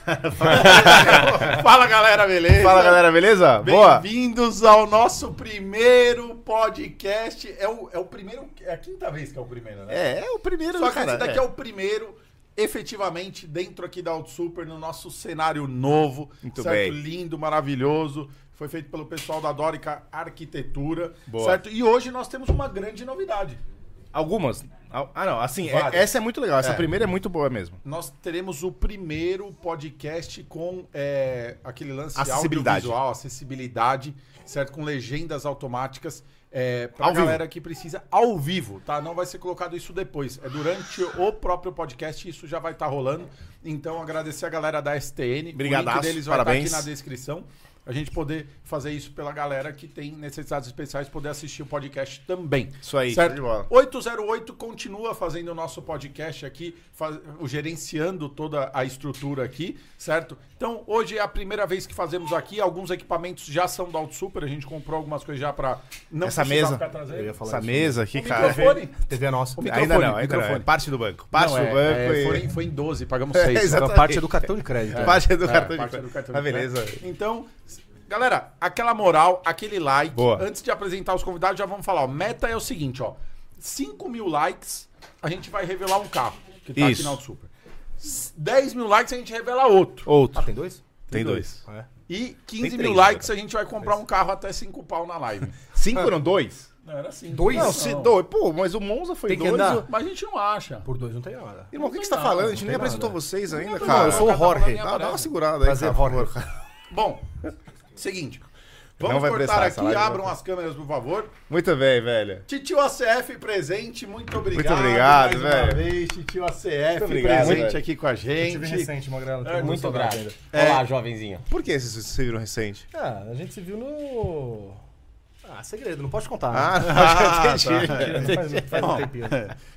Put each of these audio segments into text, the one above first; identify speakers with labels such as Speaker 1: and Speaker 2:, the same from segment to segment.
Speaker 1: cara. Fala galera, beleza?
Speaker 2: Fala galera, beleza? Boa!
Speaker 1: Bem-vindos ao nosso primeiro podcast. É o, é o primeiro. É a quinta vez que é o primeiro, né?
Speaker 2: É, é o primeiro,
Speaker 1: Só que
Speaker 2: cara.
Speaker 1: esse daqui é. o primeiro, efetivamente, dentro aqui da Auto Super, no nosso cenário novo.
Speaker 2: Muito bem.
Speaker 1: certo? Lindo, maravilhoso. Foi feito pelo pessoal da Dórica Arquitetura.
Speaker 2: Boa.
Speaker 1: Certo? E hoje nós temos uma grande novidade.
Speaker 2: Algumas. Ah, não, assim, é-
Speaker 1: Várias.
Speaker 2: essa é muito legal. Essa
Speaker 1: É.
Speaker 2: primeira é muito boa mesmo.
Speaker 1: Nós teremos o primeiro podcast com é, aquele lance
Speaker 2: Acessibilidade.
Speaker 1: audiovisual, acessibilidade, certo? Com legendas automáticas é, pra
Speaker 2: Ao vivo.
Speaker 1: galera que precisa ao vivo, tá? Não vai ser colocado isso depois. É durante o próprio podcast, isso já vai estar rolando. Então, agradecer a galera da STN. O
Speaker 2: Brigadaço,
Speaker 1: link deles vai tá
Speaker 2: parabéns.
Speaker 1: aqui na descrição. A gente poder fazer isso pela galera que tem necessidades especiais, poder assistir o podcast também.
Speaker 2: Isso aí,
Speaker 1: Certo.
Speaker 2: show de bola.
Speaker 1: 808 continua fazendo o nosso podcast aqui, faz- o- gerenciando toda a estrutura aqui, certo? Então, hoje é a primeira vez que fazemos aqui. Alguns equipamentos já são do Auto Super, a gente comprou algumas coisas já pra não
Speaker 2: essa
Speaker 1: precisar
Speaker 2: mesa.
Speaker 1: ficar trazendo.
Speaker 3: Eu ia falar
Speaker 2: Essa
Speaker 3: isso
Speaker 2: mesa
Speaker 1: O
Speaker 2: aqui, cara.
Speaker 1: microfone.
Speaker 3: TV é
Speaker 1: O
Speaker 3: nossa.
Speaker 2: Ainda
Speaker 1: microfone,
Speaker 2: não, ainda não. É
Speaker 1: microfone.
Speaker 2: parte do banco. Parte
Speaker 1: né? Não,
Speaker 2: do
Speaker 1: é-
Speaker 2: banco
Speaker 1: é,
Speaker 2: e...
Speaker 1: foi, foi em 12, pagamos 6.
Speaker 3: Era
Speaker 2: Exatamente.
Speaker 3: parte do cartão de crédito. né?
Speaker 2: Parte do
Speaker 1: É,
Speaker 2: cartão
Speaker 1: parte
Speaker 2: de
Speaker 1: do cartão
Speaker 2: Ah,
Speaker 1: de crédito.
Speaker 2: beleza.
Speaker 1: Então, s- galera, aquela moral, aquele like.
Speaker 2: Boa.
Speaker 1: Antes de apresentar os convidados, já vamos falar. Ó, meta é o seguinte, ó. 5 mil likes, a gente vai revelar um carro que tá aqui
Speaker 2: Isso.
Speaker 1: na Auto Super. S- 10 mil likes, a gente revela outro.
Speaker 2: Outro.
Speaker 3: Ah, tem dois?
Speaker 2: Tem dois.
Speaker 3: Ah, é.
Speaker 1: E 15
Speaker 2: Tem
Speaker 1: mil
Speaker 2: três, né?
Speaker 1: likes,
Speaker 2: agora.
Speaker 1: a gente vai comprar um carro até 5 pau na live.
Speaker 2: Cinco não, dois?
Speaker 1: Não, era 5.
Speaker 3: Dois?
Speaker 2: Não, se dois. Pô, mas o Monza foi
Speaker 3: Tem que
Speaker 2: dois.
Speaker 3: andar.
Speaker 2: o-
Speaker 1: Mas a gente não acha.
Speaker 3: Por dois não tem nada.
Speaker 2: Irmão, o que,
Speaker 1: Não
Speaker 2: que você tá
Speaker 1: tem
Speaker 2: falando?
Speaker 1: nada,
Speaker 2: A gente
Speaker 3: não
Speaker 2: nem
Speaker 3: tem
Speaker 2: apresentou
Speaker 3: nada.
Speaker 2: vocês ainda,
Speaker 1: tem
Speaker 2: cara.
Speaker 3: eu sou
Speaker 1: Cada um
Speaker 3: o
Speaker 1: na
Speaker 3: Jorge.
Speaker 1: minha
Speaker 2: Dá, dá uma
Speaker 1: parada.
Speaker 2: segurada aí,
Speaker 3: Prazer,
Speaker 2: cara, por
Speaker 3: Jorge.
Speaker 2: favor.
Speaker 1: Bom, seguinte.
Speaker 2: Não
Speaker 1: Vamos
Speaker 2: vai
Speaker 1: cortar
Speaker 2: prestar essa
Speaker 1: aqui,
Speaker 2: live, vai
Speaker 1: abram as câmeras, por favor.
Speaker 2: Muito bem, velho.
Speaker 1: Titio ACF presente, muito obrigado.
Speaker 2: Muito obrigado,
Speaker 1: mais uma
Speaker 2: velho.
Speaker 1: vez, Titio ACF
Speaker 2: Muito obrigado,
Speaker 1: presente
Speaker 2: velho.
Speaker 1: aqui com a gente.
Speaker 3: Magrela.
Speaker 1: É, muito
Speaker 3: obrigado.
Speaker 4: Olá, jovenzinho.
Speaker 2: Por que vocês se viram recente?
Speaker 3: Ah, a gente se viu no... Ah, segredo, não pode contar.
Speaker 2: Ah,
Speaker 3: né?
Speaker 2: tá.
Speaker 3: faz, faz um tempinho.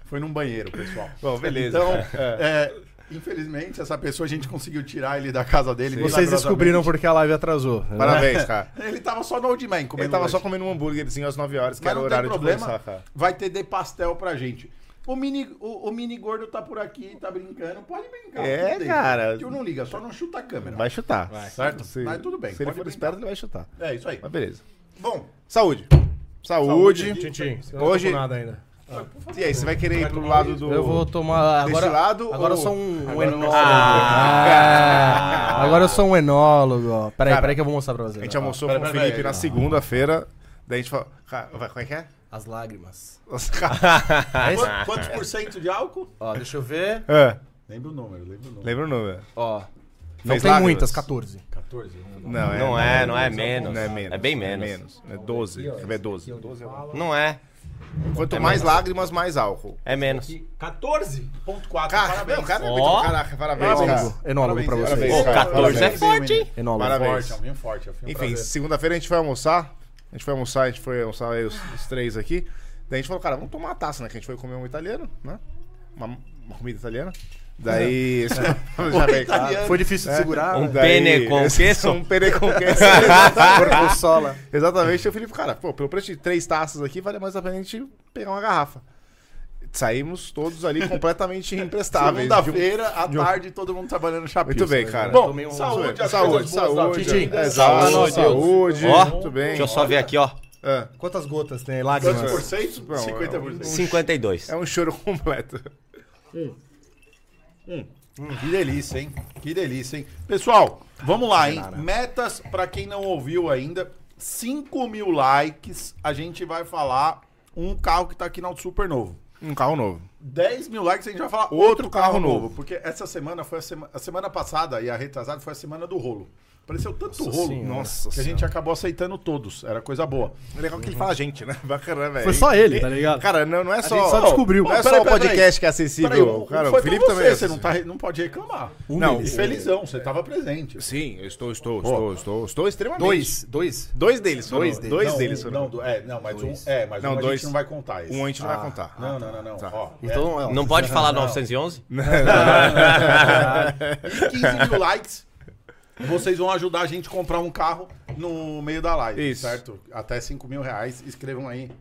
Speaker 1: Foi num banheiro, pessoal.
Speaker 2: Bom, beleza.
Speaker 1: Então,
Speaker 2: É.
Speaker 1: é, infelizmente, essa pessoa a gente conseguiu tirar ele da casa dele.
Speaker 3: Vocês descobriram porque a live atrasou. né?
Speaker 2: Parabéns, cara.
Speaker 1: milagrosamente. Ele tava só no Old Man, comendo
Speaker 2: Ele tava só
Speaker 1: lanche.
Speaker 2: comendo um hambúrguerzinho às 9 horas, que
Speaker 1: Mas
Speaker 2: era o
Speaker 1: não
Speaker 2: horário
Speaker 1: tem
Speaker 2: de
Speaker 1: problema,
Speaker 2: começar, tá. cara.
Speaker 1: vai ter de pastel pra gente. O mini, o, o mini gordo tá por aqui, tá brincando. Pode brincar.
Speaker 2: É,
Speaker 1: tudo bem.
Speaker 2: cara.
Speaker 1: Tio não liga, só não chuta a câmera.
Speaker 2: Vai chutar.
Speaker 1: Certo?
Speaker 2: Se,
Speaker 1: Mas tudo bem,
Speaker 2: Se ele
Speaker 1: pode
Speaker 2: for
Speaker 1: brincar.
Speaker 2: esperto, ele vai chutar.
Speaker 1: É isso aí.
Speaker 2: Mas beleza.
Speaker 1: Bom,
Speaker 2: Saúde.
Speaker 1: Saúde
Speaker 2: Saúde.
Speaker 1: aqui.
Speaker 3: Tchim, tchim. Eu
Speaker 2: Hoje-
Speaker 3: Não tô com nada ainda.
Speaker 2: E aí, você vai querer ir pro lado do.
Speaker 3: Eu vou tomar...
Speaker 2: Desse
Speaker 3: Agora,
Speaker 2: lado
Speaker 3: agora eu
Speaker 2: ou-
Speaker 3: sou um, um enólogo.
Speaker 2: Ah.
Speaker 3: Ah, agora eu sou um enólogo. ó. Peraí,
Speaker 2: Cara,
Speaker 3: peraí que eu vou mostrar pra você.
Speaker 2: A gente almoçou
Speaker 1: Pera,
Speaker 2: com o
Speaker 1: pera,
Speaker 2: Felipe
Speaker 1: pera.
Speaker 2: na segunda-feira. Daí a gente falou. Cara, vai- Como é que é?
Speaker 3: As lágrimas.
Speaker 2: Nossa, cara.
Speaker 3: É isso?
Speaker 1: Quantos, quantos por cento de álcool?
Speaker 3: Ó, deixa eu ver.
Speaker 2: É,
Speaker 1: Lembra o número, lembra o número.
Speaker 2: Lembra o número?
Speaker 3: Ó. Não
Speaker 2: Fez
Speaker 3: tem
Speaker 2: lágrimas?
Speaker 3: muitas, 14.
Speaker 1: 14. né?
Speaker 2: Não, é.
Speaker 4: Não é, não é menos.
Speaker 2: Não é menos.
Speaker 4: É bem
Speaker 2: é
Speaker 4: menos.
Speaker 2: É 12. Quer ver 12?
Speaker 4: Não é.
Speaker 2: Quanto mais lágrimas, mais álcool.
Speaker 4: É menos.
Speaker 1: 14.4.
Speaker 2: Cara,
Speaker 1: Parabéns.
Speaker 2: meu, cara, é
Speaker 4: Ó.
Speaker 2: muito bom. Caraca, parabéns,
Speaker 3: Enólogo.
Speaker 2: cara.
Speaker 3: Enólogo pra
Speaker 1: Parabéns,
Speaker 3: vocês.
Speaker 2: Ô,
Speaker 4: Pô, 14 é
Speaker 2: Parabéns.
Speaker 4: forte, hein?
Speaker 3: Enólogo.
Speaker 2: Parabéns.
Speaker 1: Forte, é um vinho forte, é um vinho
Speaker 2: Enfim,
Speaker 1: prazer.
Speaker 2: segunda-feira a gente foi almoçar. A gente foi almoçar, a gente foi almoçar aí os, os três aqui. Daí a gente falou, cara, vamos tomar uma taça, né? Que a gente foi comer um italiano, né? Uma, uma comida italiana. Daí. já veio,
Speaker 1: Um italiano.
Speaker 3: Foi difícil de
Speaker 5: É.
Speaker 3: segurar.
Speaker 4: Um
Speaker 3: né?
Speaker 2: Daí-
Speaker 4: pene com queso?
Speaker 2: Um pene com queso. Exatamente.
Speaker 3: Porco sola.
Speaker 2: Exatamente. E o Felipe, cara, pô, pelo preço de três taças aqui, vale mais a pena a gente pegar uma garrafa. Saímos todos ali completamente um imprestáveis.
Speaker 1: Segunda-feira, à tarde, todo mundo trabalhando chapéu.
Speaker 2: Muito bem, cara.
Speaker 1: Bom,
Speaker 3: Tomei um-
Speaker 1: saúde, as
Speaker 2: Saúde,
Speaker 1: coisas boas da
Speaker 2: saúde.
Speaker 1: vida.
Speaker 3: Tchim, tchim.
Speaker 2: É, Saúde,
Speaker 4: Saúde.
Speaker 2: saúde.
Speaker 4: Ó,
Speaker 2: Muito bem.
Speaker 4: Deixa eu só ver aqui, ó.
Speaker 2: Ah,
Speaker 3: Quantas gotas tem aí?
Speaker 1: Quantos por
Speaker 3: Lágrimas.
Speaker 1: cento?
Speaker 2: Bom,
Speaker 1: 50%.
Speaker 4: 52.
Speaker 2: É um choro completo.
Speaker 1: Que delícia, hein? Que delícia, hein? Pessoal, vamos lá, hein? Metas, pra quem não ouviu ainda, 5 mil likes, a gente vai falar um carro que tá aqui na Auto Super novo.
Speaker 2: Um carro novo.
Speaker 1: 10 mil likes, a gente vai falar outro,
Speaker 2: Outro
Speaker 1: carro,
Speaker 2: carro
Speaker 1: novo.
Speaker 2: novo.
Speaker 1: Porque essa semana foi a, sema- a semana passada e a retrasada foi a semana do rolo. Apareceu tanto rolo
Speaker 3: Senhora.
Speaker 2: Nossa
Speaker 1: que a gente acabou aceitando todos. Era coisa boa.
Speaker 2: É legal que ele fala a gente, né? Bacana, velho.
Speaker 3: Foi só ele, tá ligado?
Speaker 2: Cara, não, não é só.
Speaker 3: gente só descobriu.
Speaker 2: Não é
Speaker 1: Pô,
Speaker 2: só
Speaker 1: peraí,
Speaker 2: o
Speaker 1: peraí,
Speaker 2: podcast
Speaker 1: peraí.
Speaker 2: que
Speaker 1: Peraí,
Speaker 2: é acessível. cara,
Speaker 1: foi pra
Speaker 2: o Felipe
Speaker 1: você, você
Speaker 2: também. é
Speaker 1: não,
Speaker 2: acessível.
Speaker 1: tá, re- não pode reclamar.
Speaker 3: Um
Speaker 2: Não,
Speaker 3: deles.
Speaker 1: Felizão, você tava presente.
Speaker 2: Sim, eu estou, estou,
Speaker 1: Pô.
Speaker 2: estou, estou, estou extremamente.
Speaker 3: Dois. Dois.
Speaker 2: Dois deles, foram.
Speaker 3: Dois deles.
Speaker 2: Dois
Speaker 1: não,
Speaker 2: deles
Speaker 1: um-
Speaker 2: foram.
Speaker 1: não, do- é, não, mas
Speaker 3: Dois.
Speaker 1: um, é, mas
Speaker 2: Não,
Speaker 1: um a
Speaker 2: dois.
Speaker 1: gente não vai contar isso.
Speaker 2: Um a gente não
Speaker 3: Ah,
Speaker 2: vai contar.
Speaker 1: Não, não, não, não.
Speaker 2: Tá.
Speaker 1: Ó, é.
Speaker 3: Então, ó,
Speaker 4: Não pode falar 911?
Speaker 1: 15 mil likes. Vocês vão ajudar a gente a comprar um carro no meio da live,
Speaker 2: Isso.
Speaker 1: certo? Até 5 mil reais. Escrevam aí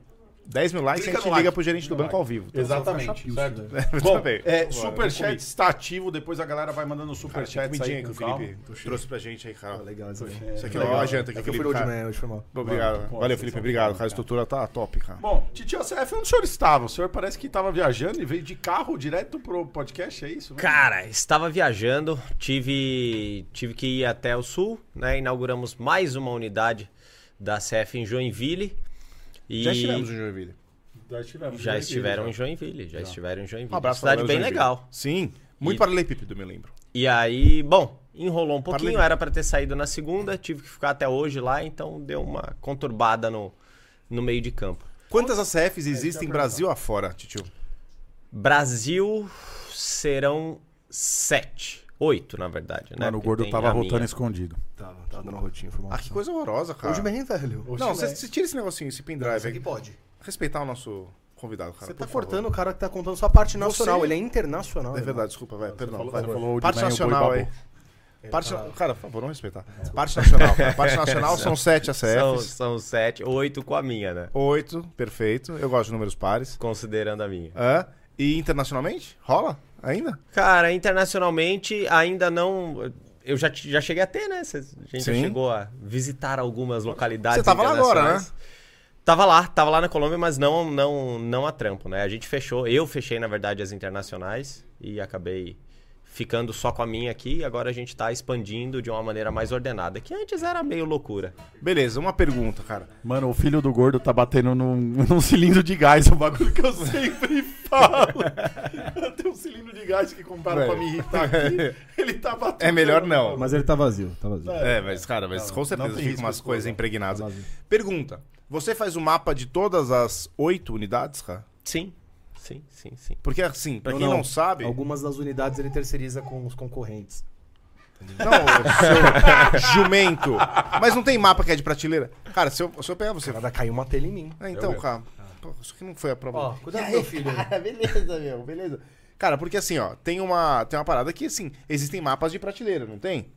Speaker 2: 10 mil likes,
Speaker 6: Clica
Speaker 2: a gente
Speaker 6: no
Speaker 2: liga
Speaker 6: like.
Speaker 2: pro gerente do banco ao vivo.
Speaker 5: Eu sou
Speaker 6: Exatamente,
Speaker 5: faixa
Speaker 6: certo?
Speaker 5: pilsen, velho.
Speaker 6: Bom,
Speaker 2: também.
Speaker 6: é,
Speaker 2: Bora,
Speaker 6: superchat está ativo, depois a galera vai mandando superchats
Speaker 2: comidinha
Speaker 6: aí
Speaker 2: que
Speaker 6: com
Speaker 2: o
Speaker 6: calma.
Speaker 2: Felipe trouxe pra gente aí, cara.
Speaker 5: Legal, isso aqui.
Speaker 2: Isso aqui é
Speaker 5: Legal.
Speaker 2: uma janta que
Speaker 5: É
Speaker 2: o
Speaker 5: que eu fui
Speaker 2: Felipe.
Speaker 5: low de
Speaker 3: né?
Speaker 2: cara-
Speaker 5: manhã hoje, foi mal.
Speaker 2: Obrigado.
Speaker 6: Pô,
Speaker 2: Valeu,
Speaker 6: vocês
Speaker 2: Felipe.
Speaker 6: são
Speaker 2: Obrigado. Cara, a estrutura tá top, cara.
Speaker 6: Bom, Titio CF, onde o senhor estava? O senhor parece que estava viajando e veio de carro direto pro podcast, é isso?
Speaker 4: Cara, estava viajando, tive, tive que ir até o sul, né? Inauguramos mais uma unidade da CF em Joinville. E
Speaker 2: Já estivemos em Joinville.
Speaker 6: já, estivemos,
Speaker 4: Já
Speaker 6: né,
Speaker 4: estiveram em
Speaker 6: querido?
Speaker 4: Joinville, já estiveram em Joinville.
Speaker 2: Um abraço pra
Speaker 4: Cidade
Speaker 2: galera
Speaker 4: bem
Speaker 2: do Joinville.
Speaker 4: legal.
Speaker 2: Sim. Muito
Speaker 4: E-
Speaker 2: paralelepípedo, me lembro.
Speaker 4: E aí, bom, enrolou um pouquinho,
Speaker 2: Paralelo.
Speaker 4: era pra ter saído na segunda, tive que ficar até hoje lá, então deu uma conturbada no, no meio de campo.
Speaker 2: Quantas ACFs existem
Speaker 6: perguntar.
Speaker 2: Brasil afora, Titio?
Speaker 4: Brasil serão sete. Oito, na verdade, né?
Speaker 6: Mano, o
Speaker 4: Porque
Speaker 6: gordo
Speaker 4: tem
Speaker 6: tava
Speaker 4: a
Speaker 6: rotando
Speaker 4: minha.
Speaker 6: escondido.
Speaker 5: Tava, tava dando uma rotinha, foi mal.
Speaker 2: Ah, que coisa horrorosa, cara.
Speaker 5: Hoje bem, velho.
Speaker 2: Não, você você tira esse negocinho, esse pendrive
Speaker 5: Isso aqui
Speaker 2: aí.
Speaker 5: pode.
Speaker 2: Respeitar o nosso convidado, cara.
Speaker 5: Você
Speaker 2: por
Speaker 5: tá
Speaker 2: favor.
Speaker 5: cortando o cara que tá contando só a parte nacional.
Speaker 2: Você-
Speaker 5: Ele é internacional.
Speaker 2: É verdade, desculpa, vai, perdão.
Speaker 6: falou-
Speaker 2: vai.
Speaker 6: você falou de
Speaker 2: parte
Speaker 6: manhã, o boi
Speaker 2: nacional
Speaker 6: babou.
Speaker 2: aí. É, Parte, na- Cara, por favor, vamos respeitar. Parte nacional. cara. Parte nacional são sete
Speaker 4: São,
Speaker 2: ACFs.
Speaker 4: são sete, oito com a minha, né?
Speaker 2: Oito, perfeito. Eu gosto de números pares.
Speaker 4: Considerando a minha.
Speaker 2: Hã? E internacionalmente? Rola? Ainda?
Speaker 4: Cara, internacionalmente ainda não. Eu já, te- já cheguei a ter, né? Cê- A gente já
Speaker 2: Sim.
Speaker 4: chegou a visitar algumas localidades.
Speaker 2: Você tava lá agora, né?
Speaker 4: internacionais. Tava lá, tava lá na Colômbia, mas não, não, não a trampo, né? A gente fechou, eu fechei, na verdade, as internacionais e acabei ficando só com a minha aqui. E agora a gente tá expandindo de uma maneira mais ordenada, que antes era meio loucura.
Speaker 2: Beleza, uma pergunta, cara.
Speaker 6: Mano, o filho do gordo tá batendo num, num cilindro de gás, é um bagulho que eu sempre falo. Tem um cilindro de gás que compara pra
Speaker 2: Velho.
Speaker 6: me irritar aqui. Ele tá batendo.
Speaker 2: É melhor não.
Speaker 3: Mas ele tá vazio, tá vazio.
Speaker 2: É, mas, cara, mas com certeza
Speaker 6: tem
Speaker 2: fica
Speaker 6: risco
Speaker 2: umas
Speaker 6: de
Speaker 2: coisas
Speaker 6: coisa.
Speaker 2: impregnadas.
Speaker 3: Tá vazio.
Speaker 2: Pergunta: Você faz o mapa de todas as oito unidades, cara?
Speaker 4: Sim, sim, sim, sim.
Speaker 2: Porque assim, pra
Speaker 5: Não,
Speaker 2: quem não,
Speaker 5: não.
Speaker 2: sabe.
Speaker 5: Algumas das unidades ele terceiriza com os concorrentes.
Speaker 2: Não, seu jumento. Mas não tem mapa que é de prateleira. Cara, se eu, se eu pegar você.
Speaker 5: Ela caiu uma telha em mim.
Speaker 2: Ah, então, cara. pô, isso aqui não foi a prova.
Speaker 5: Ó, cuidado do meu filho.
Speaker 2: Cara, beleza, meu, beleza. Cara, porque assim, ó, tem uma, tem uma parada que, assim, existem mapas de prateleira, não tem?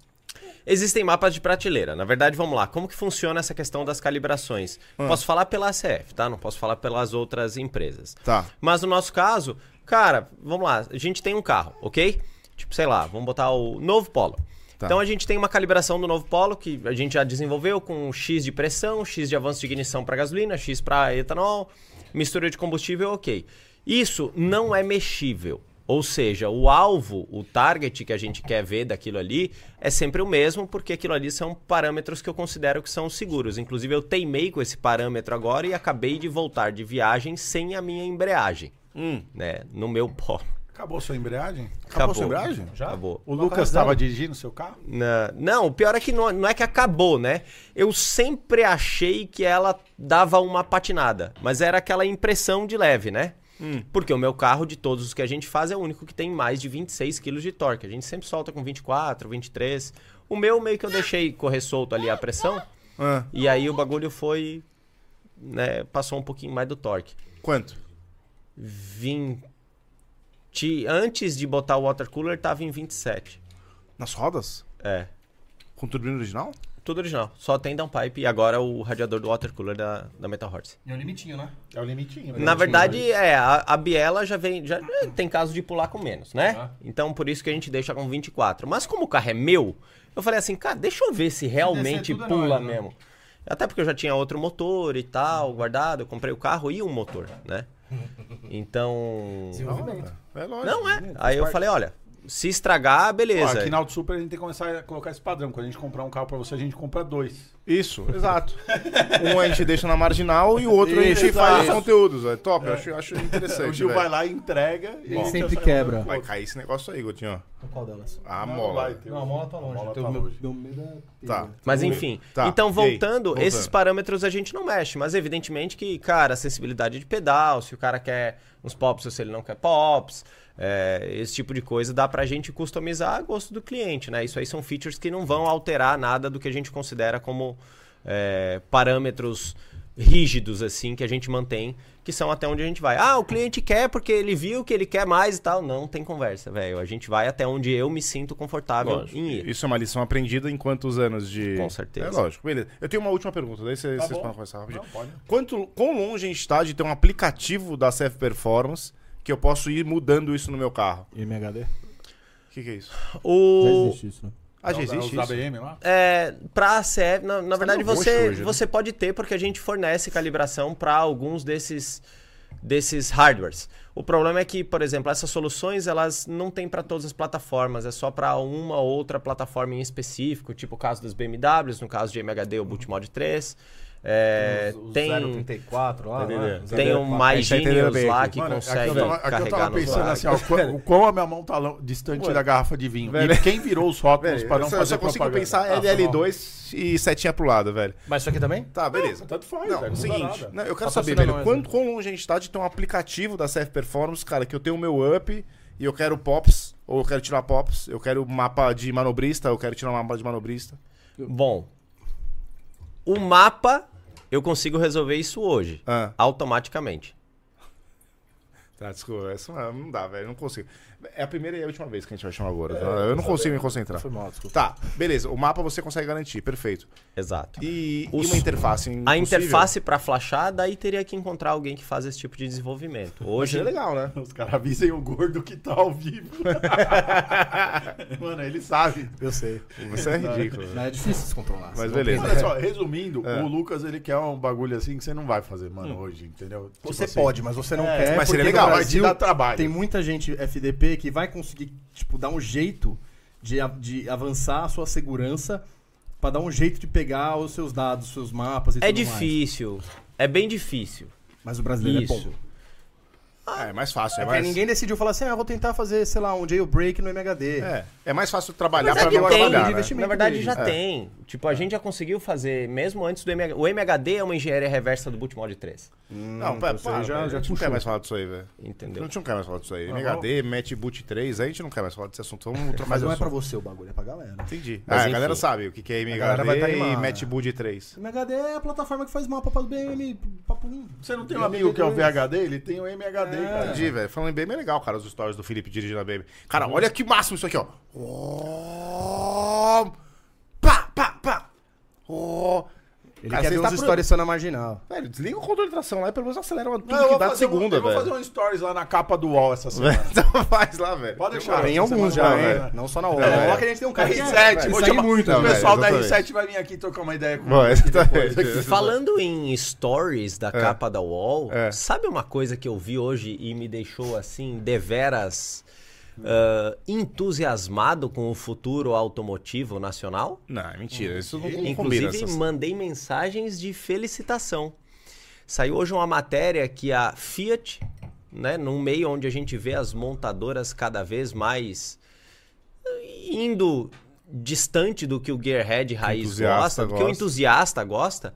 Speaker 4: Existem mapas de prateleira. Na verdade, vamos lá. Como que funciona essa questão das calibrações?
Speaker 2: Ah.
Speaker 4: Posso falar pela ACF, tá? Não posso falar pelas outras empresas.
Speaker 2: Tá.
Speaker 4: Mas no nosso caso, cara, vamos lá. A gente tem um carro, ok? Tipo, sei lá, vamos botar o novo Polo.
Speaker 2: Tá.
Speaker 4: Então a gente tem uma calibração do novo Polo que a gente já desenvolveu com X de pressão, X de avanço de ignição para gasolina, X para etanol, mistura de combustível, ok. Isso não é mexível. Ou seja, o alvo, o target que a gente quer ver daquilo ali é sempre o mesmo, porque aquilo ali são parâmetros que eu considero que são seguros. Inclusive, eu teimei com esse parâmetro agora e acabei de voltar de viagem sem a minha embreagem,
Speaker 6: Hum.
Speaker 4: né? No meu polo.
Speaker 6: Acabou sua embreagem?
Speaker 2: Acabou a
Speaker 4: Acabou.
Speaker 2: sua embreagem?
Speaker 6: Já?
Speaker 4: Acabou.
Speaker 6: O Lucas tava dirigindo seu carro?
Speaker 4: Na- Não, o pior é que não, não é que acabou, né? Eu sempre achei que ela dava uma patinada, mas era aquela impressão de leve, né? Porque o meu carro, de todos os que a gente faz, é o único que tem mais de 26 quilos de torque. A gente sempre solta com 24, 23. O meu meio que eu deixei correr solto ali a pressão,
Speaker 2: Ah,
Speaker 4: e aí o bagulho foi. Né, passou um pouquinho mais do torque.
Speaker 2: quanto?
Speaker 4: 20. Antes de botar o water cooler, tava em 27.
Speaker 2: Nas rodas?
Speaker 4: É.
Speaker 2: Com turbina original?
Speaker 4: Tudo original. Só tem downpipe e agora o radiador do water cooler da, da Metal Horse.
Speaker 5: É um limitinho, né?
Speaker 6: É o limitinho. né?
Speaker 4: Na verdade, é, a, a biela já vem. Já eh, tem caso de pular com menos, né? Então por isso que a gente deixa com 24. Mas como o carro é meu, eu falei assim, cara, deixa eu ver se realmente
Speaker 3: tudo é
Speaker 4: pula
Speaker 3: nóis, né?
Speaker 4: mesmo. Até porque eu já tinha outro motor e tal, guardado, eu comprei o carro e um motor, né? Então.
Speaker 5: Desenvolvimento.
Speaker 2: É lógico.
Speaker 4: Não é. Aí eu falei, olha, se estragar,
Speaker 6: Ó,
Speaker 4: beleza.
Speaker 6: aqui na Auto Super a gente tem que começar a colocar esse padrão. Quando a gente comprar um carro pra você, a gente compra dois.
Speaker 2: Isso, exato. Um a gente deixa na marginal e o outro a gente
Speaker 6: Isso,
Speaker 2: faz os
Speaker 6: isso.
Speaker 2: conteúdos. É top, eu acho, eu acho interessante.
Speaker 6: o Gil
Speaker 2: velho.
Speaker 6: vai lá e entrega. e
Speaker 3: Ele
Speaker 6: ainda
Speaker 3: sempre
Speaker 6: sai
Speaker 3: quebra.
Speaker 6: mandando pro
Speaker 2: né? Vai
Speaker 6: outro.
Speaker 2: cair esse negócio aí, Gotinho.
Speaker 5: Qual delas?
Speaker 2: Ah,
Speaker 6: Não,
Speaker 2: mola.
Speaker 6: vai ter.
Speaker 5: Não, a mola tá longe.
Speaker 6: A mola
Speaker 5: Tem o
Speaker 6: tá
Speaker 5: meu-
Speaker 6: longe.
Speaker 3: Deu medo da
Speaker 2: Tá.
Speaker 4: Mas enfim.
Speaker 2: Tá,
Speaker 4: Então,
Speaker 2: e aí?
Speaker 4: voltando,
Speaker 2: Voltando.
Speaker 4: esses parâmetros a gente não mexe. Mas evidentemente que, cara, acessibilidade de pedal, se o cara quer uns pops ou se ele não quer pops, é, esse tipo de coisa dá pra gente customizar a gosto do cliente, né? Isso aí são features que não vão alterar nada do que a gente considera como é, parâmetros rígidos assim que a gente mantém, que são até onde a gente vai. Ah, o cliente quer porque ele viu que ele quer mais e tal. Não tem conversa, velho. A gente vai até onde eu me sinto
Speaker 6: Tá
Speaker 4: confortável
Speaker 2: Lógico.
Speaker 4: em ir.
Speaker 2: Isso é uma lição aprendida em quantos anos de.
Speaker 4: Com certeza.
Speaker 2: É lógico, beleza. Eu tenho uma última pergunta, daí vocês
Speaker 6: Tá
Speaker 2: vocês
Speaker 6: bom.
Speaker 2: podem conversar rapidinho.
Speaker 6: Não, pode.
Speaker 2: Quanto, quão longe a gente está de ter um aplicativo da CF Performance que eu posso ir mudando isso no meu carro?
Speaker 5: MHD?
Speaker 2: O que, que é isso?
Speaker 4: O
Speaker 5: isso, né?
Speaker 2: Ah, já existe
Speaker 6: Os
Speaker 2: isso?
Speaker 6: ABM lá?
Speaker 4: É, pra CF, na, na verdade
Speaker 2: meio
Speaker 4: você,
Speaker 2: roxo hoje, né?
Speaker 4: você pode ter, porque a gente fornece calibração para alguns desses, desses hardwares. O problema é que, por exemplo, essas soluções elas não tem para todas as plataformas, é só para uma ou outra plataforma em específico, tipo o caso das BMWs, no caso de MHD ou Multimod 3. É,
Speaker 5: Os- os
Speaker 4: tem
Speaker 5: 034 lá,
Speaker 2: Tá
Speaker 5: né?
Speaker 2: entendendo?
Speaker 5: Os
Speaker 4: tem o
Speaker 5: 034.
Speaker 4: mais
Speaker 2: tá entendendo
Speaker 4: gênios
Speaker 2: bem
Speaker 4: lá
Speaker 2: aqui.
Speaker 4: que
Speaker 6: Mano, aqui
Speaker 4: consegue
Speaker 6: eu tava, aqui eu
Speaker 4: carregar
Speaker 6: tava
Speaker 4: nos
Speaker 6: pensando
Speaker 4: lados.
Speaker 6: assim, ó, o quão- o quão a minha mão tá lo- distante da garrafa de vinho. E
Speaker 2: Velho.
Speaker 6: quem virou os rótulos
Speaker 2: Velho,
Speaker 6: para
Speaker 2: eu
Speaker 1: um
Speaker 6: não
Speaker 2: só- eu
Speaker 6: fazer
Speaker 2: só consigo
Speaker 6: propaganda?
Speaker 2: pensar
Speaker 1: tá
Speaker 6: Ah, foi mal.
Speaker 2: LL2 e setinha pro lado, velho.
Speaker 5: Mas isso aqui também?
Speaker 2: Tá, beleza.
Speaker 6: Tanto faz,
Speaker 2: Não,
Speaker 6: velho,
Speaker 2: o
Speaker 6: dá
Speaker 2: seguinte,
Speaker 6: é nada.
Speaker 2: não, eu quero
Speaker 5: Patrocina
Speaker 2: saber, velho,
Speaker 5: nós,
Speaker 2: quanto, quão longe a gente tá de ter um aplicativo da CF Performance, cara, que eu tenho o meu up e eu quero pops, ou eu quero tirar pops, eu quero mapa de manobrista, eu quero tirar um mapa de manobrista.
Speaker 4: Bom, o mapa eu consigo resolver isso hoje,
Speaker 2: Ah.
Speaker 4: automaticamente.
Speaker 2: Tá, desculpa, essa não- não dá, velho, eu não consigo. É a primeira e a última vez que a gente vai chamar agora, tá? eu não consigo me concentrar.
Speaker 5: Foi mal, desculpa.
Speaker 2: Tá, beleza, o mapa você consegue garantir, perfeito.
Speaker 4: Exato.
Speaker 2: E, e
Speaker 4: Os-
Speaker 2: uma interface
Speaker 4: A
Speaker 2: impossível?
Speaker 4: interface para flashar, daí teria que encontrar alguém que faz esse tipo de desenvolvimento.
Speaker 2: Hoje é
Speaker 4: Hoje,
Speaker 2: legal, né?
Speaker 6: Os caras avisem o gordo que tá ao vivo. Mano, ele sabe.
Speaker 5: Eu sei.
Speaker 2: Você é ridículo. velho.
Speaker 5: Mas é difícil se controlar.
Speaker 2: Mas
Speaker 5: Você não
Speaker 2: beleza.
Speaker 5: tem-
Speaker 6: Olha só, resumindo, o Lucas ele quer um bagulho assim que você não vai fazer, mano, hoje, entendeu? Tipo
Speaker 3: Você
Speaker 6: assim,
Speaker 3: pode, mas você não
Speaker 5: É,
Speaker 3: quer.
Speaker 2: mas seria
Speaker 3: porque
Speaker 2: legal,
Speaker 3: no
Speaker 6: vai te
Speaker 3: Brasil
Speaker 6: dar trabalho.
Speaker 3: Tem muita gente FDP que vai conseguir, tipo, dar um jeito de, a- de avançar a sua segurança pra dar um jeito de pegar os seus dados, os seus mapas e
Speaker 4: é
Speaker 3: tudo mais.
Speaker 4: difícil. É bem difícil.
Speaker 3: Mas o brasileiro é
Speaker 4: Isso.
Speaker 3: bom.
Speaker 2: Ah, é mais fácil, é
Speaker 3: É
Speaker 2: mais...
Speaker 3: porque ninguém decidiu falar assim, ah, eu vou tentar fazer, sei lá, um jailbreak no MHD.
Speaker 2: É, é mais fácil trabalhar
Speaker 4: Mas é
Speaker 2: pra
Speaker 4: que
Speaker 2: não
Speaker 4: tem.
Speaker 2: trabalhar,
Speaker 3: De
Speaker 2: né?
Speaker 3: investimento
Speaker 4: Na verdade,
Speaker 3: dele.
Speaker 4: já
Speaker 2: É.
Speaker 4: tem. Tipo, a gente já conseguiu fazer, mesmo antes do MHD. O MHD é uma engenharia reversa do Bootmod 3.
Speaker 2: Não, pera,
Speaker 3: você
Speaker 2: para,
Speaker 3: já-
Speaker 2: velho,
Speaker 3: já
Speaker 2: a gente não quer mais falar disso aí, velho. A
Speaker 4: Entendeu?
Speaker 2: gente não quer mais falar disso aí. MHD, Match Boot 3, aí a gente não quer mais falar desse assunto. Vamos trocar
Speaker 3: Mas
Speaker 2: de
Speaker 3: não é pra
Speaker 2: assunto.
Speaker 3: você o bagulho, é pra galera.
Speaker 2: Entendi.
Speaker 4: Mas
Speaker 2: ah, a
Speaker 4: enfim.
Speaker 2: galera sabe o que que é
Speaker 3: galera vai
Speaker 2: MHD
Speaker 3: tá
Speaker 2: e
Speaker 3: animada.
Speaker 2: Match Boot 3.
Speaker 3: O MHD é a plataforma que faz mapa pra BM, papo lindo.
Speaker 6: Você não tem um amigo que é o VHD? Ele tem o MHD, cara.
Speaker 2: Entendi, velho. Falando em BM é legal, cara, os stories do Felipe dirigindo a BM. Cara, olha que máximo isso aqui, ó. Oh, pá, pá, pá. Oh.
Speaker 3: Ele
Speaker 2: Cara,
Speaker 3: quer
Speaker 2: você
Speaker 3: ver
Speaker 2: tá
Speaker 3: uns
Speaker 2: pro-
Speaker 3: stories só na marginal.
Speaker 2: Velho, desliga o controle de tração lá e pelo menos acelera tudo
Speaker 6: Não, eu
Speaker 2: que
Speaker 6: vou
Speaker 2: dá de
Speaker 6: fazer um-
Speaker 2: segunda,
Speaker 6: eu vou fazer
Speaker 2: velho.
Speaker 6: um stories lá na capa do UOL essa semana.
Speaker 2: Então faz lá, velho.
Speaker 6: Pode deixar.
Speaker 1: Ah,
Speaker 3: Tem
Speaker 6: essa
Speaker 3: alguns já,
Speaker 6: semana vai,
Speaker 3: né?
Speaker 6: né?
Speaker 3: Não só na
Speaker 2: É,
Speaker 3: hora.
Speaker 2: é.
Speaker 3: Na hora que a gente tem um cara que é-
Speaker 6: R7,
Speaker 3: que
Speaker 6: vou
Speaker 3: segue
Speaker 6: chamar-
Speaker 3: muito,
Speaker 6: O
Speaker 2: velho,
Speaker 6: pessoal da
Speaker 2: exatamente.
Speaker 6: R7 vai vir aqui trocar uma ideia com
Speaker 2: Bom, é
Speaker 6: você depois.
Speaker 2: exatamente.
Speaker 4: Falando em stories da capa da UOL,
Speaker 2: É.
Speaker 4: sabe uma coisa que eu vi hoje e me deixou assim, deveras
Speaker 2: Hum.
Speaker 4: ah, entusiasmado com o futuro automotivo nacional?
Speaker 2: Não, mentira. Isso não, não combina.
Speaker 4: Inclusive,
Speaker 2: essas-
Speaker 4: mandei mensagens de felicitação. Saiu hoje uma matéria que a Fiat, né, num meio onde a gente vê as montadoras cada vez mais eh, indo distante do que o Gearhead raiz
Speaker 2: entusiasta
Speaker 4: gosta, do que o
Speaker 2: gosta.
Speaker 4: entusiasta gosta,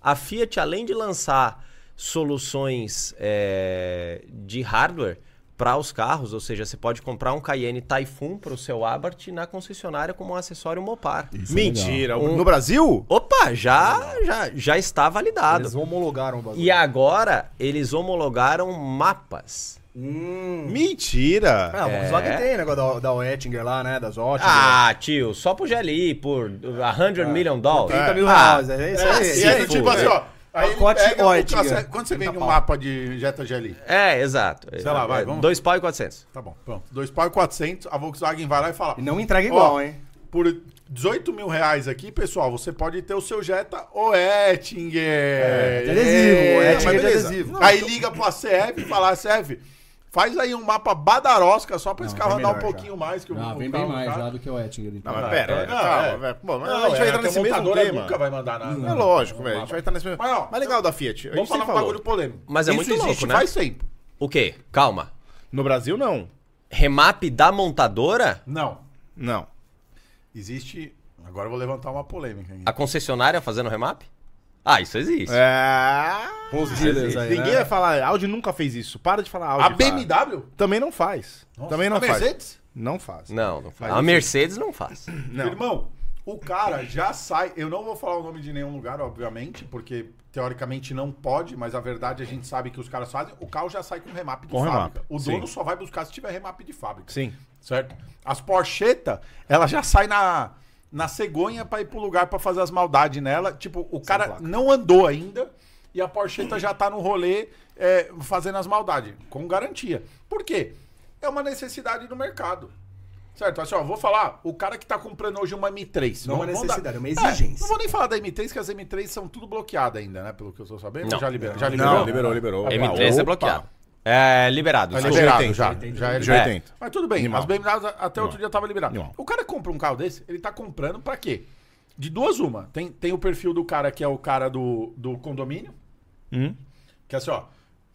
Speaker 4: a Fiat, além de lançar soluções eh, de hardware para os carros, ou seja, você pode comprar um Cayenne Typhoon para o seu Abarth na concessionária como um acessório Mopar.
Speaker 2: Mentira. No Brasil?
Speaker 4: Opa, já, já, já está validado.
Speaker 3: Eles homologaram o bagulho.
Speaker 4: E agora eles homologaram mapas.
Speaker 3: Hum.
Speaker 2: Mentira.
Speaker 3: Ah, o Volkswagen tem negócio da, da Oettinger lá, né? Das Oettinger.
Speaker 4: Ah, tio, só pro GLI, por a 100 million dollars.
Speaker 3: 30 mil
Speaker 4: Ah,
Speaker 3: reais. É isso
Speaker 6: É,
Speaker 3: aí.
Speaker 6: e aí,
Speaker 4: se
Speaker 6: tipo
Speaker 4: for,
Speaker 6: assim, ó. Aí ele
Speaker 3: Pacote
Speaker 6: pega o
Speaker 3: Oettinger.
Speaker 6: cacete- Quando você vende um
Speaker 3: pau.
Speaker 6: mapa de Jetta GLI?
Speaker 4: É, exato.
Speaker 6: Sei lá, vai,
Speaker 4: É,
Speaker 6: vamos-
Speaker 4: Dois pau e 400.
Speaker 6: Tá bom, pronto. Dois pau e 400, a Volkswagen vai lá e fala.
Speaker 3: E não entrega igual,
Speaker 6: Ó,
Speaker 3: hein?
Speaker 6: Por 18 mil reais aqui, pessoal, você pode ter o seu Jetta Oettinger.
Speaker 3: de adesivo,
Speaker 6: É,
Speaker 3: Oettinger
Speaker 6: mas
Speaker 3: de
Speaker 6: beleza.
Speaker 3: adesivo.
Speaker 6: Aí liga pra CF e fala, CF, faz aí um mapa badarosca só pra esse
Speaker 3: Não,
Speaker 6: carro
Speaker 3: vem
Speaker 6: andar um
Speaker 3: melhor já.
Speaker 6: pouquinho mais. Que o-
Speaker 7: Ah,
Speaker 6: o
Speaker 7: vem
Speaker 6: carro
Speaker 7: bem mais
Speaker 3: tá-
Speaker 6: já.
Speaker 7: lá do que o Ettinger. então.
Speaker 2: Não, mas
Speaker 6: Ah,
Speaker 2: pera,
Speaker 6: é,
Speaker 2: velho,
Speaker 6: não,
Speaker 2: calma,
Speaker 6: é.
Speaker 2: velho. Pô, mas
Speaker 6: Não,
Speaker 2: a gente vai
Speaker 6: é,
Speaker 2: entrar
Speaker 6: a
Speaker 2: nesse mesmo
Speaker 6: montadora
Speaker 2: tema.
Speaker 6: nunca vai mandar nada.
Speaker 2: É lógico, velho. A gente vai entrar nesse mesmo.
Speaker 6: Mas, ó,
Speaker 2: Mas legal da Fiat. A gente
Speaker 6: Vamos falar
Speaker 2: sempre
Speaker 6: um
Speaker 2: falou.
Speaker 6: bagulho polêmico.
Speaker 4: Mas é
Speaker 6: Isso
Speaker 4: muito
Speaker 6: existe
Speaker 4: louco, né?
Speaker 6: faz tempo.
Speaker 4: O quê? Calma.
Speaker 2: No Brasil, não.
Speaker 4: Remap da montadora?
Speaker 6: Não.
Speaker 2: Não.
Speaker 6: Existe... Agora eu vou levantar uma polêmica. aqui.
Speaker 4: A concessionária fazendo remap? Ah, isso existe.
Speaker 2: É...
Speaker 3: Com os dealers aí,
Speaker 2: Ninguém
Speaker 3: né?
Speaker 2: vai falar. A Audi nunca fez isso. Para de falar Audi.
Speaker 6: A
Speaker 2: fala.
Speaker 6: BMW?
Speaker 2: Também não faz.
Speaker 6: Nossa,
Speaker 2: Também não
Speaker 6: a
Speaker 2: faz.
Speaker 6: Mercedes?
Speaker 2: Não faz.
Speaker 4: Não, não faz.
Speaker 2: Mas
Speaker 4: A
Speaker 2: isso-
Speaker 4: Mercedes não faz.
Speaker 2: Não.
Speaker 6: Irmão,
Speaker 1: O cara já sai. Eu não vou falar o nome de nenhum lugar, obviamente, porque teoricamente não pode, mas a verdade a gente sabe que os caras fazem. O carro já sai com remap de
Speaker 2: Com
Speaker 1: fábrica.
Speaker 2: remap,
Speaker 1: O
Speaker 2: sim.
Speaker 1: dono só vai buscar se tiver remap de fábrica.
Speaker 2: Sim.
Speaker 1: Certo? As porchetas, ela já sai na, na cegonha pra ir pro lugar pra fazer as maldades nela. Tipo, o cara
Speaker 2: placa.
Speaker 1: não andou ainda e a porcheta já tá no rolê é, fazendo as maldades. Com garantia. Por quê? É uma necessidade do mercado. Certo? Assim, ó, vou falar, o cara que tá comprando hoje uma M3.
Speaker 3: Não é uma
Speaker 1: vamos- vamos
Speaker 3: necessidade, é uma exigência.
Speaker 1: não vou nem falar da M3, que as M3 são tudo bloqueadas ainda, né? Pelo que eu tô sabendo.
Speaker 4: Não.
Speaker 1: Já liberou. Já liberou.
Speaker 2: Não, liberou, liberou.
Speaker 4: M3
Speaker 2: Opa.
Speaker 4: é bloqueado. É liberado.
Speaker 1: Tá
Speaker 4: desculpa.
Speaker 1: liberado
Speaker 2: G80,
Speaker 1: já. Já é liberado.
Speaker 2: G80.
Speaker 1: Mas tudo bem,
Speaker 2: Animal.
Speaker 1: as BMWs até outro dia tava liberado.
Speaker 2: Animal.
Speaker 1: O cara compra um carro desse, ele tá comprando pra quê? De duas uma. Tem, tem o perfil do cara que é o cara do, do condomínio,
Speaker 2: Hum.
Speaker 1: que é assim, ó,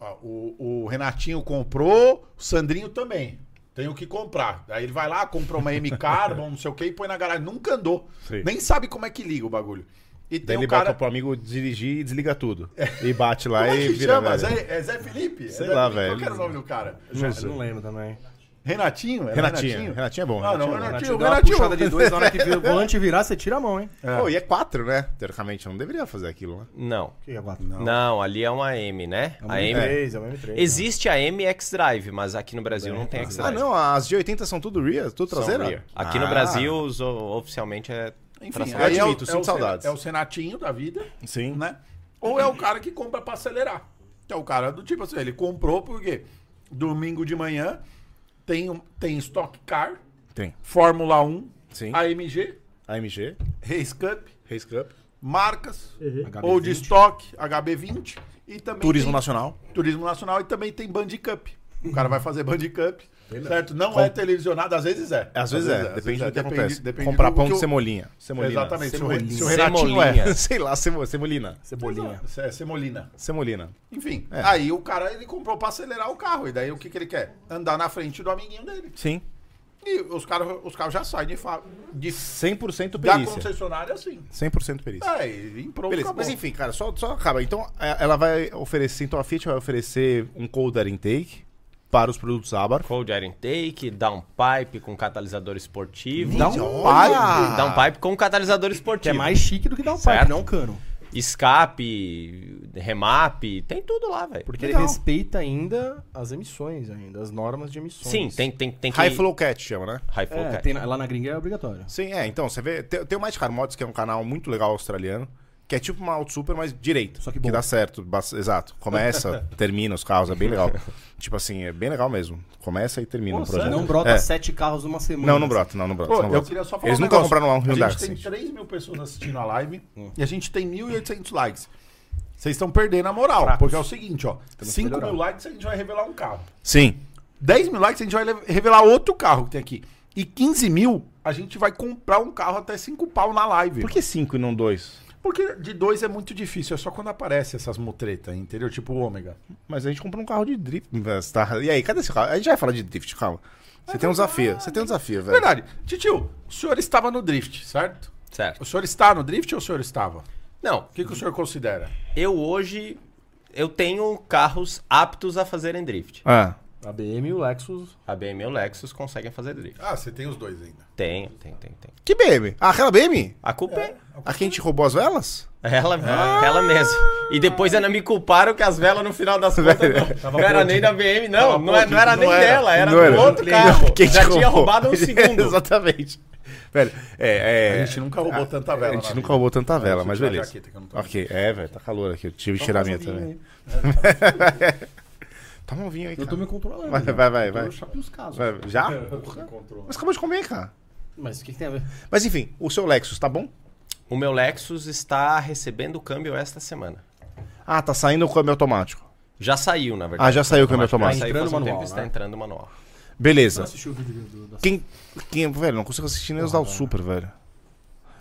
Speaker 1: ó, o, o Renatinho comprou, o Sandrinho também. Tem o que comprar. Aí ele vai lá, compra uma M Carbon, não sei o que, e põe na garagem. Nunca andou.
Speaker 2: Sim.
Speaker 1: Nem sabe como é que liga o bagulho. E
Speaker 2: Daí
Speaker 1: tem
Speaker 2: ele
Speaker 1: o cara...
Speaker 2: bota pro amigo dirigir e desliga tudo. E bate lá
Speaker 1: Como é
Speaker 2: e
Speaker 1: que
Speaker 2: vira.
Speaker 1: chama?
Speaker 2: velho.
Speaker 1: Zé, é Zé Felipe?
Speaker 2: Sei
Speaker 1: é Zé
Speaker 2: lá,
Speaker 1: Felipe?
Speaker 2: velho.
Speaker 1: Qual que era o nome do cara?
Speaker 3: Já, eu não lembro também.
Speaker 1: Renatinho? Era
Speaker 2: Renatinho. Renatinho é bom,
Speaker 1: Ah, não,
Speaker 2: Renatinho é bom.
Speaker 1: Renatinho,
Speaker 3: Renatinho,
Speaker 1: o
Speaker 3: dá uma
Speaker 1: Renatinho.
Speaker 3: puxada de dois, na hora que vira- o volante virar, você tira a mão, hein?
Speaker 2: Pô, e é quatro, né? Teoricamente, eu não deveria fazer aquilo, né?
Speaker 4: Não.
Speaker 3: Que é quatro?
Speaker 4: não. ali é uma M, né?
Speaker 3: É um
Speaker 4: a M.
Speaker 3: M3, é um M3.
Speaker 4: Existe a M X-Drive, mas aqui no Brasil não tem
Speaker 2: Ah,
Speaker 4: X-Drive.
Speaker 2: não, as de 80 são tudo rear, tudo
Speaker 4: São
Speaker 2: traseira?
Speaker 4: rear. Aqui no
Speaker 2: Ah,
Speaker 4: Brasil, os- o- oficialmente é.
Speaker 1: Enfim,
Speaker 4: tração.
Speaker 2: aí
Speaker 1: é o-
Speaker 2: admito,
Speaker 1: é o, Sena-
Speaker 2: sinto saudades.
Speaker 1: É o Senatinho da vida,
Speaker 2: Sim.
Speaker 1: né? Ou é o cara que compra pra acelerar. Que é o cara do tipo assim, ele comprou porque domingo de manhã tem, um- tem Stock Car,
Speaker 2: Tem.
Speaker 1: Fórmula 1,
Speaker 2: Sim.
Speaker 1: AMG,
Speaker 2: AMG,
Speaker 1: Race Cup,
Speaker 2: Race Cup,
Speaker 1: marcas,
Speaker 2: Uhum.
Speaker 3: HB20.
Speaker 1: ou de estoque, HB20 e também
Speaker 2: Turismo
Speaker 1: tem-
Speaker 2: Nacional.
Speaker 1: Turismo Nacional e também tem Bandicup. O cara vai fazer Bandicup, certo? Não é televisionado, às vezes é.
Speaker 2: Às vezes é, depende
Speaker 1: às
Speaker 2: do que
Speaker 1: vezes é.
Speaker 2: acontece.
Speaker 1: depende
Speaker 2: Comprar
Speaker 1: do
Speaker 2: pão
Speaker 1: que
Speaker 2: de
Speaker 1: o-
Speaker 2: semolinha. semolina.
Speaker 1: Exatamente. Se o,
Speaker 3: Semolinha.
Speaker 1: se o Renatinho é.
Speaker 2: Sei lá, semo- semolina.
Speaker 3: Cebolinha.
Speaker 1: Exato, É semolina.
Speaker 2: Semolina.
Speaker 1: Enfim,
Speaker 2: É.
Speaker 1: aí o cara ele comprou pra acelerar o carro. E daí o que, que ele quer? Andar na frente do amiguinho dele.
Speaker 2: Sim.
Speaker 1: E os caras os carros já saem de fa... de
Speaker 2: 100%
Speaker 1: da
Speaker 2: perícia.
Speaker 1: concessionária assim.
Speaker 2: 100% perícia.
Speaker 1: É, e emprou
Speaker 2: Beleza,
Speaker 1: acabou.
Speaker 2: mas enfim, cara, só, só acaba. Então, é- ela vai oferecer, então a Fiat vai oferecer um cold air intake para os produtos Abarth.
Speaker 4: Cold Air Intake, Downpipe um com catalisador esportivo.
Speaker 2: Olha!
Speaker 4: Downpipe com
Speaker 3: um
Speaker 4: catalisador
Speaker 3: Ah. Que
Speaker 4: esportivo.
Speaker 3: é mais chique do que dar um
Speaker 4: Certo.
Speaker 3: pipe, não um cano.
Speaker 4: Escape, remap, tem tudo lá, velho.
Speaker 3: Porque
Speaker 2: Legal.
Speaker 3: ele respeita ainda as emissões, ainda, as normas de emissões.
Speaker 4: Sim, tem, tem, tem que...
Speaker 2: High Flow Cat chama, né?
Speaker 4: High flow,
Speaker 3: É,
Speaker 4: cara.
Speaker 3: tem na- lá na gringa é obrigatório.
Speaker 2: Sim, é. Então, você vê. Tem, tem o Mighty Car Mods, que é um canal muito legal australiano, que é tipo uma auto super, mas direito.
Speaker 3: Só que
Speaker 2: Que
Speaker 3: bom.
Speaker 2: dá certo. ba- Exato. Começa, termina os carros, é bem legal. tipo assim, é bem legal mesmo. Começa e termina
Speaker 1: Pô,
Speaker 2: o projeto.
Speaker 1: sério? assim,
Speaker 3: Não brota
Speaker 2: É.
Speaker 3: sete carros numa semana.
Speaker 2: Não, não brota, não, não brota.
Speaker 1: né? Pô,
Speaker 2: não
Speaker 1: eu
Speaker 2: brota.
Speaker 1: queria só falar
Speaker 2: Eles
Speaker 1: um
Speaker 2: nunca
Speaker 1: negócio.
Speaker 2: compraram um Hyundai Hum.
Speaker 1: A gente tem
Speaker 2: Accent.
Speaker 1: 3 mil pessoas assistindo a live e a gente tem 1.800 likes. Vocês estão perdendo a moral. Porque é o seguinte, ó. 5 mil likes a gente vai revelar um carro.
Speaker 2: Sim.
Speaker 1: 10 mil likes a gente vai le- revelar outro carro que tem aqui. E 15 mil a gente vai comprar um carro até 5 pau na live.
Speaker 2: Por que cinco e não dois?
Speaker 1: Porque de dois é muito difícil, é só quando aparece essas mutretas, entendeu? Tipo o ômega.
Speaker 2: Mas a gente comprou um carro de drift. mas Tá. E aí, cadê esse carro? A gente vai falar de drift, calma. Você tem um desafio, você tem um desafio, velho.
Speaker 1: Verdade. Titio, o senhor estava no drift, certo?
Speaker 4: Certo.
Speaker 1: O senhor está no drift ou o senhor estava?
Speaker 4: Não,
Speaker 1: O que, que o senhor considera?
Speaker 4: eu hoje... Eu tenho carros aptos a fazerem drift.
Speaker 2: Ah,
Speaker 3: A BM e o Lexus.
Speaker 4: A BMW e o Lexus conseguem fazer drift.
Speaker 1: Ah, você tem os dois ainda.
Speaker 4: Tem, tem, tem, tem.
Speaker 2: que BM? Ah, aquela BM?
Speaker 4: A culpa é...
Speaker 2: A que a gente roubou as velas?
Speaker 4: Ela,
Speaker 2: É.
Speaker 4: ela mesma. E depois ainda me culparam que as velas no final das contas não, não era nem da BM, não. Não, é- não era nem dela, era
Speaker 2: Não
Speaker 4: do outro
Speaker 2: Não,
Speaker 4: carro.
Speaker 2: quem
Speaker 4: Já
Speaker 2: te
Speaker 4: tinha
Speaker 2: roubou?
Speaker 4: roubado um segundo.
Speaker 2: Exatamente. Velho, é, é-
Speaker 1: A gente nunca roubou tanta vela
Speaker 2: A
Speaker 1: na
Speaker 2: gente
Speaker 1: vida.
Speaker 2: nunca roubou tanta
Speaker 1: deixa
Speaker 2: vela,
Speaker 1: eu
Speaker 2: mas
Speaker 1: tirar a
Speaker 2: beleza.
Speaker 1: jaqueta que eu não tô
Speaker 2: ok, é, velho, tá calor aqui. Eu tive que tirar a minha também. Toma um vinho aí,
Speaker 3: Eu
Speaker 2: cara.
Speaker 3: tô me controlando.
Speaker 2: Vai,
Speaker 3: né?
Speaker 2: vai, vai,
Speaker 3: Eu
Speaker 2: vai.
Speaker 3: chapei os casos.
Speaker 2: Vai, Já?
Speaker 6: É.
Speaker 1: Encontrou.
Speaker 2: Mas acabou de comer, cara.
Speaker 3: Mas o que, que tem a ver?
Speaker 2: Mas enfim, o seu Lexus, tá bom?
Speaker 4: O meu Lexus está recebendo o câmbio esta semana.
Speaker 2: Ah, tá saindo o câmbio automático.
Speaker 4: Já saiu, na verdade.
Speaker 2: Ah, já saiu o câmbio
Speaker 4: Já
Speaker 2: automático.
Speaker 4: saiu
Speaker 3: entrando
Speaker 4: faz um
Speaker 3: manual,
Speaker 4: tempo e está
Speaker 3: né?
Speaker 4: entrando manual.
Speaker 2: Beleza.
Speaker 3: Assistiu o vídeo do, da...
Speaker 2: Quem, quem. Velho, não consigo assistir nem os da Auto Super, velho.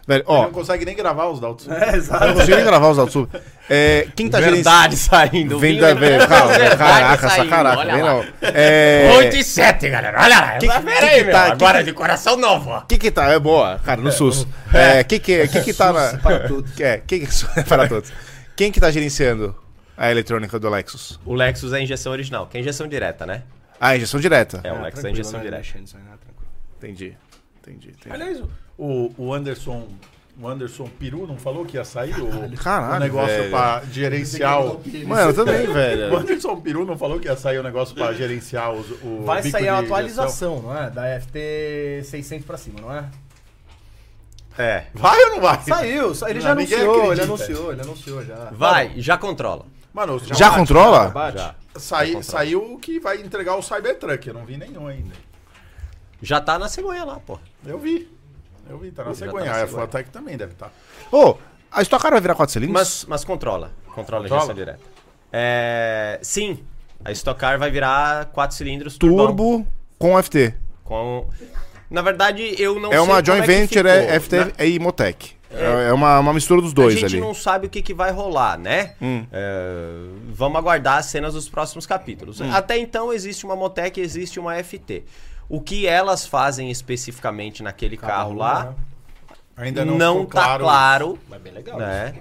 Speaker 2: Velho, ó,
Speaker 1: Não consegue nem gravar os Daltos.
Speaker 3: É,
Speaker 2: eu não
Speaker 3: exato.
Speaker 2: consigo nem gravar os da Auto Super. É, quem tá
Speaker 4: verdade saindo.
Speaker 2: Vem
Speaker 4: viu?
Speaker 2: da velho, calma,
Speaker 4: Verdade
Speaker 2: caraca, essa
Speaker 4: saindo,
Speaker 2: caraca,
Speaker 4: olha
Speaker 2: vem
Speaker 4: lá.
Speaker 2: não. É,
Speaker 4: 8 e 7, galera. Olha lá.
Speaker 2: Que-
Speaker 4: Essa
Speaker 2: que
Speaker 4: fera
Speaker 2: que
Speaker 4: aí, meu.
Speaker 2: tá- que
Speaker 4: Agora é
Speaker 2: que-
Speaker 4: de coração novo. ó.
Speaker 2: que que tá, é boa, cara, no SUS. É, que que, que que tá na...
Speaker 3: para todos.
Speaker 2: Que É, quem que... para todos. Quem que tá gerenciando a eletrônica do Lexus?
Speaker 4: O Lexus é injeção original, que é injeção direta, né?
Speaker 2: Ah, injeção direta.
Speaker 4: É, o Lexus é
Speaker 3: Tranquilo,
Speaker 4: injeção
Speaker 3: né?
Speaker 4: direta.
Speaker 3: Mexendo isso aí, né? Tranquilo.
Speaker 2: Entendi. Entendi, entendi.
Speaker 6: Aliás, o, o Anderson. O Anderson Peru não falou que ia sair o,
Speaker 2: Caralho,
Speaker 6: o negócio
Speaker 2: velho.
Speaker 6: pra gerenciar. o-
Speaker 2: Mano, eu
Speaker 4: É.
Speaker 2: também,
Speaker 6: O
Speaker 2: velho.
Speaker 6: Anderson Peru não falou que ia sair o negócio pra gerenciar os, o.
Speaker 5: Vai
Speaker 6: bico
Speaker 5: sair a
Speaker 6: de gestão?
Speaker 5: atualização, não é? Da FT 600 pra cima, não é?
Speaker 2: É.
Speaker 6: Vai ou não vai?
Speaker 5: Saiu, sa- ele já
Speaker 6: Não, ninguém
Speaker 5: anunciou, ele
Speaker 6: acredita.
Speaker 5: anunciou, ele anunciou já.
Speaker 4: Vai, já controla.
Speaker 6: Mano,
Speaker 2: Já controla?
Speaker 5: Bate.
Speaker 4: Já.
Speaker 6: sai- saiu o que vai entregar o Cybertruck. Eu não vi nenhum ainda.
Speaker 4: Já tá na cegonha lá, pô.
Speaker 6: Eu vi. Eu vi, tá
Speaker 4: Já
Speaker 6: na
Speaker 4: tá
Speaker 6: cegonha.
Speaker 4: na
Speaker 6: a
Speaker 4: cegonha.
Speaker 6: Fatec também deve tá. estar.
Speaker 2: Ô, a Stock Car vai virar 4 cilindros?
Speaker 4: Mas, mas controla. Controla a
Speaker 6: Controla?
Speaker 4: injeção direta. É, sim, a Stock Car vai virar 4 cilindros turbão.
Speaker 2: Turbo com FT.
Speaker 4: Com... Na verdade, eu não
Speaker 2: é
Speaker 4: sei
Speaker 2: uma
Speaker 4: como
Speaker 2: joint
Speaker 4: é que
Speaker 2: venture,
Speaker 4: ficou,
Speaker 2: é FT
Speaker 4: né?
Speaker 2: e Imotec. É, é uma, uma mistura dos
Speaker 4: a
Speaker 2: dois
Speaker 4: gente
Speaker 2: ali. Hum.
Speaker 4: não sabe o que, que vai rolar, né? É, vamos aguardar as cenas dos próximos capítulos.
Speaker 2: Hum.
Speaker 4: Até então existe uma Motec e existe uma FT. O que elas fazem especificamente naquele carro lá
Speaker 6: Ainda
Speaker 4: né? não,
Speaker 6: ficou
Speaker 4: tá claro,
Speaker 5: Mas bem legal.
Speaker 4: né?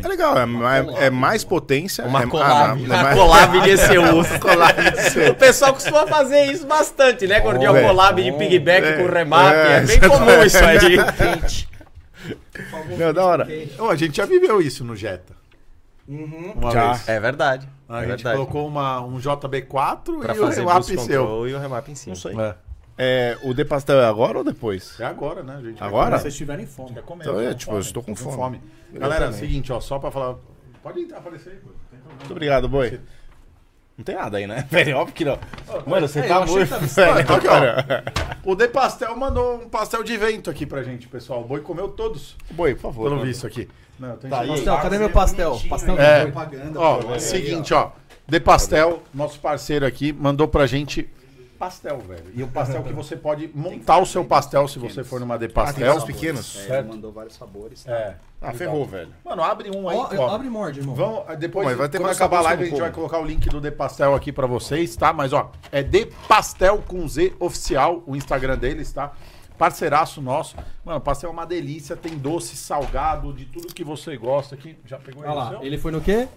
Speaker 2: É legal, é, ma- é mais potência. é,
Speaker 4: Uma
Speaker 2: ah,
Speaker 4: collab,
Speaker 2: não, é
Speaker 4: uma
Speaker 2: mais-
Speaker 4: collab de ECU.
Speaker 2: collab de
Speaker 4: O pessoal costuma fazer isso bastante, né? Quando tinha
Speaker 2: Bom,
Speaker 4: um collab de piggyback
Speaker 2: é,
Speaker 4: com remap,
Speaker 2: é,
Speaker 4: é, bem comum isso aí.
Speaker 2: Não, da hora.
Speaker 6: Não, a gente já viveu isso no Jetta. Uma
Speaker 2: Já.
Speaker 6: vez.
Speaker 4: É verdade.
Speaker 6: A
Speaker 4: é
Speaker 6: gente
Speaker 4: verdade.
Speaker 6: colocou uma, um JB4
Speaker 4: Pra
Speaker 6: e o
Speaker 4: fazer
Speaker 6: remap
Speaker 4: boost
Speaker 6: seu.
Speaker 4: control e o remap em cima. Isso aí.
Speaker 2: É, o De Pastel é agora ou depois?
Speaker 6: É agora, né? A gente vai
Speaker 2: Agora?
Speaker 3: Se vocês tiverem fome.
Speaker 6: Quer comer,
Speaker 2: Então,
Speaker 6: tá
Speaker 2: é,
Speaker 6: com
Speaker 2: tipo, eu estou com
Speaker 6: tá
Speaker 2: fome.
Speaker 6: Galera, é o
Speaker 2: também.
Speaker 6: seguinte, ó, só pra falar. Pode entrar, aparecer aí, pô. Tem problema.
Speaker 2: Muito obrigado, boi. Não tem nada aí, né? Velho, óbvio que não. Mano, você tá muito.
Speaker 6: Mano,
Speaker 2: velho,
Speaker 6: tá aqui, ó.
Speaker 2: cara.
Speaker 6: O De Pastel mandou um pastel de vento aqui pra gente, pessoal. O boi comeu todos,
Speaker 2: Boi, por favor.
Speaker 6: pelo
Speaker 2: mano.
Speaker 6: visto aqui. Não, eu tô
Speaker 2: Tá
Speaker 6: enchendo-
Speaker 3: Pastel, Então, cadê meu pastel? Pastel de
Speaker 6: É.
Speaker 3: boi.
Speaker 6: Ó, seguinte, ó. De Pastel, nosso parceiro aqui, mandou pra gente pastel, velho. E um pastel que você pode montar o seu pastel se você for numa De
Speaker 2: Ah, tem vários
Speaker 6: Pastel.
Speaker 2: pequenos.
Speaker 7: É, ele mandou vários sabores.
Speaker 6: É.
Speaker 2: Ah, ferrou, velho.
Speaker 6: Mano, abre um aí,
Speaker 3: É. Ó,
Speaker 6: ó.
Speaker 3: abre e morde, irmão.
Speaker 6: Vamos, ah, depois,
Speaker 2: Pô, mas vai ter
Speaker 6: quando
Speaker 2: mais
Speaker 6: acabar a
Speaker 2: sabor,
Speaker 6: live, a
Speaker 2: você
Speaker 6: gente
Speaker 2: não
Speaker 6: vai
Speaker 2: come.
Speaker 6: colocar o link do De Pastel aqui pra vocês, tá? Mas, ó, é De Pastel com Z oficial, o Instagram deles, tá? Parceiraço nosso. Mano, pastel é uma delícia, tem doce, salgado, de tudo que você gosta aqui. Já pegou aí
Speaker 3: Olha
Speaker 6: o
Speaker 3: lá,
Speaker 6: seu?
Speaker 3: ele foi no quê?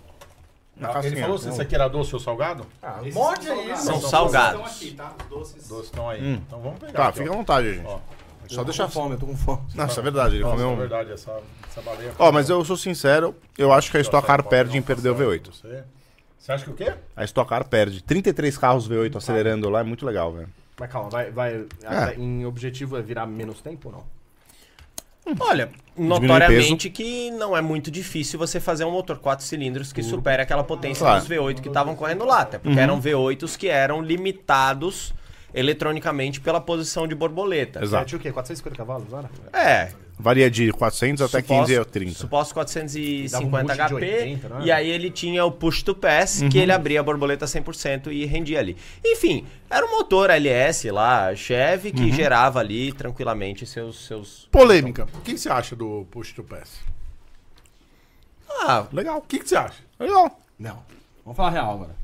Speaker 2: tá
Speaker 6: Ah, ele
Speaker 2: assim,
Speaker 6: falou se isso aqui era doce ou salgado?
Speaker 2: Ah,
Speaker 5: Morde aí,
Speaker 4: São
Speaker 5: mano.
Speaker 4: salgados.
Speaker 6: Doce estão aí. Então vamos pegar.
Speaker 2: Tá,
Speaker 6: aqui,
Speaker 2: fica à
Speaker 6: ó.
Speaker 2: vontade, gente.
Speaker 6: Ó.
Speaker 2: Só
Speaker 3: Deixa
Speaker 2: deixa.
Speaker 3: eu fome, eu tô com fome.
Speaker 2: Nossa, é verdade, ele
Speaker 6: Nossa,
Speaker 2: comeu
Speaker 6: é
Speaker 2: um.
Speaker 6: verdade, essa, essa baleia.
Speaker 2: Ó, mas eu sou sincero, eu acho que a Stock Car
Speaker 6: Você
Speaker 2: perde
Speaker 6: pode
Speaker 2: em
Speaker 6: não
Speaker 2: perder o
Speaker 6: passar
Speaker 2: V8.
Speaker 6: Você, você acha que o quê?
Speaker 2: A Stock Car perde. 33 carros V8 acelerando lá é muito legal, velho.
Speaker 5: Mas calma, vai, vai até- em objetivo é virar menos tempo ou não?
Speaker 4: Olha, notoriamente que não é muito difícil você fazer um motor 4 cilindros que supere aquela potência
Speaker 2: Claro. Uhum.
Speaker 4: dos V8 que estavam correndo lá, até porque eram V8s que eram limitados eletronicamente pela posição de borboleta.
Speaker 2: Exato.
Speaker 5: É, Tinha o quê? 450 cavalos, era?
Speaker 4: É.
Speaker 2: Varia de 400 até é 15 ou 30.
Speaker 4: Suposto 450
Speaker 5: Dava um
Speaker 4: HP.
Speaker 5: boost de 80, né?
Speaker 4: E aí ele tinha o push to pass,
Speaker 2: Uhum.
Speaker 4: que ele abria a borboleta 100% e rendia ali. Enfim, era um motor LS lá, Chevy,
Speaker 2: Uhum.
Speaker 4: que gerava ali tranquilamente seus. seus...
Speaker 6: Polêmica. O que você acha do push to pass?
Speaker 4: Ah,
Speaker 6: Legal. O que, que você acha?
Speaker 2: Legal,
Speaker 3: Não. Vamos falar real agora.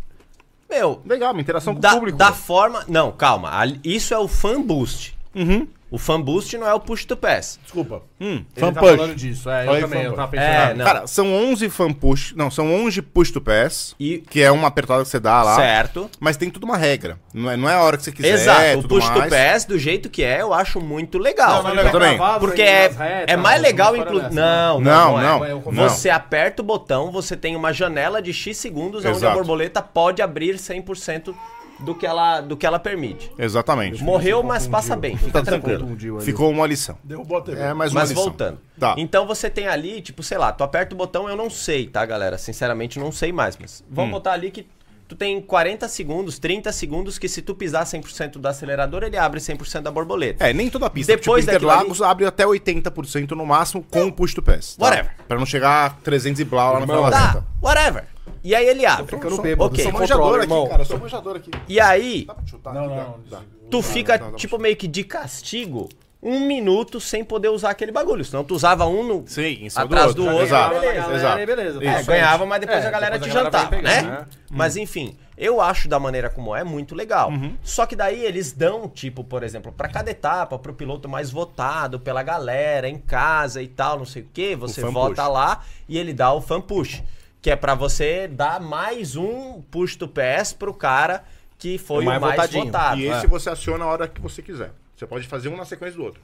Speaker 4: meu,
Speaker 2: legal, uma interação com
Speaker 4: da,
Speaker 2: o público.
Speaker 4: da forma. Não, calma. Ali- Isso é o fan boost.
Speaker 2: Uhum.
Speaker 4: O fan boost não é o push to pass.
Speaker 6: Desculpa.
Speaker 3: Ele tá
Speaker 2: punch.
Speaker 3: falando disso, é,
Speaker 6: Olha aí,
Speaker 3: eu também,
Speaker 6: fan
Speaker 3: eu tava pensando.
Speaker 4: É,
Speaker 3: ah,
Speaker 4: não.
Speaker 2: Cara, são 11 fan push. Não, são 11 push to pass,
Speaker 4: E-
Speaker 2: que é uma apertada que você dá lá.
Speaker 4: certo.
Speaker 2: Mas tem tudo uma regra. Não é, não é a hora que você quiser.
Speaker 4: Exato. O
Speaker 2: tudo
Speaker 4: push to
Speaker 2: mais.
Speaker 4: pass, do jeito que é, eu acho muito legal.
Speaker 2: não é legal. também.
Speaker 4: Porque é, é mais legal, inclu... Não, não,
Speaker 2: Não,
Speaker 4: é.
Speaker 2: não,
Speaker 3: Vai, eu
Speaker 2: não.
Speaker 4: Você aperta o botão, você tem uma janela de X segundos onde a
Speaker 2: Exato.
Speaker 4: borboleta pode abrir 100% do que ela, do que ela permite.
Speaker 2: Exatamente.
Speaker 4: Morreu, mas passa bem. Fica
Speaker 2: Tá
Speaker 4: tranquilo.
Speaker 2: tranquilo. Ficou uma lição.
Speaker 6: Derrubou a TV.
Speaker 2: É, mais uma
Speaker 4: Mas
Speaker 2: lição.
Speaker 4: voltando.
Speaker 2: Tá.
Speaker 4: Então você tem ali, tipo, sei lá, tu aperta o botão, eu não sei, tá, galera? Sinceramente, não sei mais, mas
Speaker 3: Hum.
Speaker 4: vamos botar ali que tu tem 40 segundos, 30 segundos que se tu pisar 100% do acelerador, ele abre 100% da borboleta.
Speaker 2: É, nem toda a pista.
Speaker 4: Depois
Speaker 2: tipo,
Speaker 4: daquilo
Speaker 2: Interlagos abre até 80% no máximo com o push to pass. tá?
Speaker 4: Whatever.
Speaker 2: Pra não chegar a 300 e blá lá na final da
Speaker 4: Tá,
Speaker 2: reta.
Speaker 4: whatever. E aí ele abre.
Speaker 3: Ficando bêbado,
Speaker 4: Ok.
Speaker 3: sou
Speaker 2: manjador
Speaker 3: controla, irmão.
Speaker 2: cara. Eu sou manjador aqui.
Speaker 4: E aí,
Speaker 2: pra chutar?
Speaker 6: Não,
Speaker 2: aqui,
Speaker 6: não.
Speaker 2: dá? Dá.
Speaker 4: tu fica,
Speaker 2: não, não, não.
Speaker 4: tipo, meio que de castigo, um minuto sem poder usar aquele bagulho. Senão tu usava um no.
Speaker 2: Sim, em cima do
Speaker 4: Atrás do
Speaker 2: outro.
Speaker 4: outro,
Speaker 2: Exato.
Speaker 4: beleza,
Speaker 2: Exato.
Speaker 3: beleza.
Speaker 4: É, ganhava, mas depois
Speaker 5: É,
Speaker 4: a galera
Speaker 5: depois
Speaker 4: te
Speaker 5: a galera
Speaker 4: jantava,
Speaker 5: vai
Speaker 4: né?
Speaker 5: pegando, né?
Speaker 4: Mas enfim, eu acho da maneira como é muito legal. Só que daí eles dão, tipo, por exemplo, pra cada etapa, pro piloto mais votado, pela galera, em casa e tal, não sei o quê, você
Speaker 2: fan
Speaker 4: vota
Speaker 2: push.
Speaker 4: lá e ele dá o fan push. Que é pra você dar mais um push to pass pro cara que foi
Speaker 3: O
Speaker 4: o
Speaker 3: mais
Speaker 4: mais,
Speaker 3: votadinho.
Speaker 4: votado.
Speaker 2: E
Speaker 4: É.
Speaker 2: esse você aciona a hora que você quiser. Você pode fazer um na sequência do outro.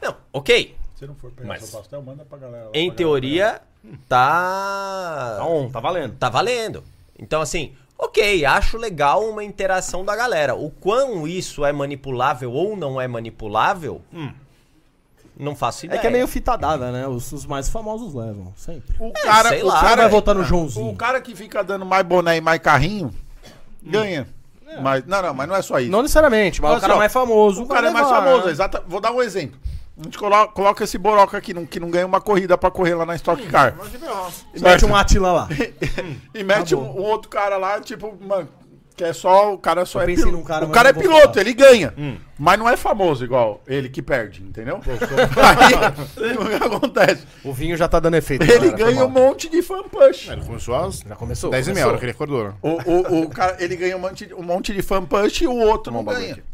Speaker 4: Não, ok.
Speaker 6: Se não for pegar
Speaker 4: Mas-
Speaker 6: seu pastel, manda pra galera. lá, pra
Speaker 4: Em
Speaker 6: galera
Speaker 4: teoria, tá.
Speaker 3: Tá on, tá valendo.
Speaker 4: Tá valendo. Então, assim, ok, acho legal uma interação da galera. O quão isso é manipulável ou não é manipulável, não faço
Speaker 3: É
Speaker 4: ideia.
Speaker 3: que é meio fitadada, né? Os, os mais famosos levam, sempre.
Speaker 6: pegar. O cara,
Speaker 4: É, sei
Speaker 6: o
Speaker 4: lá, né?
Speaker 3: Cara,
Speaker 6: cara
Speaker 3: vai
Speaker 5: Tá
Speaker 3: votar no
Speaker 6: O
Speaker 3: Joãozinho.
Speaker 6: cara que fica dando mais boné e mais carrinho,
Speaker 4: Hum.
Speaker 6: ganha. Mas, não, não, mas não é só isso.
Speaker 3: Não necessariamente, mas
Speaker 6: Olha
Speaker 3: o cara
Speaker 6: só,
Speaker 3: mais famoso.
Speaker 6: o cara é
Speaker 3: vai
Speaker 6: mais
Speaker 3: levar,
Speaker 6: famoso,
Speaker 3: né?
Speaker 6: exata. Vou dar um exemplo. A gente colo- coloca esse Boroca aqui, não- que não ganha uma corrida pra correr lá na Stock Car.
Speaker 3: E Mete um Atila lá.
Speaker 6: E
Speaker 3: Tá
Speaker 6: mete um,
Speaker 3: Acabou.
Speaker 6: um outro cara lá, tipo, mano, que é só. O cara só
Speaker 3: Eu
Speaker 6: é
Speaker 3: pensei
Speaker 6: piloto.
Speaker 3: num cara,
Speaker 6: o
Speaker 3: mas
Speaker 6: cara é
Speaker 3: não vou
Speaker 6: piloto,
Speaker 3: falar.
Speaker 6: ele ganha.
Speaker 3: Hum.
Speaker 6: Mas não é famoso igual ele que perde, entendeu? Aí, o que acontece?
Speaker 5: O vinho já tá dando efeito.
Speaker 3: é,
Speaker 6: Ele
Speaker 5: galera, foi
Speaker 6: ganha um
Speaker 5: mal.
Speaker 6: monte de fan push.
Speaker 2: Ele começou às
Speaker 5: Já começou.
Speaker 2: 10 e meia,
Speaker 5: começou.
Speaker 2: a hora que ele acordou, né?
Speaker 6: O, o, o cara, ele ganha um monte, um monte de fan punch e o outro não
Speaker 2: Tomar um bagulho
Speaker 6: ganha.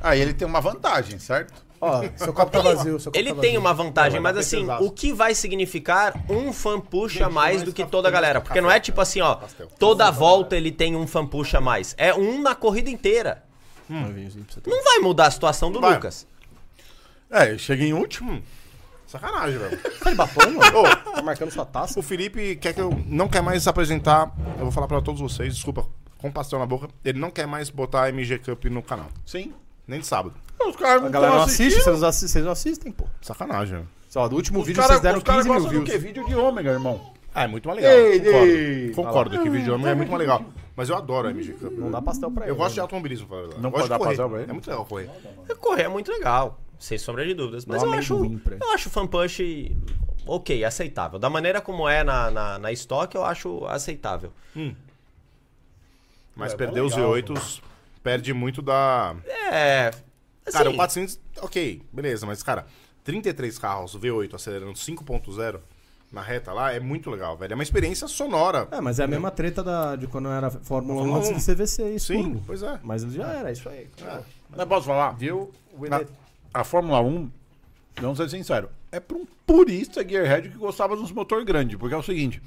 Speaker 6: Aí ele tem uma vantagem, certo?
Speaker 5: Ó, seu copo tá vazio. Seu copo
Speaker 4: Ele
Speaker 5: tá
Speaker 4: tem
Speaker 5: vazio.
Speaker 4: uma vantagem, mas
Speaker 2: vai ter
Speaker 4: assim,
Speaker 2: pesaço.
Speaker 4: o que vai significar um fan push a mais
Speaker 2: mais
Speaker 4: do que
Speaker 2: café,
Speaker 4: toda a galera? Porque não é tipo assim, ó, toda volta ele tem um fan push a mais. É um na corrida inteira. um. Não vai mudar a situação do
Speaker 2: Vai.
Speaker 4: Lucas.
Speaker 6: É, eu cheguei em último.
Speaker 2: Sacanagem, velho.
Speaker 3: Tá de bafão, mano?
Speaker 2: Ô,
Speaker 3: Tá marcando sua taça?
Speaker 2: o Felipe quer que eu não quer mais apresentar. Eu vou falar pra todos vocês, desculpa, com pastel na boca. Ele não quer mais botar a MG Cup no canal.
Speaker 6: Sim.
Speaker 2: Nem de sábado.
Speaker 6: Os caras
Speaker 3: A
Speaker 6: não
Speaker 3: galera
Speaker 6: tão
Speaker 3: não assiste,
Speaker 6: assistindo.
Speaker 3: vocês não assistem, vocês não assistem pô.
Speaker 2: Sacanagem, velho.
Speaker 3: Sei lá, do último
Speaker 6: Os
Speaker 3: vídeo
Speaker 6: caras
Speaker 3: vocês deram 15 mil
Speaker 6: gostam do quê?
Speaker 3: views.
Speaker 6: Vídeo de ômega, irmão.
Speaker 2: Ah, é muito mais legal.
Speaker 6: Ei,
Speaker 2: concordo.
Speaker 6: ei.
Speaker 2: Concordo que o vídeo é muito mais legal. Mas eu adoro a MG Cup.
Speaker 3: Não dá pastel pra ele.
Speaker 2: Eu gosto de automobilismo, pra verdade.
Speaker 6: Não
Speaker 2: Eu gosto
Speaker 6: pode dar
Speaker 2: de correr.
Speaker 6: pastel pra ele?
Speaker 2: É muito legal correr.
Speaker 4: Correr é muito legal, sem sombra de dúvidas. Mas
Speaker 3: Dá
Speaker 4: eu
Speaker 3: um
Speaker 4: acho,
Speaker 3: amendoim pra ele.
Speaker 4: eu acho o fan push ok, aceitável. Da maneira como é na, na, na estoque, eu acho aceitável.
Speaker 2: Mas
Speaker 6: É,
Speaker 2: perder
Speaker 6: tá
Speaker 2: os
Speaker 6: legal,
Speaker 2: V8s perde muito da.
Speaker 4: É. assim,
Speaker 2: Cara, o 400, ok, beleza, mas cara, 33 carros V8 acelerando 5.0 na reta lá é muito legal, velho. É uma experiência sonora.
Speaker 3: É, mas é a mesma treta da, de quando era Fórmula 1
Speaker 2: Fórmula
Speaker 3: antes
Speaker 2: 1.
Speaker 3: do CVC, isso
Speaker 2: Sim,
Speaker 3: tudo.
Speaker 2: pois é.
Speaker 3: Mas já era, isso aí.
Speaker 6: Mas é posso falar?
Speaker 5: Viu? O
Speaker 6: Na-
Speaker 5: Ele-
Speaker 6: a Fórmula 1, vamos ser sinceros, é para um purista gearhead que gostava dos motor grande, porque é o seguinte,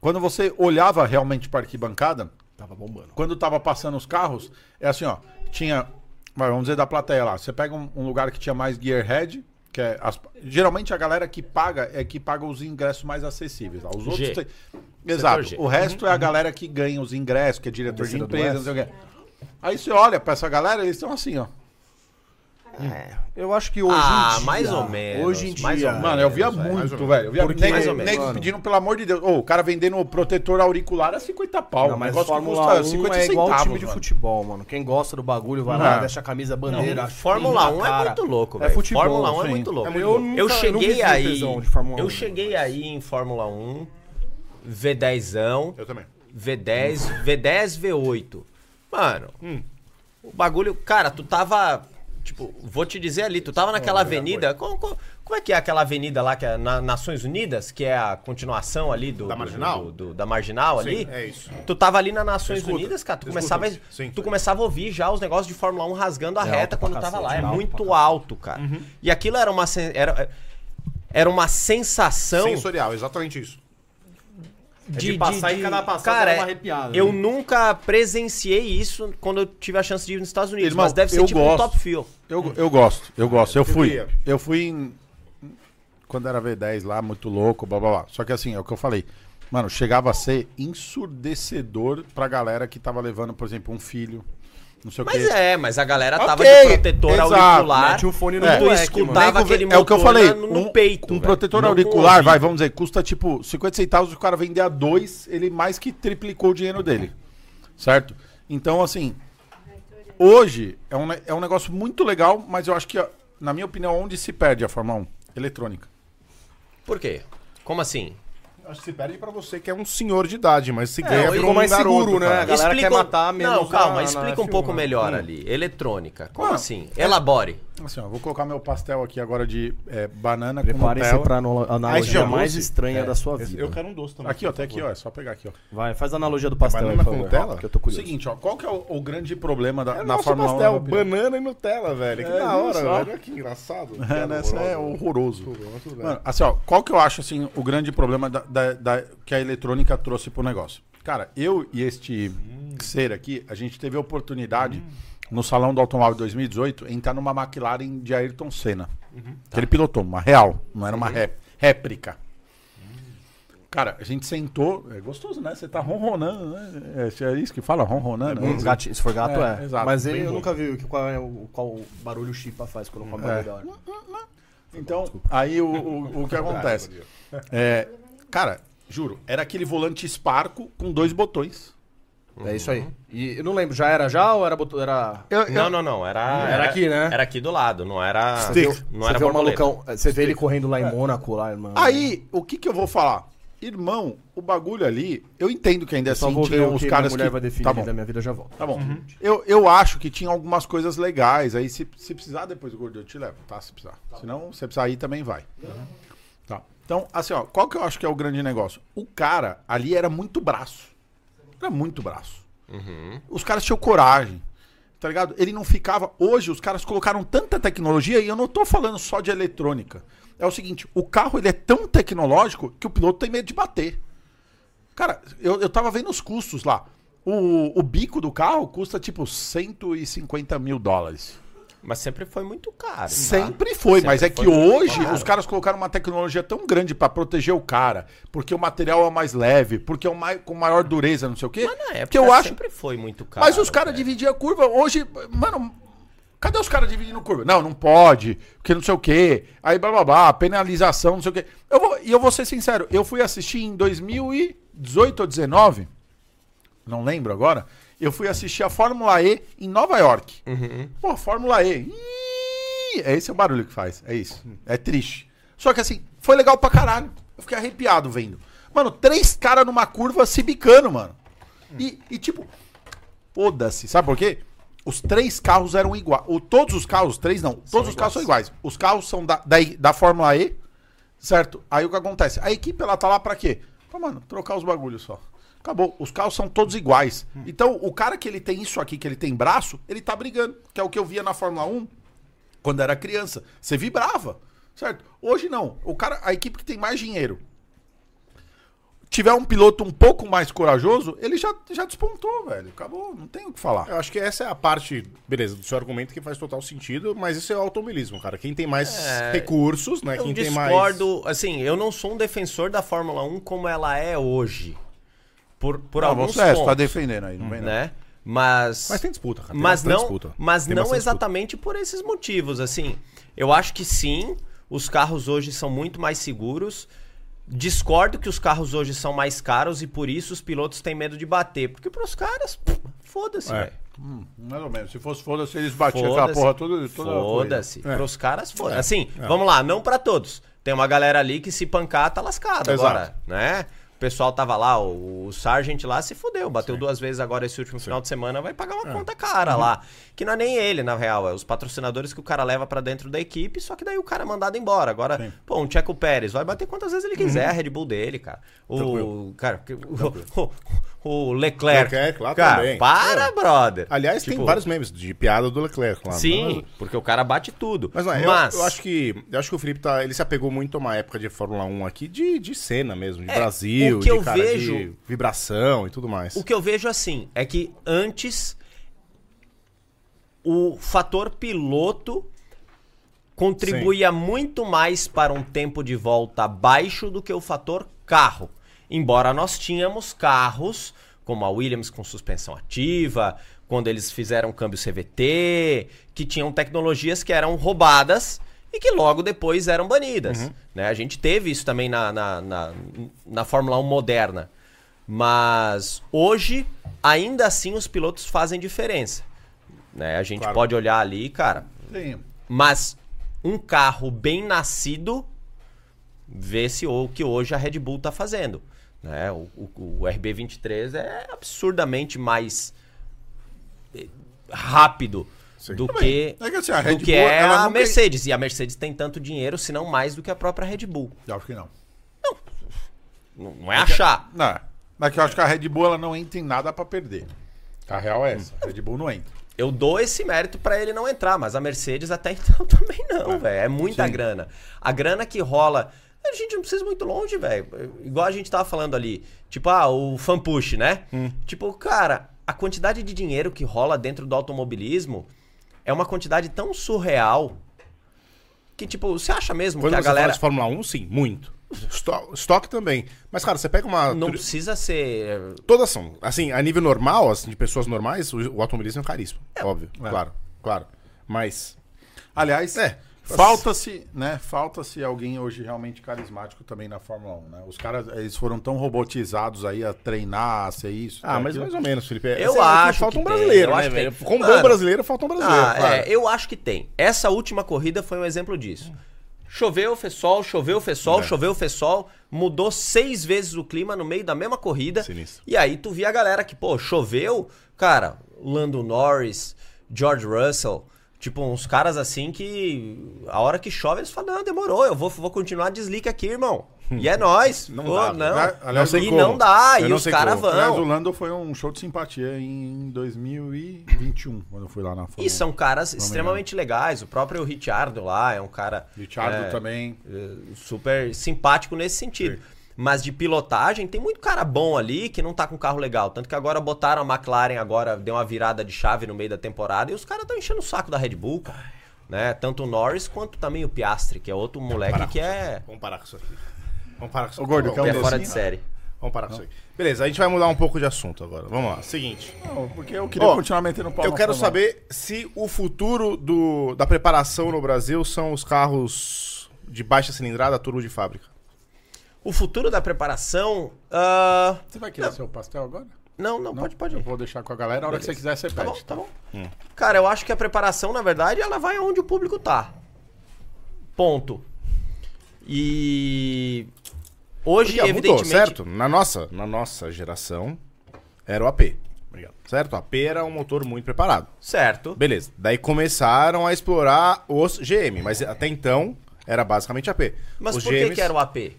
Speaker 6: quando você olhava realmente para a arquibancada,
Speaker 3: Tava bombando.
Speaker 6: quando tava passando os carros, é assim, ó, tinha, vai, vamos dizer da plateia lá, você pega um, um lugar que tinha mais gearhead, que é as- geralmente a galera que paga é que paga os ingressos mais acessíveis, lá. os outros
Speaker 4: G.
Speaker 6: tem- Exato.
Speaker 4: G.
Speaker 6: O resto é a galera que ganha os ingressos, que é diretor de
Speaker 3: Torcida do
Speaker 6: empresa, não sei o quê. Aí você olha para essa galera, eles estão assim, ó.
Speaker 3: Eu acho que hoje
Speaker 4: Ah,
Speaker 3: em dia...
Speaker 4: mais ou menos,
Speaker 3: Hoje em dia...
Speaker 4: mais ou menos.
Speaker 6: Mano, eu
Speaker 2: É,
Speaker 6: via
Speaker 4: Mais ou menos,
Speaker 6: muito, velho. Eu via
Speaker 3: Porque-
Speaker 6: nego,
Speaker 4: Mais ou menos.
Speaker 6: nego
Speaker 3: Mano.
Speaker 6: pedindo, pelo amor de Deus. Ô, o cara vendendo protetor auricular a 50 pau.
Speaker 3: Não,
Speaker 6: um
Speaker 3: mas
Speaker 6: negócio que
Speaker 3: Fórmula
Speaker 6: custa
Speaker 3: 1
Speaker 6: 50
Speaker 3: é igual
Speaker 6: centavos.
Speaker 3: time de
Speaker 6: mano.
Speaker 3: futebol, mano. Quem gosta do bagulho vai
Speaker 6: Não.
Speaker 3: lá, deixa a camisa, bandeira.
Speaker 4: Fórmula
Speaker 3: na
Speaker 4: 1 é
Speaker 3: cara.
Speaker 4: muito louco,
Speaker 3: É
Speaker 4: velho.
Speaker 3: futebol,
Speaker 4: Fórmula 1 é
Speaker 6: sim.
Speaker 4: muito louco.
Speaker 2: É muito
Speaker 3: Eu, nunca,
Speaker 4: Eu
Speaker 3: nunca
Speaker 4: cheguei
Speaker 3: vivi
Speaker 4: aí.
Speaker 3: tesão de Fórmula né? 1,
Speaker 4: eu
Speaker 3: mano.
Speaker 4: cheguei aí em Fórmula 1, V10zão,
Speaker 2: Eu também.
Speaker 4: V10, V10, V8. Mano,
Speaker 2: Hum.
Speaker 4: o bagulho. Cara, tu tava. Tipo, vou te dizer ali, tu tava naquela avenida. Como, como- como é que é aquela avenida lá que é na Nações Unidas, que é a continuação ali do.
Speaker 2: Da
Speaker 4: do-
Speaker 2: Marginal?
Speaker 4: do- do- da marginal
Speaker 2: Sim,
Speaker 4: ali?
Speaker 2: é isso.
Speaker 4: Tu tava ali na Nações
Speaker 2: Escuta,
Speaker 4: Unidas, cara, tu
Speaker 2: escuta
Speaker 4: começava,
Speaker 2: isso, sim.
Speaker 4: tu começava a ouvir já os negócios de Fórmula 1 rasgando a
Speaker 3: É
Speaker 4: reta
Speaker 3: alto pra
Speaker 4: quando tava
Speaker 3: cacete,
Speaker 4: lá. É,
Speaker 3: alto pra
Speaker 4: muito
Speaker 3: cacete.
Speaker 4: alto, cara.
Speaker 2: Uhum.
Speaker 4: E aquilo era uma. sen- Era, era uma sensação
Speaker 2: Sensorial, exatamente isso.
Speaker 3: É de passar e cada passada
Speaker 4: Cara,
Speaker 3: dá uma arrepiada,
Speaker 4: Eu
Speaker 3: né?
Speaker 4: nunca presenciei isso quando eu tive a chance de ir nos Estados Unidos,
Speaker 6: Irmão,
Speaker 4: mas deve ser
Speaker 6: eu
Speaker 4: tipo um
Speaker 6: gosto.
Speaker 4: top feel.
Speaker 6: Eu, eu gosto, eu gosto. Eu fui.
Speaker 2: queria.
Speaker 6: Eu fui em- quando era V10 lá, muito louco, blá blá blá. Só que assim, é o que eu falei. Mano, chegava a ser ensurdecedor pra galera que tava levando, por exemplo, um filho. Não sei o
Speaker 4: Mas
Speaker 6: quê.
Speaker 4: é, mas a galera tava
Speaker 6: Ok,
Speaker 4: de protetor
Speaker 6: exato,
Speaker 4: auricular.
Speaker 3: mete o fone no
Speaker 4: e tu
Speaker 3: moleque,
Speaker 4: escutava
Speaker 6: Nego,
Speaker 4: aquele
Speaker 6: é o que eu
Speaker 4: motor
Speaker 6: falei,
Speaker 4: na- no,
Speaker 6: um,
Speaker 4: peito.
Speaker 6: Um
Speaker 4: velho.
Speaker 6: protetor
Speaker 4: Não
Speaker 6: auricular,
Speaker 4: ouvi.
Speaker 6: vai, vamos dizer, custa tipo 50 centavos, o cara vender a dois, ele mais que triplicou o dinheiro dele. Certo? Então, assim, hoje é um, ne- é um negócio muito legal, mas eu acho que, ó, na minha opinião, onde se perde a Fórmula 1? Eletrônica.
Speaker 4: Por quê? Como assim?
Speaker 2: Acho que se perde pra você que é um senhor de idade, mas se
Speaker 3: É,
Speaker 2: ganha um
Speaker 3: ficou mais seguro, né? A
Speaker 2: cara.
Speaker 3: galera
Speaker 4: Explica
Speaker 3: quer
Speaker 4: um-
Speaker 3: matar menos
Speaker 4: Não, calma,
Speaker 3: na- na
Speaker 4: explica um
Speaker 3: F1,
Speaker 4: pouco
Speaker 3: né?
Speaker 4: melhor
Speaker 3: Hum.
Speaker 4: ali. Eletrônica. Como
Speaker 6: Mano,
Speaker 4: assim? Elabore.
Speaker 6: Assim, ó, eu vou colocar meu pastel aqui agora de é, banana com
Speaker 3: Preparem-se
Speaker 6: Nutella.
Speaker 3: pra analo- analogia
Speaker 2: já
Speaker 3: mais
Speaker 2: doce?
Speaker 3: estranha da sua vida.
Speaker 2: Eu quero um doce também.
Speaker 6: Aqui, ó, tem aqui, ó, é só pegar aqui, ó.
Speaker 3: Vai, faz a analogia do pastel aí,
Speaker 2: banana
Speaker 3: por
Speaker 2: com
Speaker 3: favor.
Speaker 2: Nutella?
Speaker 3: Que eu tô curioso.
Speaker 6: Seguinte, ó, qual que é o, o grande problema da,
Speaker 2: É
Speaker 6: na
Speaker 2: na
Speaker 6: Fórmula 1?
Speaker 2: pastel,
Speaker 6: na minha opinião?
Speaker 2: banana e Nutella, velho. Que da
Speaker 6: viu
Speaker 2: hora,
Speaker 6: só?
Speaker 2: velho. Olha que engraçado.
Speaker 6: É, né? Isso é horroroso.
Speaker 2: horroroso.
Speaker 6: Mano, assim, ó, qual que eu acho assim, o grande problema da, da- da- que a eletrônica trouxe pro negócio? Cara, eu e este ser aqui, a gente teve a oportunidade no Salão do Automóvel 2018, entrar numa McLaren de Ayrton Senna. Que ele pilotou, uma real, não era uma ré- réplica. Cara, a gente sentou, é gostoso, né? Você tá ronronando, né? É, é isso que fala, ronronando. né?
Speaker 3: se for gato,
Speaker 6: É,
Speaker 3: é.
Speaker 6: exato.
Speaker 3: Mas ele,
Speaker 6: Bem
Speaker 3: eu
Speaker 6: bom.
Speaker 3: nunca vi o que- qual, é o, qual barulho o Chipa faz quando coloca a barulho.
Speaker 6: Então, aí o, o, o que acontece? É, cara, juro, era aquele volante Sparco com dois botões.
Speaker 3: É isso aí. E eu não lembro, já era já ou era... botão- era...
Speaker 4: Não, não, não. Era,
Speaker 3: Era aqui, né?
Speaker 4: Era aqui do lado, não era. Não
Speaker 3: você
Speaker 4: era
Speaker 3: vê
Speaker 6: um
Speaker 3: o
Speaker 4: borboleta.
Speaker 3: malucão, é, você vê ele correndo lá em Mônaco, lá, irmão.
Speaker 6: Aí, o que que eu vou falar? Irmão, o bagulho ali, eu entendo que ainda
Speaker 3: só
Speaker 6: assim
Speaker 3: vou ver
Speaker 6: tinham
Speaker 3: o
Speaker 6: os
Speaker 3: que minha
Speaker 6: caras
Speaker 3: mulher
Speaker 6: que...
Speaker 3: vai definir
Speaker 6: tá bom,
Speaker 3: da minha vida, eu já volto.
Speaker 6: tá bom. Eu, eu acho que tinha algumas coisas legais, aí se, se precisar depois, gordo, eu te levo, tá? Se precisar. Senão, se precisar ir também vai. Tá. Então, assim, ó, qual que eu acho que é o grande negócio? O cara ali era muito braço. Era muito braço. Os caras tinham coragem. Tá ligado? Ele não ficava. Hoje os caras colocaram tanta tecnologia e eu não tô falando só de eletrônica. É o seguinte, o carro ele é tão tecnológico que o piloto tem medo de bater. Cara, eu, eu tava vendo os custos lá. O, o bico do carro custa tipo 150 mil dólares.
Speaker 4: Mas sempre foi muito caro. tá?
Speaker 6: Sempre foi,
Speaker 4: Sempre
Speaker 6: mas é
Speaker 4: foi
Speaker 6: que
Speaker 4: muito
Speaker 6: hoje
Speaker 4: caro.
Speaker 6: os caras colocaram uma tecnologia tão grande pra proteger o cara, porque o material é mais leve, porque é o mai- com maior dureza, não sei o quê.
Speaker 4: Mas é na época
Speaker 6: que eu acho.
Speaker 4: sempre foi muito caro.
Speaker 6: Mas os caras
Speaker 4: velho.
Speaker 6: dividiam a curva. Hoje, mano, cadê os caras dividindo curva? Não, não pode, porque não sei o quê. Aí blá blá blá, penalização, não sei o quê. Eu vou, e eu vou ser sincero, eu fui assistir em 2018 ou 19, não lembro agora. Eu fui assistir a Fórmula E em Nova York. Pô, Fórmula E. Ih, É esse o barulho que faz. É isso. É triste. Só que assim, foi legal pra caralho. Eu fiquei arrepiado vendo. Mano, três caras numa curva se bicando, mano. E, e tipo, foda-se. Sabe por quê? Os três carros eram iguais. O, todos os carros, três não, todos os carros são iguais. Os carros são da, da, da Fórmula E, certo? Aí o que acontece? A equipe ela tá lá pra quê? Pra, mano, trocar os bagulhos só. Acabou. Os carros são todos iguais. Então, o cara que ele tem isso aqui, que ele tem braço, ele tá brigando. Que é o que eu via na Fórmula 1 quando era criança. Você vibrava, certo? Hoje não. O cara, a equipe que tem mais dinheiro, tiver um piloto um pouco mais corajoso, ele já, já despontou, velho. Acabou, não tem o que falar.
Speaker 2: Eu acho que essa é a parte, beleza, do seu argumento que faz total sentido, mas isso é o automobilismo, cara. Quem tem mais recursos, né?
Speaker 4: É, Eu
Speaker 2: Quem tem mais.
Speaker 4: discordo, assim, eu não sou um defensor da Fórmula 1 como ela é hoje. Por, por alguns
Speaker 6: é,
Speaker 4: pontos,
Speaker 6: tá defendendo aí, não vem não.
Speaker 4: né? Mas
Speaker 2: Mas tem disputa, cara. Tem
Speaker 4: mas
Speaker 2: bastante
Speaker 4: não,
Speaker 2: disputa.
Speaker 4: mas
Speaker 2: Tem
Speaker 4: não
Speaker 2: bastante disputa.
Speaker 4: exatamente por esses motivos, assim. Eu acho que sim, os carros hoje são muito mais seguros. Discordo que os carros hoje são mais caros e por isso os pilotos têm medo de bater, porque pros caras, pff, foda-se,
Speaker 2: É.
Speaker 4: velho.
Speaker 6: Hum, mais ou menos. Se fosse foda-se, eles batiam aquela
Speaker 4: Foda-se.
Speaker 6: porra toda. toda a corrida.
Speaker 4: Foda-se.
Speaker 2: É.
Speaker 4: Pros caras, foda-se. Assim, vamos lá, não pra todos. Tem uma galera ali que se pancar tá lascada
Speaker 2: Exato.
Speaker 4: agora, né? O pessoal tava lá, o, o Sargent lá se fudeu, bateu duas vezes agora esse último final de semana, vai pagar
Speaker 2: É.
Speaker 4: uma conta
Speaker 2: Uhum.
Speaker 4: cara lá. Que não é nem ele, na real, é os patrocinadores que o cara leva pra dentro da equipe, só que daí o cara é mandado embora. Agora, pô, um Checo Pérez vai bater quantas vezes ele
Speaker 2: Uhum.
Speaker 4: quiser, a Red Bull dele, cara. O, cara, que- o, o- o Leclerc.
Speaker 2: Leclerc lá
Speaker 4: cara,
Speaker 2: também. É.
Speaker 4: para, brother.
Speaker 2: Aliás, tem
Speaker 4: Tipo,
Speaker 2: vários memes de piada do Leclerc lá.
Speaker 4: Sim,
Speaker 2: Mas-
Speaker 4: porque o cara bate tudo.
Speaker 2: Mas,
Speaker 4: Mas,
Speaker 2: não, Eu, eu acho que eu acho que o Felipe tá, ele se apegou muito a uma época de Fórmula 1 aqui de, de cena mesmo, de
Speaker 4: É,
Speaker 2: Brasil,
Speaker 4: o que
Speaker 2: de,
Speaker 4: eu
Speaker 2: cara,
Speaker 4: vejo-
Speaker 2: de vibração e tudo mais.
Speaker 4: o que eu vejo assim é que antes o fator piloto contribuía muito mais para um tempo de volta baixo do que o fator carro. Embora nós tínhamos carros como a Williams com suspensão ativa, quando eles fizeram o câmbio CVT, que tinham tecnologias que eram roubadas e que logo depois eram banidas. né? A gente teve isso também na, na, na, na Fórmula 1 moderna. Mas hoje, ainda assim, os pilotos fazem diferença. né? A gente
Speaker 2: Claro.
Speaker 4: pode olhar ali, cara,
Speaker 6: Sim.
Speaker 4: mas um carro bem nascido, vê-se o que hoje a Red Bull tá fazendo. Né? O, o- o RB23 é absurdamente mais eh, rápido do que,
Speaker 6: É que assim, a
Speaker 4: do
Speaker 6: Red
Speaker 4: que
Speaker 6: Bull,
Speaker 4: é
Speaker 6: ela
Speaker 4: a
Speaker 6: nunca-
Speaker 4: Mercedes. E a Mercedes tem tanto dinheiro, se não mais, do que a própria Red Bull.
Speaker 6: Eu acho que não.
Speaker 4: Não, não é achar.
Speaker 6: Não, mas que eu acho que a Red Bull ela não entra em nada pra perder. A real é essa. A Red Bull não entra.
Speaker 4: Eu dou esse mérito pra ele não entrar, mas a Mercedes até então também não, velho. É muita grana. A grana que rola. A gente não precisa ir muito
Speaker 2: Hum.
Speaker 4: longe, velho. Igual a gente tava falando ali. Tipo, ah, o fan push, né? Tipo, cara, a quantidade de dinheiro que rola dentro do automobilismo é uma quantidade tão surreal que, tipo, você acha mesmo
Speaker 2: Quando
Speaker 4: que a
Speaker 2: você galera... fala
Speaker 4: galera.
Speaker 2: de Fórmula 1, sim, muito. Esto- Estoque também. Mas, cara, você pega uma.
Speaker 4: Não
Speaker 2: tri-
Speaker 4: precisa ser.
Speaker 2: Todas são. Assim, a nível normal, assim, de pessoas normais, o, o automobilismo é caríssimo. Óbvio. Claro, claro. Mas.
Speaker 6: Aliás,
Speaker 2: É.
Speaker 6: falta-se, né? Falta-se alguém hoje realmente carismático também na Fórmula 1, né? Os caras, eles foram tão robotizados aí a treinar, a ser isso.
Speaker 2: Ah,
Speaker 6: ser
Speaker 2: mas
Speaker 6: aquilo.
Speaker 2: mais ou menos, Felipe. É, assim,
Speaker 4: Eu
Speaker 2: é que
Speaker 4: acho
Speaker 2: Falta
Speaker 4: que
Speaker 2: um
Speaker 4: tem,
Speaker 2: brasileiro,
Speaker 4: eu
Speaker 2: né,
Speaker 4: acho que tem.
Speaker 2: velho? Como
Speaker 4: Mano.
Speaker 2: bom brasileiro, falta um brasileiro.
Speaker 4: Ah,
Speaker 2: claro.
Speaker 4: é, eu acho que tem. Essa última corrida foi um exemplo disso. Choveu, fez sol, choveu, fez sol,
Speaker 2: É.
Speaker 4: choveu, fez sol. Mudou seis vezes o clima no meio da mesma corrida.
Speaker 2: Sinistro.
Speaker 4: E aí tu via a galera que, pô, choveu, cara, Lando Norris, George Russell. Tipo, uns caras assim que a hora que chove eles falam, não, demorou, eu vou, vou continuar, desliga aqui, irmão. E é nóis. Não
Speaker 2: dá,
Speaker 4: não.
Speaker 6: né? Aliás,
Speaker 4: e
Speaker 2: não sei
Speaker 4: não
Speaker 2: como.
Speaker 4: dá,
Speaker 2: Eu
Speaker 4: e
Speaker 2: não
Speaker 4: os
Speaker 2: sei
Speaker 4: caras
Speaker 2: como.
Speaker 6: Aliás, o
Speaker 4: vão.
Speaker 6: Lando foi um show de simpatia em 2021, quando eu fui lá na Fórmula 1.
Speaker 2: é
Speaker 4: E
Speaker 2: um
Speaker 4: são caras extremamente legais. O próprio Richardo lá é um cara.
Speaker 6: Richardo tá
Speaker 4: é,
Speaker 6: também.
Speaker 4: eh, super simpático nesse sentido. Mas de pilotagem, tem muito cara bom ali que não tá com carro legal. Tanto que agora botaram a McLaren, agora deu uma virada de chave no meio da temporada e os caras estão enchendo o saco da Red Bull, cara. Né? Tanto o Norris quanto também o Piastri, que é outro
Speaker 6: Tá
Speaker 4: moleque
Speaker 2: Para.
Speaker 4: que é,
Speaker 2: Vamos parar com isso aqui. Vamos parar com isso
Speaker 6: Ô, gordo,
Speaker 2: Vamos-
Speaker 6: quer um
Speaker 4: que é
Speaker 6: docinho?
Speaker 4: fora de série.
Speaker 2: Vamos parar com isso aqui. Beleza, a gente vai mudar um pouco de assunto agora. Vamos lá. Seguinte.
Speaker 6: Não, porque eu queria
Speaker 2: Ó,
Speaker 6: continuar metendo pau
Speaker 2: Eu
Speaker 6: na
Speaker 2: quero
Speaker 6: Fórmula 1.
Speaker 2: saber se o futuro do, da preparação no Brasil são os carros de baixa cilindrada, turbo de fábrica.
Speaker 4: O futuro da preparação. ah,
Speaker 6: Você vai querer seu pastel agora?
Speaker 4: não, não, pode, pode.
Speaker 6: Eu
Speaker 4: ir.
Speaker 6: vou deixar com a galera. A hora que você quiser, você
Speaker 4: Tá bom,
Speaker 6: pede.
Speaker 4: tá bom. Cara, eu acho que a preparação, na verdade, ela vai aonde o público tá. Ponto. E hoje,
Speaker 2: Porque mudou,
Speaker 4: evidentemente,
Speaker 2: certo? Na nossa, na nossa geração, era o AP. Certo? O AP era um motor muito preparado.
Speaker 4: certo.
Speaker 2: Beleza. Daí começaram a explorar os GM, mas até então era basicamente AP.
Speaker 4: Mas
Speaker 2: os
Speaker 4: por que, que era o AP?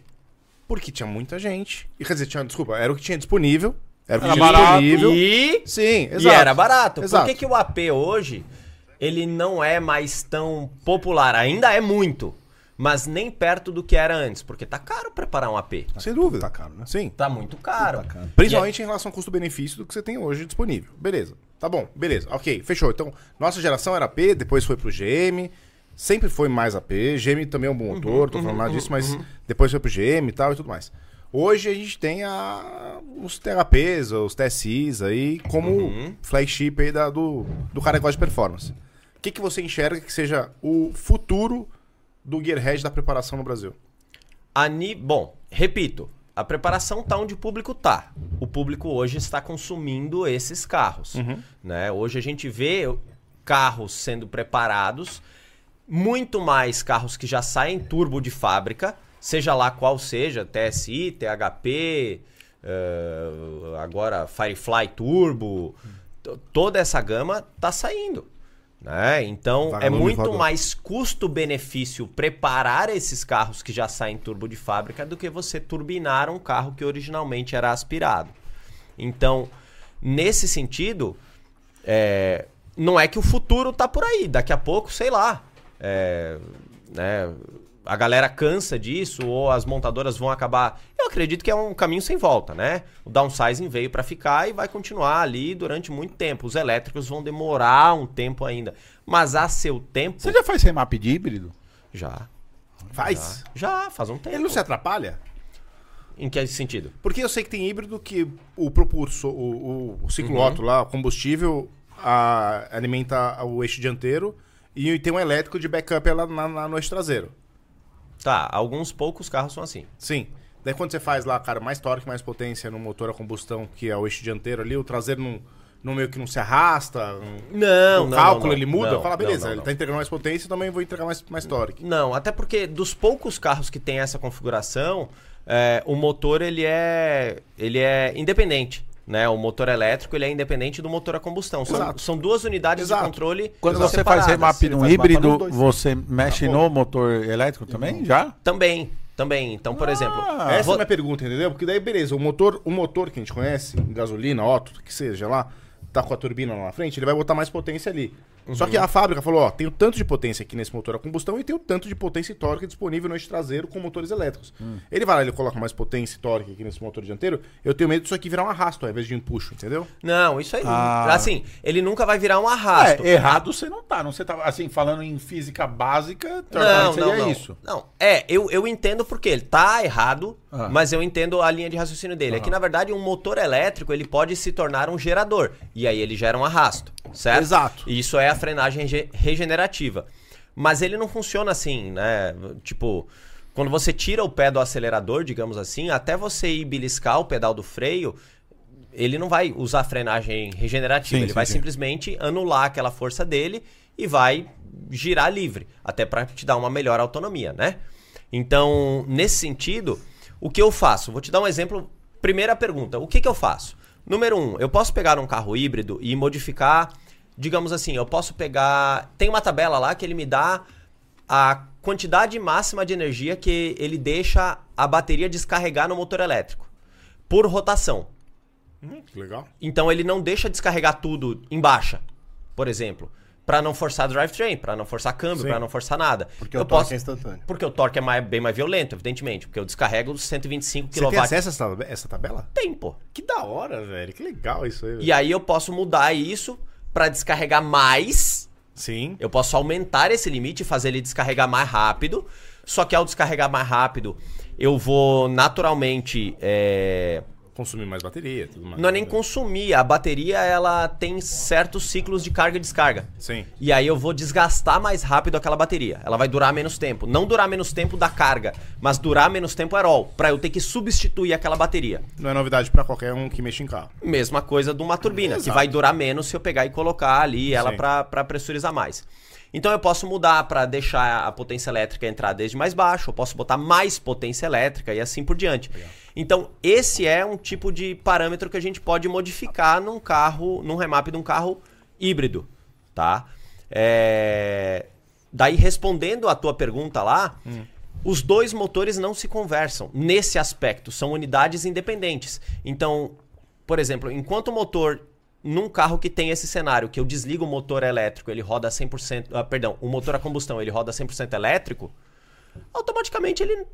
Speaker 2: Porque tinha muita gente. E quer dizer, tinha, desculpa, era o que tinha disponível. Era o que
Speaker 6: Era
Speaker 2: tinha
Speaker 6: barato.
Speaker 2: disponível.
Speaker 4: E,
Speaker 2: Sim,
Speaker 4: e
Speaker 2: exato.
Speaker 4: era barato.
Speaker 2: Exato.
Speaker 4: Por que, que o AP hoje ele não é mais tão popular? Ainda é muito, mas nem perto do que era antes, porque tá caro preparar um AP.
Speaker 2: Sem dúvida.
Speaker 3: Tá caro, né?
Speaker 2: Sim.
Speaker 4: Tá muito caro.
Speaker 2: Principalmente em relação ao custo-benefício do que você tem hoje disponível. Beleza. Tá bom, beleza. Ok, fechou. Então, nossa geração era P, depois foi pro GM. Sempre foi mais AP. GM também é um bom motor, tô falando nada disso, mas depois foi pro GM e tal e tudo mais. Hoje a gente tem a, os THPs, os TSIs aí, como flagship aí da- do, do cara que gosta de performance. O que, que você enxerga que seja o futuro do Gearhead da preparação no Brasil?
Speaker 4: Ani... Bom, repito, a preparação tá onde o público tá. O público hoje está consumindo esses carros. Né? Hoje a gente vê carros sendo preparados, muito mais carros que já saem turbo de fábrica, seja lá qual seja, TSI, THP, eh, agora Firefly Turbo, to- toda essa gama tá saindo. Né? Então é
Speaker 2: Vagalume
Speaker 4: muito
Speaker 2: voador.
Speaker 4: mais mais custo-benefício preparar esses carros que já saem turbo de fábrica do que você turbinar um carro que originalmente era aspirado. Então, nesse sentido, é, não é que o futuro tá por aí. Daqui a pouco, sei lá. é, né, a galera cansa disso ou as montadoras vão acabar. Eu acredito que é um caminho sem volta, né? O downsizing veio para ficar e vai continuar ali durante muito tempo. Os elétricos vão demorar um tempo ainda. Mas a seu tempo.
Speaker 6: Você já faz remap de híbrido?
Speaker 4: Já.
Speaker 2: Faz?
Speaker 4: Já, faz um tempo.
Speaker 2: Ele não se atrapalha?
Speaker 4: Em que sentido?
Speaker 2: Porque eu sei que tem híbrido que o propulsor, o, o, o cicloto
Speaker 4: Uhum.
Speaker 2: lá, o combustível, a- alimenta o eixo dianteiro e tem um elétrico de backup lá, na- lá no eixo traseiro.
Speaker 4: Tá, alguns poucos carros são assim.
Speaker 2: Sim. Daí quando você faz lá, cara, mais torque, mais potência no motor a combustão, que é o eixo dianteiro ali, o traseiro não, não meio que não se arrasta. Não,
Speaker 4: Não,
Speaker 2: o
Speaker 4: não,
Speaker 2: cálculo
Speaker 4: não, não.
Speaker 2: ele muda,
Speaker 4: Não,
Speaker 2: fala,
Speaker 4: não,
Speaker 2: beleza,
Speaker 4: não,
Speaker 2: ele
Speaker 4: não.
Speaker 2: tá entregando mais potência, também vou entregar mais, mais torque.
Speaker 4: Não, até porque dos poucos carros que tem essa configuração, é, o motor ele é, ele é independente. Né? O motor elétrico ele é independente do motor a combustão. São,
Speaker 2: Exato.
Speaker 4: são duas unidades
Speaker 2: Exato.
Speaker 4: de controle.
Speaker 6: Quando você
Speaker 4: separadas.
Speaker 6: faz remap
Speaker 3: ele
Speaker 6: de um
Speaker 3: faz mapa
Speaker 6: híbrido,
Speaker 3: nos dois.
Speaker 6: você mexe no motor elétrico também? Já?
Speaker 4: Também, também. Então, por exemplo.
Speaker 6: Ah,
Speaker 2: Essa
Speaker 4: vo-
Speaker 2: é a minha pergunta, entendeu? Porque daí, beleza, o motor, o motor que a gente conhece, gasolina, Otto, que seja lá, tá com a turbina lá na frente, ele vai botar mais potência ali.
Speaker 4: Uhum.
Speaker 2: Só que a fábrica falou, ó, tem o tanto de potência aqui nesse motor a combustão e tem o tanto de potência e torque disponível no eixo traseiro com motores elétricos.
Speaker 4: Hum.
Speaker 2: Ele vai lá, ele coloca mais potência e torque aqui nesse motor dianteiro, eu tenho medo disso aqui virar um arrasto ao invés de um puxo, entendeu?
Speaker 4: Não, isso aí.
Speaker 6: Ah.
Speaker 4: Assim, ele nunca vai virar um arrasto.
Speaker 6: É, errado você não tá. Não você tá assim, falando em física básica,
Speaker 4: Não,
Speaker 6: teoricamente
Speaker 4: não,
Speaker 6: seria
Speaker 4: não.
Speaker 6: isso.
Speaker 4: Não, é, eu, eu entendo porque ele tá errado,
Speaker 6: Ah.
Speaker 4: mas eu entendo a linha de raciocínio dele. É que, na verdade, um motor elétrico, ele pode se tornar um gerador. E aí ele gera um arrasto, certo?
Speaker 6: Exato.
Speaker 4: E Isso é a frenagem ge- regenerativa. Mas ele não funciona assim, né? Tipo, quando você tira o pé do acelerador, digamos assim, até você ir beliscar o pedal do freio, ele não vai usar a frenagem regenerativa.
Speaker 6: Sim,
Speaker 4: ele
Speaker 6: sim,
Speaker 4: vai
Speaker 6: sim.
Speaker 4: simplesmente anular aquela força dele e vai girar livre, até para te dar uma melhor autonomia, né? Então, nesse sentido, o que eu faço? Vou te dar um exemplo. Primeira pergunta: o que, que eu faço? Número um, eu posso pegar um carro híbrido e modificar. Digamos assim, eu posso pegar. Tem uma tabela lá que ele me dá a quantidade máxima de energia que ele deixa a bateria descarregar no motor elétrico por rotação.
Speaker 2: Legal.
Speaker 4: Então ele não deixa descarregar tudo em baixa, por exemplo, Pra não forçar drivetrain, pra não forçar câmbio,
Speaker 2: Sim.
Speaker 4: pra não forçar nada.
Speaker 3: Porque
Speaker 4: eu
Speaker 3: o torque
Speaker 4: posso
Speaker 3: é instantâneo.
Speaker 4: porque o torque é mais- bem mais violento, evidentemente, porque eu descarrego 125
Speaker 2: Você tem
Speaker 4: kW
Speaker 2: acesso a essa, tab- essa tabela?
Speaker 4: tempo.
Speaker 2: Que da hora, velho. Que legal isso aí.
Speaker 4: E aí eu posso mudar isso pra descarregar mais.
Speaker 2: Sim.
Speaker 4: Eu posso aumentar esse limite e fazer ele descarregar mais rápido. Só que ao descarregar mais rápido, eu vou naturalmente é,
Speaker 2: Consumir mais bateria e tudo mais.
Speaker 4: Não é nem
Speaker 2: né?
Speaker 4: consumir, a bateria ela tem certos ciclos de carga e descarga.
Speaker 2: Sim.
Speaker 4: E aí eu vou desgastar mais rápido aquela bateria. Ela vai durar menos tempo. Não durar menos tempo da carga, mas durar menos tempo aerol, pra eu ter que substituir aquela bateria.
Speaker 2: Não é novidade pra qualquer um que mexe em carro.
Speaker 4: Mesma coisa de uma turbina, que
Speaker 2: Exato.
Speaker 4: vai durar menos se eu pegar e colocar ali ela
Speaker 2: Sim.
Speaker 4: pra pra pressurizar mais. Então eu posso mudar pra deixar a potência elétrica entrar desde mais baixo, eu posso botar mais potência elétrica e assim por diante. Então esse é um tipo de parâmetro que a gente pode modificar num carro, num remap de um carro híbrido, tá? É, Daí respondendo a tua pergunta lá,
Speaker 2: Hum.
Speaker 4: os dois motores não se conversam nesse aspecto, são unidades independentes. Então, por exemplo, enquanto o motor num carro que tem esse cenário, que eu desligo o motor elétrico, ele roda 100%, ah, perdão, o motor a combustão, ele roda 100% elétrico, automaticamente ele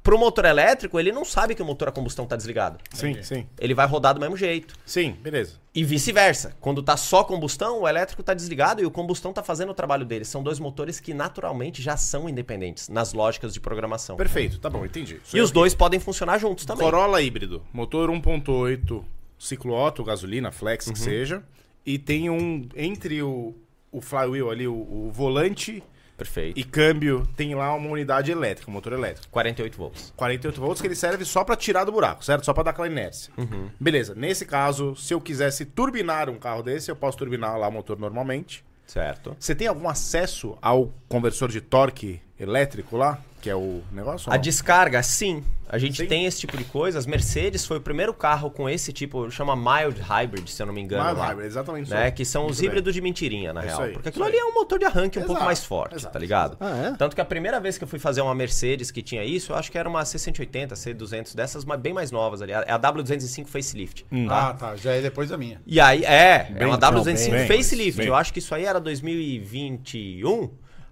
Speaker 4: pro motor elétrico, ele não sabe que o motor a combustão tá desligado.
Speaker 2: Sim, sim.
Speaker 4: Ele vai rodar do mesmo jeito.
Speaker 2: Sim, beleza.
Speaker 4: E vice-versa. Quando tá só combustão, o elétrico tá desligado e o combustão tá fazendo o trabalho dele. São dois motores que naturalmente já são independentes nas lógicas de programação.
Speaker 2: Perfeito, tá bom, entendi. Sou
Speaker 4: E
Speaker 2: eu
Speaker 4: os dois podem funcionar juntos também.
Speaker 2: um Corolla híbrido, motor 1.8, ciclo Otto, gasolina, flex,
Speaker 4: Uhum.
Speaker 2: que seja. E tem um, entre o, o flywheel ali, o, o volante
Speaker 4: Perfeito.
Speaker 2: e câmbio, tem lá uma unidade elétrica, um motor elétrico.
Speaker 4: 48 volts.
Speaker 2: 48 volts que ele serve só pra tirar do buraco, certo? Só pra dar aquela inércia.
Speaker 4: Uhum.
Speaker 2: Beleza, nesse caso, se eu quisesse turbinar um carro desse, eu posso turbinar lá o motor normalmente.
Speaker 4: Certo.
Speaker 2: Você tem algum acesso ao conversor de torque elétrico lá? Que é o negócio? ou
Speaker 4: A
Speaker 2: não?
Speaker 4: descarga, sim. A gente
Speaker 2: Sim.
Speaker 4: tem esse tipo de coisa. As Mercedes foi o primeiro carro com esse tipo, chama mild hybrid, se eu não me engano.
Speaker 2: Mild
Speaker 4: lá.
Speaker 2: hybrid, exatamente.
Speaker 4: Né?
Speaker 2: só.
Speaker 4: Que são os
Speaker 2: Muito bem.
Speaker 4: híbridos de mentirinha, na
Speaker 2: É isso
Speaker 4: real.
Speaker 2: aí,
Speaker 4: porque aquilo
Speaker 2: isso
Speaker 4: ali
Speaker 2: aí.
Speaker 4: é um motor de arranque um
Speaker 2: Exato,
Speaker 4: pouco mais forte,
Speaker 2: exato,
Speaker 4: tá ligado?
Speaker 3: Ah, é?
Speaker 4: Tanto que a primeira vez que eu fui fazer uma Mercedes que tinha isso, eu acho que era uma C180, C200 dessas, mas bem mais novas ali. É a W205 facelift.
Speaker 6: Ah, tá. Já é depois da minha.
Speaker 4: E aí, é, é
Speaker 2: Bem-
Speaker 4: uma W205
Speaker 2: não, bem-
Speaker 4: facelift.
Speaker 2: bem.
Speaker 4: Eu acho que isso aí era 2021,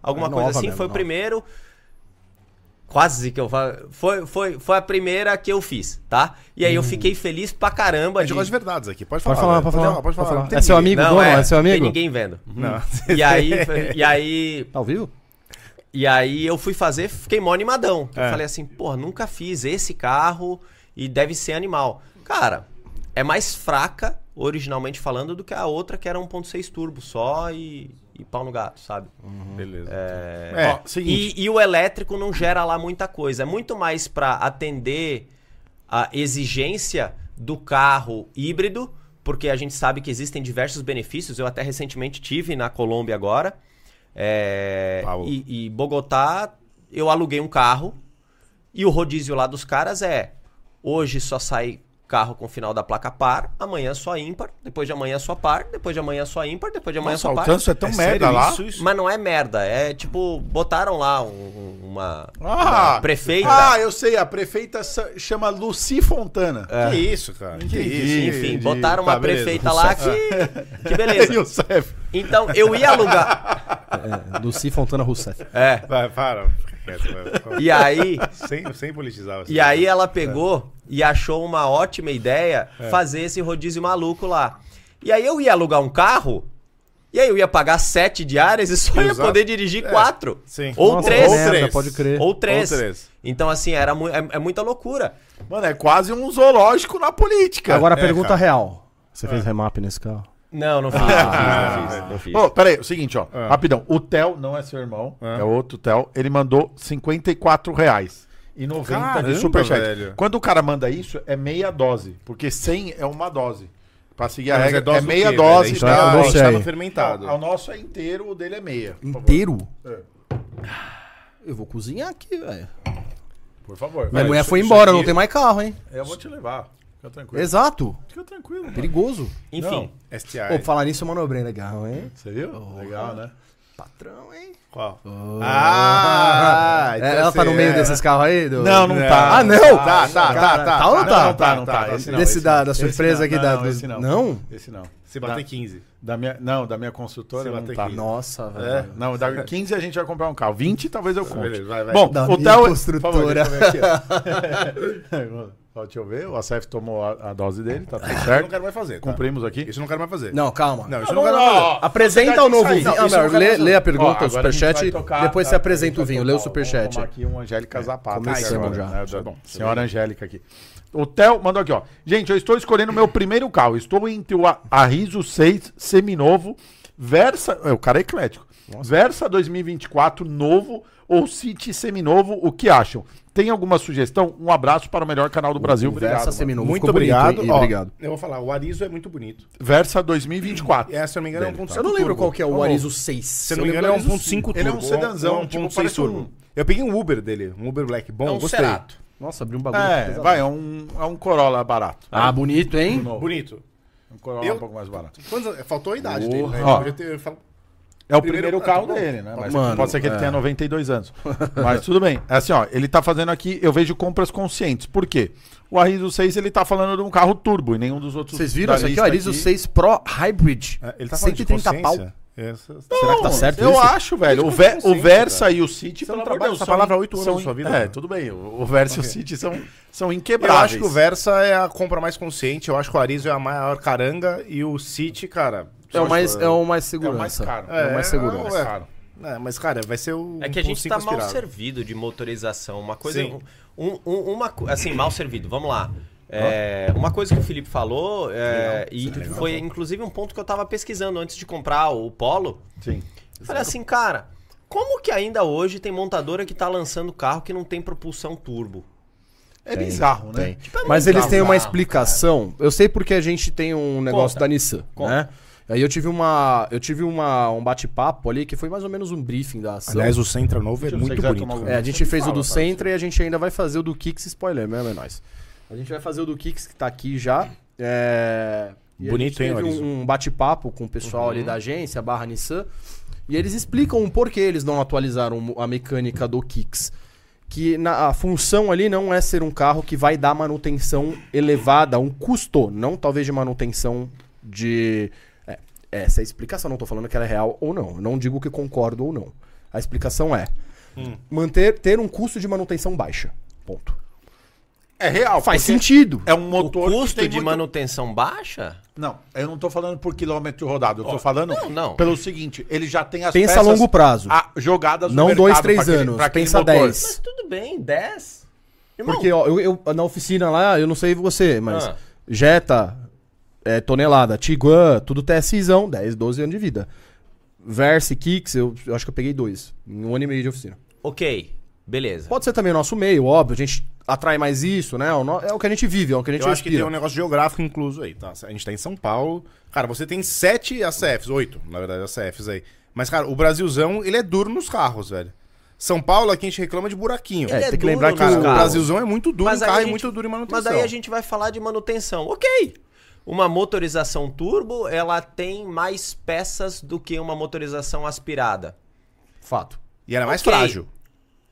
Speaker 4: alguma
Speaker 3: É
Speaker 4: coisa
Speaker 3: nova
Speaker 4: assim.
Speaker 3: mesmo,
Speaker 4: foi o
Speaker 3: nova.
Speaker 4: primeiro. Quase que eu. fa- Foi, foi, foi a primeira que eu fiz, tá? E aí eu fiquei feliz pra caramba.
Speaker 2: A gente gosta É de verdades aqui, pode falar.
Speaker 7: Pode falar,
Speaker 2: velho.
Speaker 7: pode falar.
Speaker 2: Pode falar, não tem
Speaker 7: É seu
Speaker 2: ninguém.
Speaker 7: amigo,
Speaker 4: Não,
Speaker 7: dono?
Speaker 4: é,
Speaker 7: É seu
Speaker 4: Tem
Speaker 7: amigo?
Speaker 4: ninguém vendo.
Speaker 2: Não.
Speaker 4: E aí, e aí,
Speaker 7: Tá ao vivo?
Speaker 4: e aí eu fui fazer, fiquei mó animadão. Eu
Speaker 2: É.
Speaker 4: falei assim, porra, nunca fiz esse carro e deve ser animal. Cara, é mais fraca, originalmente falando, do que a outra que era 1.6 turbo só e, e pau no gato, sabe?
Speaker 2: Beleza. É,
Speaker 6: Ó, seguinte.
Speaker 4: E, e o elétrico não gera lá muita coisa. É muito mais pra atender a exigência do carro híbrido, porque a gente sabe que existem diversos benefícios. Eu até recentemente tive na Colômbia agora. é,
Speaker 2: Paulo.
Speaker 4: e, e Bogotá, eu aluguei um carro e o rodízio lá dos caras é hoje só sai carro com final da placa par, amanhã só ímpar, depois de amanhã só par, depois de amanhã só ímpar, depois de amanhã
Speaker 6: Nossa, é
Speaker 4: só
Speaker 6: o
Speaker 4: par.
Speaker 6: trânsito é tão merda lá.
Speaker 4: Mas não é merda, é tipo, botaram lá um- um- uma uma,
Speaker 6: Ah!
Speaker 4: uma prefeita.
Speaker 6: Ah, eu sei, a prefeita sa- chama Lucy Fontana.
Speaker 2: Que isso, cara. Que
Speaker 6: Entendi.
Speaker 2: isso.
Speaker 4: Enfim,
Speaker 2: entendi.
Speaker 4: É. botaram uma
Speaker 2: Tá, beleza.
Speaker 4: prefeita lá que. Que beleza.
Speaker 2: Youssef.
Speaker 4: Então, eu ia alugar.
Speaker 3: É, Lucy Fontana Rousseff.
Speaker 4: É.
Speaker 2: Vai, para. Fica quieto, vai.
Speaker 4: E aí,
Speaker 2: Sem, sem politizar. você.
Speaker 4: e aí ela pegou e achou uma ótima ideia
Speaker 2: É.
Speaker 4: fazer esse rodízio maluco lá. E aí eu ia alugar um carro, e aí eu ia pagar sete diárias e só ia
Speaker 2: Exato. É.
Speaker 4: poder dirigir quatro.
Speaker 2: Sim.
Speaker 4: Ou
Speaker 2: Nossa,
Speaker 4: três.
Speaker 2: ou
Speaker 4: Ou
Speaker 2: três.
Speaker 4: três.
Speaker 3: Pode crer.
Speaker 2: Ou três.
Speaker 4: Então, assim, era mu- é, é muita loucura.
Speaker 6: Mano, é quase um zoológico na política.
Speaker 3: Agora a
Speaker 2: É,
Speaker 3: pergunta
Speaker 2: cara.
Speaker 3: real. Você fez remap nesse carro?
Speaker 4: Não, não fiz, não fiz, não fiz, não fiz.
Speaker 6: Ô, peraí, é o seguinte, ó.
Speaker 2: Ah.
Speaker 6: Rapidão. O Theo, não é seu irmão, é outro Theo, ele mandou 54 reais. E 90
Speaker 2: Caramba,
Speaker 6: de superchat.
Speaker 2: velho.
Speaker 6: Quando o cara manda isso, é meia dose. Porque 100 é uma dose. Pra seguir a
Speaker 2: Mas
Speaker 6: regra, é,
Speaker 2: dose do
Speaker 6: meia
Speaker 2: quê, velho? A
Speaker 6: dose.
Speaker 2: gente
Speaker 6: tá?
Speaker 2: tá,
Speaker 3: Então,
Speaker 2: a gente tá no
Speaker 3: aí.
Speaker 2: fermentado.
Speaker 6: O nosso é inteiro, o dele é meia.
Speaker 3: Inteiro?
Speaker 6: É.
Speaker 3: Eu vou cozinhar aqui, velho.
Speaker 6: Por favor.
Speaker 3: Minha
Speaker 6: Vai,
Speaker 3: mulher
Speaker 6: isso-
Speaker 3: foi
Speaker 6: isso
Speaker 3: embora,
Speaker 6: aqui-
Speaker 3: não tem mais carro, hein?
Speaker 6: Eu vou te levar. Fica
Speaker 3: É.
Speaker 6: tranquilo.
Speaker 3: Exato.
Speaker 6: Fica tranquilo. mano.
Speaker 3: Perigoso.
Speaker 4: Enfim.
Speaker 2: STI.
Speaker 3: Pô, falar nisso, eu manobrei legal, hein?
Speaker 6: Você viu? Legal, né?
Speaker 3: Patrão, hein?
Speaker 2: Qual? Ah!
Speaker 3: É,
Speaker 2: então
Speaker 3: ela tá no
Speaker 2: assim,
Speaker 3: meio
Speaker 2: é.
Speaker 3: desses carros aí? do-
Speaker 6: Não, não tá.
Speaker 3: Ah, não?
Speaker 2: Tá, tá, tá, tá.
Speaker 3: Tá ou não tá?
Speaker 6: Não, tá, não tá.
Speaker 2: Esse
Speaker 6: não,
Speaker 3: desse
Speaker 6: esse
Speaker 3: da,
Speaker 6: não.
Speaker 3: da
Speaker 6: Esse
Speaker 3: surpresa
Speaker 6: não,
Speaker 3: aqui da.
Speaker 6: Não,
Speaker 3: dos-
Speaker 6: esse não.
Speaker 3: Não?
Speaker 6: Esse não.
Speaker 2: Se bater 15.
Speaker 6: Da minha, não, da minha consultora
Speaker 2: Você vai
Speaker 6: não
Speaker 2: ter
Speaker 6: tá.
Speaker 2: que ir.
Speaker 3: Nossa,
Speaker 6: É,
Speaker 3: velho.
Speaker 6: não, da 15 a gente vai comprar um carro. 20 talvez eu compre.
Speaker 2: Beleza, vai, vai.
Speaker 6: Bom,
Speaker 3: Da minha
Speaker 6: o Theo... é-
Speaker 3: construtora.
Speaker 6: Por favor, deixa eu ver aqui, ó. é Ó, Deixa eu ver, o Acef tomou a, a dose dele, tá tudo
Speaker 2: Eu não
Speaker 6: certo.
Speaker 2: quero mais fazer. tá?
Speaker 6: Cumprimos aqui.
Speaker 2: Isso eu não quero mais fazer.
Speaker 3: Não, calma.
Speaker 2: Não, isso eu não quero mais
Speaker 6: não,
Speaker 2: fazer.
Speaker 6: ó.
Speaker 3: Apresenta
Speaker 6: Você
Speaker 3: o
Speaker 6: tá
Speaker 3: novo
Speaker 6: de
Speaker 3: vinho.
Speaker 6: saída.
Speaker 3: Ah,
Speaker 6: Isso eu
Speaker 3: não,
Speaker 6: não quero
Speaker 3: lê,
Speaker 6: mais
Speaker 3: lê a
Speaker 6: fazer. Ó,
Speaker 3: pergunta, o
Speaker 6: agora a gente vai
Speaker 3: superchat.
Speaker 6: tocar,
Speaker 3: Depois
Speaker 6: tá?
Speaker 3: você apresenta o
Speaker 6: Depois
Speaker 3: vinho,
Speaker 6: vai
Speaker 3: lê o
Speaker 6: tocar. Vamos
Speaker 3: superchat.
Speaker 6: tomar aqui um Angélica Zapata.
Speaker 3: Começamos já.
Speaker 6: né? Tá bom. Senhora Angélica aqui. O Theo mandou aqui, ó. Gente, eu estou escolhendo o meu primeiro carro. Estou entre o A- Arriso 6 seminovo, Versa... é, O cara é eclético. Versa 2024 novo ou City seminovo, o que acham? Tem alguma sugestão? Um abraço para o melhor canal do Brasil. Obrigado,
Speaker 3: Versa
Speaker 6: mano.
Speaker 3: seminovo.
Speaker 2: Muito
Speaker 3: ficou bonito,
Speaker 2: obrigado.
Speaker 3: hein?
Speaker 2: ó,
Speaker 3: Obrigado.
Speaker 2: Eu vou falar, o Arizo é muito bonito.
Speaker 6: Versa 2024.
Speaker 2: É, se eu não me engano, é
Speaker 6: Dele,
Speaker 2: 1.5
Speaker 3: Eu não lembro
Speaker 2: turbo.
Speaker 3: qual que é o
Speaker 2: Não,
Speaker 3: Arizo 6.
Speaker 2: Se eu não me engano, é
Speaker 6: lembro, é um
Speaker 2: 1.5 turbo.
Speaker 6: Ele é um sedanzão,
Speaker 2: é um
Speaker 6: tipo,
Speaker 2: 1.6
Speaker 6: parece um-
Speaker 2: turbo. Eu peguei um Uber dele, um Uber Black. Bom,
Speaker 4: É um
Speaker 2: gostei.
Speaker 4: Cerato.
Speaker 3: Nossa, abriu um bagulho.
Speaker 6: É,
Speaker 3: pesado.
Speaker 6: vai, é um, é um Corolla barato.
Speaker 3: Ah, bonito, hein?
Speaker 2: Bonito.
Speaker 6: Um Corolla
Speaker 2: Eu-
Speaker 6: um pouco mais barato.
Speaker 2: Quantos anos- Faltou a idade dele, né?
Speaker 6: Ó.
Speaker 2: Eu ter- eu falo-
Speaker 6: É o primeiro,
Speaker 2: Primeiro-
Speaker 6: carro
Speaker 2: ah, tá bom.
Speaker 6: dele, né? Mas
Speaker 3: Mano,
Speaker 6: pode ser que ele
Speaker 3: é.
Speaker 6: tenha 92 anos. Mas tudo bem. É Assim, ó, ele tá fazendo aqui, eu vejo compras conscientes. Por quê? O Arriso 6, ele tá falando de um carro turbo e nenhum dos outros.
Speaker 3: Vocês viram
Speaker 6: da
Speaker 3: isso aqui?
Speaker 6: lista
Speaker 3: ó, Arizo 6 Pro Hybrid.
Speaker 2: É, Ele tá falando de
Speaker 3: 130 pau.
Speaker 2: consciência? Essa-
Speaker 6: Será que tá certo Eu acho, velho. O, Ve- o
Speaker 2: é consciente,
Speaker 6: Versa e o City,
Speaker 2: Você não
Speaker 6: pelo amor de
Speaker 2: trabalha
Speaker 6: Deus,
Speaker 2: essa
Speaker 6: são-
Speaker 2: palavra há oito anos
Speaker 6: são-
Speaker 2: da sua vida,
Speaker 6: É,
Speaker 2: mano.
Speaker 6: tudo bem. O o Versa e o City são, são
Speaker 2: Eu
Speaker 6: inquebráveis.
Speaker 2: acho que o Versa é a compra mais consciente, eu acho que o Arizo é a maior caranga e o City, cara.
Speaker 3: É o mais, é o mais
Speaker 6: é o
Speaker 3: segurança.
Speaker 6: mais caro.
Speaker 3: É o mais
Speaker 6: É o
Speaker 3: segurança.
Speaker 6: mais caro.
Speaker 2: É, mas, cara, vai ser o.
Speaker 4: É que a gente
Speaker 2: 1.5
Speaker 4: tá mal
Speaker 2: aspirado.
Speaker 4: servido de motorização. Uma coisa.
Speaker 2: Sim.
Speaker 4: um- um- uma, co- assim, mal servido, vamos lá. É, uma coisa que o Felipe falou, é, e foi inclusive um ponto que eu tava pesquisando antes de comprar o Polo.
Speaker 6: Sim.
Speaker 4: Eu Falei assim, cara, como que ainda hoje tem montadora que tá lançando carro que não tem propulsão turbo? Tipo, é
Speaker 6: É bizarro, né?
Speaker 3: Tem. Mas
Speaker 4: Tá muito
Speaker 3: eles têm uma
Speaker 4: bizarro,
Speaker 3: explicação. Eu sei porque a gente tem um negócio
Speaker 4: Conta.
Speaker 3: da Nissan,
Speaker 4: Conta.
Speaker 3: né? Aí eu tive uma, eu tive uma, um bate-papo ali que foi mais ou menos um briefing da ação.
Speaker 2: Aliás, o Sentra novo é
Speaker 6: Deixa eu
Speaker 2: muito
Speaker 6: ver se quiser
Speaker 2: bonito.
Speaker 6: tomar
Speaker 2: cara.
Speaker 3: É, a gente
Speaker 6: Você
Speaker 3: fez
Speaker 6: fala,
Speaker 3: o do
Speaker 6: parça.
Speaker 3: Sentra e a gente ainda vai fazer o do Kicks spoiler mesmo, é nóis. A gente vai fazer o do Kicks que tá aqui já. É... e a
Speaker 2: Bonito,
Speaker 3: gente
Speaker 2: hein,
Speaker 3: Teve
Speaker 2: Arizo?
Speaker 3: um, um bate-papo com o pessoal ali da agência, barra Nissan. E eles explicam o porquê eles não atualizaram a mecânica do Kicks. Que na- a função ali não é ser um carro que vai dar manutenção elevada, um custo, não talvez de manutenção de. É, essa é a explicação, não tô falando que ela é real ou não. Eu não digo que concordo ou não. A explicação é manter ter um custo de manutenção baixa. Ponto.
Speaker 6: É real.
Speaker 3: Faz
Speaker 6: porque
Speaker 3: sentido.
Speaker 6: É um
Speaker 4: O
Speaker 6: motor. que
Speaker 4: custo
Speaker 6: tem
Speaker 4: de
Speaker 6: muito-
Speaker 4: manutenção baixa?
Speaker 6: Não, eu não tô falando por quilômetro rodado, eu tô falando
Speaker 4: não, não.
Speaker 6: pelo seguinte, ele já tem as
Speaker 3: Pensa a longo prazo.
Speaker 6: a- jogadas
Speaker 3: Não
Speaker 6: mercado
Speaker 3: dois, três
Speaker 6: pra aquele-
Speaker 3: anos,
Speaker 6: pra aquele
Speaker 3: pensa
Speaker 6: motor.
Speaker 3: 10.
Speaker 4: Mas tudo bem, 10. Irmão,
Speaker 3: Porque ó, eu, eu- na oficina lá, eu não sei você, mas
Speaker 4: Ah.
Speaker 3: Jetta, é, tonelada, Tiguan, tudo TSIzão, 10, 12 anos de vida. Verse, Kicks, eu, eu acho que eu peguei dois. Em um ano e meio de oficina.
Speaker 4: Tá. ok, beleza.
Speaker 3: Pode ser também o nosso meio, óbvio. A gente atrai mais isso, né? O no- É o que a gente vive, é o que a gente
Speaker 2: Eu acho que tem
Speaker 3: respira.
Speaker 2: um negócio geográfico incluso aí, tá? A gente tá em São Paulo. Cara, você tem sete ACFs, oito, na verdade, ACFs aí. Mas, cara, o Brasilzão, ele é duro nos carros, velho. São Paulo, aqui a gente reclama de buraquinho.
Speaker 3: É,
Speaker 4: Ele
Speaker 3: tem que
Speaker 4: duro
Speaker 3: lembrar que
Speaker 4: nos
Speaker 3: o
Speaker 2: O
Speaker 4: carros.
Speaker 2: Brasilzão é muito duro em
Speaker 4: aí
Speaker 2: carro
Speaker 4: a
Speaker 2: e
Speaker 4: gente-
Speaker 2: muito duro em manutenção.
Speaker 4: Mas daí a gente vai falar de manutenção. Ok. Uma motorização turbo, ela tem mais peças do que uma motorização aspirada.
Speaker 3: Fato.
Speaker 2: E era mais
Speaker 4: Ok.
Speaker 2: frágil.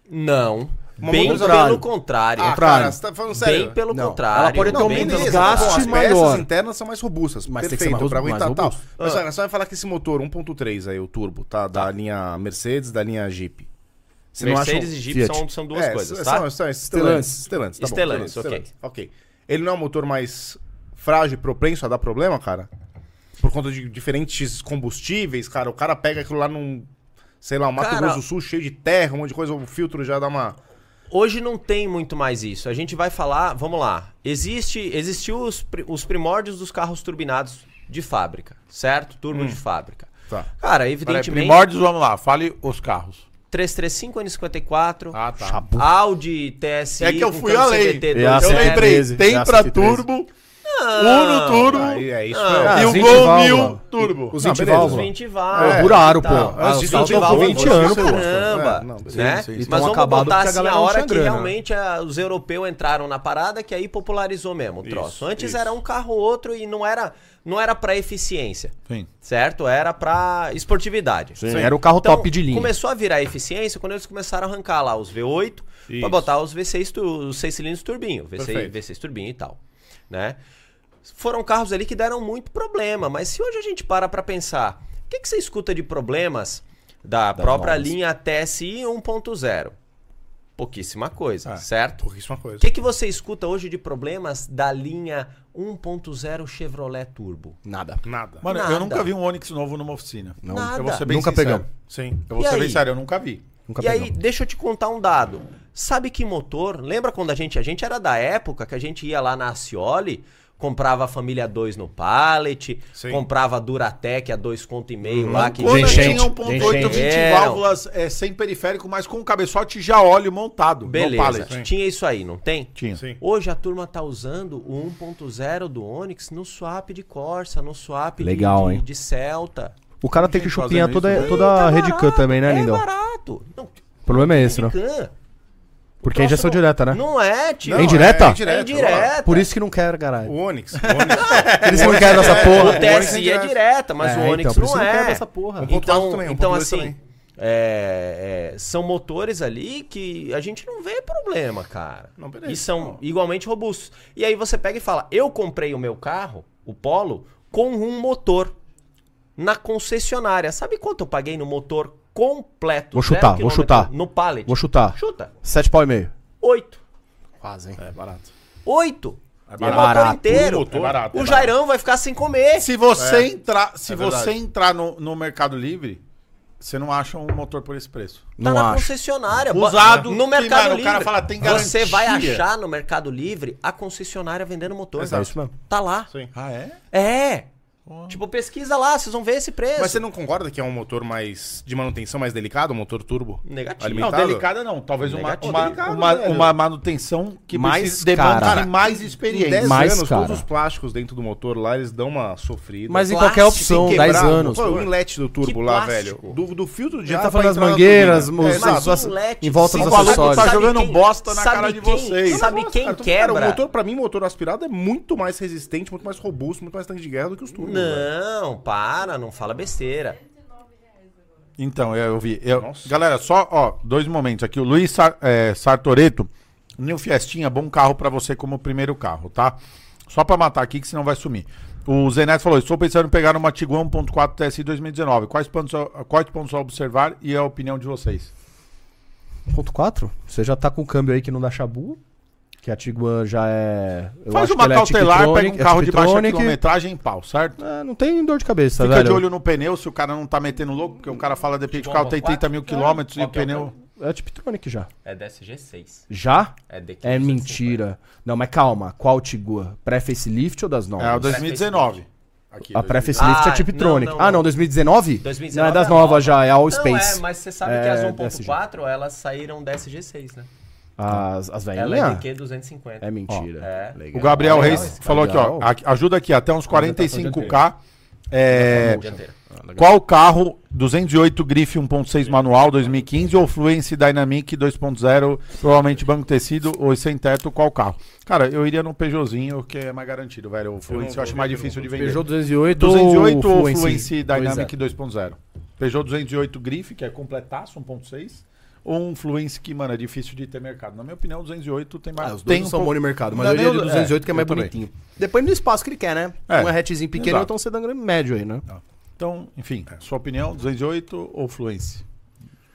Speaker 4: Não.
Speaker 2: Mas
Speaker 4: bem
Speaker 2: vamos
Speaker 3: contrário.
Speaker 4: pelo contrário.
Speaker 2: Ah, cara, você tá falando sério.
Speaker 4: É, Bem pelo
Speaker 3: Não,
Speaker 4: contrário.
Speaker 3: ela pode ter
Speaker 4: Bem
Speaker 3: um
Speaker 4: pelo
Speaker 3: menos
Speaker 4: contrário.
Speaker 3: gasto,
Speaker 2: Bom, as
Speaker 3: maior.
Speaker 2: peças internas são mais robustas.
Speaker 3: Mas tem que ser
Speaker 2: perfeito,
Speaker 3: mais
Speaker 2: pra
Speaker 3: robusto,
Speaker 2: aguentar
Speaker 3: mais
Speaker 2: tal.
Speaker 3: robusto.
Speaker 2: Mas olha, você vai falar que esse motor 1.3 aí, o turbo, tá? Da linha Mercedes, da linha Jeep. Você não acha um-
Speaker 4: Mercedes e Jeep
Speaker 3: Fiat.
Speaker 4: são, são duas
Speaker 2: É,
Speaker 4: coisas,
Speaker 2: são-
Speaker 4: tá?
Speaker 2: São, são Stellantis. Stellantis, tá bom,
Speaker 4: Stellantis,
Speaker 2: ok. Ele não é um motor mais frágil e propenso a dar problema, cara? Por conta de diferentes combustíveis, cara. O cara pega aquilo lá num, sei lá, um Mato
Speaker 4: Cara-
Speaker 2: Grosso do Sul cheio de terra, um monte de coisa, o filtro já dá uma...
Speaker 4: Hoje não tem muito mais isso. A gente vai falar, vamos lá. Existe, existiu os, pri- os primórdios dos carros turbinados de fábrica, certo? Turbo de fábrica.
Speaker 2: Hum. Tá.
Speaker 4: Cara,
Speaker 6: Peraí,
Speaker 4: evidentemente,
Speaker 6: primórdios, vamos lá, fale os carros.
Speaker 4: 335 N54,
Speaker 6: Ah, tá.
Speaker 4: Audi TSI
Speaker 6: É que eu
Speaker 4: com
Speaker 6: fui
Speaker 4: câmbio
Speaker 6: além.
Speaker 4: CVT
Speaker 3: É a
Speaker 6: eu
Speaker 4: 2.0.
Speaker 6: lembrei,
Speaker 3: 113, é
Speaker 6: tem
Speaker 3: a
Speaker 6: pra
Speaker 3: 113.
Speaker 6: turbo, Uno turbo
Speaker 2: Aí, é isso.
Speaker 4: Não.
Speaker 2: é-
Speaker 3: Ah,
Speaker 6: e o
Speaker 3: as 20
Speaker 6: Gol
Speaker 3: válvulas.
Speaker 6: 1000 turbo.
Speaker 3: Os
Speaker 2: Não,
Speaker 3: 20
Speaker 2: beleza.
Speaker 4: Os
Speaker 3: válvulas.
Speaker 4: 20 válvulas.
Speaker 3: duraram,
Speaker 4: e
Speaker 3: pô.
Speaker 4: tal.
Speaker 3: Ah,
Speaker 4: Os
Speaker 3: os
Speaker 4: 20
Speaker 3: carros
Speaker 4: válvulas
Speaker 3: tão
Speaker 4: 20
Speaker 3: voando,
Speaker 4: anos,
Speaker 3: vocês gostam,
Speaker 4: caramba.
Speaker 2: né? Não, beleza.
Speaker 4: né?
Speaker 6: Sim, sim, sim.
Speaker 4: Mas
Speaker 3: Tão
Speaker 4: vamos
Speaker 3: Então acabado
Speaker 4: botar
Speaker 3: porque a
Speaker 4: assim a
Speaker 3: galera não
Speaker 4: hora
Speaker 3: tinha
Speaker 4: que
Speaker 3: grana.
Speaker 4: realmente ah, os europeus entraram na parada, que aí popularizou mesmo o troço. Antes
Speaker 2: isso.
Speaker 4: era um carro ou outro e não era, não era pra eficiência,
Speaker 6: Sim.
Speaker 4: certo? Era pra esportividade.
Speaker 3: Sim, Era o carro
Speaker 4: Então,
Speaker 3: top de linha.
Speaker 6: é
Speaker 4: Começou a virar eficiência quando eles começaram a arrancar lá os V8
Speaker 2: Isso.
Speaker 4: pra botar os V6, tu- os 6 cilindros turbinho, V6,
Speaker 2: Perfeito.
Speaker 4: V6 turbinho e tal, né? Foram carros ali que deram muito problema, mas se hoje a gente para pra pensar, o que, que você escuta de problemas da própria
Speaker 3: novas.
Speaker 4: linha TSI 1.0? Pouquíssima coisa,
Speaker 3: É.
Speaker 6: Ah.
Speaker 4: certo?
Speaker 2: Pouquíssima é coisa.
Speaker 4: O que, que você escuta hoje de problemas da linha 1.0 Chevrolet Turbo?
Speaker 3: Nada.
Speaker 2: Nada.
Speaker 6: Mano,
Speaker 4: Nada.
Speaker 6: eu nunca vi um Onix novo numa oficina.
Speaker 3: Não.
Speaker 4: Nada.
Speaker 6: Eu vou ser bem
Speaker 3: Nunca
Speaker 6: sincero.
Speaker 3: pegamos.
Speaker 2: Sim.
Speaker 3: Então
Speaker 6: Eu vou
Speaker 4: E
Speaker 6: ser bem
Speaker 4: aí?
Speaker 6: sério, eu nunca vi.
Speaker 3: Nunca
Speaker 4: e aí,
Speaker 3: pegamos.
Speaker 4: deixa eu te contar um dado. Sabe que motor? Lembra quando a gente. A gente era da época que a gente ia lá na Acioli, comprava a família 2 no pallet,
Speaker 2: Sim.
Speaker 4: comprava a Duratec a 2 conto e meio lá que
Speaker 6: Quando
Speaker 3: enchente,
Speaker 6: tinha 1.8, 20
Speaker 4: enchente.
Speaker 6: válvulas é, sem periférico, mas com cabeçote já óleo montado. no
Speaker 4: Beleza.
Speaker 6: um pallet.
Speaker 4: Tinha isso aí, não tem?
Speaker 6: Tinha.
Speaker 2: Sim.
Speaker 4: Hoje a turma tá usando o 1.0 do Onix no swap de Corsa, no swap de-
Speaker 3: Legal,
Speaker 4: de,
Speaker 3: hein?
Speaker 4: de Celta.
Speaker 3: O cara tem que
Speaker 6: Gente,
Speaker 3: chupinhar
Speaker 6: fazendo
Speaker 3: toda,
Speaker 6: isso.
Speaker 3: toda a Red Can também, né,
Speaker 4: é
Speaker 3: Lindão?
Speaker 4: barato. Não,
Speaker 3: O problema é esse, né?
Speaker 4: Redcan.
Speaker 3: Porque é injeção
Speaker 4: Troço não-
Speaker 3: direta, né?
Speaker 4: Não é, tio.
Speaker 3: É indireta?
Speaker 2: É
Speaker 4: É
Speaker 2: indireta.
Speaker 4: indireta.
Speaker 3: Por isso que não quer,
Speaker 2: ó.
Speaker 3: caralho.
Speaker 2: O Onix. O Onix.
Speaker 3: Eles não querem essa
Speaker 4: O
Speaker 3: porra.
Speaker 2: Onix é
Speaker 4: TSI é
Speaker 2: direto.
Speaker 4: direta, mas
Speaker 3: É,
Speaker 4: o Onix
Speaker 3: então, por isso
Speaker 4: não
Speaker 3: não
Speaker 4: é.
Speaker 3: quebra essa porra.
Speaker 2: Um ponto
Speaker 4: Então,
Speaker 2: alto também, um
Speaker 4: então
Speaker 2: ponto dois
Speaker 4: assim,
Speaker 2: também.
Speaker 4: é, é, são motores ali que a gente não vê problema, cara.
Speaker 2: Não, beleza.
Speaker 4: e são igualmente robustos. E aí você pega e fala, eu comprei o meu carro, o Polo, com um motor na concessionária. Sabe quanto eu paguei no motor completo?
Speaker 3: Vou
Speaker 4: zero
Speaker 3: chutar, vou
Speaker 4: quilômetro,
Speaker 3: chutar.
Speaker 4: No pallet.
Speaker 3: Vou chutar.
Speaker 4: Chuta.
Speaker 3: 7 pau e meio.
Speaker 4: Oito.
Speaker 3: Quase, hein?
Speaker 2: É barato.
Speaker 4: Oito.
Speaker 6: É
Speaker 4: o
Speaker 6: barato.
Speaker 4: motor
Speaker 3: barato.
Speaker 4: inteiro.
Speaker 2: Um motor. É barato, é
Speaker 4: o
Speaker 2: barato.
Speaker 4: Jairão vai ficar sem comer.
Speaker 6: Se você entrar, se
Speaker 2: É
Speaker 6: você
Speaker 2: verdade.
Speaker 6: entrar no, no Mercado Livre, você não acha um motor por esse preço.
Speaker 4: Tá
Speaker 3: Não
Speaker 4: na
Speaker 3: acho.
Speaker 4: concessionária. bo-
Speaker 6: Usado,
Speaker 4: No
Speaker 6: que,
Speaker 4: Mercado
Speaker 6: mano, o
Speaker 4: Livre.
Speaker 6: cara fala, tem
Speaker 4: Você
Speaker 6: garantia.
Speaker 4: vai achar no Mercado Livre a concessionária vendendo motor.
Speaker 3: É isso mesmo.
Speaker 4: Tá lá.
Speaker 2: Sim.
Speaker 6: Ah, é?
Speaker 4: É. Tipo, pesquisa lá, vocês vão ver esse preço.
Speaker 2: Mas você não concorda que é um motor mais de manutenção mais delicado, um motor turbo?
Speaker 4: Negativo.
Speaker 6: Não,
Speaker 2: Alimentado?
Speaker 6: delicada não. Talvez uma,
Speaker 4: Negativo.
Speaker 6: uma,
Speaker 2: Delicado,
Speaker 6: uma,
Speaker 2: velho.
Speaker 6: uma manutenção que
Speaker 3: Mais
Speaker 6: precisa
Speaker 3: cara.
Speaker 6: demanda de mais
Speaker 2: Em
Speaker 6: experiência.
Speaker 2: 10
Speaker 3: Mais
Speaker 2: anos,
Speaker 3: cara.
Speaker 2: todos os plásticos dentro do motor lá, eles dão uma sofrida.
Speaker 3: Mas em
Speaker 4: Plástico
Speaker 3: qualquer opção,
Speaker 2: Sem
Speaker 3: 10
Speaker 2: quebrar,
Speaker 3: anos.
Speaker 2: pô,
Speaker 3: pô.
Speaker 2: o inlet do turbo
Speaker 4: Que
Speaker 2: lá,
Speaker 4: plástico.
Speaker 2: velho. Do, do filtro de
Speaker 3: Já
Speaker 2: ar
Speaker 3: tá
Speaker 2: pra
Speaker 3: falando das
Speaker 2: entrar na
Speaker 3: mangueiras,
Speaker 2: turbina.
Speaker 3: os,
Speaker 2: É,
Speaker 4: um
Speaker 2: exato.
Speaker 3: as- as-
Speaker 4: inlet,
Speaker 3: em volta
Speaker 4: sim,
Speaker 3: dos
Speaker 6: O maluco tá
Speaker 4: Sabe
Speaker 3: acessórios.
Speaker 6: jogando
Speaker 4: quem-
Speaker 6: bosta na
Speaker 4: sabe
Speaker 6: cara de
Speaker 4: quem-
Speaker 6: vocês.
Speaker 4: sabe quem
Speaker 2: Cara,
Speaker 4: quebra?
Speaker 2: o motor, pra mim, o motor aspirado é muito mais resistente, muito mais robusto, muito mais tanque de guerra do que os turbos. velho.
Speaker 4: Não, para, não fala besteira.
Speaker 6: Então, eu, eu vi. Eu-
Speaker 2: Nossa.
Speaker 6: galera, só, ó, dois momentos aqui. O Luiz Sar- é, Sartoreto, New Fiestinha, bom carro pra você como primeiro carro, tá? Só pra matar aqui, que senão vai sumir. O Zeneto falou: estou pensando em pegar uma Tiguan 1.4 TSI 2019. Quais pontos, quais pontos a observar e a opinião de vocês?
Speaker 3: Ponto 4? Você já tá com o câmbio aí que não dá chabu? Que a Tiguan já é. eu
Speaker 6: Faz
Speaker 3: acho
Speaker 6: uma
Speaker 3: que ela é
Speaker 6: cautelar, pega um
Speaker 3: Ticktronic- é
Speaker 6: carro de baixa
Speaker 3: Ticktronic.
Speaker 6: quilometragem e pau, certo?
Speaker 3: É, não tem dor de cabeça,
Speaker 6: Fica
Speaker 3: Tá velho.
Speaker 6: de olho no pneu se o cara não tá metendo louco, porque o cara fala, de repente, o carro tem 30 mil quilômetros e o
Speaker 4: Qual que é o
Speaker 6: pneu.
Speaker 3: É Tiptronic já.
Speaker 4: É DSG6.
Speaker 3: Já?
Speaker 4: É DQ.
Speaker 3: É mentira. Não, mas calma. Qual Tiguan? Pré-facelift ou das novas?
Speaker 6: É o 2019.
Speaker 2: Aqui,
Speaker 3: A
Speaker 2: dois-
Speaker 3: pré-facelift
Speaker 4: Ah,
Speaker 3: é Tiptronic.
Speaker 4: não, não,
Speaker 3: Ah,
Speaker 4: não.
Speaker 3: não, 2019?
Speaker 4: 2019
Speaker 3: Não, é das
Speaker 4: é a nova.
Speaker 3: novas já, é All
Speaker 4: Não,
Speaker 3: Space.
Speaker 4: é, mas você sabe
Speaker 3: É,
Speaker 4: que as
Speaker 3: DSG.
Speaker 4: 1.4 elas saíram DSG6, né?
Speaker 3: As, as
Speaker 4: Ela é
Speaker 3: velhinhas?
Speaker 4: DQ 250.
Speaker 3: É mentira.
Speaker 4: é.
Speaker 3: Legal.
Speaker 6: O Gabriel
Speaker 4: Legal
Speaker 6: Reis
Speaker 4: esse
Speaker 6: falou aqui, ó.
Speaker 3: Legal.
Speaker 6: aqui- ajuda aqui, até uns 45k. É,
Speaker 4: Dianteira.
Speaker 6: qual carro 208 Griff 1.6 manual 2015 ou Fluence Dynamic 2.0, provavelmente banco tecido ou sem teto, qual carro? Cara, eu iria no Peugeotzinho, que é mais garantido, velho. O Fluence eu,
Speaker 2: vou
Speaker 6: acho
Speaker 2: ver,
Speaker 6: mais
Speaker 2: eu não
Speaker 6: difícil de vender.
Speaker 3: Peugeot 208,
Speaker 6: 208 ou
Speaker 3: Fluence?
Speaker 6: Fluence
Speaker 3: Pois é.
Speaker 6: Dynamic 2.0. Peugeot 208 Griff, que é completaço 1.6. ou um Fluence que, mano, é difícil de ter mercado? Na minha opinião, o 208 tem mais.
Speaker 3: Ah, os dois
Speaker 6: tem
Speaker 3: são bons no mercado, mas
Speaker 6: Não,
Speaker 3: eu
Speaker 6: nem
Speaker 3: iria do
Speaker 6: o-
Speaker 3: 208 que é
Speaker 6: eu
Speaker 3: mais
Speaker 6: também.
Speaker 3: bonitinho. Depende do espaço que ele quer, né?
Speaker 6: É,
Speaker 3: um hatchzinho pequeno
Speaker 6: exato.
Speaker 3: ou então um sedã grande médio aí, né?
Speaker 6: Então, enfim, sua opinião, 208 ou Fluence?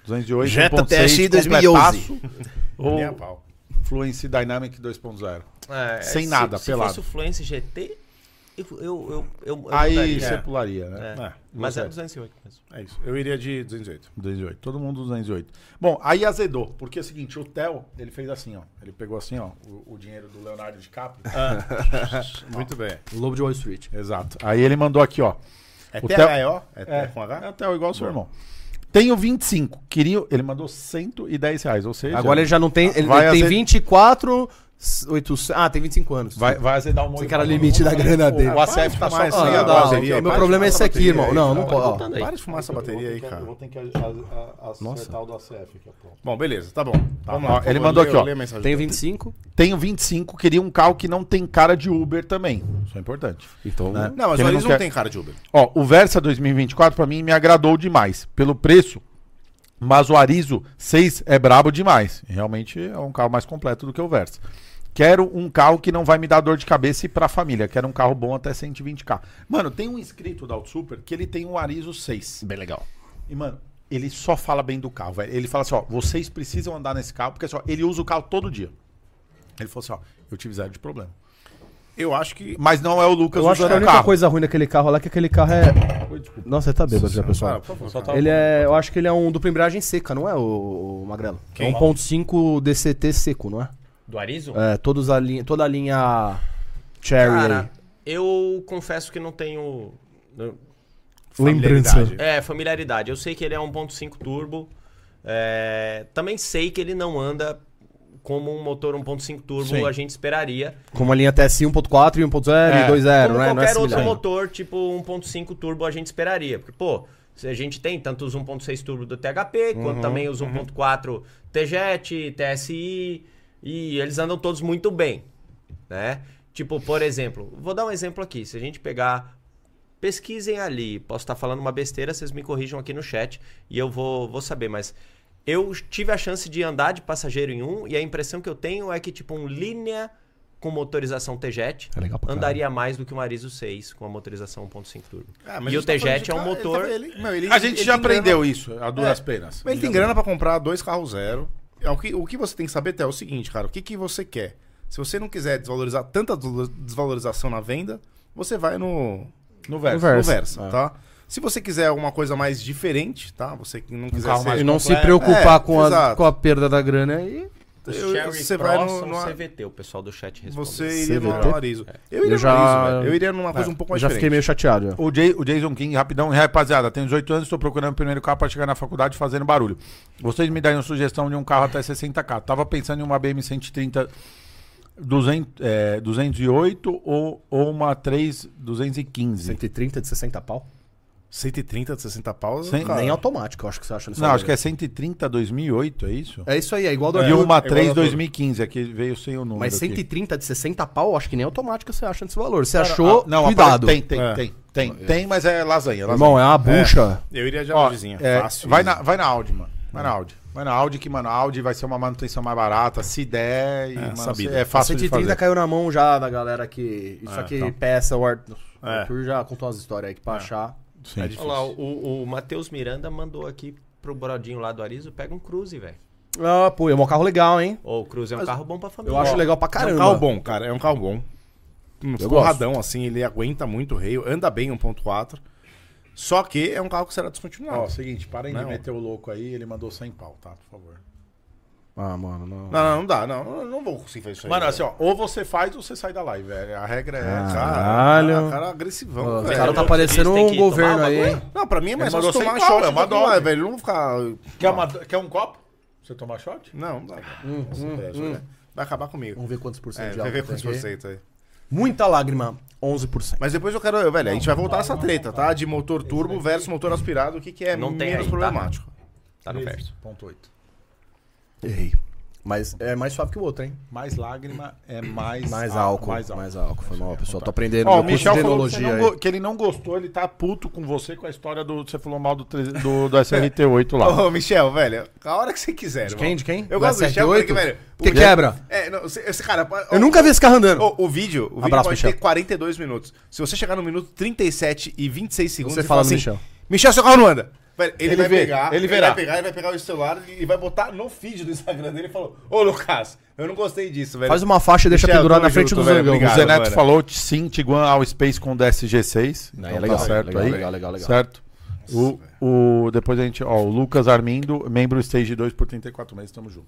Speaker 6: 208,
Speaker 2: Jetta
Speaker 6: 1.6,
Speaker 2: TSI 2011.
Speaker 6: completaço, um ou
Speaker 2: pau.
Speaker 6: Fluence Dynamic 2.0?
Speaker 4: É,
Speaker 6: Sem
Speaker 4: se-
Speaker 6: nada,
Speaker 4: se
Speaker 6: pelado.
Speaker 4: fosse o Fluence GT, eu, eu, eu, eu, eu
Speaker 6: Aí
Speaker 4: mudaria.
Speaker 6: você pularia, né?
Speaker 4: É.
Speaker 2: É,
Speaker 4: Mas
Speaker 6: você.
Speaker 4: é 208 mesmo.
Speaker 2: É isso. Eu iria de 208.
Speaker 6: 208. Todo mundo 208. Bom, aí azedou, porque é o seguinte, o Theo, ele fez assim, ó. Ele pegou assim, ó, o, o dinheiro do Leonardo DiCaprio.
Speaker 2: Muito bem.
Speaker 3: Lobo de Wall Street.
Speaker 6: Exato. Aí ele mandou aqui, ó.
Speaker 2: É
Speaker 6: O
Speaker 2: THO? É,
Speaker 6: É,
Speaker 2: é com
Speaker 6: é
Speaker 2: H?
Speaker 6: o Theo, igual o seu irmão. Tenho 25. Queria, ele mandou 110 reais, ou seja...
Speaker 3: Agora ele já não tem. Ele
Speaker 6: Vai
Speaker 3: tem
Speaker 6: aze-
Speaker 3: 24, 800. Ah, tem 25 anos.
Speaker 6: Vai, vai azedar um monte.
Speaker 3: Esse cara é o limite da grana dele.
Speaker 6: O ACF tá só...
Speaker 2: mais,
Speaker 3: Ah,
Speaker 2: Sim,
Speaker 3: não,
Speaker 2: a
Speaker 3: dá,
Speaker 2: bateria
Speaker 3: o
Speaker 2: aí,
Speaker 3: meu
Speaker 2: para
Speaker 3: problema
Speaker 2: de
Speaker 3: é esse
Speaker 2: falar
Speaker 3: aqui,
Speaker 2: bateria
Speaker 3: irmão.
Speaker 2: aí,
Speaker 3: Não,
Speaker 2: cara.
Speaker 3: não pode. ó.
Speaker 4: Voltando aí.
Speaker 2: Para de fumar essa bateria aí, cara.
Speaker 6: ter que acertar o do ACF aqui, pô.
Speaker 2: Bom, beleza, tá bom.
Speaker 6: Tá.
Speaker 2: Vamos
Speaker 6: Ó,
Speaker 2: lá. por
Speaker 6: ele
Speaker 2: favor,
Speaker 6: mandou
Speaker 2: lê-
Speaker 6: aqui, ó.
Speaker 2: lê a mensagem
Speaker 3: Tem
Speaker 2: dele.
Speaker 3: 25.
Speaker 6: Tenho 25, queria um carro que não tem cara de Uber também. Isso é importante.
Speaker 3: Então.
Speaker 6: né?
Speaker 2: Não, mas olha,
Speaker 6: Quem não
Speaker 2: eles não
Speaker 6: quer-
Speaker 2: têm cara de Uber.
Speaker 6: Ó, o Versa 2024 pra mim me agradou demais pelo preço, mas o Arizo 6 é brabo demais. Realmente é um carro mais completo do que o Versa. Quero um carro que não vai me dar dor de cabeça e pra família. Quero um carro bom até 120k. Mano, tem um inscrito da Super que ele tem um Arizo 6.
Speaker 2: Bem legal.
Speaker 6: E, mano, ele só fala bem do carro, velho. Ele fala assim, ó, vocês precisam andar nesse carro, porque assim, ó, ele usa o carro todo dia. Ele falou assim, ó, eu tive zero de problema.
Speaker 2: Eu acho que.
Speaker 6: Mas não é o Lucas
Speaker 3: Eu acho que a
Speaker 6: usando o
Speaker 3: única
Speaker 6: carro.
Speaker 3: coisa ruim daquele carro lá é que aquele carro é. Nossa, ele tá bêbado já, pessoal. Ele é. Eu acho que ele é um dupla embreagem seca, não é, o, Magrelo?
Speaker 2: Quem?
Speaker 3: É 1.5 DCT seco, não é?
Speaker 4: Do Arizo?
Speaker 3: É, todos a linha, toda a linha Cherry.
Speaker 4: Cara, eu confesso que não tenho
Speaker 3: Lembrança.
Speaker 2: familiaridade.
Speaker 4: É, familiaridade. Eu sei que ele é 1.5 turbo. É, Também sei que ele não anda como um motor 1.5 turbo
Speaker 6: Sim.
Speaker 4: a gente esperaria.
Speaker 3: Como a linha TSI 1.4 e 1.0
Speaker 6: É,
Speaker 3: e 2.0,
Speaker 4: como
Speaker 3: né? Não é
Speaker 4: qualquer outro
Speaker 3: similar.
Speaker 4: motor, tipo 1.5 turbo, a gente esperaria. Porque, pô, se a gente tem tanto os 1.6 turbo do THP,
Speaker 3: Uhum,
Speaker 4: quanto também os 1.4 T-Jet, TSI, e eles andam todos muito bem, né? Tipo, por exemplo, vou dar um exemplo aqui. Se a gente pegar... Pesquisem ali, posso estar falando uma besteira, vocês me corrijam aqui no chat e eu vou, vou saber, mas... Eu tive a chance de andar de passageiro em um e a impressão que eu tenho é que, tipo, um linha com motorização T-Jet
Speaker 3: É legal pra caralho.
Speaker 4: andaria mais do que um Arizo 6 com a motorização 1.5 turbo.
Speaker 2: Ah, mas
Speaker 4: e
Speaker 2: a
Speaker 4: o
Speaker 2: gente tá falando
Speaker 4: T-Jet
Speaker 2: de
Speaker 4: é um
Speaker 2: cara- ele
Speaker 4: motor.
Speaker 2: tá- ele- não, ele-
Speaker 6: A gente
Speaker 2: ele
Speaker 6: já
Speaker 2: tem grana-
Speaker 6: aprendeu isso, a duras
Speaker 2: É,
Speaker 6: penas.
Speaker 2: Mas ele tem grana pra comprar dois carros zero. É, o, que, o que você tem que saber, Theo, é o seguinte, cara. O que, que você quer? Se você não quiser desvalorizar tanta desvalo- desvalorização na venda, você vai no,
Speaker 6: No
Speaker 2: no
Speaker 6: verso.
Speaker 2: Versa,
Speaker 3: Versa.
Speaker 2: tá? Se você quiser alguma coisa mais diferente, tá? Você que não quiser
Speaker 6: carro mais
Speaker 3: E
Speaker 2: ser...
Speaker 3: não se
Speaker 4: completo.
Speaker 3: preocupar
Speaker 2: É,
Speaker 3: com, a,
Speaker 2: exato.
Speaker 3: com a perda da grana aí.
Speaker 4: Os
Speaker 2: Eu-
Speaker 4: Cherry
Speaker 2: você
Speaker 4: Cross
Speaker 2: vai no-
Speaker 4: são
Speaker 6: um
Speaker 2: numa-
Speaker 4: CVT, o pessoal do chat responde.
Speaker 2: Você iria no
Speaker 3: CVT.
Speaker 2: Arizo. Eu iria
Speaker 3: Eu já-
Speaker 2: no Arizo, velho. Eu iria numa coisa um pouco mais
Speaker 3: já fiquei
Speaker 2: diferente.
Speaker 3: meio chateado. já.
Speaker 6: O, Jay- o Jason King, rapidão. Rapaziada, tenho 18 anos, estou procurando o primeiro carro para chegar na faculdade fazendo barulho. Vocês me deram sugestão de um carro até 60k. Tava pensando em uma BM 130 200, é, 208 ou, ou uma 3 215.
Speaker 3: 130 de 60 pau?
Speaker 2: 130 de 60 paus,
Speaker 6: Sem-
Speaker 2: cara.
Speaker 3: Nem automático, eu acho que você acha nesse
Speaker 6: Não, acho que
Speaker 3: modelo.
Speaker 6: é 130 2008, é isso?
Speaker 3: É isso aí, é igual do
Speaker 6: E
Speaker 3: Arthur.
Speaker 6: uma
Speaker 2: igual a
Speaker 6: 3
Speaker 2: tudo.
Speaker 6: 2015, aqui veio sem o número.
Speaker 3: Mas
Speaker 6: aqui.
Speaker 3: 130 de 60 pau, eu acho que nem automático você acha nesse valor. Você achou,
Speaker 6: Ah, não,
Speaker 3: cuidado.
Speaker 6: Tem, tem,
Speaker 2: É.
Speaker 6: tem, tem, tem, mas é lasanha. lasanha.
Speaker 3: Irmão, é uma bucha.
Speaker 2: Eu iria de
Speaker 6: Ó,
Speaker 2: Arizinha.
Speaker 6: é,
Speaker 2: Fácil.
Speaker 6: Vai na, vai na Audi, mano. Vai na Audi. Vai na Audi que, mano, a Audi vai ser uma manutenção mais barata, se der, e, mano,
Speaker 2: sabido.
Speaker 6: cê- é fácil de
Speaker 3: 130
Speaker 6: fazer.
Speaker 3: caiu na mão já da galera que. Só que peça, o Arthur, o
Speaker 2: É.
Speaker 3: Arthur já contou umas histórias aí que pra achar.
Speaker 6: Sim.
Speaker 2: É difícil.
Speaker 4: Olha lá, o, o Matheus Miranda mandou aqui pro Brodinho lá do Arizo, pega um Cruze, velho.
Speaker 3: Ah, pô, é um carro legal, hein?
Speaker 4: Ô, o Cruze é um carro bom pra família.
Speaker 3: Eu acho
Speaker 4: Ó,
Speaker 3: legal pra
Speaker 2: É
Speaker 3: caramba.
Speaker 2: um carro bom, cara. É um carro bom. Um
Speaker 3: gosto.
Speaker 2: forradão, assim, ele aguenta muito o rail, anda bem 1.4. Só que é um carro que será descontinuado.
Speaker 6: Ó, seguinte, parem de
Speaker 2: Não.
Speaker 6: meter o louco aí, ele mandou 100 pau, tá? Por favor.
Speaker 3: Ah, mano, não.
Speaker 2: Não, não, não dá. Não, não, não vou conseguir fazer isso Tá aí.
Speaker 6: Mano,
Speaker 2: velho.
Speaker 6: assim, ó, ou você faz ou você sai da live, velho. A regra é essa.
Speaker 2: Cara,
Speaker 3: Caralho.
Speaker 2: Cara, cara agressivão,
Speaker 3: Ó, O
Speaker 2: velho.
Speaker 3: cara tá
Speaker 4: Tem
Speaker 3: parecendo
Speaker 4: que
Speaker 3: um
Speaker 4: tomar
Speaker 3: governo
Speaker 4: uma
Speaker 3: aí.
Speaker 4: coisa?
Speaker 3: hein?
Speaker 2: Não, pra mim é mais
Speaker 6: Ele mandou
Speaker 2: fácil tomar
Speaker 6: sem pau,
Speaker 2: shot.
Speaker 6: é uma
Speaker 2: do que tomar,
Speaker 6: dose.
Speaker 2: velho. Não vou ficar...
Speaker 6: Quer, uma, quer um copo? Você tomar shot?
Speaker 2: Não, não
Speaker 3: Hum,
Speaker 2: dá. velho. Essa ideia, velho. Vai acabar comigo.
Speaker 3: Vamos ver quantos por
Speaker 2: É,
Speaker 3: cento de
Speaker 2: vai
Speaker 3: alta
Speaker 2: ver
Speaker 3: tem
Speaker 2: quantos
Speaker 3: aqui.
Speaker 2: por cento aí.
Speaker 3: Muita lágrima, 11%.
Speaker 2: Mas depois eu quero... Velho, a gente vai voltar a essa treta, tá? De motor turbo versus motor aspirado. O que que é
Speaker 4: Não tem
Speaker 2: menos
Speaker 4: aí, tá?
Speaker 2: problemático?
Speaker 4: Tá no verso.
Speaker 6: 3.8.
Speaker 3: Errei. Mas é mais suave que o outro, hein?
Speaker 6: Mais lágrima é mais,
Speaker 3: Mais
Speaker 6: á-
Speaker 3: álcool.
Speaker 6: mais
Speaker 3: Ah, Mais álcool,
Speaker 6: álcool.
Speaker 3: foi mal, pessoal. Tô aprendendo
Speaker 6: Ó,
Speaker 3: meu
Speaker 6: o
Speaker 3: curso
Speaker 6: Michel
Speaker 3: de
Speaker 6: falou que, você
Speaker 3: enologia
Speaker 6: não
Speaker 3: aí.
Speaker 6: go- que ele não gostou, ele tá puto com você com a história do. Você falou mal do, tre- do, do SRT8 lá.
Speaker 2: Ô, Michel, velho, a hora que você quiser,
Speaker 3: De
Speaker 2: irmão.
Speaker 3: quem? De quem?
Speaker 2: Eu
Speaker 3: Do
Speaker 2: gosto do Michel porque,
Speaker 3: SRT8?
Speaker 2: velho...
Speaker 3: Porque quebra.
Speaker 2: É, não, esse- esse cara... ó,
Speaker 3: Eu nunca vi esse carro andando.
Speaker 2: ó, O, vídeo, o vídeo
Speaker 3: Abraço,
Speaker 2: pode
Speaker 3: Michel.
Speaker 2: ter 42 minutos. Se você chegar no minuto 37 e 26 segundos
Speaker 3: Você
Speaker 2: e
Speaker 3: fala
Speaker 2: falar
Speaker 3: do
Speaker 2: assim,
Speaker 3: Michel.
Speaker 2: Michel, seu carro não anda. Velho, ele,
Speaker 6: Ele
Speaker 2: vai
Speaker 6: vê,
Speaker 2: pegar,
Speaker 6: ele verá.
Speaker 2: vai pegar, ele vai pegar o celular e vai botar no feed do Instagram dele e falou, ô Lucas, eu não gostei disso, velho.
Speaker 3: Faz uma faixa e deixa
Speaker 2: Michel,
Speaker 6: Tá
Speaker 3: pendurada na
Speaker 2: tamo
Speaker 3: frente
Speaker 2: junto,
Speaker 3: do
Speaker 2: velho,
Speaker 3: zangão.
Speaker 6: o
Speaker 2: obrigado.
Speaker 6: Zé Neto
Speaker 2: agora.
Speaker 6: falou de sim, Tiguan ao Space com DSG6.
Speaker 3: Não,
Speaker 6: Não,
Speaker 3: é
Speaker 6: então
Speaker 3: legal,
Speaker 6: tá certo
Speaker 3: legal,
Speaker 6: aí.
Speaker 3: legal, legal, legal.
Speaker 6: Certo? O, o, depois a gente. Ó, o Lucas Armindo, membro Stage 2 por 34 meses, tamo junto.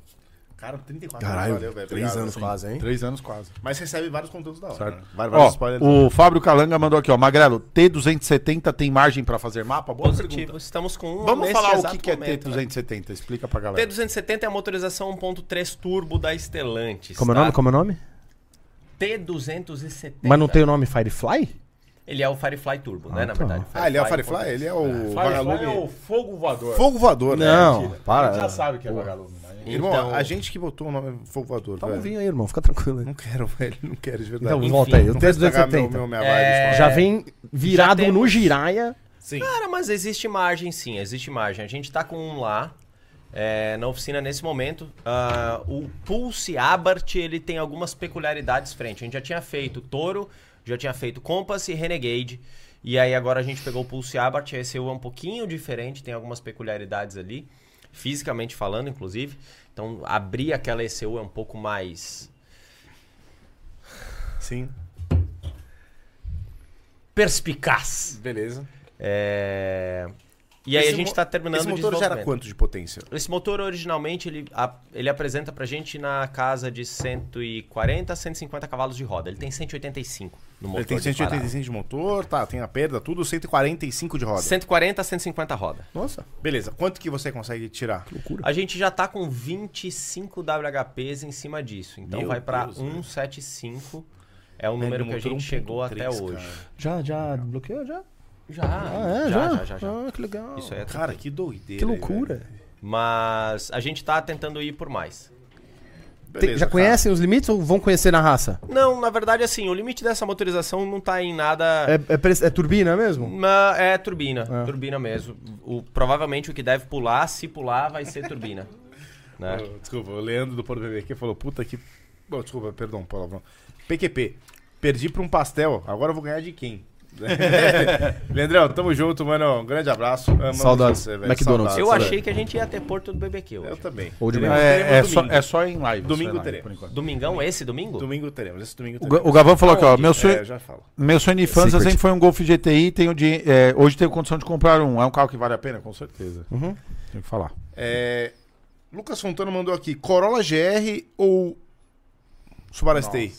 Speaker 2: Cara, 34
Speaker 3: Caralho,
Speaker 2: valeu, velho.
Speaker 3: três
Speaker 2: obrigado.
Speaker 3: anos quase, hein?
Speaker 6: Três anos quase.
Speaker 2: Mas recebe vários conteúdos da hora.
Speaker 6: Certo.
Speaker 2: né? Vários, vários
Speaker 6: Ó,
Speaker 2: spoilers.
Speaker 6: o Fábio Calanga mandou aqui, ó. Magrelo, T270 tem margem pra fazer mapa? Boa
Speaker 3: tá
Speaker 6: pergunta.
Speaker 4: Estamos com um
Speaker 6: Vamos
Speaker 4: neste
Speaker 6: falar o
Speaker 4: exato
Speaker 6: que, que é
Speaker 4: momento, né?
Speaker 6: T270. Explica pra galera.
Speaker 4: T270 é a motorização 1.3 turbo da Stellantis.
Speaker 3: Como é o
Speaker 4: tá?
Speaker 3: nome? Como é o nome?
Speaker 4: T270.
Speaker 3: Mas não tem o nome Firefly?
Speaker 4: Ele é o Firefly Turbo, né, na
Speaker 3: tá.
Speaker 4: verdade.
Speaker 2: Ah, ele é o Firefly? Ele é o vagalume?
Speaker 6: fogo voador.
Speaker 2: Fogo voador, né?
Speaker 3: Não, para.
Speaker 6: sabe que é vagalume, né?
Speaker 2: Irmão,
Speaker 4: Então-
Speaker 2: a gente que botou o nome Fogo Voador,
Speaker 3: Toma um
Speaker 2: velho.
Speaker 3: vinho aí, irmão. Fica tranquilo aí.
Speaker 2: Não quero, velho. Não quero, de verdade.
Speaker 3: Então, volta aí. O
Speaker 2: Hum. Não quero estragar meu, meu,
Speaker 3: T270.
Speaker 2: minha
Speaker 4: É,
Speaker 2: vibe.
Speaker 3: É. Já vem virado no
Speaker 4: temos.
Speaker 3: giraia.
Speaker 2: Sim.
Speaker 4: Cara, mas existe margem sim, existe margem. A gente tá com um lá é, na oficina nesse momento. Ah, o Pulse Abarth, ele tem algumas peculiaridades frente. A gente já tinha feito Toro, já tinha feito Compass e Renegade. E aí agora a gente pegou o Pulse Abarth, esse é um pouquinho diferente, tem algumas peculiaridades ali, fisicamente falando, inclusive. Então, abrir aquela ECU é um pouco mais
Speaker 2: Sim.
Speaker 4: perspicaz.
Speaker 2: Beleza.
Speaker 4: É, E aí
Speaker 2: Esse
Speaker 4: a gente
Speaker 2: mo-
Speaker 4: tá terminando
Speaker 2: Esse
Speaker 4: o
Speaker 2: motor já era
Speaker 4: desenvolvimento.
Speaker 2: quanto de potência?
Speaker 4: Esse motor originalmente ele, a- ele apresenta pra gente na casa de 140 150 cavalos de roda. Ele tem 185 no motor.
Speaker 2: Ele tem
Speaker 4: de parada.
Speaker 2: 185 de motor, tá, tem a perda, tudo, 145 de roda.
Speaker 4: 140 150 roda.
Speaker 3: Nossa,
Speaker 2: Beleza, quanto que você consegue tirar?
Speaker 3: loucura.
Speaker 4: A gente já tá com 25 WHPs em cima disso. Então
Speaker 2: Meu
Speaker 4: vai pra
Speaker 2: Deus,
Speaker 4: 175. É o
Speaker 2: Velho,
Speaker 4: número que a
Speaker 2: motor
Speaker 4: gente chegou
Speaker 2: 1.3,
Speaker 4: até
Speaker 2: cara.
Speaker 4: hoje.
Speaker 3: Já, já bloqueou? Já?
Speaker 4: Já,
Speaker 3: Ah, é? Já,
Speaker 4: já, já, já, já.
Speaker 3: Ah, que legal.
Speaker 4: Isso aí é
Speaker 2: Cara, que doideira.
Speaker 3: Que
Speaker 2: aí,
Speaker 3: loucura.
Speaker 2: velho.
Speaker 4: Mas a gente tá tentando ir por mais.
Speaker 3: Tem-
Speaker 2: é Beleza,
Speaker 3: já
Speaker 2: cara.
Speaker 3: conhecem os limites ou vão conhecer na raça?
Speaker 4: Não, na verdade assim, o limite dessa motorização não tá em nada
Speaker 3: É, é pres- é turbina mesmo?
Speaker 4: Ma- é turbina, turbina mesmo. O, provavelmente o que deve pular, se pular, vai ser turbina. né?
Speaker 2: Ô, Desculpa, o Leandro do Porto BBQ falou, puta que... Ô, desculpa, perdão, palavrão. PQP, perdi pra um pastel, agora eu vou ganhar de quem? Leandrão, tamo junto, mano. Um grande abraço. Amamos
Speaker 3: Saudades.
Speaker 2: velho.
Speaker 3: McDonald's.
Speaker 4: Eu
Speaker 2: Saudades.
Speaker 4: achei que a gente ia ter Porto do BBQ hoje.
Speaker 2: Ah, Eu também.
Speaker 3: Ou de
Speaker 2: Teremos-
Speaker 3: manhã.
Speaker 6: É, é
Speaker 2: teremos
Speaker 6: só,
Speaker 2: domingo.
Speaker 6: é só em live.
Speaker 2: Domingo
Speaker 6: só em live,
Speaker 2: teremos.
Speaker 6: por enquanto.
Speaker 4: Domingão, esse domingo?
Speaker 2: Domingo teremos, esse domingo
Speaker 6: O,
Speaker 2: teremos.
Speaker 6: Ga- o Gavão falou aqui, ó.
Speaker 4: Aonde?
Speaker 6: Meu sonho,
Speaker 2: É, já falo.
Speaker 6: meu sonho de infância
Speaker 3: Secret.
Speaker 6: sempre foi um Golf GTI. Tenho de, é, hoje tenho condição de comprar um. É um carro que vale a pena, com certeza. Tenho que falar.
Speaker 2: É, Lucas Fontana mandou aqui, Corolla GR ou Subaru STI?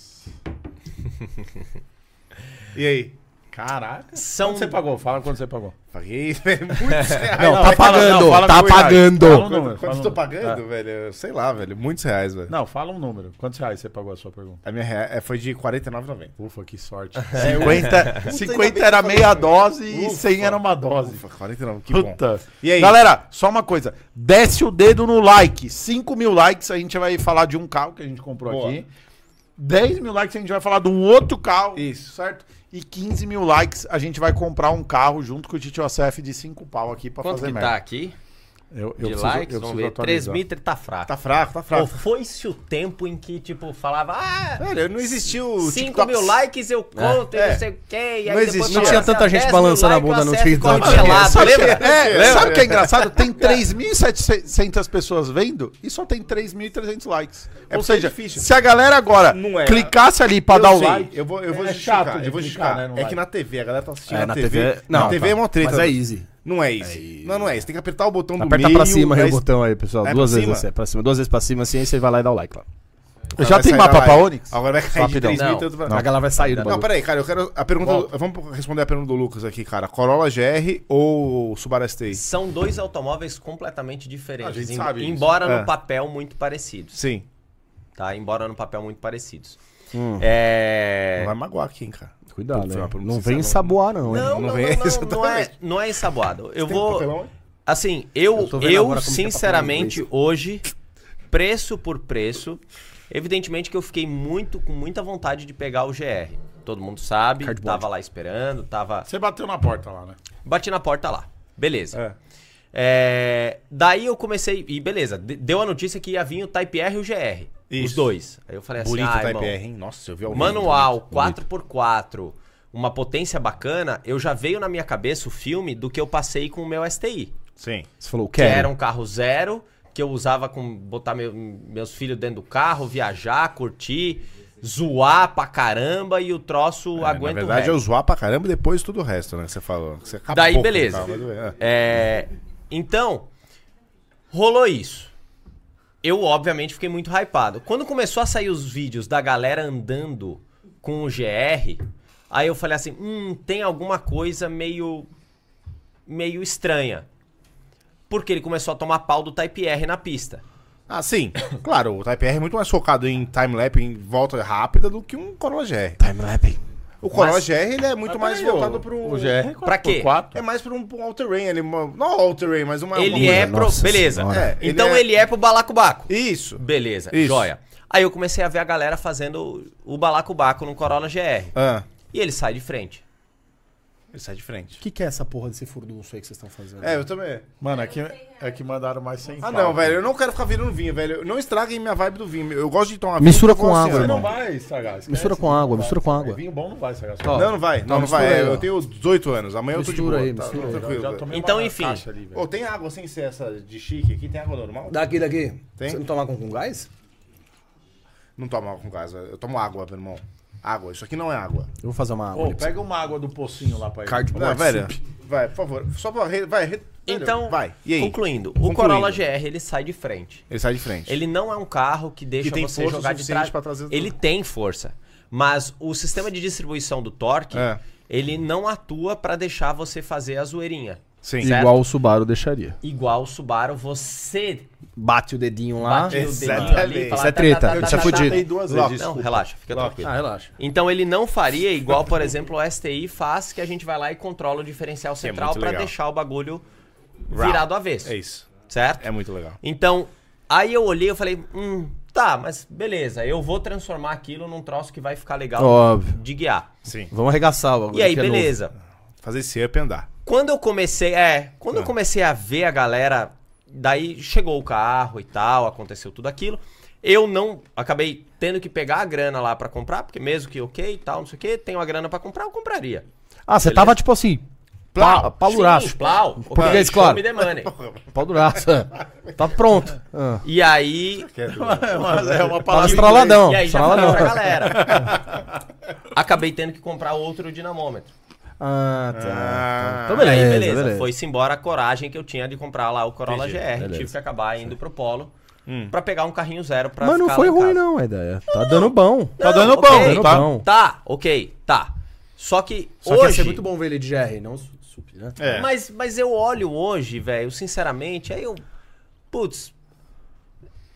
Speaker 2: e aí?
Speaker 6: Caraca.
Speaker 4: São...
Speaker 6: Quanto você pagou? Fala quanto você pagou.
Speaker 2: Paguei velho, muitos reais.
Speaker 3: Não, tá
Speaker 2: Vai falar-
Speaker 3: pagando,
Speaker 2: fala
Speaker 3: tá
Speaker 2: mil reais.
Speaker 3: pagando.
Speaker 6: Fala um
Speaker 2: Quanto,
Speaker 6: número,
Speaker 2: quanto
Speaker 6: fala um
Speaker 2: eu tô
Speaker 6: número.
Speaker 2: pagando, velho? Sei lá, velho. Muitos reais, velho.
Speaker 6: Não, fala um número. Quantos reais você pagou a sua pergunta?
Speaker 2: A minha rea- é, foi de 49,90.
Speaker 6: Ufa, que sorte. 50, 50 era
Speaker 2: falei.
Speaker 6: meia dose e
Speaker 2: Ufa.
Speaker 6: 100 era uma dose.
Speaker 2: Ufa, 49, que bom.
Speaker 6: Puta.
Speaker 2: E aí?
Speaker 6: Galera, só uma coisa. Desce o dedo no like. 5 mil likes, a gente vai falar de um carro que a gente comprou
Speaker 2: Boa.
Speaker 6: aqui. 10 mil likes, a gente vai falar de um outro carro.
Speaker 2: Isso.
Speaker 6: Certo? E 15 mil likes, a gente vai comprar um carro junto com o Titio ACF de 5 pau aqui pra
Speaker 4: Quanto
Speaker 6: fazer
Speaker 4: que
Speaker 6: merda.
Speaker 4: tá aqui?
Speaker 6: Eu, eu
Speaker 4: De likes, vamos ver. 3 mil tá fraco.
Speaker 2: Tá fraco, tá
Speaker 4: Ou
Speaker 2: fraco.
Speaker 4: foi-se o tempo em que, tipo, falava... Ah,
Speaker 2: Velho, não existiu
Speaker 4: 5 mil likes eu conto e
Speaker 2: É.
Speaker 4: não sei o quê. E
Speaker 2: Não
Speaker 4: depois
Speaker 2: existia.
Speaker 4: falava
Speaker 2: Não tinha
Speaker 4: assim,
Speaker 3: tanta
Speaker 4: ah,
Speaker 3: gente
Speaker 4: 10 mil
Speaker 3: balançando a
Speaker 4: likes,
Speaker 3: bunda
Speaker 4: o
Speaker 3: no
Speaker 4: ACF
Speaker 3: TikTok.
Speaker 4: congelado,
Speaker 6: Sabe,
Speaker 4: lembra?
Speaker 6: que- é,
Speaker 2: Lembra?
Speaker 6: sabe o que é engraçado? Tem 3.700 pessoas vendo e só tem 3.300 likes.
Speaker 2: É
Speaker 6: Ou
Speaker 2: porque é
Speaker 6: seja,
Speaker 2: difícil.
Speaker 6: se a galera agora
Speaker 2: Não é.
Speaker 6: clicasse ali pra
Speaker 2: Eu
Speaker 6: dar o
Speaker 2: sei,
Speaker 6: like.
Speaker 2: Eu vou, eu vou
Speaker 6: É
Speaker 2: justificar,
Speaker 6: chato de
Speaker 2: eu vou
Speaker 6: clicar,
Speaker 2: justificar.
Speaker 6: né, no
Speaker 2: é que
Speaker 6: like.
Speaker 2: na TV, a galera tá assistindo
Speaker 3: É,
Speaker 2: na, TV. na TV é uma treta.
Speaker 3: Mas é easy.
Speaker 2: Não é isso. Não, não é isso. Tem que apertar o botão do
Speaker 3: Aperta
Speaker 2: meio.
Speaker 3: pra cima aí
Speaker 2: mas-
Speaker 3: o botão aí, pessoal.
Speaker 2: É
Speaker 3: duas
Speaker 2: pra
Speaker 3: vezes
Speaker 2: cima?
Speaker 3: assim, é pra cima. Duas vezes pra cima assim, aí você vai lá e dá o like lá.
Speaker 2: Agora
Speaker 6: Já
Speaker 2: vai
Speaker 6: tem
Speaker 2: sair
Speaker 6: mapa
Speaker 2: da
Speaker 6: pra
Speaker 2: live.
Speaker 6: Onix?
Speaker 2: Agora vai cair de
Speaker 6: Rapidão.
Speaker 2: 3 mil e
Speaker 4: Não.
Speaker 2: tanto pra...
Speaker 3: A galera vai sair do
Speaker 2: Não,
Speaker 3: bagulho.
Speaker 2: peraí, cara, eu quero a pergunta. do- vamos responder a pergunta do Lucas aqui, cara. Corolla GR ou Subaru STI?
Speaker 4: São dois automóveis completamente diferentes.
Speaker 6: A gente
Speaker 4: em-
Speaker 6: sabe isso.
Speaker 4: embora
Speaker 2: É.
Speaker 4: no papel muito parecidos.
Speaker 2: Sim.
Speaker 4: tá? Embora no papel muito parecidos.
Speaker 2: Hum.
Speaker 4: É...
Speaker 2: Não vai magoar aqui, hein, cara.
Speaker 3: Cuidado,
Speaker 2: Foi uma
Speaker 3: né?
Speaker 2: pergunta
Speaker 3: Não vem
Speaker 2: sincera,
Speaker 3: ensaboar, não, hein?
Speaker 4: Não, não,
Speaker 2: não
Speaker 4: não,
Speaker 2: vem-
Speaker 4: não, não é,
Speaker 2: exatamente.
Speaker 4: não é ensaboado. Eu
Speaker 2: Tem
Speaker 4: vou...
Speaker 2: papelão aí?
Speaker 4: Assim, eu,
Speaker 3: Eu tô
Speaker 4: eu,
Speaker 2: tá
Speaker 3: vendo agora como que é papelão em
Speaker 4: sinceramente, hoje, preço por preço. Evidentemente que eu fiquei muito com muita vontade de pegar o GR. Todo mundo sabe,
Speaker 3: Cardboard.
Speaker 4: tava lá esperando, tava
Speaker 6: Você bateu na porta lá, né?
Speaker 4: Bati na porta lá. Beleza. É, daí eu comecei. E beleza, de- deu a notícia que ia vir o Type R e o GR. Os
Speaker 2: Isso.
Speaker 4: dois. Aí eu falei assim:
Speaker 2: Bonito o
Speaker 4: ah,
Speaker 2: Type
Speaker 4: irmão,
Speaker 2: R, hein? Nossa, eu vi ao vivo,
Speaker 4: Manual,
Speaker 2: bonito, bonito.
Speaker 4: 4x4, uma potência bacana. Eu já veio na minha cabeça o filme do que eu passei com o meu STI.
Speaker 2: Sim.
Speaker 3: Você falou,
Speaker 4: Que era
Speaker 3: quero.
Speaker 4: um carro zero, que eu usava com botar meu- meus filhos dentro do carro, viajar, curtir, zoar pra caramba e o
Speaker 2: É,
Speaker 4: troço aguenta
Speaker 2: na
Speaker 4: o
Speaker 2: verdade,
Speaker 4: resto.
Speaker 2: eu zoar pra caramba e depois tudo o resto, né? Que você falou. que Você acabou
Speaker 4: Daí,
Speaker 2: com o
Speaker 4: beleza.
Speaker 2: carro, vai doer, é.
Speaker 4: É, então, rolou isso. Eu, obviamente, fiquei muito hypado. Quando começou a sair os vídeos da galera andando com o GR, aí eu falei assim: hum, tem alguma coisa meio. meio estranha. Porque ele começou a tomar pau do Type R na pista.
Speaker 2: Ah, sim. Claro, o Type R é muito mais focado em time-lap, em volta rápida, do que um Corolla GR.
Speaker 3: Timelapse.
Speaker 2: O Corolla
Speaker 4: Mas-
Speaker 2: GR ele é muito mais voltado pro.
Speaker 6: O GR
Speaker 4: Pra quê?
Speaker 6: 4
Speaker 2: É mais pra um pro all-terrain. Ele... Não all-terrain, mas uma.
Speaker 4: ele
Speaker 2: uma
Speaker 4: é
Speaker 2: coisa-
Speaker 4: pro.
Speaker 3: nossa
Speaker 4: Beleza.
Speaker 3: senhora.
Speaker 2: É, ele
Speaker 4: então
Speaker 2: é-
Speaker 4: ele é pro balacobaco.
Speaker 2: Isso.
Speaker 4: Beleza,
Speaker 2: Isso.
Speaker 4: joia. Aí eu comecei a ver a galera fazendo o balacobaco no Corolla GR.
Speaker 2: Ah,
Speaker 4: E ele sai de frente.
Speaker 2: ele sai de frente.
Speaker 3: O que, que é essa porra desse furdunço aí que vocês estão fazendo?
Speaker 2: É, eu também.
Speaker 6: Mano, é que, é que mandaram mais 100
Speaker 2: Ah,
Speaker 6: pau.
Speaker 2: não, velho, eu não quero ficar virando vinho, velho. Não estraguem minha vibe do vinho. Eu gosto de tomar vinho.
Speaker 3: Mistura
Speaker 2: eu gosto
Speaker 3: com
Speaker 2: assim,
Speaker 3: água,
Speaker 2: ó.
Speaker 6: Você não
Speaker 3: irmão.
Speaker 6: vai estragar. esquece.
Speaker 3: Mistura com água,
Speaker 6: Não
Speaker 3: mistura
Speaker 6: vai.
Speaker 3: com água.
Speaker 6: Vinho bom não vai estragar.
Speaker 3: Ó,
Speaker 2: Não, não vai. Não, não vai.
Speaker 3: mistura aí,
Speaker 2: É,
Speaker 3: ó.
Speaker 2: eu tenho 18 anos. Amanhã
Speaker 3: Mistura
Speaker 2: eu tô
Speaker 3: aí,
Speaker 2: de boa.
Speaker 3: mistura aí.
Speaker 2: tá,
Speaker 6: Eu
Speaker 2: tranquilo.
Speaker 6: já tomei
Speaker 4: Então,
Speaker 6: uma
Speaker 4: enfim.
Speaker 6: caixa ali, velho.
Speaker 2: Ô, tem água sem ser essa de chique aqui? Tem água normal?
Speaker 3: Daqui, daqui.
Speaker 2: Tem?
Speaker 3: Você não toma com, com gás?
Speaker 2: Não tomo água com gás, velho. eu tomo água, meu irmão. Água, isso aqui não é água.
Speaker 3: Eu vou fazer uma água.
Speaker 6: Ô, pega uma água do pocinho lá pra ele.
Speaker 3: Cardboard.
Speaker 2: Não, velho. Vai, por favor. Só pra. Re... Vai, re... velho,
Speaker 4: Então,
Speaker 2: vai. E aí?
Speaker 4: concluindo, o
Speaker 2: Concluindo.
Speaker 4: Corolla GR ele sai de frente.
Speaker 2: Ele sai de frente.
Speaker 4: Ele não é um carro que deixa
Speaker 2: Que tem
Speaker 4: você
Speaker 2: força
Speaker 4: jogar de
Speaker 2: suficiente
Speaker 4: trás.
Speaker 2: pra trazer
Speaker 4: Ele tem força, mas o sistema de distribuição do torque,
Speaker 2: É.
Speaker 4: ele não atua pra deixar você fazer a zoeirinha.
Speaker 2: Sim.
Speaker 3: Igual o Subaru deixaria.
Speaker 4: Igual o Subaru, você
Speaker 3: Bate o dedinho lá.
Speaker 4: bate o dedinho
Speaker 2: Ah, exatamente.
Speaker 4: ali e fala,
Speaker 3: Isso é
Speaker 4: "Tá,
Speaker 3: treta,
Speaker 4: tá, tá,
Speaker 3: isso
Speaker 4: tá,
Speaker 3: é
Speaker 4: tá,
Speaker 3: fudido."
Speaker 4: tá."
Speaker 6: Dei duas
Speaker 4: Não,
Speaker 6: vezes, desculpa.
Speaker 4: relaxa, fica tranquilo.
Speaker 3: Ah, relaxa.
Speaker 4: Então ele não faria igual, por exemplo, o STI faz, que a gente vai lá e controla o diferencial
Speaker 2: é
Speaker 4: central
Speaker 2: muito
Speaker 4: pra
Speaker 2: legal.
Speaker 4: deixar o bagulho virado avesso,
Speaker 2: É isso.
Speaker 4: certo?
Speaker 2: É muito legal.
Speaker 4: Então, aí eu olhei e falei, hum, tá, mas beleza, eu vou transformar aquilo num troço que vai ficar legal
Speaker 3: Óbvio.
Speaker 4: de guiar.
Speaker 2: Sim.
Speaker 3: Vamos arregaçar o é
Speaker 4: E aí, beleza.
Speaker 2: Fazer esse up e andar.
Speaker 4: Quando eu comecei, é, quando eu
Speaker 2: Ah.
Speaker 4: comecei a ver a galera, daí chegou o carro e tal, aconteceu tudo aquilo. Eu não acabei tendo que pegar a grana lá pra comprar, porque mesmo que OK e tal, não sei o quê, tenho a grana pra comprar, eu compraria.
Speaker 3: Ah, você tava tipo assim. Pa,
Speaker 4: Sim,
Speaker 3: pauluraço.
Speaker 4: plau.
Speaker 3: Português,
Speaker 4: show
Speaker 3: claro.
Speaker 4: me the money.
Speaker 3: Pauluraço. tá pronto. Ah.
Speaker 4: E aí,
Speaker 6: É uma, é
Speaker 3: Fala
Speaker 6: uma palavra.
Speaker 3: estraladão.
Speaker 4: e aí já falou
Speaker 3: estraladão.
Speaker 4: pra galera. Acabei tendo que comprar outro dinamômetro.
Speaker 3: Ah, tá.
Speaker 2: Ah.
Speaker 3: Então,
Speaker 4: e
Speaker 3: beleza,
Speaker 4: aí,
Speaker 3: beleza.
Speaker 4: beleza. Foi-se embora a coragem que eu tinha de comprar lá o Corolla GR. Tive que acabar indo pro Polo
Speaker 3: Hum.
Speaker 4: pra pegar um carrinho zero pra
Speaker 3: Mas não
Speaker 4: ficar
Speaker 3: foi
Speaker 4: lá em
Speaker 3: ruim,
Speaker 4: casa.
Speaker 3: não, a ideia. Tá dando bom.
Speaker 4: Não, ok.
Speaker 3: dando
Speaker 4: tá?
Speaker 3: bom.
Speaker 4: Tá, ok, tá. Só que
Speaker 3: Só que ia
Speaker 4: hoje...
Speaker 3: ser muito bom ver ele de GR, não su- sup, né?
Speaker 2: É.
Speaker 4: Mas, mas eu olho hoje, velho, sinceramente, aí eu. Putz.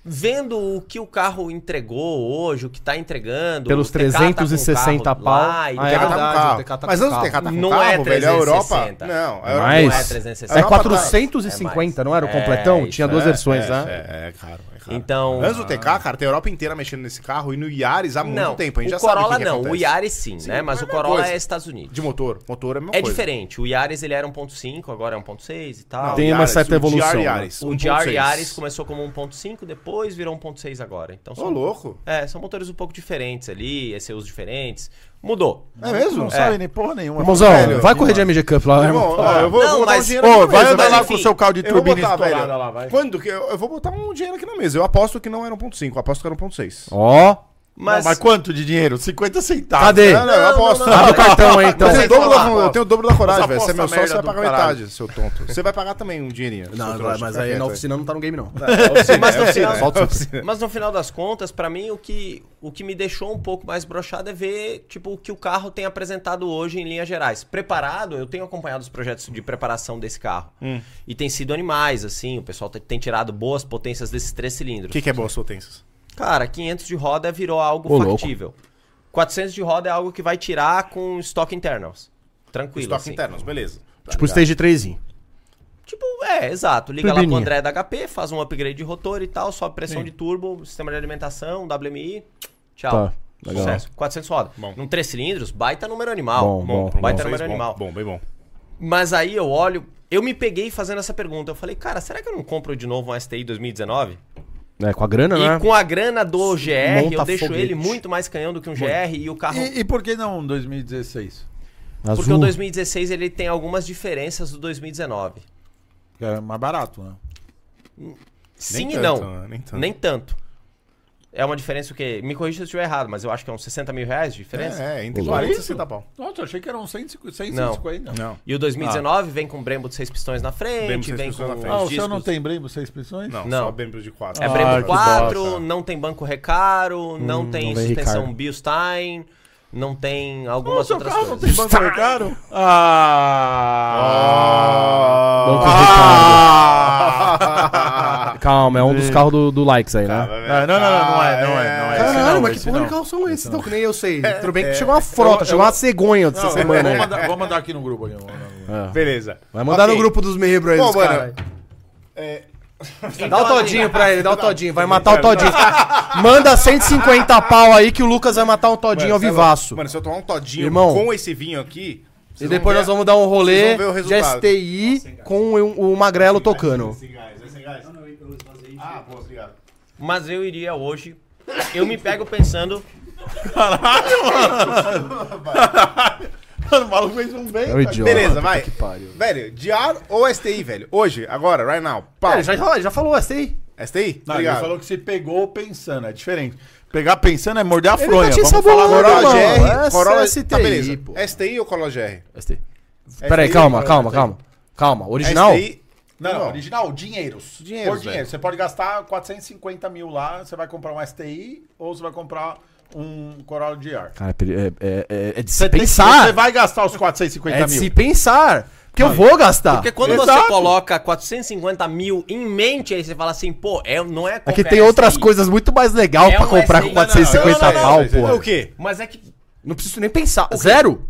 Speaker 4: Vendo o que o carro entregou hoje, o que tá entregando.
Speaker 3: Pelos
Speaker 4: o TK tá com o
Speaker 3: 360
Speaker 4: carro
Speaker 3: pau.
Speaker 4: lá e
Speaker 3: Ah,
Speaker 2: TK tá
Speaker 3: é
Speaker 4: tal.
Speaker 2: com
Speaker 3: verdade,
Speaker 2: carro.
Speaker 3: o TK tá com
Speaker 2: Mas antes do
Speaker 3: carro.
Speaker 2: TK tá com
Speaker 4: Não
Speaker 2: carro,
Speaker 4: é
Speaker 2: velho, a Europa...
Speaker 4: 360.
Speaker 2: Não, a Europa...
Speaker 3: Mas
Speaker 4: Não é
Speaker 3: é,
Speaker 4: 360,
Speaker 2: não,
Speaker 3: 450, não era o
Speaker 4: é
Speaker 3: completão?
Speaker 4: isso,
Speaker 3: Tinha duas
Speaker 2: É,
Speaker 3: versões,
Speaker 2: é,
Speaker 3: né?
Speaker 2: É, é caro, é caro.
Speaker 4: Então.
Speaker 2: Antes do TK, cara, tem a Europa inteira mexendo nesse carro e no Yaris há muito
Speaker 4: Não,
Speaker 2: tempo. A gente
Speaker 4: o
Speaker 2: já
Speaker 4: Corolla
Speaker 2: sabe o que que
Speaker 4: não, o
Speaker 2: acontece.
Speaker 4: Yaris sim, né? Mas
Speaker 2: mesma
Speaker 4: o Corolla
Speaker 2: coisa.
Speaker 4: é Estados Unidos.
Speaker 2: De motor. Motor é a mesma
Speaker 4: É
Speaker 2: coisa.
Speaker 4: diferente. O Yaris ele era 1.5, agora é 1.6 e tal.
Speaker 2: Não,
Speaker 3: Tem uma
Speaker 2: Yaris,
Speaker 3: certa
Speaker 2: o GR
Speaker 3: evolução, né?
Speaker 2: Yaris,
Speaker 4: O
Speaker 2: 1.6.
Speaker 4: Jair Yaris começou como 1.5, depois virou 1.6 agora. Então
Speaker 2: Ô, louco.
Speaker 4: É, são motores um pouco diferentes ali, SEUs diferentes. Mudou.
Speaker 2: É mesmo?
Speaker 6: Não sabe nem porra nenhuma.
Speaker 3: Irmãozão,
Speaker 2: Velho,
Speaker 3: vai correr de MG Cup lá,
Speaker 2: Irmão,
Speaker 3: irmão. Tá
Speaker 2: ó, eu vou,
Speaker 4: Não,
Speaker 2: eu vou botar
Speaker 4: mas-
Speaker 2: um dinheiro
Speaker 6: Ô,
Speaker 2: aqui na
Speaker 6: vai
Speaker 2: mesa,
Speaker 6: andar lá
Speaker 4: enfim,
Speaker 6: com o seu carro de
Speaker 2: Eu vou
Speaker 6: turbina
Speaker 2: botar, velho.
Speaker 6: estourada lá, vai.
Speaker 2: Quando que eu, eu vou botar um dinheiro aqui na mesa. Eu aposto que não era 1.5, eu aposto que era 1.6.
Speaker 3: Ó.
Speaker 6: Mas...
Speaker 4: Mas,
Speaker 6: mas quanto de dinheiro? 50 centavos. né?
Speaker 3: Cadê?
Speaker 2: Não, não, eu aposto.
Speaker 3: Abre o cartão aí, então.
Speaker 2: Mas eu, tenho o dobro
Speaker 6: falar,
Speaker 2: da, eu tenho o dobro da coragem,
Speaker 6: Essa
Speaker 2: velho. Você é meu
Speaker 6: aposta
Speaker 2: sócio, você vai
Speaker 6: merda
Speaker 2: pagar
Speaker 6: do caralho.
Speaker 2: metade, seu tonto. Você vai pagar também um dinheirinho. seu
Speaker 3: Não,
Speaker 2: trouxa,
Speaker 3: vai, mas
Speaker 2: fica
Speaker 3: aí na
Speaker 2: quieto,
Speaker 3: oficina não tá no game, não.
Speaker 2: velho. É, oficina,
Speaker 4: Mas no
Speaker 2: é oficina,
Speaker 4: final-
Speaker 2: é oficina.
Speaker 4: mas no final das contas, pra mim, o que, o que me deixou um pouco mais brochado é ver tipo, o que o carro tem apresentado hoje em linhas gerais. Preparado, eu tenho acompanhado os projetos de preparação desse carro.
Speaker 2: Hum.
Speaker 4: E tem sido animais, assim, o pessoal te- tem tirado boas potências desses três
Speaker 2: O
Speaker 4: cilindros.
Speaker 2: que, que é boas potências?
Speaker 4: Cara, 500 de roda virou algo
Speaker 3: Ô, louco.
Speaker 4: factível. 400 de roda é algo que vai tirar com estoque internals. Tranquilo.
Speaker 2: Estoque
Speaker 4: assim.
Speaker 2: internos, beleza.
Speaker 3: Tipo o stage 3.
Speaker 4: Tipo, é, exato. Liga lá pro
Speaker 3: Turbininha.
Speaker 4: André da HP, faz um upgrade de rotor e tal, sobe pressão de turbo, sistema de alimentação, WMI. Tchau.
Speaker 3: Tá, legal.
Speaker 4: Sucesso. 400 rodas.
Speaker 2: Bom.
Speaker 4: Num 3 cilindros, baita número animal.
Speaker 3: Bom, bom, bom.
Speaker 4: baita
Speaker 2: Vocês,
Speaker 4: número
Speaker 2: bom,
Speaker 4: animal.
Speaker 2: Bom, bem bom.
Speaker 4: Mas aí eu olho, eu me peguei fazendo essa pergunta. Eu falei, cara, será que eu não compro de novo um STI 2019?
Speaker 3: É, com a grana, né?
Speaker 4: E com a grana do GR, eu
Speaker 3: Monta
Speaker 4: deixo
Speaker 3: foguete.
Speaker 4: ele muito mais canhão do que um GR e o carro.
Speaker 6: E, e por que não 2016?
Speaker 3: Azul.
Speaker 4: Porque o 2016 ele tem algumas diferenças do 2019.
Speaker 6: Que é mais barato, né?
Speaker 4: Sim e
Speaker 2: tanto,
Speaker 4: não.
Speaker 2: né? Nem tanto.
Speaker 4: Nem tanto. É uma diferença o quê? Me corrija se eu estiver errado, mas eu acho que é uns 60 mil reais de diferença.
Speaker 2: É, entre
Speaker 6: Só
Speaker 2: 40 e
Speaker 6: isso?
Speaker 2: 60 pau.
Speaker 6: Nossa, eu achei que eram 150,
Speaker 4: Não.
Speaker 6: 150 não.
Speaker 2: Não.
Speaker 4: E o 2019 vem com Brembo de 6 pistões na
Speaker 2: Brembo
Speaker 4: frente,
Speaker 2: de seis
Speaker 4: vem com
Speaker 2: pistões na frente.
Speaker 6: Ah, o
Speaker 4: os
Speaker 6: seu não
Speaker 4: discos-
Speaker 6: tem Brembo, seis pressões?
Speaker 2: Não,
Speaker 4: Não.
Speaker 2: só Brembo de 4.
Speaker 4: É
Speaker 3: Ah,
Speaker 4: Brembo
Speaker 3: que
Speaker 4: 4,
Speaker 3: bosta.
Speaker 4: não tem banco recaro, não tem
Speaker 3: não vem
Speaker 4: suspensão
Speaker 3: Recaro.
Speaker 4: Bilstein, não tem
Speaker 6: O
Speaker 4: algumas
Speaker 6: seu
Speaker 4: outras
Speaker 6: carro não
Speaker 4: coisas.
Speaker 6: tem banco recaro? Ah!
Speaker 3: Banco Ricardo. Calma, é um dos carros do, do Likes aí, né?
Speaker 6: Não, não, não, não é, não é, não é. Esse não, esse não.
Speaker 3: carro são esses? Então, que nem eu sei. Tudo bem que chegou uma frota, chegou uma cegonha
Speaker 6: Não, eu
Speaker 3: é
Speaker 6: vou, mandar, vou mandar aqui no grupo. Ali, eu vou mandar no grupo.
Speaker 2: Beleza.
Speaker 3: Vai mandar
Speaker 2: Ok.
Speaker 3: no grupo dos membros aí,
Speaker 2: Bom,
Speaker 3: dos
Speaker 2: mano, é,
Speaker 3: caras.
Speaker 4: Então,
Speaker 3: Dá o
Speaker 4: assim,
Speaker 3: todinho pra ele, dá o todinho. Vai matar o todinho. Manda 150 pau aí que o Lucas vai matar o todinho ao
Speaker 2: sabe-
Speaker 3: vivaço.
Speaker 2: Mano, se eu tomar um todinho
Speaker 3: Irmão.
Speaker 2: com esse vinho aqui.
Speaker 3: E
Speaker 2: vocês
Speaker 3: depois
Speaker 2: ver-
Speaker 3: nós vamos dar um rolê
Speaker 2: vocês vão ver o
Speaker 3: de
Speaker 2: resultado.
Speaker 3: STI com o, o Magrelo tocando.
Speaker 2: Sem gás, é sem gás. Ah, pô, obrigado.
Speaker 4: Mas eu iria hoje. Eu me pego pensando.
Speaker 6: Mano, o maluco fez um bem.
Speaker 3: É o idiota.
Speaker 2: Beleza, vai.
Speaker 3: Que pariu.
Speaker 2: Velho, diário ou STI, velho? Hoje, agora, right now. Pau.
Speaker 3: É, Ele já, já- já falou STI.
Speaker 2: STI?
Speaker 6: Não, ele
Speaker 2: obrigado.
Speaker 6: falou que se pegou pensando, é diferente. Pegar pensando é morder a
Speaker 3: Ele
Speaker 6: fronha.
Speaker 3: tá te
Speaker 6: Vamos falar
Speaker 3: sabolando,
Speaker 6: agora.
Speaker 2: Corolla
Speaker 3: Não,
Speaker 2: GR,
Speaker 3: essa
Speaker 2: Corolla
Speaker 3: é STI,
Speaker 2: tá, beleza.
Speaker 3: pô.
Speaker 2: STI ou Corolla GR?
Speaker 3: STI. Peraí,
Speaker 2: STI,
Speaker 3: calma, calma,
Speaker 2: STI.
Speaker 3: calma. Calma, original?
Speaker 2: STI.
Speaker 6: Não,
Speaker 2: Não.
Speaker 6: original, dinheiros.
Speaker 2: Dinheiros,
Speaker 6: Por dinheiro.
Speaker 2: velho.
Speaker 6: Você pode gastar 450 mil lá, você vai comprar um STI ou você vai comprar um Corolla de ar.
Speaker 3: Cara, é, é- é- é de se
Speaker 6: Você, tem-
Speaker 3: pensar.
Speaker 6: você vai gastar os 450
Speaker 3: É de
Speaker 6: mil.
Speaker 3: se pensar. Porque eu vou gastar.
Speaker 4: Porque quando você
Speaker 6: Exato.
Speaker 4: coloca 450 mil em mente, aí você fala assim, pô, é, não é.
Speaker 3: É que
Speaker 4: qualquer
Speaker 3: tem outras
Speaker 4: STI.
Speaker 3: coisas muito mais legal
Speaker 4: É
Speaker 3: pra
Speaker 4: um
Speaker 3: comprar
Speaker 4: STI.
Speaker 3: com 450
Speaker 2: Não, não, não,
Speaker 3: pau,
Speaker 2: não, não, não,
Speaker 3: pô.
Speaker 2: O quê?
Speaker 4: Mas é que.
Speaker 3: Não preciso nem pensar. Zero?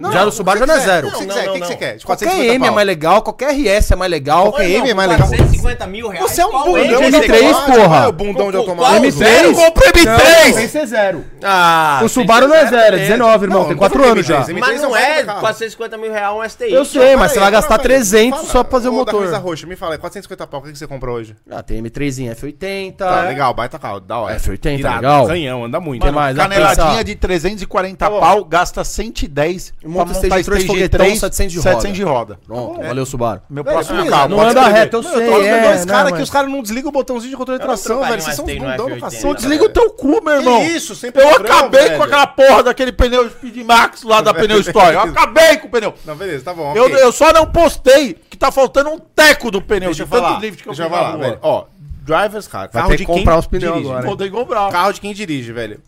Speaker 2: Não,
Speaker 3: já no
Speaker 2: o que
Speaker 3: Subaru já não é
Speaker 2: você
Speaker 3: zero.
Speaker 2: quiser. O que
Speaker 4: Não,
Speaker 2: você quer?
Speaker 4: não,
Speaker 2: O que você
Speaker 4: não.
Speaker 2: quer? De
Speaker 3: Qualquer
Speaker 2: 450
Speaker 3: M é
Speaker 2: pau.
Speaker 3: mais legal, qualquer RS é mais legal.
Speaker 2: Qualquer M é mais legal.
Speaker 4: 450 mil reais.
Speaker 3: Você é um
Speaker 4: qual
Speaker 3: bundão
Speaker 4: é?
Speaker 3: de
Speaker 2: Você
Speaker 3: M3,
Speaker 2: gosta,
Speaker 3: porra.
Speaker 2: vai, o bundão de
Speaker 4: Com-
Speaker 2: automático.
Speaker 4: com-
Speaker 3: M3? Compra M3!
Speaker 2: Não,
Speaker 3: ser zero.
Speaker 4: Ah,
Speaker 3: o Subaru não é zero, é 19, irmão.
Speaker 2: Não,
Speaker 3: tem
Speaker 2: não
Speaker 3: 4
Speaker 2: foi
Speaker 3: anos já.
Speaker 2: M3,
Speaker 4: Mas não
Speaker 2: baita
Speaker 4: é
Speaker 2: carro.
Speaker 4: 450 mil reais um STI.
Speaker 3: Eu sei, mas
Speaker 2: Peraí,
Speaker 3: você vai gastar
Speaker 2: peraí,
Speaker 3: 300
Speaker 2: fala.
Speaker 3: só pra fazer o
Speaker 2: Ô, Da camisa
Speaker 3: motor.
Speaker 2: roxa, me fala, é 450 pau, o que que você comprou hoje?
Speaker 3: Ah, tem M3 em F80.
Speaker 2: Tá, legal, baita carro, da hora.
Speaker 3: F80,
Speaker 2: Irado,
Speaker 3: tá legal.
Speaker 2: Canhão, anda muito.
Speaker 3: Mano, mais? Dá pra
Speaker 6: Caneladinha
Speaker 3: pensar.
Speaker 6: de 340 pau, gasta 110 pra
Speaker 3: Monta stage
Speaker 6: montar
Speaker 3: três,
Speaker 6: stage
Speaker 3: foguetão,
Speaker 6: três,
Speaker 3: 700 de
Speaker 6: roda. É.
Speaker 3: Pronto, valeu, Subaru.
Speaker 6: Meu
Speaker 2: Velho,
Speaker 6: próximo
Speaker 2: beleza,
Speaker 6: carro.
Speaker 3: Não
Speaker 6: pode
Speaker 3: anda
Speaker 6: escrever.
Speaker 3: reto, eu
Speaker 2: Mano, eu tô
Speaker 3: sei.
Speaker 2: vendo
Speaker 3: É,
Speaker 2: dois caras
Speaker 3: não,
Speaker 2: que os
Speaker 3: mas-
Speaker 2: caras não desligam o botãozinho de controle de tração,
Speaker 4: trocaria
Speaker 2: velho.
Speaker 4: um
Speaker 2: Vocês são
Speaker 4: STI
Speaker 2: um
Speaker 4: no
Speaker 2: bundão do
Speaker 4: F80,
Speaker 2: cacete.
Speaker 6: Pô,
Speaker 2: velho.
Speaker 6: desliga o teu cu, meu irmão.
Speaker 2: isso, sempre
Speaker 6: Eu
Speaker 2: programa,
Speaker 6: acabei
Speaker 2: velho.
Speaker 6: com aquela porra daquele pneu Speed Max lá da Pneu Store. Eu acabei com o pneu.
Speaker 2: Não, beleza, tá bom.
Speaker 6: Eu,
Speaker 2: ok.
Speaker 6: eu só não postei que tá faltando um teco do pneu
Speaker 2: Deixa eu
Speaker 6: de tanto
Speaker 2: falar.
Speaker 6: drift que eu
Speaker 2: Deixa eu
Speaker 6: fiz na
Speaker 2: falar,
Speaker 6: rua.
Speaker 2: velho. Ó, drivers, cara.
Speaker 3: Vai ter que comprar os pneus
Speaker 2: dirige.
Speaker 3: agora.
Speaker 6: Vou ter que comprar.
Speaker 2: Carro de quem dirige, velho.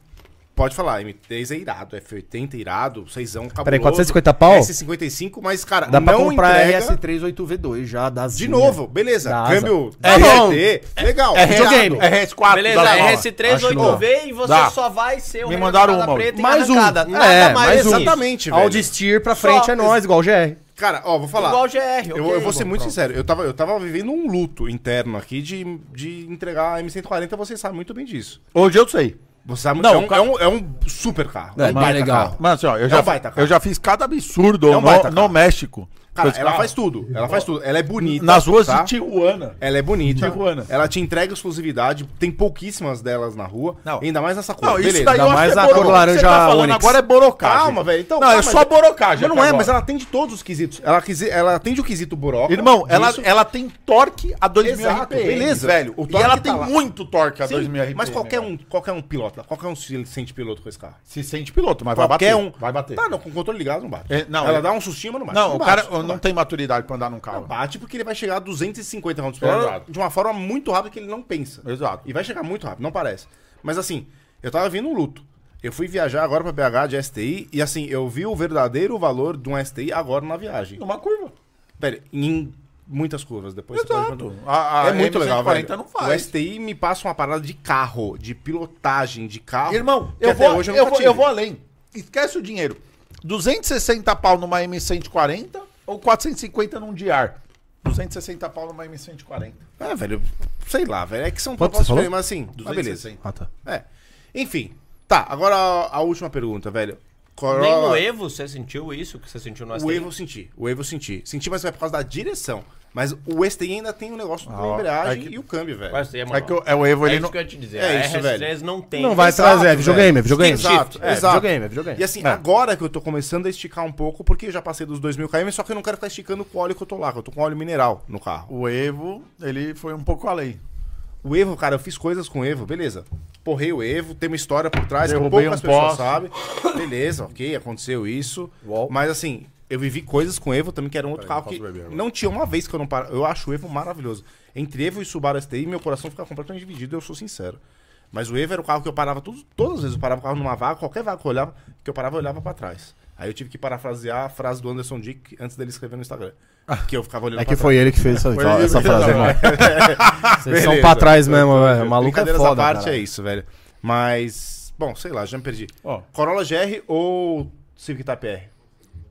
Speaker 2: Pode falar, M3 é irado, F80 é irado, 6 cabuloso.
Speaker 3: Peraí, 450 pau?
Speaker 2: S55, mas, cara,
Speaker 3: Dá pra
Speaker 2: não
Speaker 3: comprar
Speaker 2: entrega.
Speaker 3: RS3 8V2 já, dá
Speaker 2: De novo, beleza.
Speaker 3: Da asa.
Speaker 2: Câmbio
Speaker 3: Tá bom.
Speaker 2: RT, legal.
Speaker 6: É
Speaker 3: videogame.
Speaker 6: reado. É RS4.
Speaker 4: Beleza,
Speaker 6: da Nova.
Speaker 4: RS3
Speaker 3: Acho que não.
Speaker 4: 8V e você
Speaker 6: Dá.
Speaker 4: só vai ser o
Speaker 6: Me
Speaker 4: rei da
Speaker 6: mandaram
Speaker 4: cavada
Speaker 6: uma hoje.
Speaker 4: preta em
Speaker 3: Mais um.
Speaker 4: arrancada. Nada
Speaker 3: É,
Speaker 4: mais
Speaker 3: mais um.
Speaker 4: que isso.
Speaker 2: Exatamente, velho.
Speaker 3: Audi Steer pra frente
Speaker 4: Só-
Speaker 3: é nós, igual o GR.
Speaker 2: Cara, ó, vou falar.
Speaker 4: Igual GR,
Speaker 2: Eu,
Speaker 4: ok.
Speaker 2: eu vou ser muito sincero, eu tava, eu tava vivendo um luto interno aqui de, de entregar a M140, você sabe muito bem disso.
Speaker 6: Hoje eu sei.
Speaker 2: Você sabe
Speaker 6: Não,
Speaker 2: é, um,
Speaker 6: cara-
Speaker 2: é, um, é um super carro.
Speaker 3: É,
Speaker 2: um
Speaker 3: mas
Speaker 2: baita
Speaker 3: legal.
Speaker 2: carro.
Speaker 6: Mano, assim, ó, eu,
Speaker 2: um
Speaker 6: já,
Speaker 2: baita
Speaker 6: eu
Speaker 2: carro.
Speaker 6: já fiz cada absurdo
Speaker 2: É um baita
Speaker 6: no,
Speaker 2: carro.
Speaker 6: no México. "Ah,
Speaker 2: Cara,
Speaker 6: Foi-
Speaker 2: ela faz tudo, ela faz tudo. Ela é bonita.
Speaker 6: Nas ruas
Speaker 2: tá?
Speaker 6: de Tijuana.
Speaker 2: Ela é bonita.
Speaker 6: Tijuana.
Speaker 2: Ela te entrega exclusividade, tem pouquíssimas delas na rua,
Speaker 6: Não.
Speaker 2: ainda mais nessa cor.
Speaker 6: Não,
Speaker 2: Beleza.
Speaker 6: isso daí
Speaker 3: dá
Speaker 6: eu acho
Speaker 3: mais
Speaker 6: que
Speaker 3: a
Speaker 6: boro-
Speaker 3: cor
Speaker 6: o que você
Speaker 3: laranja
Speaker 6: tá falando
Speaker 3: Onix.
Speaker 6: agora é borocagem.
Speaker 2: Calma, velho. Então,
Speaker 6: não,
Speaker 2: calma,
Speaker 6: é só
Speaker 2: gente.
Speaker 6: borocagem.
Speaker 2: Mas não
Speaker 6: até
Speaker 2: é, mas
Speaker 6: agora.
Speaker 2: ela atende todos os quesitos. Ela, quisi- ela atende o quesito é buraco.
Speaker 6: Irmão, ela, ela tem torque a 2000
Speaker 2: Exato,
Speaker 6: RPM.
Speaker 2: beleza.
Speaker 6: velho.
Speaker 2: O
Speaker 6: O
Speaker 2: torque
Speaker 6: e ela
Speaker 2: tá
Speaker 6: tem
Speaker 2: lá.
Speaker 6: muito torque a
Speaker 2: Sim,
Speaker 6: 2000 RPM.
Speaker 2: Mas qualquer
Speaker 6: velho.
Speaker 2: um, qualquer um pilota, qualquer um se sente piloto com esse carro.
Speaker 6: se sente piloto, mas
Speaker 2: qualquer
Speaker 6: vai bater.
Speaker 2: um.
Speaker 6: Vai bater.
Speaker 2: Tá, não, com o controle ligado não bate.
Speaker 6: É, não,
Speaker 2: ela
Speaker 6: é-
Speaker 2: dá um sustinho, mas não bate.
Speaker 6: Não, o
Speaker 2: bate,
Speaker 6: cara não
Speaker 2: bate.
Speaker 6: tem maturidade pra andar num carro.
Speaker 2: Não bate porque ele vai chegar a 250 km por
Speaker 6: É
Speaker 2: hora
Speaker 6: verdade.
Speaker 2: de uma forma muito rápida que ele não pensa.
Speaker 6: Exato.
Speaker 2: E vai chegar muito rápido, não parece. Mas assim, eu tava vindo um luto. Eu fui viajar agora pra BH de STI e assim, eu vi o verdadeiro valor de um STI agora na viagem.
Speaker 6: Numa curva.
Speaker 2: Velho, em muitas curvas depois você pode
Speaker 6: Exato. Ah,
Speaker 2: perguntar.
Speaker 6: A, a
Speaker 2: é muito legal, velho. O
Speaker 6: não faz.
Speaker 2: STI me passa uma parada de carro, de pilotagem, de carro.
Speaker 6: Irmão,
Speaker 2: Ah, que
Speaker 6: eu
Speaker 2: até
Speaker 6: vou,
Speaker 2: hoje eu,
Speaker 6: eu,
Speaker 2: nunca
Speaker 6: vou,
Speaker 2: tive.
Speaker 6: eu vou além. Esquece o dinheiro. 260 pau numa M140 ou 450 num Diar. 260 pau numa M140.
Speaker 2: É, velho, sei lá, velho. É que são
Speaker 3: Quanto
Speaker 2: propostas
Speaker 3: você falou?
Speaker 2: diferentes, mas assim, ah, beleza.
Speaker 6: 260.
Speaker 3: Ah, tá.
Speaker 2: É. Enfim. Tá, agora a, a última pergunta, velho. Corolla...
Speaker 4: Nem no Evo você sentiu isso que você sentiu no
Speaker 2: O
Speaker 4: Aston?
Speaker 2: Evo eu senti. O Evo eu senti. Senti, mas foi por causa da direção. Mas o STI ainda tem o negócio da
Speaker 3: Ah,
Speaker 6: ó,
Speaker 2: embreagem
Speaker 6: é que-
Speaker 2: e o câmbio, velho.
Speaker 4: Mas é,
Speaker 6: É
Speaker 4: manual.
Speaker 6: que o- é o Evo,
Speaker 4: É
Speaker 6: ele
Speaker 4: isso
Speaker 6: não.
Speaker 4: que eu ia te dizer.
Speaker 2: É
Speaker 4: a
Speaker 2: isso,
Speaker 4: RS3 não tem.
Speaker 3: Não vai trazer, é videogame, é videogame.
Speaker 2: Exato,
Speaker 3: É,
Speaker 2: exato.
Speaker 3: videogame, é videogame.
Speaker 2: E assim, agora que eu tô começando a esticar um pouco, porque eu já passei dos 2.000 km, só que eu não quero ficar esticando com o óleo que eu tô lá, que eu tô com óleo mineral no carro.
Speaker 6: O Evo, ele foi um pouco além.
Speaker 2: O Evo, cara, eu fiz coisas com o Evo, beleza. Porrei o Evo, tem uma história por trás
Speaker 6: Derrubei
Speaker 2: que poucas
Speaker 6: um
Speaker 2: pessoas
Speaker 6: poste.
Speaker 2: sabem. Beleza, ok, aconteceu isso.
Speaker 3: Uau.
Speaker 2: Mas assim, eu vivi coisas com o Evo também, que era um outro
Speaker 6: Peraí,
Speaker 2: carro que
Speaker 6: eu posso beber agora.
Speaker 2: não tinha uma vez que eu não paro. Eu acho o Evo maravilhoso. Entre Evo e Subaru STI, meu coração fica completamente dividido, eu sou sincero. Mas o Evo era o carro que eu parava tudo- todas as vezes. Eu parava o carro numa vaga, qualquer vaga que eu olhava, que eu parava, eu olhava pra trás. Aí eu tive que parafrasear a frase do Anderson Dick antes dele escrever no Instagram. Que eu ficava olhando
Speaker 3: É
Speaker 2: pra
Speaker 3: que
Speaker 2: trás.
Speaker 3: foi ele que fez essa,
Speaker 6: Foi ele
Speaker 3: essa
Speaker 6: que
Speaker 3: frase, é
Speaker 6: fez,
Speaker 3: irmão. Vocês são
Speaker 2: Beleza.
Speaker 3: pra trás mesmo,
Speaker 2: Então,
Speaker 3: velho. O maluco é
Speaker 2: brincadeiras à
Speaker 3: foda,
Speaker 2: parte
Speaker 3: cara.
Speaker 2: é isso, velho. Mas, bom, sei lá, já me perdi.
Speaker 6: Ó,
Speaker 2: Corolla GR ou Civic Type R?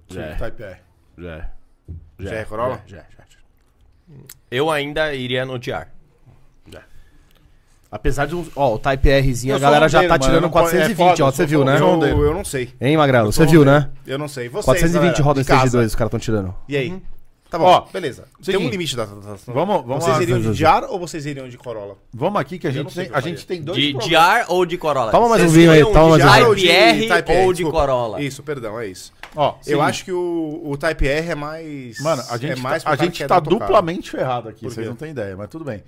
Speaker 6: Civic Type R.
Speaker 2: Já. Já é Corolla? Já, já.
Speaker 4: Eu ainda iria no TR.
Speaker 3: Apesar de um. Ó, o Type Rzinho, a
Speaker 6: Eu sou
Speaker 3: galera já tá
Speaker 6: rodeiro, mano, eu
Speaker 3: tirando
Speaker 6: não po- é
Speaker 3: 420,
Speaker 6: foda,
Speaker 3: ó.
Speaker 6: eu
Speaker 3: Você
Speaker 6: sou
Speaker 3: viu, né?
Speaker 6: foda,
Speaker 2: Eu,
Speaker 6: Rondeiro.
Speaker 2: eu não sei.
Speaker 3: Hein, Magrelo? Você viu, né?
Speaker 2: Eu não sei. Vocês,
Speaker 3: 420
Speaker 2: galera,
Speaker 3: rodas
Speaker 2: de casa.
Speaker 3: stage 2 os caras tão tirando.
Speaker 2: E aí? Tá bom,
Speaker 6: Ó,
Speaker 2: beleza. Tem um
Speaker 6: seguinte.
Speaker 2: limite da tratação.
Speaker 6: Vamos, vamos
Speaker 2: Vocês
Speaker 6: lá.
Speaker 2: iriam de
Speaker 3: Zuzu.
Speaker 2: Diar ou vocês iriam de Corolla?
Speaker 6: Vamos aqui que a gente
Speaker 2: não sei o
Speaker 6: tem,
Speaker 2: que eu
Speaker 6: a
Speaker 2: faria.
Speaker 6: gente tem dois
Speaker 4: De, de
Speaker 6: problemas.
Speaker 4: ar ou de Corolla?
Speaker 3: Toma mais
Speaker 4: Vocês
Speaker 3: um vinho aí,
Speaker 4: iriam
Speaker 3: toma mais um
Speaker 4: de
Speaker 3: vinho.
Speaker 4: Type R ou de
Speaker 2: desculpa.
Speaker 4: Corolla?
Speaker 2: Isso, perdão, é isso.
Speaker 6: Ó,
Speaker 2: Eu
Speaker 6: seguinte,
Speaker 2: acho que o, o Type R é mais.
Speaker 6: Mano, a gente,
Speaker 2: é mais
Speaker 6: tá, a
Speaker 2: pro cara que
Speaker 6: gente
Speaker 2: é
Speaker 6: tá
Speaker 2: do autocarro.
Speaker 6: duplamente ferrado aqui,
Speaker 2: Por
Speaker 6: vocês
Speaker 2: quê?
Speaker 6: não têm ideia, mas tudo bem.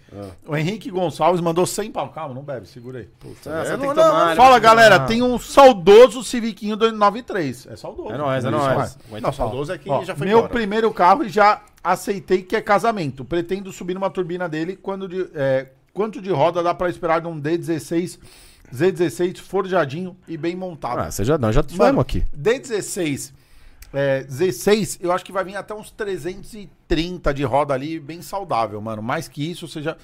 Speaker 6: O Henrique Gonçalves mandou 100 pau. Calma, não bebe, segura aí.
Speaker 2: Ah, você
Speaker 3: É,
Speaker 2: tem
Speaker 3: não,
Speaker 2: que tomar,
Speaker 3: não,
Speaker 2: né?
Speaker 6: Fala, galera, tem um saudoso Civiquinho 293. É saudoso.
Speaker 3: É nóis, é
Speaker 6: Isso,
Speaker 3: nóis.
Speaker 6: vai.
Speaker 2: Aguenta
Speaker 6: Não,
Speaker 2: o saudoso
Speaker 6: ó,
Speaker 2: é que
Speaker 6: ó,
Speaker 2: já foi
Speaker 6: Meu
Speaker 2: embora.
Speaker 6: primeiro carro e já aceitei que é casamento. Pretendo subir numa turbina dele quando de, é, quanto de roda dá pra esperar de um D16, Z16 forjadinho e bem montado.
Speaker 3: Ah, você já, nós já
Speaker 6: Mano,
Speaker 3: fomos aqui.
Speaker 6: D16. É, 16, eu acho que vai vir até uns 330 de roda ali, bem saudável, mano. Mais que isso, você já,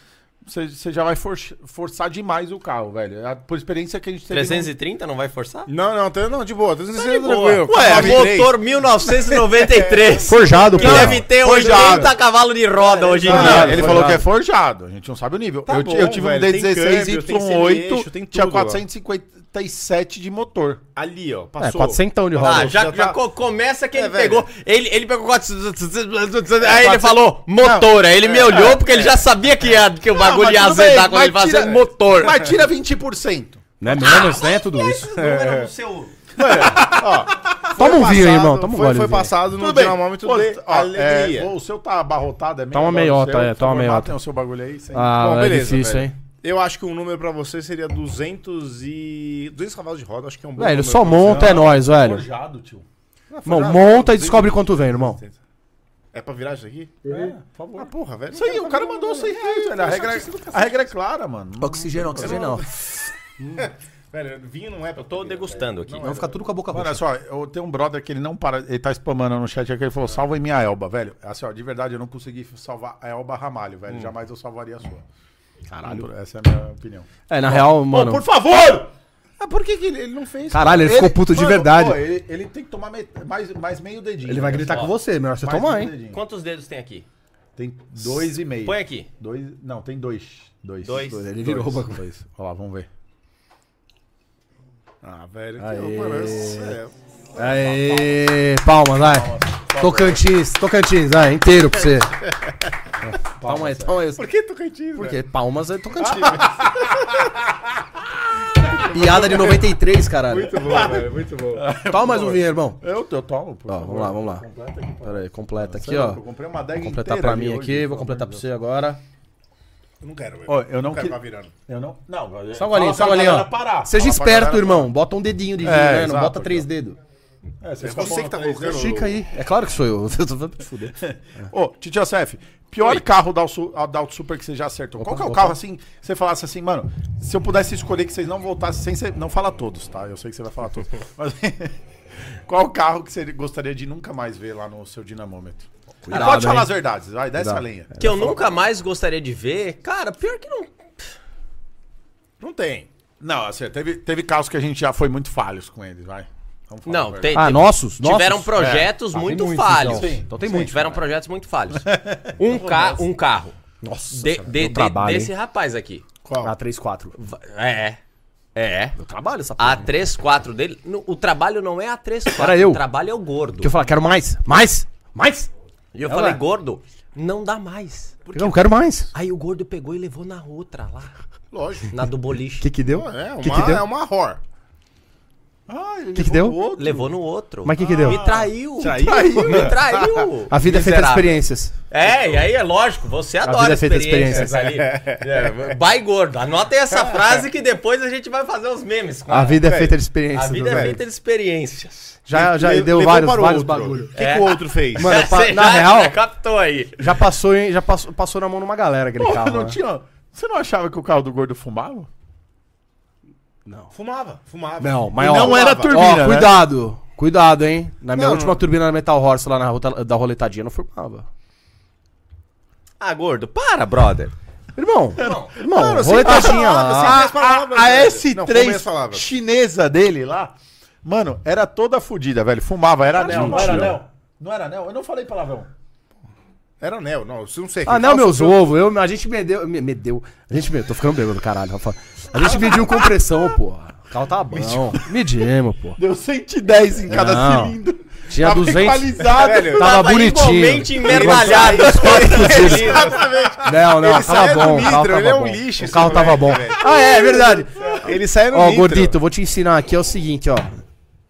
Speaker 6: você, você já vai for- forçar demais o carro, velho. A- Por experiência que a gente teve.
Speaker 4: 330 não vai forçar?
Speaker 2: Não, não, tá- não, de boa, 360 tá
Speaker 4: Ué,
Speaker 2: tranquilo. Nove, três.
Speaker 4: motor 1993.
Speaker 3: Forjado,
Speaker 4: que deve ter
Speaker 2: Forjado.
Speaker 4: 80 cavalos de roda hoje em
Speaker 6: Não,
Speaker 4: dia.
Speaker 6: não, ele falou que é forjado, a gente não sabe o nível.
Speaker 2: Ah, Tá
Speaker 6: eu,
Speaker 2: bom,
Speaker 6: ti- eu tive
Speaker 2: velho,
Speaker 6: um
Speaker 2: tem
Speaker 6: D16
Speaker 2: câmbio, tem
Speaker 6: Y8,
Speaker 2: semi-eixo, tem
Speaker 6: tinha
Speaker 2: tudo lá.
Speaker 6: 457 de motor.
Speaker 2: Ali, ó, passou.
Speaker 3: É, 400 de roda.
Speaker 4: Ah, já,
Speaker 2: já
Speaker 4: já,
Speaker 2: tá-
Speaker 4: co- começa que
Speaker 2: É,
Speaker 4: ele
Speaker 2: velho.
Speaker 4: pegou. Ele, ele pegou 400. Aí ele falou motor. Aí ele me olhou porque ele já sabia que, ia- que o bagulho
Speaker 6: mas
Speaker 4: ia
Speaker 6: tudo bem,
Speaker 4: azedar quando
Speaker 6: mas
Speaker 4: ele fazia
Speaker 6: tira-
Speaker 4: motor.
Speaker 2: É.
Speaker 4: É.
Speaker 6: Mas É, tira 20%.
Speaker 3: Né? Menos, né? Tudo isso.
Speaker 2: Foi
Speaker 3: Toma um vinho
Speaker 2: passado-
Speaker 3: aí, irmão. Toma um
Speaker 2: foi,
Speaker 3: gole.
Speaker 2: foi
Speaker 3: de vinho.
Speaker 2: passado no
Speaker 6: Tudo bem.
Speaker 2: dinamômetro
Speaker 6: Pô,
Speaker 2: de
Speaker 6: ó,
Speaker 2: tá- alegria.
Speaker 6: é, o seu tá abarrotado, é meio.
Speaker 3: Tá uma meiota, é, tá uma meiota.
Speaker 6: Tem o seu bagulho aí, sem
Speaker 3: Ah,
Speaker 2: Bom,
Speaker 3: é
Speaker 2: beleza,
Speaker 3: difícil,
Speaker 2: velho.
Speaker 3: hein?
Speaker 2: Eu acho que um número pra você seria 200 e... 200 cavalos de roda, acho que é um bom
Speaker 3: Velho,
Speaker 2: número
Speaker 3: só
Speaker 2: pra você.
Speaker 3: monta é nós, velho.
Speaker 6: forjado, tio.
Speaker 3: Irmão, monta e descobre quanto vem, irmão.
Speaker 2: É pra virar isso aqui?
Speaker 6: É, por favor.
Speaker 2: Ah, porra, velho.
Speaker 6: Isso
Speaker 3: é
Speaker 6: aí, o cara mandou 100 reais, velho. A regra, a regra é clara, mano.
Speaker 3: Oxigênio, oxigênio. um-
Speaker 2: Velho, vinho não é pra Eu
Speaker 4: tô degustando aqui.
Speaker 2: Não, é
Speaker 3: fica tudo com a boca
Speaker 6: Mano, olha só, eu tenho um brother que ele não para, ele tá spamando no chat aqui, ele falou, salva em minha Elba, velho. Assim, ó, de verdade, eu não consegui salvar a Elba Ramalho, velho. Jamais eu salvaria a sua. Caralho. Essa é a minha opinião.
Speaker 3: É, na real, mano.
Speaker 6: Por favor!
Speaker 2: Ah, por que, que ele, ele não fez?
Speaker 3: Caralho, ele ficou puto de
Speaker 6: mano,
Speaker 3: verdade.
Speaker 6: pô, ele, ele tem que tomar met- mais, mais meio dedinho.
Speaker 3: Ele vai gritar
Speaker 4: Ó,
Speaker 3: com você, é melhor você
Speaker 6: Mais
Speaker 3: tomar,
Speaker 6: meio
Speaker 3: hein?
Speaker 6: dedinho.
Speaker 4: Quantos dedos tem aqui?
Speaker 6: Tem dois e meio.
Speaker 4: Põe aqui.
Speaker 6: Dois, não, tem dois. Dois.
Speaker 4: Dois.
Speaker 3: Ele virou o bagulho.
Speaker 6: Dois. Olha lá, vamos ver.
Speaker 2: Ah, velho, que
Speaker 3: Aê.
Speaker 2: horror. É,
Speaker 3: Aê, palmas, vai. Tocantins, Tocantins, vai, inteiro pra você. Palma aí,
Speaker 6: é.
Speaker 3: palma aí.
Speaker 2: Por que Tocantins, velho?
Speaker 3: Porque palmas é Tocantins. Piada de 93, caralho.
Speaker 2: Muito bom, velho, muito bom.
Speaker 3: Toma mais um vinho, irmão.
Speaker 6: Eu, eu tomo, É, por
Speaker 3: Ó,
Speaker 6: favor.
Speaker 3: vamos lá, vamos lá.
Speaker 6: Completa aqui,
Speaker 3: Pera aí, completa aqui,
Speaker 6: Sério,
Speaker 3: ó.
Speaker 6: Eu comprei uma adega
Speaker 3: Vou completar
Speaker 6: inteira
Speaker 3: pra mim
Speaker 6: ali hoje, então, né?
Speaker 3: aqui,
Speaker 6: pelo
Speaker 3: vou completar
Speaker 6: amor
Speaker 3: pra
Speaker 6: de
Speaker 3: você agora.
Speaker 2: Eu não quero, velho.
Speaker 6: Ó, eu não
Speaker 2: quero
Speaker 6: que-
Speaker 2: ficar virando.
Speaker 6: Deus. Eu não. Não,
Speaker 3: Só um golinho, só um golinho, ó. Seja esperto, irmão. Bota um dedinho de vinho, né? Não
Speaker 6: É, exato, então.
Speaker 3: bota três dedos.
Speaker 6: É, você,
Speaker 2: Você que tá colocando...
Speaker 3: Estica aí. É claro que sou eu. Eu tô falando pra te fuder.
Speaker 6: Ô, Titio Cef, pior carro da Alsu- da Auto Super que você já acertou. Qual que é o
Speaker 3: opa.
Speaker 6: carro assim, que você falasse assim, mano, se eu pudesse escolher que vocês não voltassem sem ser. Não fala todos, tá? Eu sei que você vai falar todos. Mas. Qual carro que você gostaria de nunca mais ver lá no seu dinamômetro?
Speaker 3: Cuidado,
Speaker 6: Pode falar
Speaker 3: hein?
Speaker 6: as verdades, vai, desce a lenha.
Speaker 4: Que eu nunca mais gostaria de ver. Cara, pior que não.
Speaker 2: Não tem.
Speaker 6: Não, assim, teve, teve carros que a gente já foi muito falhos com eles, vai.
Speaker 2: Vamos falar a
Speaker 4: Não,
Speaker 2: verdade.
Speaker 4: tem.
Speaker 3: Ah,
Speaker 4: tem-
Speaker 3: nossos? Nossos?
Speaker 4: Tiveram um projetos
Speaker 3: Ah, tem
Speaker 4: muito
Speaker 3: muitos,
Speaker 4: falhos.
Speaker 3: Então,
Speaker 6: Sim.
Speaker 3: Então tem
Speaker 4: Sim,
Speaker 3: muitos.
Speaker 4: tiveram projetos muito falhos. Um, ca um carro.
Speaker 3: Nossa,
Speaker 4: De-
Speaker 3: senhora,
Speaker 4: de-
Speaker 3: deu
Speaker 4: de-
Speaker 3: trabalho,
Speaker 4: desse
Speaker 3: hein?
Speaker 4: rapaz aqui.
Speaker 6: Qual?
Speaker 3: Ah, A34.
Speaker 4: Va- É. É.
Speaker 3: Deu trabalho essa porra.
Speaker 4: A 3-4 dele. no- O trabalho não é a 3-4.
Speaker 3: Era eu.
Speaker 4: O trabalho é o gordo.
Speaker 3: Porque eu falo, quero mais, mais, mais.
Speaker 4: E eu
Speaker 3: Ela-
Speaker 4: falei, gordo, não dá mais. Por quê?
Speaker 3: Não, quero mais.
Speaker 4: Aí o gordo pegou e levou na outra lá.
Speaker 2: Lógico.
Speaker 4: Na do
Speaker 3: O
Speaker 4: boliche.
Speaker 3: que que deu?
Speaker 2: Pô, É uma,
Speaker 3: que que deu?
Speaker 2: é uma horror.
Speaker 6: Ah, ele
Speaker 3: Que que
Speaker 6: levou
Speaker 3: deu?
Speaker 6: o outro.
Speaker 4: Levou no outro.
Speaker 3: Mas que que deu?
Speaker 4: Me traiu.
Speaker 6: Traiu?
Speaker 4: Me traiu.
Speaker 3: A vida é feita de
Speaker 4: Miserável.
Speaker 3: experiências.
Speaker 4: É, e aí é lógico, você
Speaker 3: vida
Speaker 4: adora
Speaker 3: é feita de
Speaker 4: experiências ali. É, vai gordo. Anotem essa frase que depois a gente vai fazer os memes. com
Speaker 3: A
Speaker 4: ela.
Speaker 3: vida é
Speaker 2: velho.
Speaker 3: feita de
Speaker 4: Ah, A
Speaker 3: experiências.
Speaker 4: vida é
Speaker 3: velho.
Speaker 4: feita de experiências.
Speaker 3: Já, já
Speaker 2: Le-
Speaker 3: deu
Speaker 2: levou
Speaker 3: vários,
Speaker 2: para o
Speaker 3: vários
Speaker 2: outro.
Speaker 3: bagulho.
Speaker 2: O que, que o outro fez?
Speaker 3: Mano, pa-
Speaker 4: Você
Speaker 3: na
Speaker 4: já-
Speaker 3: real-
Speaker 4: já captou aí.
Speaker 3: Já passou, hein? Já passou, passou na mão numa galera aquele
Speaker 6: Pô,
Speaker 3: carro.
Speaker 6: não
Speaker 3: né?
Speaker 6: tinha... Você não achava que o carro do gordo fumava?
Speaker 2: Fumava, fumava.
Speaker 3: Não, mas
Speaker 6: E
Speaker 3: ó,
Speaker 6: não era
Speaker 3: ó,
Speaker 6: turbina, né?
Speaker 3: Cuidado, cuidado, hein? Na minha
Speaker 2: Não,
Speaker 3: última turbina na Metal Horse lá na rota, da roletadinha não formava.
Speaker 4: Ah, gordo, para, brother.
Speaker 3: Irmão, irmão, tá
Speaker 2: Mano,
Speaker 6: assim,
Speaker 1: Assim,
Speaker 2: você-
Speaker 3: roletadinha
Speaker 2: Ah,
Speaker 3: lá.
Speaker 2: você- minhas palavras,
Speaker 6: a
Speaker 2: velho.
Speaker 6: S3
Speaker 2: Não, foi minhas palavras.
Speaker 6: chinesa dele lá, mano, era toda fodida, velho. Fumava, era anel, não era
Speaker 2: mentira.
Speaker 6: anel. Não era anel? Eu não falei palavrão.
Speaker 2: Era anel, não, eu não sei.
Speaker 3: Ah,
Speaker 2: Quem
Speaker 3: não,
Speaker 2: fala
Speaker 3: meus
Speaker 2: sobre-
Speaker 3: ovos. Eu, a gente me deu. Me, me deu. A gente me. Tô ficando bêbado, caralho, Rafa. A gente mediu compressão, porra. O carro tá bom. Medimos, pô.
Speaker 6: Deu 110 em cada
Speaker 3: Não.
Speaker 6: cilindro.
Speaker 3: Tinha
Speaker 6: Tava
Speaker 3: 200.
Speaker 6: equalizado.
Speaker 2: Velho,
Speaker 3: Tava, bonitinho.
Speaker 4: igualmente emerdalhado.
Speaker 2: Exatamente.
Speaker 3: Não, não,
Speaker 2: Ele
Speaker 3: tava
Speaker 2: sai do
Speaker 3: bom. O carro
Speaker 2: nitro,
Speaker 3: tava
Speaker 2: ele é um
Speaker 3: bom.
Speaker 2: lixo
Speaker 3: O carro
Speaker 2: esse
Speaker 3: tava
Speaker 2: moleque,
Speaker 3: bom.
Speaker 2: velho.
Speaker 3: Ah, é, é verdade.
Speaker 2: Ele saiu no
Speaker 3: Ó,
Speaker 2: nitro.
Speaker 3: Gordito, vou te ensinar aqui é o seguinte, ó.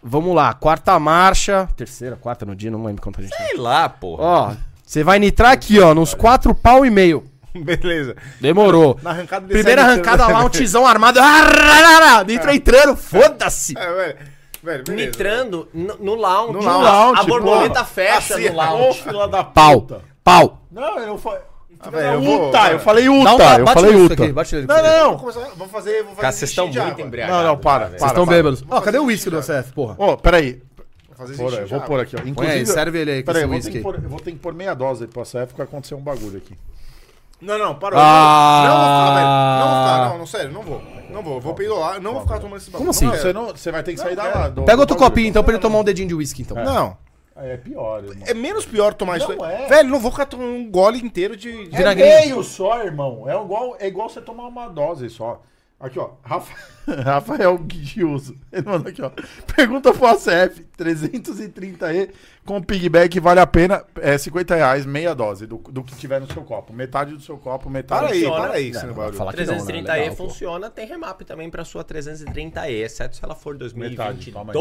Speaker 3: Vamos lá, quarta marcha. Terceira, quarta no dia, não lembro quanto a gente.
Speaker 4: Sei lá, porra.
Speaker 3: Ó, você vai nitrar aqui, ó, nos quatro pau e meio.
Speaker 2: Beleza.
Speaker 3: Demorou.
Speaker 2: Na arrancada desse
Speaker 3: Primeira
Speaker 2: aí,
Speaker 3: arrancada É.
Speaker 2: né?
Speaker 3: lá, um tisão armado. Arrarara, Nitra entrando, foda-se.
Speaker 2: É, velho. Velho, beleza.
Speaker 4: Nitrando no, no lounge.
Speaker 2: No
Speaker 4: A-
Speaker 2: lounge,
Speaker 4: a borboleta fecha
Speaker 2: Assim,
Speaker 4: no
Speaker 6: Ô,
Speaker 4: lounge.
Speaker 6: fila da
Speaker 3: Pau,
Speaker 6: puta.
Speaker 3: pau.
Speaker 6: Não, eu falei...
Speaker 2: Ah, velho, eu vou-
Speaker 6: Uta, eu falei
Speaker 3: Dá um-
Speaker 6: Uta, eu
Speaker 3: bate
Speaker 6: falei
Speaker 3: nisso
Speaker 6: Uta.
Speaker 3: aqui, bate nele.
Speaker 6: Não,
Speaker 2: Vou
Speaker 6: não, não.
Speaker 2: começar, vou fazer, vou fazer
Speaker 4: Cara, vocês
Speaker 2: xixi
Speaker 4: estão
Speaker 2: de
Speaker 4: muito
Speaker 2: água.
Speaker 4: embriagados.
Speaker 6: Não, não, para.
Speaker 4: velho.
Speaker 3: Vocês
Speaker 6: para,
Speaker 3: estão
Speaker 6: para.
Speaker 3: bêbados. Ó, cadê o uísque do CF, porra?
Speaker 6: Ô, peraí.
Speaker 2: Vou fazer xixi
Speaker 6: Porra, eu
Speaker 2: de
Speaker 6: vou
Speaker 2: água.
Speaker 6: pôr aqui, ó.
Speaker 3: aí, serve ele aí com
Speaker 6: peraí,
Speaker 3: esse
Speaker 6: eu vou ter
Speaker 3: whisky.
Speaker 6: que pôr- eu vou ter que pôr meia dose aí pra essa época acontecer um bagulho aqui.
Speaker 2: Não, não, parou.
Speaker 3: Ah.
Speaker 2: Não, vou ficar, velho. Não vou ficar, não, não, sério, não vou. Não vou, vou peidolar, não vou ficar tomando esse bagulho.
Speaker 3: Como assim?
Speaker 2: Não,
Speaker 6: Você,
Speaker 2: quero.
Speaker 6: não, você vai ter que sair da lá. do-
Speaker 3: Pega
Speaker 6: do
Speaker 3: outro
Speaker 6: bagulho.
Speaker 3: copinho então pra ele tomar um dedinho de uísque então.
Speaker 2: não.
Speaker 6: É pior, irmão.
Speaker 2: É menos pior tomar isso
Speaker 6: Não
Speaker 2: aí.
Speaker 6: é.
Speaker 2: Velho, não vou ficar tomando um gole inteiro de. de-
Speaker 3: É.
Speaker 6: É
Speaker 3: Vinagrinho.
Speaker 6: meio só, irmão. É igual, é igual você tomar uma dose só. Aqui, ó. Rafa- Rafael Gilso. Ele mandou aqui, ó. Pergunta pro ACF. 330E com pigback vale a pena. É 50 reais, meia dose do, do que tiver no seu copo. Metade do seu copo, metade
Speaker 2: Para
Speaker 6: do
Speaker 2: aí,
Speaker 6: seu.
Speaker 2: para aí, esse bagulho.
Speaker 3: Fala que não, né?
Speaker 4: 330E
Speaker 3: Legal, pô.
Speaker 4: funciona, tem remap também pra sua 330E, exceto se ela for
Speaker 6: Metade,
Speaker 4: 2022.
Speaker 6: toma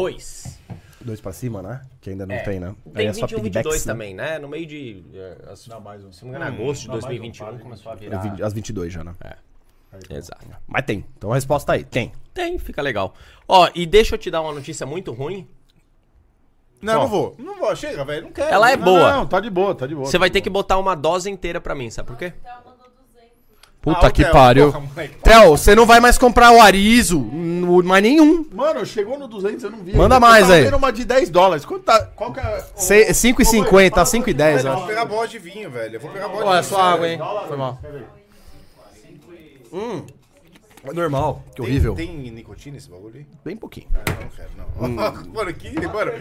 Speaker 6: aí.
Speaker 3: Dois pra cima, né? Que ainda não
Speaker 4: É.
Speaker 3: tem, né?
Speaker 4: Tem
Speaker 3: Aí é só
Speaker 4: 21,
Speaker 3: pigbacks,
Speaker 4: 22
Speaker 3: né?
Speaker 4: também, né? No meio de. eh, as-
Speaker 6: Dá mais um.
Speaker 4: se não me engano, agosto de
Speaker 6: Dá mais um,
Speaker 4: 2021
Speaker 6: para de
Speaker 4: começou a
Speaker 3: É
Speaker 4: virar.
Speaker 3: vinte- As 22 já, né?
Speaker 4: Exato.
Speaker 3: Mas tem. Então a resposta tá aí. Tem.
Speaker 4: Tem, fica legal. Ó, e deixa eu te dar uma notícia muito ruim.
Speaker 2: Não,
Speaker 6: Ó.
Speaker 2: não vou. Não vou, chega, velho. Não quero.
Speaker 4: Ela é
Speaker 2: Não,
Speaker 4: boa.
Speaker 6: Não, tá de boa, tá de boa.
Speaker 4: Você vai ter que botar uma dose inteira pra mim, sabe por quê?
Speaker 3: Puta
Speaker 2: Ah, o
Speaker 3: que
Speaker 2: Theo,
Speaker 3: pariu.
Speaker 2: porra, moleque.
Speaker 3: Theo, você não vai mais comprar o Arizo, n- mais nenhum.
Speaker 6: Mano, Ah, chegou no 200, eu não vi.
Speaker 3: Manda
Speaker 6: Eu
Speaker 3: mais
Speaker 6: tava
Speaker 3: aí.
Speaker 6: vendo uma de 10 dólares. Quanto tá? Qual que é? o-
Speaker 3: Se- 5,50, tá 5,10,
Speaker 2: Eu
Speaker 3: eu
Speaker 2: vou
Speaker 3: acho.
Speaker 2: pegar bode de vinho, velho. Eu vou pegar bode
Speaker 3: Olha,
Speaker 2: de
Speaker 3: é só água, hein? Foi mal. Hum. É normal. Que horrível.
Speaker 2: Tem, tem nicotina esse bagulho aí?
Speaker 3: Bem pouquinho.
Speaker 2: Ah, não quero, não.
Speaker 3: Hum.
Speaker 2: mano, que, mano,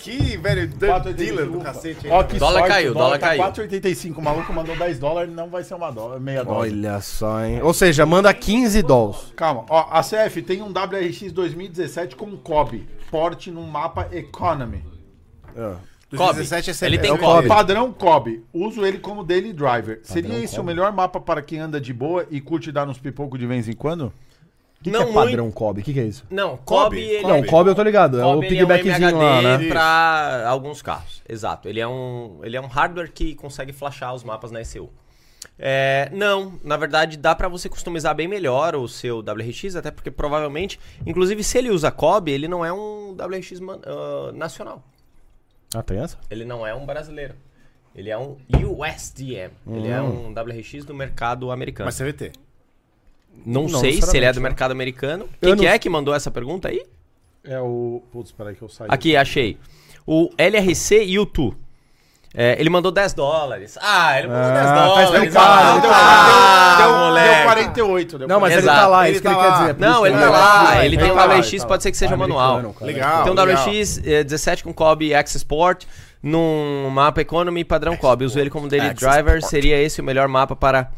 Speaker 2: que velho Dan Dylan do cacete aí.
Speaker 6: Ó, que
Speaker 4: Dólar
Speaker 6: sorte,
Speaker 4: caiu,
Speaker 6: o
Speaker 4: dólar caiu.
Speaker 6: Tá 4,85. O maluco mandou 10 dólares, não vai ser uma dó- meia dose.
Speaker 3: Olha só, hein? Ou seja, manda 15 dólares.
Speaker 6: Calma, ó, a CF tem um WRX 2017 com COB, porte no mapa Economy.
Speaker 2: 2017 é
Speaker 4: Ele tem
Speaker 2: é o
Speaker 4: Cobb.
Speaker 6: Padrão COB, uso ele como daily driver. Seria esse o melhor mapa para quem anda de boa e curte dar nos pipocos de vez em quando?
Speaker 3: Que
Speaker 4: Não
Speaker 3: que é padrão Kobe? O que, que é isso?
Speaker 4: Não, Kobe, ele
Speaker 3: Não,
Speaker 4: é-
Speaker 3: Kobe eu tô ligado. É o
Speaker 4: Kobe, ele é um
Speaker 3: piggybackzinho lá,
Speaker 4: MHD
Speaker 3: né?
Speaker 4: pra alguns carros. Exato. Ele é um, ele é um hardware que consegue flashar os mapas na ECU. É, não, na verdade dá pra você customizar bem melhor o seu WRX, até porque provavelmente, inclusive se ele usa Kobe, ele não é um WRX man- ah, nacional.
Speaker 3: Ah, tem essa?
Speaker 4: Ele não é um brasileiro. Ele é um USDM. Ele é
Speaker 3: Hum.
Speaker 4: um WRX do mercado americano.
Speaker 2: Mas CVT.
Speaker 4: não,
Speaker 3: não
Speaker 4: sei se ele é
Speaker 3: necessariamente,
Speaker 4: do
Speaker 3: né?
Speaker 4: mercado americano.
Speaker 3: Eu
Speaker 4: Quem que
Speaker 3: não-
Speaker 4: é que mandou essa pergunta aí?
Speaker 6: É o. Putz, peraí que eu saí.
Speaker 4: Aqui, achei. O LRC e o Tu. É, ele mandou 10 dólares. Ah, ele mandou 10
Speaker 3: tá
Speaker 4: dólares.
Speaker 3: explicado,
Speaker 4: ah,
Speaker 3: deu-
Speaker 4: ah,
Speaker 6: deu,
Speaker 4: moleque.
Speaker 6: 48. Deu
Speaker 3: Não, mas ele
Speaker 4: Exato.
Speaker 3: tá lá, é
Speaker 2: Ele
Speaker 3: isso que ele
Speaker 2: tá
Speaker 3: quer
Speaker 2: lá.
Speaker 3: dizer. é por isso
Speaker 4: Não,
Speaker 3: que
Speaker 4: ele tá lá, ele
Speaker 3: tá
Speaker 4: tem um
Speaker 3: lá,
Speaker 4: WX,
Speaker 3: tá lá.
Speaker 4: pode ser que seja
Speaker 3: Americano,
Speaker 4: manual.
Speaker 3: cara.
Speaker 2: Legal.
Speaker 4: Tem um
Speaker 2: legal.
Speaker 4: WX eh, 17 com Cobb X Sport num mapa Economy padrão Cobb. Usei ele como daily
Speaker 2: Access
Speaker 4: driver. Seria esse o melhor mapa para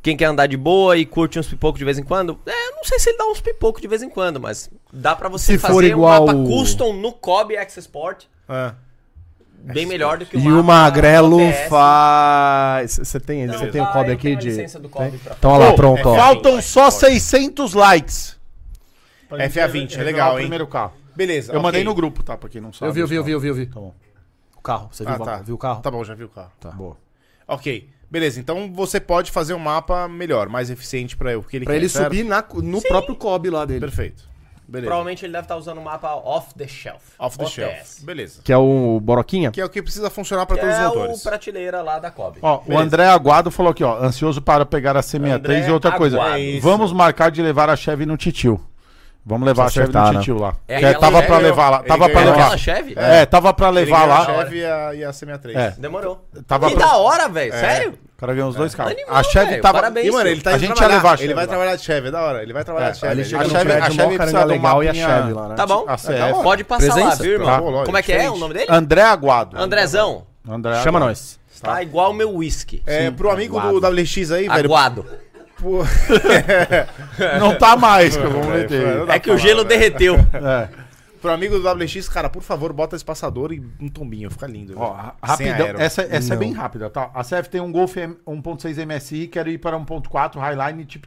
Speaker 4: quem quer andar de boa e curte uns pipocos de vez em quando? É, eu não sei se ele dá uns pipocos de vez em quando, mas dá pra você
Speaker 3: Se for
Speaker 4: fazer
Speaker 3: igual
Speaker 4: um mapa
Speaker 3: o- É.
Speaker 4: custom no Cobb X Sport
Speaker 2: Ah.
Speaker 4: bem melhor do que
Speaker 3: E o Magrelo
Speaker 4: OBS.
Speaker 3: faz. Você tem, você tem o
Speaker 4: ah,
Speaker 3: Kobe
Speaker 4: eu
Speaker 3: aqui
Speaker 4: tenho a
Speaker 3: de.
Speaker 4: licença do Kobe pra-
Speaker 3: Então olha lá,
Speaker 2: É
Speaker 6: Pô,
Speaker 4: é
Speaker 3: pronto, ó.
Speaker 6: Faltam só 600 likes. Pra gente
Speaker 2: FA20, é
Speaker 6: revelar
Speaker 2: legal, hein?
Speaker 6: o Primeiro carro.
Speaker 2: Beleza.
Speaker 6: Eu mandei no
Speaker 2: ok.
Speaker 6: grupo, tá? Pra quem não sabe.
Speaker 3: É Eu vi, eu vi, eu vi, eu vi, eu vi.
Speaker 6: Tá bom.
Speaker 3: O carro, você viu,
Speaker 2: Ah,
Speaker 3: o
Speaker 2: tá.
Speaker 3: carro? viu o carro?
Speaker 2: Tá bom, já vi o carro.
Speaker 3: Tá.
Speaker 6: Boa.
Speaker 2: Ok. Beleza, então você pode fazer um mapa melhor, mais eficiente pra o que ele
Speaker 3: Pra
Speaker 2: quer,
Speaker 3: ele
Speaker 4: Tá
Speaker 2: certo?
Speaker 3: subir na- no próprio Kobe lá dele.
Speaker 2: Perfeito. Beleza.
Speaker 4: Provavelmente ele deve estar usando o mapa off the shelf.
Speaker 2: Off the
Speaker 4: OBS.
Speaker 2: shelf. Beleza.
Speaker 3: Que é o Boroquinha?
Speaker 2: Que é o que precisa funcionar pra
Speaker 4: Que
Speaker 2: todos os
Speaker 4: é
Speaker 2: motores.
Speaker 4: o prateleira lá da Kobe.
Speaker 6: Ó, o André Aguado falou aqui, ó, ansioso para pegar a CMA3
Speaker 4: André
Speaker 6: e outra coisa.
Speaker 4: Aguado. É isso.
Speaker 6: Vamos marcar de levar a Chevy no Titio. Vamos levar
Speaker 3: Precisa
Speaker 6: a Chevy no
Speaker 3: acertar, né?
Speaker 6: Titio lá.
Speaker 4: É,
Speaker 6: Que
Speaker 4: ela-
Speaker 6: tava
Speaker 4: ele
Speaker 6: pra
Speaker 2: ganhou-
Speaker 6: levar lá,
Speaker 2: ele
Speaker 6: tava pra
Speaker 2: ganhou
Speaker 6: levar.
Speaker 4: aquela Chevy?
Speaker 6: É, tava pra
Speaker 2: Ele
Speaker 6: levar
Speaker 2: ganhou
Speaker 6: lá.
Speaker 2: a Chevy e a, e a CM3.
Speaker 6: É.
Speaker 4: Demorou.
Speaker 6: Tava
Speaker 4: que
Speaker 6: pra-
Speaker 4: da hora, velho. Sério?
Speaker 6: O cara ganhou os
Speaker 2: É.
Speaker 6: dois carros.
Speaker 4: Animal,
Speaker 6: A Chevy
Speaker 4: velho,
Speaker 6: tava.
Speaker 4: parabéns.
Speaker 2: E, mano, ele tá
Speaker 6: A
Speaker 2: indo
Speaker 6: gente ia
Speaker 2: trabalhar.
Speaker 6: levar a Chevy
Speaker 2: Ele vai
Speaker 6: lá.
Speaker 2: trabalhar de Chevy, é da hora. Ele vai trabalhar de Chevy.
Speaker 3: ele
Speaker 2: Ele
Speaker 3: chega
Speaker 2: vai
Speaker 3: no
Speaker 2: trabalhar-
Speaker 3: prédio, mó
Speaker 6: precisa
Speaker 3: caranga
Speaker 6: de um
Speaker 3: legal e a
Speaker 6: mapinha-
Speaker 3: Chevy lá, né?
Speaker 4: Tá bom.
Speaker 6: ACF.
Speaker 4: Pode passar lá,
Speaker 3: Presença.
Speaker 4: viu, irmão?
Speaker 2: Tá.
Speaker 4: Como é que é o nome dele?
Speaker 6: André Aguado.
Speaker 4: Andrezão.
Speaker 6: André
Speaker 3: Chama
Speaker 6: Aguado.
Speaker 3: nós.
Speaker 4: Tá, igual o meu whisky.
Speaker 2: É, pro amigo do WX aí, velho.
Speaker 4: Aguado.
Speaker 2: pô,
Speaker 6: Não tá mais, que eu vou
Speaker 2: Velho,
Speaker 6: meter.
Speaker 2: não dá
Speaker 4: É que o
Speaker 2: pra
Speaker 4: gelo
Speaker 2: falar, velho.
Speaker 4: derreteu.
Speaker 6: É.
Speaker 2: Pro amigo do WX, cara, por favor, bota espaçador e um tombinho. Fica lindo.
Speaker 6: Ó,
Speaker 2: velho.
Speaker 6: ra-
Speaker 2: Sem
Speaker 6: rapidão.
Speaker 2: aero.
Speaker 6: Essa, essa é bem rápida, tá? A CF tem um Golf M- 1.6 MSI, quero ir para 1.4 Highline tipo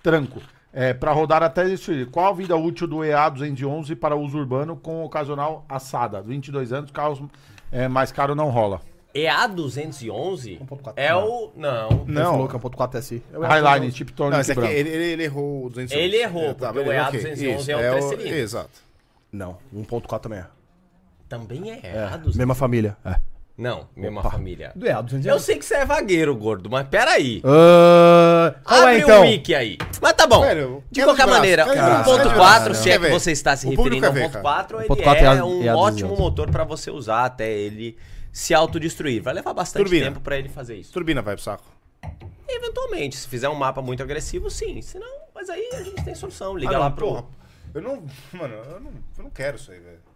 Speaker 6: tranco. É, para rodar até isso. aí. Qual a vida útil do EA 211 para uso urbano com ocasional assada? 22 anos, carros é, mais caro não rola.
Speaker 4: É EA211 é o... Não.
Speaker 3: Ele
Speaker 2: Não.
Speaker 3: falou que é um ponto 4 SI. Eu era
Speaker 6: Highline, tipo
Speaker 2: Não,
Speaker 6: Tony
Speaker 2: esse aqui,
Speaker 6: branco.
Speaker 2: ele, ele, ele errou o 211.
Speaker 4: Ele errou,
Speaker 2: É, tá,
Speaker 4: porque o
Speaker 2: beleza,
Speaker 4: EA
Speaker 2: ok.
Speaker 4: 211
Speaker 2: Isso,
Speaker 4: é o três cilindros.
Speaker 2: Exato.
Speaker 3: Não, 1.4 também é.
Speaker 4: Também é
Speaker 3: É,
Speaker 4: EA211.
Speaker 3: mesma família. É.
Speaker 4: Não, mesma família.
Speaker 3: Do EA, 200
Speaker 4: Eu sei que você é vagueiro, gordo, mas peraí.
Speaker 3: Ah, qual
Speaker 6: um
Speaker 4: Abre
Speaker 3: é então?
Speaker 4: o wiki aí. Mas tá bom.
Speaker 2: Velho,
Speaker 4: de
Speaker 2: queda
Speaker 4: qualquer
Speaker 2: de braço,
Speaker 4: maneira,
Speaker 2: queda de braço, queda de
Speaker 4: 1.4,
Speaker 2: braço.
Speaker 4: se é
Speaker 2: Quer
Speaker 4: que
Speaker 2: ver?
Speaker 4: você está se
Speaker 2: O público
Speaker 4: referindo ao
Speaker 2: quer ver, cara.
Speaker 4: 1.4, ele
Speaker 3: 1.4 é a-
Speaker 4: é um
Speaker 3: é a 200.
Speaker 4: ótimo motor pra você usar até ele se autodestruir. Vai levar bastante
Speaker 2: Turbina.
Speaker 4: tempo pra ele fazer isso.
Speaker 2: Turbina vai pro saco.
Speaker 4: Eventualmente, se fizer um mapa muito agressivo, sim. Se não, mas aí a gente tem solução. Liga
Speaker 2: Ah,
Speaker 4: lá
Speaker 2: não,
Speaker 4: pro...
Speaker 2: porra. Eu não. Mano, eu não, eu não quero isso aí, velho.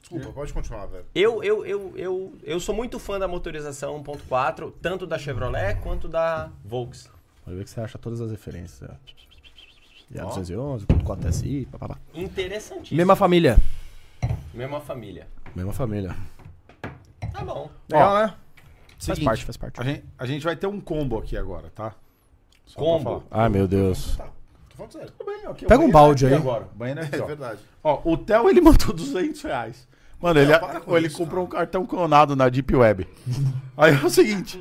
Speaker 2: Desculpa, pode continuar, velho.
Speaker 4: Eu, eu, eu, eu, eu sou muito fã da motorização 1.4, tanto da Chevrolet quanto da Volks.
Speaker 3: Vamos ver o que você acha todas as referências. é. EA 211, 1.4 SI, papapá.
Speaker 4: Interessantíssimo.
Speaker 3: Mesma família.
Speaker 4: Mesma família.
Speaker 3: Mesma família.
Speaker 4: Tá bom.
Speaker 6: Ó,
Speaker 3: né? Faz
Speaker 6: seguinte,
Speaker 3: parte, faz parte.
Speaker 6: A gente, a gente vai ter um combo aqui agora, tá? Só pra falar.
Speaker 4: Combo.
Speaker 3: Ai, meu Deus.
Speaker 2: Ah, Tô falando sério.
Speaker 6: Tudo bem, ok, o
Speaker 3: Pega um
Speaker 6: banheiro é
Speaker 3: balde
Speaker 6: aqui
Speaker 3: aí.
Speaker 6: Agora. o banheiro é aqui,
Speaker 2: É
Speaker 6: ó.
Speaker 2: verdade.
Speaker 6: Ó, o Theo ele mandou 200 reais. Mano, ele,
Speaker 2: para com
Speaker 6: ele
Speaker 2: isso,
Speaker 6: comprou um cartão clonado na Deep Web. Aí é o seguinte: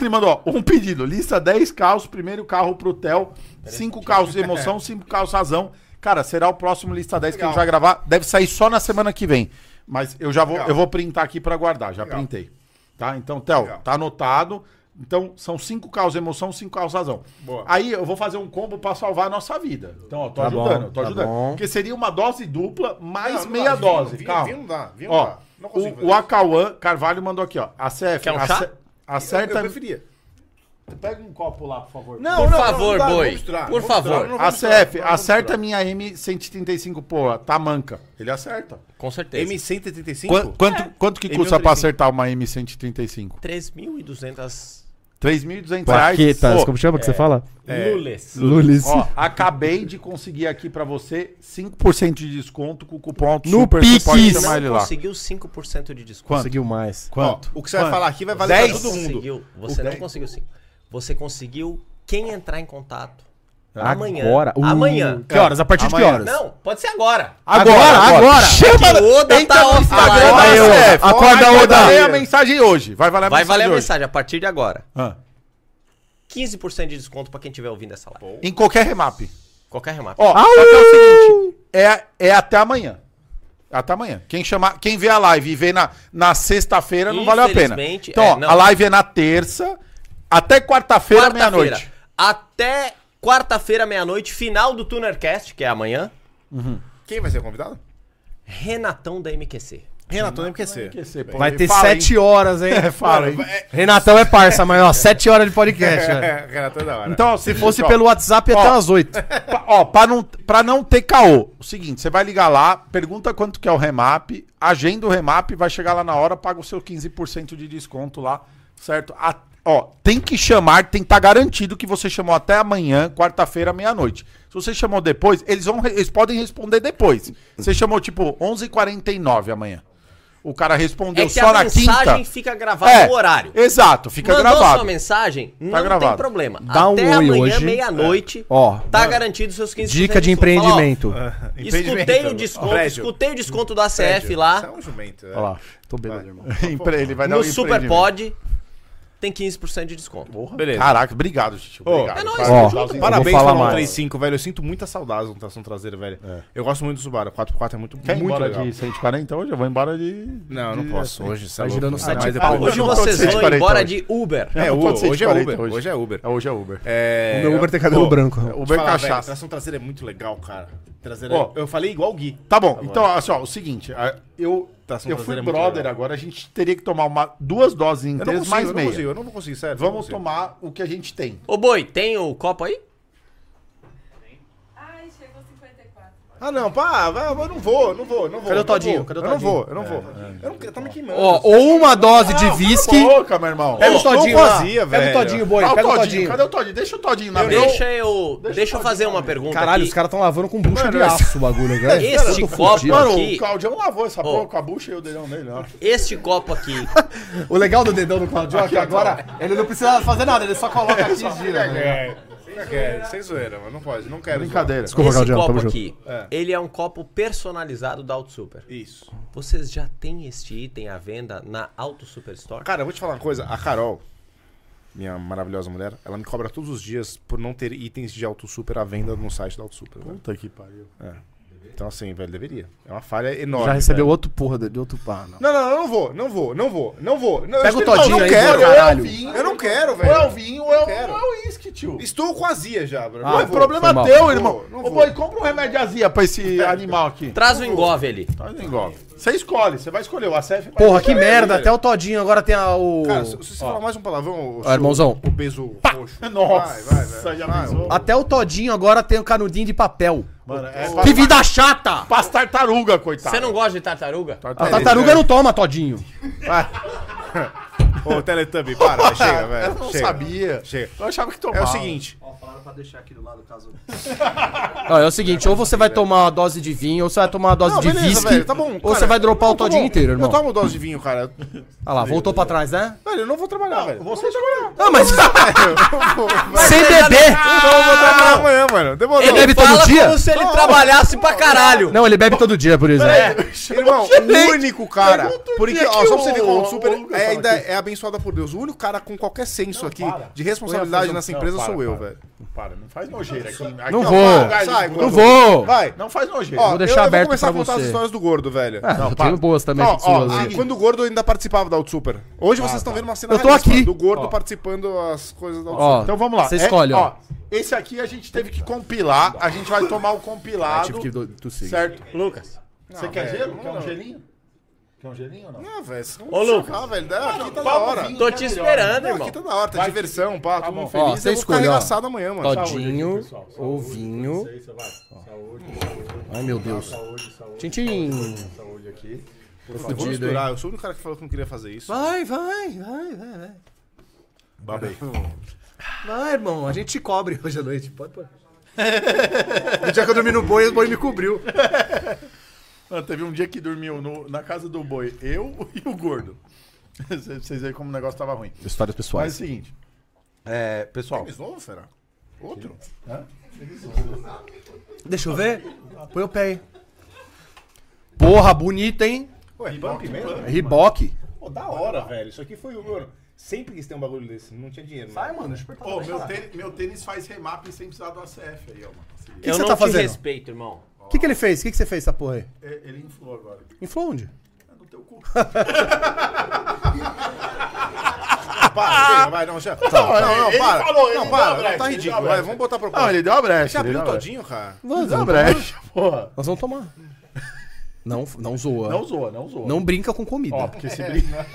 Speaker 6: ele mandou ó, um pedido, lista 10 carros, primeiro carro pro Theo, 5 carros de emoção, 5 carros razão. Cara, será o próximo lista 10 que a gente vai gravar. Deve sair só na semana que vem. Mas eu já vou,
Speaker 2: Legal.
Speaker 6: eu vou printar aqui pra guardar, já
Speaker 2: Legal.
Speaker 6: printei. Tá? Então, Theo,
Speaker 2: Legal.
Speaker 6: tá anotado. Então, são cinco carros emoção, cinco carros razão.
Speaker 2: Boa.
Speaker 6: Aí eu vou fazer um combo pra salvar a nossa vida. Então, ó, tô
Speaker 3: Tá bom,
Speaker 6: ajudando, tô
Speaker 3: tá
Speaker 6: ajudando.
Speaker 3: bom.
Speaker 6: Porque seria uma dose dupla mais
Speaker 2: Não, não
Speaker 6: É meia
Speaker 2: dá, vinho-
Speaker 6: dose.
Speaker 2: vinho-
Speaker 6: calma.
Speaker 2: vinho não dá, vinho não
Speaker 6: ó,
Speaker 2: dá. Não consigo
Speaker 6: o,
Speaker 2: fazer
Speaker 6: o Acauã Carvalho mandou aqui, ó. A CF.
Speaker 4: Quer um
Speaker 6: ace-
Speaker 4: chá?
Speaker 6: Acerta.
Speaker 2: Eu, eu preferia.
Speaker 6: Pega um copo lá, por favor.
Speaker 4: Por favor,
Speaker 2: dá,
Speaker 4: boi.
Speaker 2: vou misturar, vou
Speaker 4: Por
Speaker 2: misturar,
Speaker 4: favor.
Speaker 2: eu não vou
Speaker 6: A
Speaker 2: misturar,
Speaker 6: CF,
Speaker 2: eu não vou
Speaker 6: acerta
Speaker 2: misturar.
Speaker 6: minha M135, porra, tá manca. Tipo, é. Ele acerta.
Speaker 4: Com certeza.
Speaker 2: M135?
Speaker 6: Quan- quanto, quanto que custa
Speaker 2: M135.
Speaker 6: pra acertar uma M135?
Speaker 4: 3.200
Speaker 6: 3.200 reais.
Speaker 3: Plaquetas,
Speaker 6: Pô, é.
Speaker 3: como chama que você fala?
Speaker 4: lules.
Speaker 3: Lulis.
Speaker 6: Ó, acabei de conseguir aqui pra você 5% de desconto com o cupom
Speaker 3: No
Speaker 6: você pode
Speaker 3: Pix.
Speaker 6: chamar ele
Speaker 4: Não
Speaker 6: lá.
Speaker 4: conseguiu 5% de desconto.
Speaker 3: Conseguiu mais.
Speaker 6: Quanto?
Speaker 2: Ó, o que você vai falar aqui vai valer
Speaker 4: Você
Speaker 2: pra
Speaker 4: não
Speaker 2: todo mundo.
Speaker 4: conseguiu, você
Speaker 6: O
Speaker 4: não
Speaker 6: dez.
Speaker 4: conseguiu sim. Você conseguiu quem entrar em contato. Amanhã.
Speaker 3: Agora? Uh,
Speaker 4: Amanhã.
Speaker 3: Que horas? A partir de que
Speaker 6: Amanhã.
Speaker 3: horas?
Speaker 4: Não, pode ser agora.
Speaker 6: Ah, Agora, agora.
Speaker 3: Chama!
Speaker 4: Que o Oda tá off da
Speaker 6: Agora
Speaker 4: live.
Speaker 6: vai
Speaker 3: Oda,
Speaker 6: ser.
Speaker 3: Oda. Acorda,
Speaker 6: Vai
Speaker 3: Oda.
Speaker 6: valer a mensagem hoje. Vai valer a
Speaker 4: Vai
Speaker 6: mensagem
Speaker 4: valer a
Speaker 6: hoje.
Speaker 4: mensagem a partir de agora.
Speaker 6: Ah.
Speaker 4: 15% de desconto pra quem estiver ouvindo essa live.
Speaker 6: Em qualquer remap.
Speaker 4: Qualquer remate.
Speaker 6: Ó, só que é o seguinte. É, é até amanhã. Até amanhã. Quem, chamar, quem vê a live e vê na, na sexta-feira não valeu a pena.
Speaker 4: Infelizmente,
Speaker 6: Então,
Speaker 4: é,
Speaker 6: ó,
Speaker 4: não.
Speaker 6: a live é na terça até quarta-feira,
Speaker 4: Quarta-feira.
Speaker 6: meia-noite.
Speaker 4: Até quarta-feira, meia-noite, final do Tunercast, que é amanhã.
Speaker 2: Quem vai ser o convidado?
Speaker 4: Renatão da MQC.
Speaker 2: Renato, não enriquecer.
Speaker 6: Esquecer, pô.
Speaker 3: Vai
Speaker 6: Ele
Speaker 3: ter
Speaker 6: fala, hein?
Speaker 3: sete horas, hein?
Speaker 6: É, fala, hein?
Speaker 3: Renatão é parça, mas ó, sete horas de podcast. velho.
Speaker 2: É, Renato é da hora.
Speaker 6: Então,
Speaker 3: Se fosse pelo WhatsApp, ia até
Speaker 6: Ó.
Speaker 3: umas oito.
Speaker 6: Pa- Ó, pra não, pra não ter caô, o seguinte, você vai ligar lá, pergunta quanto que é o remap, agenda o remap, vai chegar lá na hora, paga o seu 15% de desconto lá, certo? A- ó, tem que chamar, tem que estar garantido que você chamou até amanhã, quarta-feira, meia-noite. Se você chamou depois, eles, vão, re- eles podem responder depois. Você chamou, tipo, 11h49 amanhã. O cara respondeu
Speaker 4: É que
Speaker 6: só
Speaker 4: a
Speaker 6: na
Speaker 4: mensagem
Speaker 6: quinta.
Speaker 4: fica gravada
Speaker 6: É,
Speaker 4: no horário.
Speaker 6: Exato, fica
Speaker 4: Mandou
Speaker 6: gravado.
Speaker 4: sua mensagem, não
Speaker 6: gravado.
Speaker 4: tem problema.
Speaker 3: Dá um
Speaker 4: Até
Speaker 3: oi
Speaker 4: amanhã,
Speaker 3: hoje.
Speaker 4: meia-noite,
Speaker 3: Ó,
Speaker 4: tá garantido os seus 15
Speaker 3: Dica de empreendimento.
Speaker 4: Escutei o desconto,
Speaker 2: Prédio.
Speaker 4: escutei o desconto do
Speaker 2: Prédio.
Speaker 4: ACF lá,
Speaker 2: Isso é um jumento, né?
Speaker 3: Ó lá. Tô bêbado, irmão.
Speaker 6: Empre- Ele vai dar
Speaker 4: no
Speaker 6: um empreendimento.
Speaker 4: Superpod, tem 15% de desconto.
Speaker 2: Beleza.
Speaker 6: Caraca, obrigado, gente. Obrigado.
Speaker 4: É nóis,
Speaker 6: Parabéns.
Speaker 3: Ó,
Speaker 4: tamo junto.
Speaker 3: Para-
Speaker 2: Parabéns
Speaker 3: Eu vou falar
Speaker 2: pelo
Speaker 3: mais.
Speaker 2: 135, velho. Eu sinto muita saudade da tração traseira, velho. Eu gosto muito do Subaru. 4x4 é muito,
Speaker 6: Quer ir
Speaker 2: muito
Speaker 6: embora
Speaker 2: legal.
Speaker 6: de 140 hoje? Eu vou embora de.
Speaker 2: Não, eu não
Speaker 6: de-
Speaker 2: posso. Hoje, você
Speaker 3: Tá
Speaker 2: louco.
Speaker 3: girando
Speaker 2: Ah,
Speaker 3: sete
Speaker 2: mas
Speaker 3: pau.
Speaker 2: depois-
Speaker 4: Hoje
Speaker 6: não pode
Speaker 4: vocês
Speaker 6: ser de
Speaker 4: vão
Speaker 6: 40
Speaker 4: embora
Speaker 6: hoje.
Speaker 4: de Uber.
Speaker 2: É,
Speaker 6: Não
Speaker 2: o-
Speaker 6: pode ser de
Speaker 2: hoje é
Speaker 6: 40
Speaker 2: Uber.
Speaker 6: hoje.
Speaker 2: Hoje é Uber.
Speaker 6: É, Hoje é Uber.
Speaker 2: É...
Speaker 3: O meu Uber tem cabelo
Speaker 2: Pô,
Speaker 3: branco.
Speaker 6: Uber
Speaker 2: Fala, velho,
Speaker 6: cachaça.
Speaker 2: tração traseira é muito legal, cara. Traseira... é-
Speaker 6: Ó.
Speaker 2: eu falei igual o Gui.
Speaker 6: Tá bom, então, assim, ó, o seguinte, a- eu,
Speaker 2: Tração
Speaker 6: eu fui
Speaker 2: traseira é muito
Speaker 6: brother
Speaker 2: legal.
Speaker 6: agora, a gente teria que tomar uma, duas doses
Speaker 2: Eu não
Speaker 6: inteiras,
Speaker 2: consigo,
Speaker 6: mais
Speaker 2: eu não
Speaker 6: meia.
Speaker 2: consigo, eu não vou conseguir, sério.
Speaker 6: Vamos
Speaker 2: não consigo.
Speaker 6: tomar o que a gente tem.
Speaker 4: Ô Boi, tem o copo aí?
Speaker 7: Ai, chegou 54.
Speaker 2: Ah, não, pá, vai, eu não vou, eu não vou, eu não vou.
Speaker 3: Cadê o
Speaker 2: eu não
Speaker 3: Todinho?
Speaker 2: vou.
Speaker 3: Cadê o
Speaker 2: Eu não
Speaker 3: Todinho?
Speaker 2: vou, eu não vou. Eu não quero, tá me queimando.
Speaker 3: Ó, ou uma dose de
Speaker 6: Que
Speaker 3: whisky.
Speaker 6: louca, meu irmão.
Speaker 3: Pega
Speaker 2: Ô,
Speaker 3: o Todinho
Speaker 2: não
Speaker 3: lá.
Speaker 2: fazia,
Speaker 3: Pega
Speaker 2: velho.
Speaker 3: o Todinho, boi.
Speaker 6: Cadê o
Speaker 3: Pega o
Speaker 6: Todinho?
Speaker 3: Todinho.
Speaker 6: Cadê o Todinho? Deixa o Todinho na mesa.
Speaker 4: Deixa eu, deixa, eu fazer uma pergunta
Speaker 3: Caralho,
Speaker 4: aqui.
Speaker 3: os caras tão lavando com bucha de
Speaker 2: esse-
Speaker 3: aço o bagulho, cara.
Speaker 4: Este
Speaker 3: Todo
Speaker 4: copo-
Speaker 3: fudido.
Speaker 6: Mano,
Speaker 4: aqui.
Speaker 6: o Claudião lavou essa
Speaker 4: Ó.
Speaker 6: porra com a bucha e o dedão dele, ó.
Speaker 4: Este copo aqui,
Speaker 3: O legal do dedão do Claudio é que agora ele não precisa fazer nada, ele só coloca aqui e gira. né?
Speaker 2: É, não quero, sem zoeira, mano, não pode, não quero.
Speaker 6: Brincadeira.
Speaker 3: Desculpa,
Speaker 4: esse
Speaker 3: Claudião,
Speaker 4: copo
Speaker 3: tamo
Speaker 4: aqui, ele é um copo personalizado da Auto Super.
Speaker 2: zoar. Isso.
Speaker 4: Vocês já têm este item à venda na Auto Super Store?
Speaker 2: Cara, eu vou te falar uma coisa. A Carol, minha maravilhosa mulher, ela me cobra todos os dias por não ter itens de Auto Super à venda no site da Auto Super. velho.
Speaker 6: Puta que pariu.
Speaker 2: Então, assim, velho, deveria. É uma falha enorme.
Speaker 3: Já recebeu
Speaker 2: velho.
Speaker 3: outro porra de de outro pá, não.
Speaker 2: Não, não, eu não vou, não vou, não vou, não vou. Não, eu
Speaker 3: Pega o
Speaker 2: estou-
Speaker 3: Todinho
Speaker 2: não, tá eu
Speaker 3: aí,
Speaker 2: não quero,
Speaker 3: Bruno,
Speaker 2: eu,
Speaker 3: caralho.
Speaker 2: vinho, eu não quero,
Speaker 6: Ou é o
Speaker 2: velho.
Speaker 6: vinho ou é o-
Speaker 2: Quero.
Speaker 6: ou é o uísque, tio.
Speaker 2: Estou com azia já,
Speaker 3: Ah,
Speaker 2: Bruno.
Speaker 6: Não
Speaker 2: Não
Speaker 6: é
Speaker 2: vou.
Speaker 6: problema
Speaker 3: mal.
Speaker 6: teu,
Speaker 2: Não
Speaker 6: irmão.
Speaker 2: vou, não
Speaker 6: Ô,
Speaker 2: vou.
Speaker 6: boi, compra um remédiozinho pra esse animal aqui.
Speaker 4: Traz o engove ali.
Speaker 6: Faz um engove. Você escolhe, você vai escolher o é ACF. vai
Speaker 3: Porra, que
Speaker 6: escolher.
Speaker 3: merda, até o Todinho agora tem a, o.
Speaker 2: Cara, se, se você falar mais um palavrão, o, seu-
Speaker 3: irmãozão.
Speaker 2: o peso roxo.
Speaker 6: Nossa,
Speaker 2: Vai, vai, vai.
Speaker 6: já
Speaker 2: Vai,
Speaker 6: pensou?
Speaker 3: Até o Todinho agora tem o canudinho de papel.
Speaker 6: Mano, é
Speaker 3: Que
Speaker 6: pra,
Speaker 3: vida chata!
Speaker 6: pra as tartaruga, coitado.
Speaker 4: Você não gosta de tartaruga?
Speaker 3: A tartaruga não toma, Todinho.
Speaker 2: Ô, Teletubbie, para, vai, chega, velho.
Speaker 6: Eu não
Speaker 2: chega.
Speaker 6: sabia. Tá
Speaker 2: Chega.
Speaker 6: Eu achava que
Speaker 2: É
Speaker 6: tomava.
Speaker 2: o seguinte,
Speaker 3: Ó, é o seguinte, ou você vai tomar uma dose de vinho, ou você vai tomar uma dose
Speaker 2: Não,
Speaker 3: de
Speaker 2: beleza,
Speaker 3: whisky,
Speaker 2: velho, tá bom,
Speaker 3: ou
Speaker 2: cara.
Speaker 3: você vai dropar o
Speaker 2: Tá
Speaker 3: Todinho
Speaker 2: bom,
Speaker 3: inteiro, irmão.
Speaker 2: Eu tomo dose de vinho, cara.
Speaker 3: Olha lá, voltou pra trás, né?
Speaker 2: Velho, eu não vou trabalhar, velho.
Speaker 6: Você escolheu.
Speaker 3: Ah, mas sem
Speaker 4: Mas
Speaker 3: beber! Então
Speaker 2: Eu não vou trabalhar amanhã, mano. Demorou.
Speaker 3: Ele bebe todo
Speaker 4: fala
Speaker 3: dia?
Speaker 4: como se ele trabalhasse pra caralho.
Speaker 3: Não, ele bebe todo dia, por isso.
Speaker 2: É.
Speaker 3: né?
Speaker 2: Irmão, o único cara.
Speaker 6: Pergunta o
Speaker 2: Por que,
Speaker 6: dia
Speaker 2: ó,
Speaker 6: que
Speaker 2: só pra você
Speaker 6: o-
Speaker 2: ver como o
Speaker 6: o
Speaker 2: super
Speaker 6: Lucas
Speaker 2: é,
Speaker 6: fala
Speaker 2: ainda
Speaker 6: aqui.
Speaker 2: é abençoado por Deus. O único cara com qualquer senso aqui
Speaker 6: para.
Speaker 2: de responsabilidade nessa
Speaker 6: Não,
Speaker 2: empresa
Speaker 6: para,
Speaker 2: sou eu,
Speaker 6: para.
Speaker 2: velho.
Speaker 6: Para, não faz nojeira aqui. Aqui
Speaker 3: Não
Speaker 6: é um
Speaker 3: vou.
Speaker 6: lugar de-
Speaker 2: Sai,
Speaker 6: não
Speaker 3: Não
Speaker 2: gordo.
Speaker 6: vou.
Speaker 3: vou!
Speaker 2: Vai.
Speaker 6: Não faz nojeira.
Speaker 2: Ó,
Speaker 3: vou
Speaker 2: eu-
Speaker 3: deixar
Speaker 2: eu,
Speaker 3: aberto
Speaker 2: vou começar a
Speaker 3: pra
Speaker 2: contar as
Speaker 3: você.
Speaker 2: histórias do gordo, velho.
Speaker 3: Ah, eu tenho boas também.
Speaker 2: Ó,
Speaker 3: essas
Speaker 2: ó,
Speaker 3: suas
Speaker 2: ah,
Speaker 3: aí.
Speaker 2: quando o gordo ainda participava da Auto Super. Hoje vocês estão vendo uma cena
Speaker 3: Eu tô
Speaker 2: raríssima
Speaker 3: aqui.
Speaker 2: do gordo participando as coisas da Auto
Speaker 3: Ó,
Speaker 2: Super.
Speaker 6: Então vamos lá.
Speaker 3: Você
Speaker 6: É-
Speaker 3: escolhe, ó.
Speaker 6: Esse aqui a gente teve que compilar. A gente vai tomar o compilado.
Speaker 3: Ah, Tive que do- tossir.
Speaker 6: Certo?
Speaker 4: Lucas.
Speaker 6: Você quer
Speaker 2: velho,
Speaker 6: gelo?
Speaker 2: não,
Speaker 6: Quer um
Speaker 2: não.
Speaker 6: gelinho? Quer um gelinho ou não?
Speaker 2: Ah, velho, vocês vão
Speaker 4: Ô,
Speaker 2: me
Speaker 4: Lucas.
Speaker 2: chocar, velho. Dá- Aqui tá da
Speaker 6: Pau no
Speaker 2: hora.
Speaker 6: vinho,
Speaker 4: Tô
Speaker 6: é
Speaker 4: te
Speaker 6: melhor.
Speaker 4: esperando,
Speaker 2: Não, aqui
Speaker 4: irmão.
Speaker 2: tá da hora, tá
Speaker 6: Vai.
Speaker 2: diversão, pá, todo mundo
Speaker 6: bom.
Speaker 3: Ó,
Speaker 2: feliz.
Speaker 3: você
Speaker 2: eu vou ficar
Speaker 3: escolhe, ó.
Speaker 2: arregaçado amanhã, mano.
Speaker 3: Todinho,
Speaker 6: Saúde aqui, pessoal.
Speaker 3: ou vinho.
Speaker 6: Isso, vai. Saúde,
Speaker 3: Ai, meu Deus.
Speaker 6: saúde, saúde,
Speaker 3: Tchim-tchim.
Speaker 6: saúde aqui.
Speaker 2: Eu vou misturar, eu sou o único cara que falou que não queria fazer isso.
Speaker 3: Vai, vai, vai, vai, vai.
Speaker 6: Babei.
Speaker 3: Vai, irmão, a gente te cobre hoje à noite. Pode pôr. no dia que eu dormi no boi, o boi me cobriu.
Speaker 6: Ah, teve um dia que dormiu no- na casa do boi, eu e o gordo. Vocês veem como o negócio tava ruim.
Speaker 3: Histórias
Speaker 6: Mas é o
Speaker 3: pessoais.
Speaker 6: seguinte. É, pessoal,
Speaker 2: Tênis novo, será? Outro?
Speaker 3: Deixa eu ver. Põe o pé aí. Porra, bonita, hein?
Speaker 2: Ué, Reebok mesmo?
Speaker 3: Riboque.
Speaker 2: Pô, da hora, velho. Isso aqui foi o meu. Sempre quis ter um bagulho desse, não tinha dinheiro. Sai, mano.
Speaker 6: ô, meu, tênis, meu tênis faz remap sem precisar do ACF aí, ó, mano.
Speaker 3: O
Speaker 4: eu
Speaker 3: que você
Speaker 4: não
Speaker 3: tá
Speaker 4: te
Speaker 3: fazendo?
Speaker 4: respeito, irmão.
Speaker 3: O que, que ele fez? O que, que você fez essa porra aí?
Speaker 6: É, Ele inflou agora.
Speaker 3: Inflou onde?
Speaker 6: É no teu cu.
Speaker 2: Para, chega, vai, não, já. Não, não, não,
Speaker 6: ele
Speaker 2: para.
Speaker 6: falou, ele
Speaker 2: não,
Speaker 6: deu a
Speaker 2: para,
Speaker 6: brecha,
Speaker 2: não, tá
Speaker 6: ele
Speaker 2: ridículo.
Speaker 6: deu a
Speaker 2: Vai,
Speaker 6: brecha.
Speaker 2: vamos botar pra
Speaker 6: Não,
Speaker 2: próxima.
Speaker 6: ele deu a brecha.
Speaker 2: Você
Speaker 6: ele
Speaker 2: abriu
Speaker 6: deu a brecha.
Speaker 2: todinho, cara.
Speaker 6: Deu a brecha, porra.
Speaker 3: Nós vamos tomar. Não, não zoa.
Speaker 6: Não
Speaker 3: Não,
Speaker 6: zoa, não zoa.
Speaker 3: brinca com comida.
Speaker 6: Ó, porque se brinca.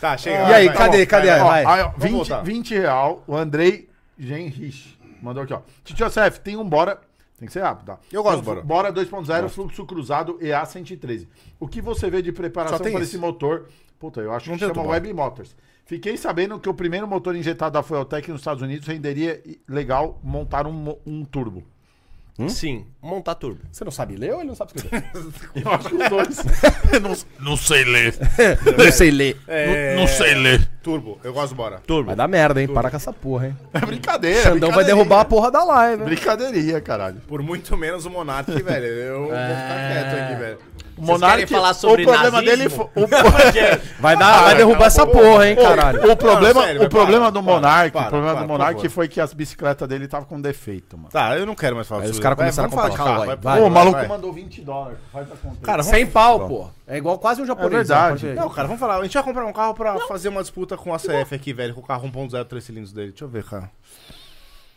Speaker 2: Tá, chega.
Speaker 3: e aí, cadê? cadê?
Speaker 6: Ó,
Speaker 3: Vai.
Speaker 6: aí, ó,
Speaker 2: Vamos
Speaker 6: 20,
Speaker 2: voltar.
Speaker 6: 20 real, o Andrei Genrich mandou aqui, ó. Titio Cef, tem um Bora... Tem que ser rápido, tá?
Speaker 2: Eu gosto do
Speaker 6: Tem um Bora 2.0, fluxo cruzado EA113. O que você vê de preparação
Speaker 2: Só tem
Speaker 6: para
Speaker 2: esse?
Speaker 6: esse motor? Puta, eu acho
Speaker 2: Não
Speaker 6: que
Speaker 2: tem
Speaker 6: chama
Speaker 2: outro Bora.
Speaker 6: Web Motors. Fiquei sabendo que o primeiro motor injetado da Fueltech nos Estados Unidos renderia e- legal montar um, mo- um turbo.
Speaker 4: Sim, montar turbo.
Speaker 3: Você não sabe ler ou ele não sabe escrever?
Speaker 6: Eu acho que os dois.
Speaker 7: Não sei ler.
Speaker 6: né?
Speaker 3: não sei ler.
Speaker 2: É,
Speaker 7: Não sei ler.
Speaker 2: Turbo, eu gosto do Bora.
Speaker 3: Vai dar merda, hein? Para com essa porra, hein?
Speaker 6: É brincadeira.
Speaker 3: Xandão vai
Speaker 6: brincadeirinha.
Speaker 3: derrubar a porra da live, né?
Speaker 6: Brincadeirinha, caralho.
Speaker 2: Por muito menos o Monark, velho. Eu vou ficar quieto aqui, velho.
Speaker 6: O
Speaker 4: querem falar sobre
Speaker 6: o problema
Speaker 4: nazismo?
Speaker 6: dele foi. O,
Speaker 3: Vai, dar, vai derrubar essa porra, hein, caralho?
Speaker 6: o problema,
Speaker 2: sério, vai,
Speaker 6: o problema
Speaker 2: para,
Speaker 6: do
Speaker 2: para,
Speaker 6: Monark,
Speaker 2: para,
Speaker 6: o problema
Speaker 2: para,
Speaker 6: do
Speaker 2: por
Speaker 6: Monark
Speaker 2: favor.
Speaker 6: foi que as bicicletas dele estavam com defeito, mano.
Speaker 2: Tá, eu não quero mais falar
Speaker 3: Aí os
Speaker 2: sobre
Speaker 3: caras
Speaker 2: Vai,
Speaker 3: começaram a
Speaker 2: vamos
Speaker 3: comprar
Speaker 2: falar
Speaker 3: carro,
Speaker 2: de
Speaker 3: vai,
Speaker 6: Pô, o maluco
Speaker 2: vai.
Speaker 6: mandou 20 dólares. Faz a conta.
Speaker 2: Cara, vamos...
Speaker 3: Sem pau, pô. É igual quase um japonês.
Speaker 6: verdade.
Speaker 3: ó, pode ver.
Speaker 2: Não, cara, vamos falar. A gente vai comprar um carro pra fazer uma disputa com a CF aqui, velho, com o carro 1.0 3 cilindros dele. Deixa eu ver, cara.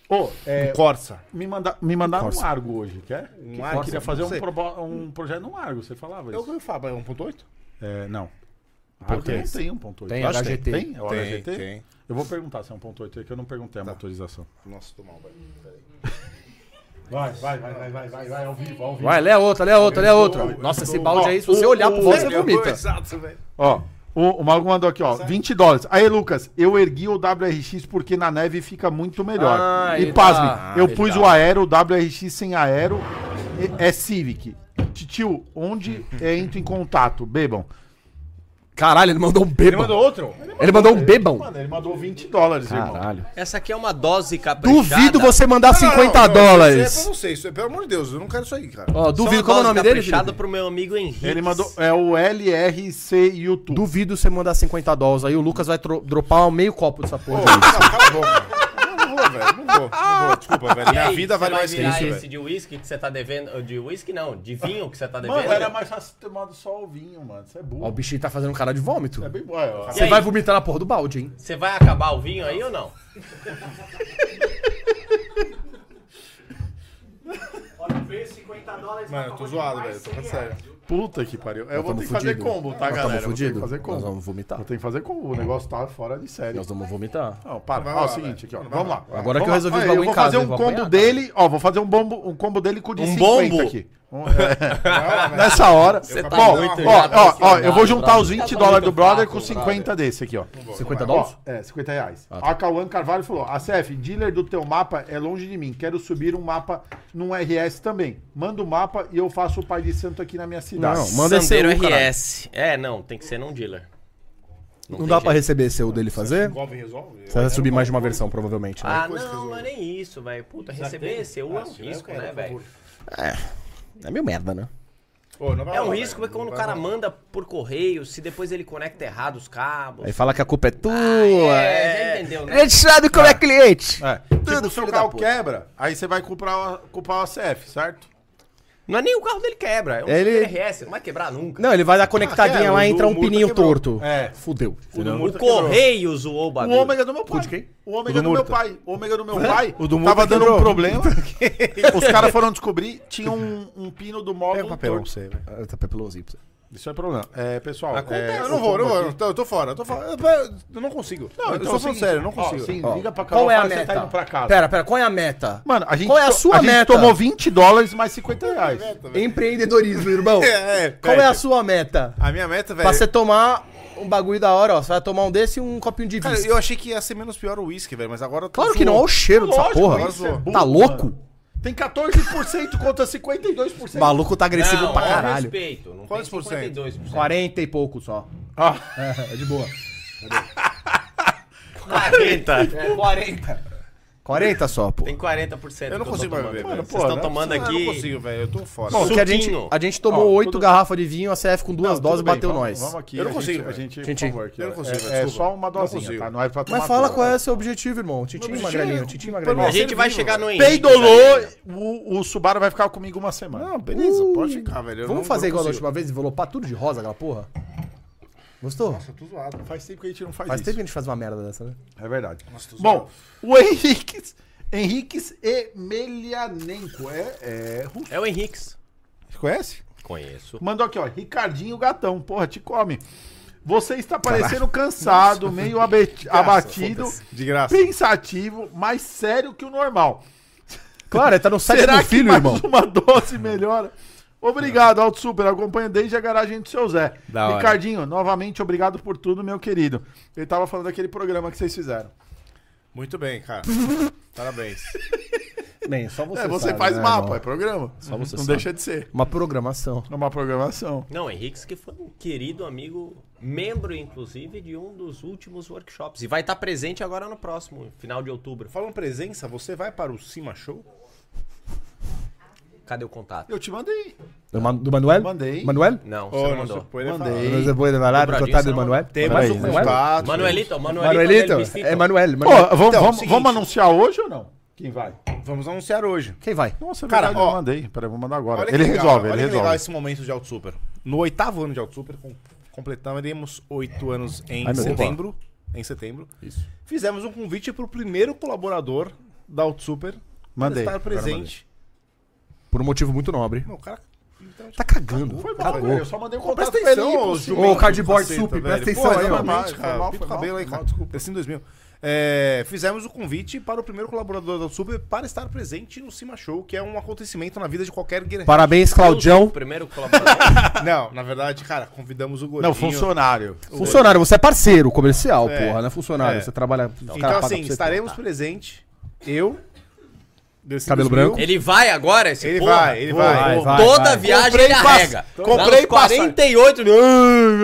Speaker 6: Ô, é,
Speaker 2: Corsa.
Speaker 6: me, manda, me mandaram um Argo hoje, quer?
Speaker 2: Um
Speaker 6: Que
Speaker 2: Argo?
Speaker 6: Queria fazer
Speaker 2: Não
Speaker 6: um,
Speaker 2: sei.
Speaker 6: probo- um projeto num Argo, você falava
Speaker 2: Eu
Speaker 6: isso.
Speaker 2: vou falar, é 1.8?
Speaker 6: É, não. Argo não tem 1.8.
Speaker 3: Tem,
Speaker 6: Eu acho
Speaker 3: HGT.
Speaker 6: que Tem? É o
Speaker 2: Tem,
Speaker 6: HGT?
Speaker 2: tem.
Speaker 6: Eu vou perguntar se é 1.8, é que eu não perguntei a motorização.
Speaker 2: Nossa, tô mal, velho. Peraí.
Speaker 6: Vai, vai, vai, vai, vai, vai, vai, ao vivo, ao vivo.
Speaker 3: Vai, lê a outra, lê a outra, lê a outra. Nossa, esse balde aí, se você olhar pro você vomita.
Speaker 2: Exato, velho.
Speaker 6: Ó, o, o Mago mandou aqui, ó, 20 dólares. Aí, Lucas, eu ergui o WRX porque na neve fica muito melhor.
Speaker 3: Ah,
Speaker 6: e
Speaker 3: ele
Speaker 6: pasme,
Speaker 3: tá-
Speaker 6: eu
Speaker 3: ele
Speaker 6: pus
Speaker 3: tá.
Speaker 6: o aero, o WRX sem aero, e- é Civic. Titio, onde é, entro em contato? Bebam.
Speaker 3: Caralho, ele mandou um
Speaker 2: Ele
Speaker 3: bebão.
Speaker 2: mandou outro?
Speaker 3: Ele mandou um bebão.
Speaker 6: Mano, ele mandou 20 dólares, irmão.
Speaker 3: Caralho.
Speaker 4: Essa aqui é uma dose caprichada.
Speaker 3: Duvido você mandar 50
Speaker 2: Não, não, não, Isso é,
Speaker 3: dólares.
Speaker 2: eu não sei, isso é, pelo amor de Deus, eu não quero isso aí, cara.
Speaker 3: Ó,
Speaker 4: Só
Speaker 3: duvido.
Speaker 4: uma
Speaker 3: Qual é o
Speaker 4: dose
Speaker 3: nome dele,
Speaker 4: caprichada
Speaker 3: Felipe?
Speaker 4: pro meu amigo Henrique.
Speaker 6: Ele mandou, é o LRC YouTube.
Speaker 3: Duvido você mandar 50 dólares. Aí o Lucas vai tro- dropar um meio copo dessa porra.
Speaker 2: Pô, não, cala a boca. Não, não vou, velho. Não vou, não vou. Desculpa, velho. Minha vida vale mais que isso,
Speaker 4: esse
Speaker 2: velho.
Speaker 4: de uísque que você tá devendo. De uísque não, de vinho que você tá devendo.
Speaker 6: Mano, era mais fácil ter tomado só o vinho, mano. Você é
Speaker 3: Ó, o
Speaker 6: burro.
Speaker 3: bichinho tá fazendo um cara de vômito.
Speaker 6: É bem bom, ó.
Speaker 4: E
Speaker 3: Você
Speaker 4: aí?
Speaker 3: vai vomitar na porra do balde, hein?
Speaker 4: Você vai acabar o vinho aí ou não?
Speaker 2: Mano, eu tô zoado, velho. Tô falando sério.
Speaker 6: Puta que pariu. Eu vou
Speaker 3: tamo
Speaker 6: ter que fazer
Speaker 3: fudido.
Speaker 6: combo, tá,
Speaker 3: Nós
Speaker 6: galera?
Speaker 3: tamo
Speaker 6: Vou ter que
Speaker 3: fudido.
Speaker 6: fazer
Speaker 3: Nós
Speaker 6: combo.
Speaker 3: vamos vomitar.
Speaker 6: Vou ter que fazer combo. O negócio tá fora de série.
Speaker 3: Nós vamos vomitar.
Speaker 6: Não, para.
Speaker 2: Vai
Speaker 6: Ó,
Speaker 2: lá,
Speaker 6: é o seguinte, aqui, ó.
Speaker 2: vai.
Speaker 6: Vamos lá.
Speaker 3: Agora que eu
Speaker 6: Vamos lá.
Speaker 3: resolvi os
Speaker 6: Olha,
Speaker 3: bagulho
Speaker 6: Eu vou
Speaker 3: em casa,
Speaker 6: fazer
Speaker 3: eu
Speaker 6: um
Speaker 3: vou
Speaker 6: combo
Speaker 3: apanhar,
Speaker 6: dele, ó, vou fazer um bombo, um combo dele com o de
Speaker 4: Um
Speaker 6: 50
Speaker 4: bombo?
Speaker 6: aqui. Um- é. Nessa hora. Bom, ó, ó, ó, eu vou juntar os 20 dólares do brother com 50 desse aqui, ó.
Speaker 3: 50
Speaker 6: Ó,
Speaker 3: dólares?
Speaker 6: é, 50 reais. A Cauã Carvalho falou: ACF, dealer do teu mapa é longe de mim. Quero subir um mapa num RS também. Manda o mapa e eu faço o pai de santo aqui na minha cidade.
Speaker 3: Não, manda esse
Speaker 4: Sandero
Speaker 3: U, caralho.
Speaker 4: RS. É, não, tem que ser não dealer.
Speaker 3: Não
Speaker 4: tem
Speaker 3: dá pra
Speaker 4: jeito.
Speaker 3: receber seu dele fazer?
Speaker 2: Envolve e resolve?
Speaker 3: Você vai subir mais de uma versão, provavelmente, né?
Speaker 4: Ah, não, não é nem isso, velho. Puta, receber esse U é um risco, né, velho?
Speaker 3: É meio merda, né?
Speaker 2: Ô, não vai
Speaker 4: É um
Speaker 2: rolar,
Speaker 4: risco
Speaker 2: velho.
Speaker 4: porque quando
Speaker 2: né? Não
Speaker 4: o
Speaker 2: vai
Speaker 4: cara
Speaker 2: rolar.
Speaker 4: manda por correio, se depois ele conecta errado os cabos.
Speaker 3: Aí fala que a culpa é tua.
Speaker 4: é, já entendeu, né?
Speaker 3: A gente sabe como é cliente.
Speaker 6: É. Tipo, seu carro quebra, aí você vai culpar, o- culpar o ACF, certo?
Speaker 4: Não é nem o carro dele quebra, é um
Speaker 3: Ele-
Speaker 4: RS, não vai quebrar nunca.
Speaker 3: Não, ele vai dar conectadinha
Speaker 2: Ah, é,
Speaker 3: lá
Speaker 2: o-
Speaker 3: e entra
Speaker 2: o
Speaker 3: um
Speaker 2: muro tá
Speaker 3: pininho
Speaker 2: quebrou.
Speaker 3: torto.
Speaker 6: É.
Speaker 3: Fudeu. entendeu?
Speaker 4: O correio zoou o
Speaker 6: O
Speaker 4: bagulho.
Speaker 6: ômega É do meu pai. O ômega do, meu pai. tá. O ômega do meu pai
Speaker 2: O do Murta
Speaker 6: tava dando um
Speaker 2: quebrou.
Speaker 6: problema. Os caras foram descobrir, tinha um, um pino do
Speaker 2: Pega
Speaker 6: móvel.
Speaker 2: o papelão pra você,
Speaker 6: torto.
Speaker 2: velho.
Speaker 3: Ah, Tá papelãozinho pra você.
Speaker 6: Isso é problema. É, pessoal.
Speaker 2: É,
Speaker 6: é,
Speaker 2: eu não
Speaker 6: o
Speaker 2: vou, não
Speaker 6: combo
Speaker 2: vou.
Speaker 6: aqui-
Speaker 2: Eu tô, eu tô fora, eu tô fora. Eu- Eu não consigo.
Speaker 6: Então,
Speaker 2: Não, então é eu tô falando sério, eu não consigo.
Speaker 6: sim,
Speaker 3: Ó,
Speaker 6: liga pra Carol
Speaker 3: qual é a
Speaker 6: fala que você tá
Speaker 3: meta?
Speaker 6: indo pra casa.
Speaker 3: Pera, pera, qual é a meta?
Speaker 6: Mano, a gente,
Speaker 3: Qual é a
Speaker 6: to-
Speaker 3: sua
Speaker 6: gente
Speaker 3: meta?
Speaker 6: tomou 20 dólares mais 50 reais.
Speaker 3: É Empreendedorismo, irmão.
Speaker 2: É, é,
Speaker 3: qual é a
Speaker 2: velho.
Speaker 3: sua meta?
Speaker 2: A minha meta, velho.
Speaker 3: Pra você tomar um bagulho da hora, ó. Você vai tomar um desse e um copinho de
Speaker 2: Cara,
Speaker 3: vinho.
Speaker 2: eu achei que ia ser menos pior o uísque, velho, mas agora.
Speaker 3: Claro que não, olha o cheiro dessa
Speaker 6: Lógico,
Speaker 3: porra.
Speaker 6: isso é burro,
Speaker 3: tá louco?
Speaker 6: mano. Tem 14% contra 52%.
Speaker 3: O maluco tá agressivo
Speaker 4: Não,
Speaker 3: pra
Speaker 4: ó,
Speaker 3: caralho.
Speaker 4: Respeito, não
Speaker 2: Quantos
Speaker 4: tem
Speaker 2: por cento?
Speaker 4: 52%.
Speaker 3: 40 e pouco só.
Speaker 6: Ah.
Speaker 3: É, é de boa.
Speaker 4: 40.
Speaker 3: É 40. 40 só, pô.
Speaker 4: Tem 40%.
Speaker 2: Eu não
Speaker 4: que
Speaker 2: consigo
Speaker 4: tô
Speaker 2: mais
Speaker 4: tomando.
Speaker 2: beber,
Speaker 4: Mano,
Speaker 2: velho.
Speaker 4: Vocês
Speaker 3: é
Speaker 4: estão
Speaker 6: Pô,
Speaker 4: tomando
Speaker 2: Eu
Speaker 4: aqui.
Speaker 2: não consigo, velho. Eu tô fora.
Speaker 6: Bom,
Speaker 3: Porque a gente,
Speaker 4: suquinho.
Speaker 3: a gente tomou
Speaker 6: Ó,
Speaker 3: 8
Speaker 6: tudo-
Speaker 3: garrafas de vinho, a CF com duas
Speaker 6: Não,
Speaker 3: doses
Speaker 6: tudo bem,
Speaker 3: bateu
Speaker 6: vamos-
Speaker 3: nós.
Speaker 6: Vamos aqui,
Speaker 2: Eu não
Speaker 6: a
Speaker 2: consigo,
Speaker 6: Gente, a
Speaker 2: velho.
Speaker 6: gente,
Speaker 3: Gente,
Speaker 6: por favor, aqui,
Speaker 2: eu não
Speaker 6: ó,
Speaker 2: consigo,
Speaker 6: é, é
Speaker 2: desculpa.
Speaker 6: só uma
Speaker 2: Não
Speaker 6: dosinha,
Speaker 2: consigo.
Speaker 6: tá? Não é pra tomar
Speaker 3: Mas fala
Speaker 6: toda.
Speaker 3: qual é o seu objetivo, irmão. Titinho
Speaker 2: Meu
Speaker 3: magrelinho,
Speaker 2: objetivo-
Speaker 3: titinho
Speaker 4: A
Speaker 3: magrelinho.
Speaker 4: gente vai chegar no Henrique.
Speaker 6: Peidolou, o, o Subaru vai ficar comigo uma semana.
Speaker 2: Não, beleza, pode ficar, velho. Eu
Speaker 3: Vamos
Speaker 2: não-
Speaker 3: fazer
Speaker 2: eu não
Speaker 3: igual da
Speaker 2: consigo.
Speaker 3: última vez, envelopar tudo de rosa, aquela porra? Gostou?
Speaker 2: Eu tô zoado.
Speaker 6: faz tempo que a gente não faz,
Speaker 3: Faz
Speaker 6: isso.
Speaker 2: É
Speaker 3: tempo que a gente faz uma merda dessa, né?
Speaker 6: É verdade. Bom, o Henrique Henriques Emelianenko. É, é russo.
Speaker 4: É o Henriques.
Speaker 6: Conhece?
Speaker 4: Conheço.
Speaker 6: Mandou aqui, ó. Ricardinho Gatão. Porra, te come. Você está parecendo cansado, meio abe- abatido,
Speaker 2: De graça.
Speaker 6: pensativo, mais sério que o normal.
Speaker 3: Claro, ele tá no site
Speaker 6: Será
Speaker 3: do
Speaker 6: que
Speaker 3: filho,
Speaker 6: mais
Speaker 3: irmão.
Speaker 6: uma dose melhora? Obrigado, Alto Super. Acompanha desde a garagem do seu Zé.
Speaker 2: Da hora.
Speaker 6: Ricardinho, novamente, obrigado por tudo, meu querido. Ele tava falando daquele programa que vocês fizeram.
Speaker 2: Muito bem, cara. Parabéns.
Speaker 5: Bem, só você.
Speaker 6: é, você
Speaker 5: sabe,
Speaker 6: faz
Speaker 5: né,
Speaker 6: mapa,
Speaker 5: irmão?
Speaker 6: é programa. Só
Speaker 3: você
Speaker 6: Não
Speaker 3: sabe.
Speaker 6: deixa de ser.
Speaker 3: Uma programação.
Speaker 6: É uma programação.
Speaker 4: Não, Henriques, que foi um querido amigo, membro inclusive de um dos últimos workshops. E vai estar presente agora no próximo, final de outubro.
Speaker 2: Falando presença, você vai para o Cima Show?
Speaker 4: Cadê o contato?
Speaker 6: Eu te mandei.
Speaker 3: Do, Man- do Manuel?
Speaker 6: Mandei.
Speaker 3: Manuel?
Speaker 4: Não,
Speaker 2: Ô,
Speaker 4: você não
Speaker 2: não
Speaker 4: mandou.
Speaker 2: se pode falar.
Speaker 6: Mandei.
Speaker 3: Não se pode falar do
Speaker 4: Dobradinha,
Speaker 3: contato do
Speaker 4: não.
Speaker 3: Manuel?
Speaker 2: Temos um
Speaker 3: Peraí, Manuel?
Speaker 6: Ah,
Speaker 2: contato.
Speaker 4: Manuelito, Manuelito.
Speaker 3: Manuelito?
Speaker 4: del Piscito.
Speaker 3: É Manuel.
Speaker 6: Ó,
Speaker 3: Manuel.
Speaker 6: vamos,
Speaker 2: Então,
Speaker 6: vamos-
Speaker 2: seguinte.
Speaker 6: vamos anunciar hoje ou não? Quem vai?
Speaker 2: Vamos anunciar hoje.
Speaker 3: Quem vai?
Speaker 6: Nossa,
Speaker 2: Cara,
Speaker 6: verdade, eu
Speaker 2: ó.
Speaker 6: mandei. Peraí, vou mandar agora.
Speaker 2: Olha que
Speaker 6: ele
Speaker 2: legal,
Speaker 6: resolve,
Speaker 2: olha
Speaker 6: ele
Speaker 2: que legal
Speaker 6: resolve.
Speaker 2: esse momento de Auto Super. No oitavo ano de Auto Super, com- completaremos oito anos em
Speaker 3: Ai, meu Deus.
Speaker 2: setembro. Em setembro.
Speaker 3: Isso.
Speaker 2: Fizemos um convite para o primeiro colaborador da Auto Super
Speaker 6: Mandei.
Speaker 2: estar presente.
Speaker 3: Por um motivo muito nobre.
Speaker 2: Não, cara, então,
Speaker 3: Tá cagando.
Speaker 6: Foi mal,
Speaker 3: Cagou.
Speaker 6: velho, eu só mandei o contato
Speaker 2: presta atenção,
Speaker 6: pra
Speaker 2: ô,
Speaker 6: ele, pô.
Speaker 2: Jumento,
Speaker 3: Tá Ô, Cardboard
Speaker 2: caceta,
Speaker 3: Soup,
Speaker 2: velho.
Speaker 3: presta
Speaker 2: Pô,
Speaker 3: atenção aí,
Speaker 6: exatamente,
Speaker 3: mano.
Speaker 2: Exatamente,
Speaker 6: foi
Speaker 2: cara.
Speaker 6: mal,
Speaker 2: Pinta o
Speaker 6: foi mal,
Speaker 2: cabelo aí,
Speaker 6: foi
Speaker 2: cara.
Speaker 6: mal, desculpa.
Speaker 2: Assim 2000. É, fizemos o convite para o primeiro colaborador da Super para estar presente no Cima Show, que é um acontecimento na vida de qualquer guerreiro.
Speaker 3: Parabéns,
Speaker 4: O
Speaker 3: Claudião.
Speaker 4: primeiro colaborador.
Speaker 2: Não, na verdade, cara, convidamos o Gordinho.
Speaker 6: Não, funcionário.
Speaker 3: Funcionário, você é parceiro comercial,
Speaker 2: É.
Speaker 3: porra, não é funcionário.
Speaker 2: É.
Speaker 3: Você trabalha. os
Speaker 2: Então,
Speaker 3: caras pagam
Speaker 2: assim,
Speaker 3: pra você.
Speaker 2: estaremos presente. Eu. desse
Speaker 3: Cabelo
Speaker 2: 2000.
Speaker 3: branco.
Speaker 4: ele vai agora, esse
Speaker 2: Ele
Speaker 4: porra?
Speaker 2: vai, ele
Speaker 3: Vai,
Speaker 2: vai.
Speaker 3: vai.
Speaker 4: Toda viagem
Speaker 6: Comprei
Speaker 4: ele
Speaker 6: pass-
Speaker 4: arrega.
Speaker 6: comprei
Speaker 4: Lá nos 48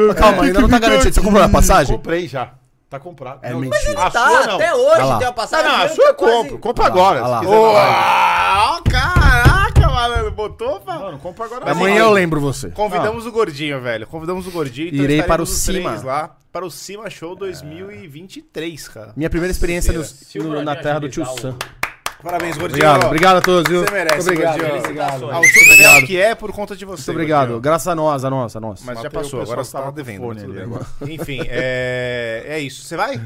Speaker 3: Ah, Calma, ainda não tá garantido. Você comprou a passagem?
Speaker 6: Comprei já. Tá comprado.
Speaker 3: É
Speaker 6: Não,
Speaker 3: mentira.
Speaker 6: A
Speaker 4: Tá,
Speaker 6: Ah, sua não.
Speaker 4: até
Speaker 3: Vai
Speaker 4: hoje
Speaker 3: lá.
Speaker 4: tem uma passagem.
Speaker 6: Não, a
Speaker 4: branca
Speaker 6: sua eu
Speaker 4: quase-
Speaker 6: compro. Compra
Speaker 3: Vai lá,
Speaker 6: agora.
Speaker 3: vai lá.
Speaker 6: se quiser, vai.
Speaker 2: Uau, um caraca, malandro. Botou pra.
Speaker 6: Mano, compra agora. não.
Speaker 3: Amanhã eu lembro você.
Speaker 2: Convidamos o Gordinho, velho. Convidamos o Gordinho. então
Speaker 3: Irei
Speaker 2: estaremos
Speaker 3: para o
Speaker 2: os
Speaker 3: Cima.
Speaker 2: três lá para o Cima Show 2023, cara.
Speaker 3: Minha primeira experiência no-
Speaker 4: Se o
Speaker 3: no- na
Speaker 4: Brodinho
Speaker 3: terra do tio
Speaker 4: agilizar
Speaker 3: Sam.
Speaker 4: o-
Speaker 2: Parabéns, Gordinho.
Speaker 3: Obrigado, obrigado a todos, viu?
Speaker 2: tá Você merece, Gordinho.
Speaker 3: obrigado.
Speaker 2: Ao super legal que é por conta de você.
Speaker 3: Muito obrigado.
Speaker 2: Gordinho.
Speaker 3: Graças a nós, a nós, a nós.
Speaker 2: Mas já
Speaker 6: Matei o
Speaker 2: passou,
Speaker 6: pessoal
Speaker 2: agora
Speaker 6: que
Speaker 2: você tava
Speaker 6: tava com
Speaker 2: devendo.
Speaker 6: fone
Speaker 2: mas tudo
Speaker 6: ali
Speaker 2: bem. Enfim, é... é isso. Você vai?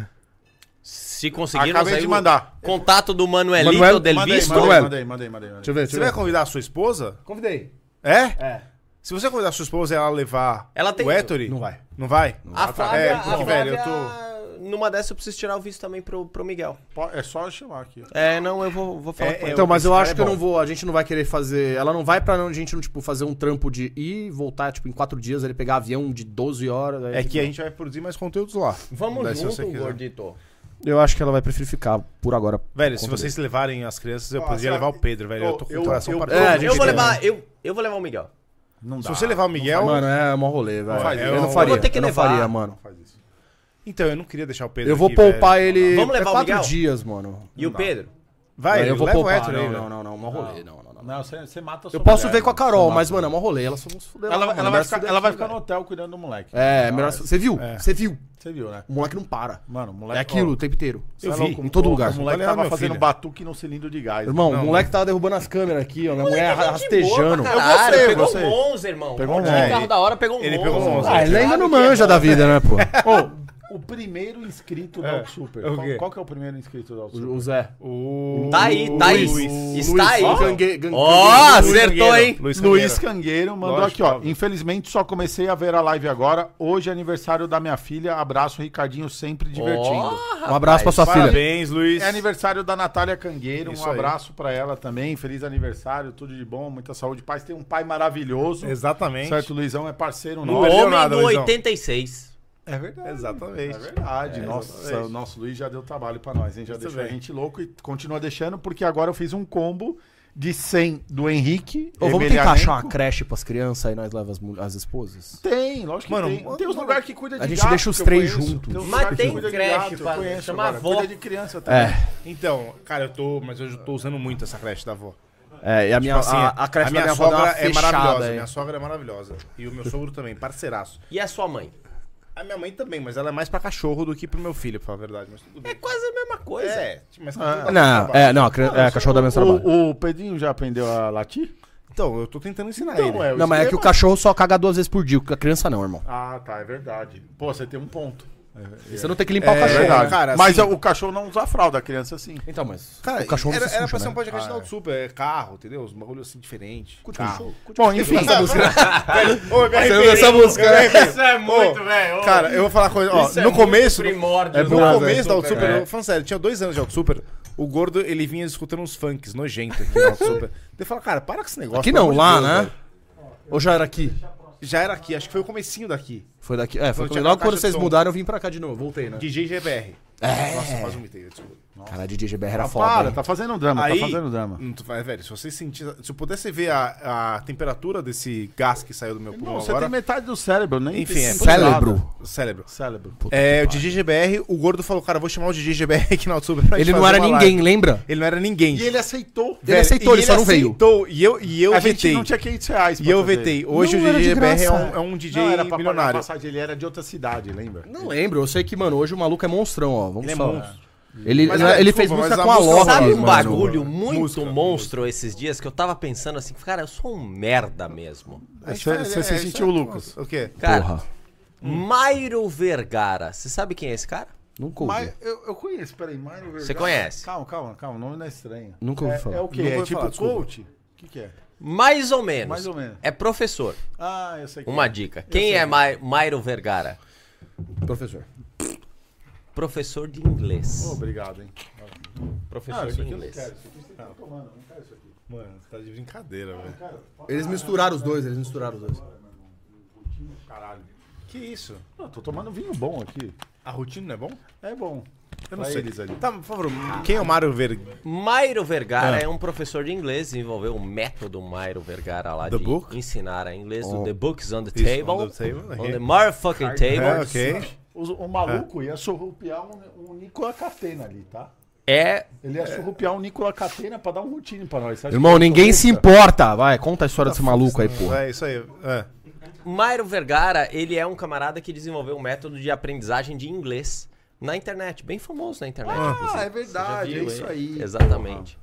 Speaker 4: Se conseguirmos
Speaker 6: Acabei
Speaker 4: aí
Speaker 6: de
Speaker 4: o
Speaker 6: mandar.
Speaker 4: Contato do Manuelito
Speaker 3: Manuel,
Speaker 4: del
Speaker 6: Mandei,
Speaker 4: Visto.
Speaker 6: mandei,
Speaker 3: Manuel.
Speaker 6: mandei, mandei, mandei, mandei.
Speaker 3: Deixa eu ver,
Speaker 2: Você
Speaker 3: deixa eu
Speaker 2: vai
Speaker 3: ver.
Speaker 2: convidar a sua esposa?
Speaker 3: Convidei.
Speaker 2: É?
Speaker 3: É.
Speaker 2: Se você convidar a sua esposa e ela levar
Speaker 4: Ela tem-
Speaker 2: o Ettore...
Speaker 3: Não vai.
Speaker 2: Não vai?
Speaker 4: A Flávia,
Speaker 2: É,
Speaker 4: a
Speaker 2: porque,
Speaker 4: Flávia,
Speaker 2: velho, eu tô...
Speaker 4: Numa dessa eu preciso tirar o visto também pro, pro Miguel.
Speaker 6: Pô, É só eu chamar aqui.
Speaker 4: É, não, eu vou, vou falar
Speaker 2: É,
Speaker 4: com
Speaker 2: é,
Speaker 4: ele.
Speaker 3: Então, mas
Speaker 2: esse
Speaker 3: eu
Speaker 2: cara
Speaker 3: acho
Speaker 2: é
Speaker 3: que eu
Speaker 2: bom.
Speaker 3: não vou. A gente não vai querer fazer. Ela não vai pra não- a gente não, tipo, fazer um trampo de ir, voltar, tipo, em quatro dias, ele pegar avião de 12 horas. aí-
Speaker 2: É que a gente vai produzir mais conteúdos lá.
Speaker 4: Vamos
Speaker 2: Daí, se você
Speaker 4: junto,
Speaker 2: quiser.
Speaker 4: gordito.
Speaker 3: Eu acho que ela vai preferir ficar por agora.
Speaker 2: Velho,
Speaker 3: por
Speaker 2: se
Speaker 3: conta
Speaker 2: vocês levarem as crianças, eu
Speaker 6: Ó,
Speaker 2: podia
Speaker 6: sabe-
Speaker 2: levar o Pedro, velho. Eu tô com
Speaker 6: Eu-
Speaker 2: o coração
Speaker 6: eu-
Speaker 2: partido.
Speaker 3: É, a gente
Speaker 4: eu vou
Speaker 3: tem.
Speaker 4: levar, eu, eu vou levar o Miguel.
Speaker 6: Não
Speaker 2: né? Se você levar o Miguel...
Speaker 3: dele. Mano, é mó rolê, velho.
Speaker 2: um- faz isso.
Speaker 3: eu não
Speaker 2: Eu
Speaker 3: faria.
Speaker 4: vou ter que
Speaker 3: eu não
Speaker 4: levar.
Speaker 3: faria, mano.
Speaker 2: Então, eu não queria deixar o Pedro
Speaker 3: Eu vou
Speaker 2: aqui,
Speaker 3: poupar
Speaker 2: velho.
Speaker 3: ele.
Speaker 4: Vamos levar
Speaker 3: é
Speaker 4: o
Speaker 3: quatro
Speaker 4: Miguel?
Speaker 3: dias, mano.
Speaker 4: E o Pedro?
Speaker 2: Vai,
Speaker 3: eu vou
Speaker 2: leva o
Speaker 3: poupar.
Speaker 2: Ettore aí,
Speaker 3: não,
Speaker 2: velho.
Speaker 3: não, não, não, mó rolê, não, não, não.
Speaker 6: Não, você, você mata a sua
Speaker 3: Eu posso
Speaker 6: mulher,
Speaker 3: ver com a
Speaker 6: mano.
Speaker 3: Carol, mas, mano, é mó rolê, ela só vão se fuder. lá,
Speaker 6: Ela,
Speaker 3: mano,
Speaker 6: ela vai
Speaker 3: melhor
Speaker 6: ficar,
Speaker 3: se fuder
Speaker 6: ela vai
Speaker 3: aqui,
Speaker 6: ficar no
Speaker 3: velho.
Speaker 6: hotel cuidando do moleque.
Speaker 3: É, melhor. se- Você viu?
Speaker 2: É.
Speaker 3: Você viu?
Speaker 6: Você viu, né?
Speaker 3: O moleque não para.
Speaker 6: Mano, o moleque.
Speaker 3: É aquilo
Speaker 6: ó,
Speaker 3: o tempo inteiro.
Speaker 6: você é
Speaker 2: vi,
Speaker 6: louco,
Speaker 3: em todo
Speaker 6: o-
Speaker 3: lugar.
Speaker 6: O moleque
Speaker 2: Olha lá,
Speaker 6: tava
Speaker 2: meu
Speaker 6: fazendo
Speaker 2: filho.
Speaker 6: batuque no cilindro de gás.
Speaker 3: Irmão,
Speaker 2: Não,
Speaker 3: o moleque tava derrubando as câmeras aqui, ó. A
Speaker 2: é
Speaker 3: mulher rastejando.
Speaker 4: Eu
Speaker 6: Eu gostei,
Speaker 4: gostei, pegou
Speaker 6: gostei.
Speaker 4: um Monza, irmão.
Speaker 6: Pegou um
Speaker 4: Monte de
Speaker 6: Monza.
Speaker 4: carro da hora, pegou um
Speaker 2: Ele pegou um Monza.
Speaker 3: Ah, ele ainda não manja da vida, né, pô?
Speaker 6: Ô, o primeiro inscrito da Alt Super.
Speaker 2: É o
Speaker 6: Qual,
Speaker 2: quê?
Speaker 6: qual que é o primeiro inscrito da Alt Super?
Speaker 3: O Zé.
Speaker 2: O...
Speaker 4: Tá aí, tá aí.
Speaker 2: Luiz.
Speaker 4: Está aí.
Speaker 3: Luiz Gangue- Gangue-
Speaker 4: Ó,
Speaker 3: Luiz
Speaker 4: acertou,
Speaker 2: Cangueiro.
Speaker 4: hein?
Speaker 2: Luiz
Speaker 6: Luiz
Speaker 2: Cangueiro.
Speaker 6: Cangueiro mandou
Speaker 2: Lógico,
Speaker 6: aqui, ó.
Speaker 2: óbvio.
Speaker 6: Infelizmente só comecei a ver a live agora. Hoje é aniversário da minha filha. Abraço, Ricardinho, sempre divertindo.
Speaker 3: Um abraço pra sua filha.
Speaker 2: Parabéns, Luiz.
Speaker 6: É aniversário da Natália Cangueiro.
Speaker 2: Isso
Speaker 6: um
Speaker 2: aí.
Speaker 6: abraço pra ela também. Feliz aniversário, tudo de bom, muita saúde, paz. Tem um pai maravilhoso.
Speaker 2: Exatamente.
Speaker 6: Certo, Luizão é parceiro
Speaker 4: O
Speaker 2: Não
Speaker 6: nosso.
Speaker 2: perdeu
Speaker 4: homem
Speaker 2: nada,
Speaker 4: do
Speaker 2: Luizão.
Speaker 4: 86.
Speaker 6: É verdade.
Speaker 2: Exatamente.
Speaker 6: É verdade. Nossa, o nosso Luiz já deu trabalho pra nós, hein? Já
Speaker 2: Muito
Speaker 6: deixou a
Speaker 2: bem.
Speaker 6: gente louco e continua deixando, porque agora eu fiz um combo de 100 do Henrique.
Speaker 3: Ô, vamos
Speaker 6: Emelianenko.
Speaker 3: tentar achar uma creche pras crianças e nós leva as, mul- as esposas?
Speaker 6: Tem, lógico
Speaker 2: Mano,
Speaker 6: que tem. Tem uns
Speaker 2: mano,
Speaker 6: lugares que cuida de
Speaker 3: a gente
Speaker 6: gato,
Speaker 3: deixa os
Speaker 6: que eu
Speaker 3: três
Speaker 6: conheço.
Speaker 3: juntos.
Speaker 2: então.
Speaker 6: uns
Speaker 4: Mas
Speaker 6: lugares que
Speaker 4: tem
Speaker 6: cuida de
Speaker 4: creche,
Speaker 6: gato, eu
Speaker 4: padre,
Speaker 6: conheço
Speaker 4: chama
Speaker 6: agora.
Speaker 4: a avó.
Speaker 6: Cuida de criança também.
Speaker 3: É.
Speaker 2: Então, cara, eu tô... Mas hoje eu tô usando muito essa creche da avó.
Speaker 3: É, e a minha,
Speaker 2: Tipo assim,
Speaker 3: a, a creche
Speaker 2: minha,
Speaker 3: da minha avó dá
Speaker 2: sogra
Speaker 3: uma
Speaker 2: é
Speaker 3: fechada,
Speaker 2: maravilhosa.
Speaker 3: hein?
Speaker 2: Minha sogra é maravilhosa. E o meu sogro também, parceiraço.
Speaker 4: E a sua mãe?
Speaker 2: A minha mãe também, mas ela é mais pra cachorro do que pro meu filho, pra falar a verdade. Mas tudo
Speaker 4: É
Speaker 2: bem.
Speaker 4: quase a mesma coisa.
Speaker 2: É, mas...
Speaker 3: Não, é, não, a criança, é, a cachorro da minha trabalho.
Speaker 6: O, o Pedrinho já aprendeu a latir?
Speaker 2: Então, eu tô tentando ensinar ele.
Speaker 6: é, o
Speaker 3: Não, mas é que o
Speaker 6: esquema-
Speaker 3: cachorro só caga duas vezes por dia, a criança não, irmão.
Speaker 6: Ah, tá, é verdade. Pô, você tem um ponto.
Speaker 3: Você não tem que limpar o cachorro.
Speaker 2: verdade.
Speaker 3: né?
Speaker 2: é Cara,
Speaker 6: Mas é,
Speaker 2: assim-
Speaker 6: o cachorro não usa fralda, a criança sim.
Speaker 3: Então, mas.
Speaker 2: Cara,
Speaker 3: o cachorro
Speaker 2: era,
Speaker 3: se
Speaker 2: era
Speaker 3: suja,
Speaker 2: pra ser um
Speaker 3: né?
Speaker 2: podcast da Super, é carro, entendeu? Os bagulhos assim diferentes. Carro.
Speaker 3: Bom, enfim.
Speaker 2: Ô, me
Speaker 3: Você não dança a música, né?
Speaker 4: Isso é muito, velho. Ô,
Speaker 2: Cara, eu vou falar uma coisa. Ó,
Speaker 4: isso é
Speaker 2: no
Speaker 4: muito
Speaker 2: começo.
Speaker 4: primórdio
Speaker 2: é,
Speaker 4: do
Speaker 2: no
Speaker 4: Nada,
Speaker 2: começo da Auto Super,
Speaker 4: é.
Speaker 2: eu, falando sério, tinha dois anos de Auto Super. O gordo, ele vinha escutando uns funks nojentos aqui na Auto Super. Eu falo, cara, para com esse negócio.
Speaker 3: Aqui
Speaker 2: pelo
Speaker 3: não,
Speaker 2: amor de
Speaker 3: lá,
Speaker 2: Deus,
Speaker 3: né?
Speaker 2: velho.
Speaker 3: Ou já era aqui?
Speaker 2: Já era aqui, acho que foi o comecinho daqui.
Speaker 3: Foi daqui. É, foi
Speaker 2: Não, tinha
Speaker 3: logo
Speaker 2: caixa
Speaker 3: quando
Speaker 2: de
Speaker 3: vocês
Speaker 2: som.
Speaker 3: mudaram, eu vim pra cá de novo. Voltei, né?
Speaker 2: DJ GBR.
Speaker 3: É.
Speaker 2: Nossa, quase vomitei, desculpa.
Speaker 3: Cara, DJ GBR era
Speaker 6: Para,
Speaker 3: foda. hein?
Speaker 6: tá fazendo drama,
Speaker 2: Aí-
Speaker 6: tá fazendo drama.
Speaker 2: Hum, tu vai, velho, se você sentir. Se eu pudesse ver a, a temperatura desse gás que saiu do meu pulmão
Speaker 6: Não, você
Speaker 2: agora.
Speaker 6: tem metade do cérebro, nem
Speaker 2: Enfim, é
Speaker 3: Cérebro.
Speaker 2: Cérebro.
Speaker 6: Cérebro.
Speaker 2: É, o DJ GBR, o gordo falou, cara, eu vou chamar o DJ GBR aqui na Auto Super pra é
Speaker 3: Ele
Speaker 2: gente
Speaker 3: não
Speaker 2: fazer
Speaker 3: era
Speaker 2: uma
Speaker 3: ninguém,
Speaker 2: live.
Speaker 3: lembra?
Speaker 2: Ele não era ninguém.
Speaker 6: E ele aceitou.
Speaker 3: Ele aceitou, ele só não veio.
Speaker 2: aceitou, E eu, e eu
Speaker 6: a gente
Speaker 2: vetei.
Speaker 6: não tinha 500 reais.
Speaker 2: E
Speaker 6: pra
Speaker 2: eu
Speaker 6: fazer.
Speaker 2: vetei. Hoje
Speaker 3: Não
Speaker 2: o
Speaker 3: era de
Speaker 2: DJ BR é
Speaker 3: graça.
Speaker 2: um, é um DJ
Speaker 6: Não, era pra pagar a
Speaker 2: milionário.
Speaker 6: passagem, ele era de outra cidade, lembra?
Speaker 3: Não lembro, eu sei que, mano, hoje o maluco é monstrão, ó. Vamos
Speaker 2: Ele é
Speaker 3: só.
Speaker 2: monstro.
Speaker 3: Ele,
Speaker 2: Mas,
Speaker 3: não é-
Speaker 2: cara,
Speaker 3: ele
Speaker 2: desculpa,
Speaker 3: fez música
Speaker 2: mas a
Speaker 3: com a
Speaker 2: música-
Speaker 3: Loki.
Speaker 4: Sabe
Speaker 2: Sabe,
Speaker 4: um
Speaker 2: mano,
Speaker 4: bagulho muito
Speaker 2: música,
Speaker 4: monstro esses dias que eu tava pensando assim, cara, eu sou um merda mesmo.
Speaker 6: Você você se sentiu, Lucas.
Speaker 2: O quê?
Speaker 4: Cara,
Speaker 3: Porra.
Speaker 4: Mairo Vergara, você sabe quem é esse cara?
Speaker 3: Nunca ouvi.
Speaker 6: Mas eu, eu conheço, peraí, Mário Vergara.
Speaker 4: Você conhece?
Speaker 6: Calma, calma, calma, o nome não é estranho.
Speaker 3: Nunca ouvi
Speaker 6: é,
Speaker 3: falar.
Speaker 6: É o quê?
Speaker 2: Nunca
Speaker 6: É
Speaker 2: ouvi
Speaker 6: tipo
Speaker 2: falar, desculpa.
Speaker 6: coach? O que, que é?
Speaker 4: Mais ou menos.
Speaker 6: Mais ou menos.
Speaker 4: É professor.
Speaker 6: Ah, eu sei que
Speaker 4: Uma
Speaker 6: é.
Speaker 4: dica. Quem é Ma Mairo Vergara?
Speaker 3: Professor.
Speaker 4: Professor de inglês.
Speaker 6: Obrigado, hein?
Speaker 4: professor de inglês.
Speaker 2: Mano, tá de brincadeira, velho.
Speaker 3: Eles misturaram os dois, eles misturaram os dois.
Speaker 2: Que isso?
Speaker 6: Não, tô tomando vinho bom aqui.
Speaker 2: A rotina não é bom?
Speaker 6: É bom.
Speaker 2: Eu não
Speaker 6: Pra
Speaker 2: sei.
Speaker 6: eles ali.
Speaker 2: Tá, por favor, quem é o Mário Ver...
Speaker 4: Mairo
Speaker 2: Ah.
Speaker 4: Vergara é. um professor de inglês, desenvolveu o método Mairo Vergara lá
Speaker 2: The
Speaker 4: de
Speaker 2: book? Oh.
Speaker 4: ensinar a inglês, do The Books on the
Speaker 2: Isso,
Speaker 4: Table.
Speaker 2: on the table,
Speaker 4: On
Speaker 2: ok.
Speaker 4: the motherfucking table.
Speaker 2: É, ok.
Speaker 6: O, o maluco ia surrupiar um, um Nicola Catena ali, tá?
Speaker 4: É
Speaker 6: Ele ia surrupiar um Nicola Catena pra dar um routine pra nós. Você acha
Speaker 3: Irmão,
Speaker 6: que eu sou
Speaker 3: ninguém se
Speaker 6: besta?
Speaker 3: importa. Vai, conta a história desse maluco aí, porra.
Speaker 2: É isso aí. É.
Speaker 4: Mairo Vergara, ele é um camarada que desenvolveu um método de aprendizagem de inglês na internet, bem famoso na internet. inclusive.
Speaker 6: Ah, é verdade,
Speaker 4: Você
Speaker 6: é
Speaker 4: já viu,
Speaker 6: isso
Speaker 4: hein?
Speaker 6: aí.
Speaker 4: Exatamente.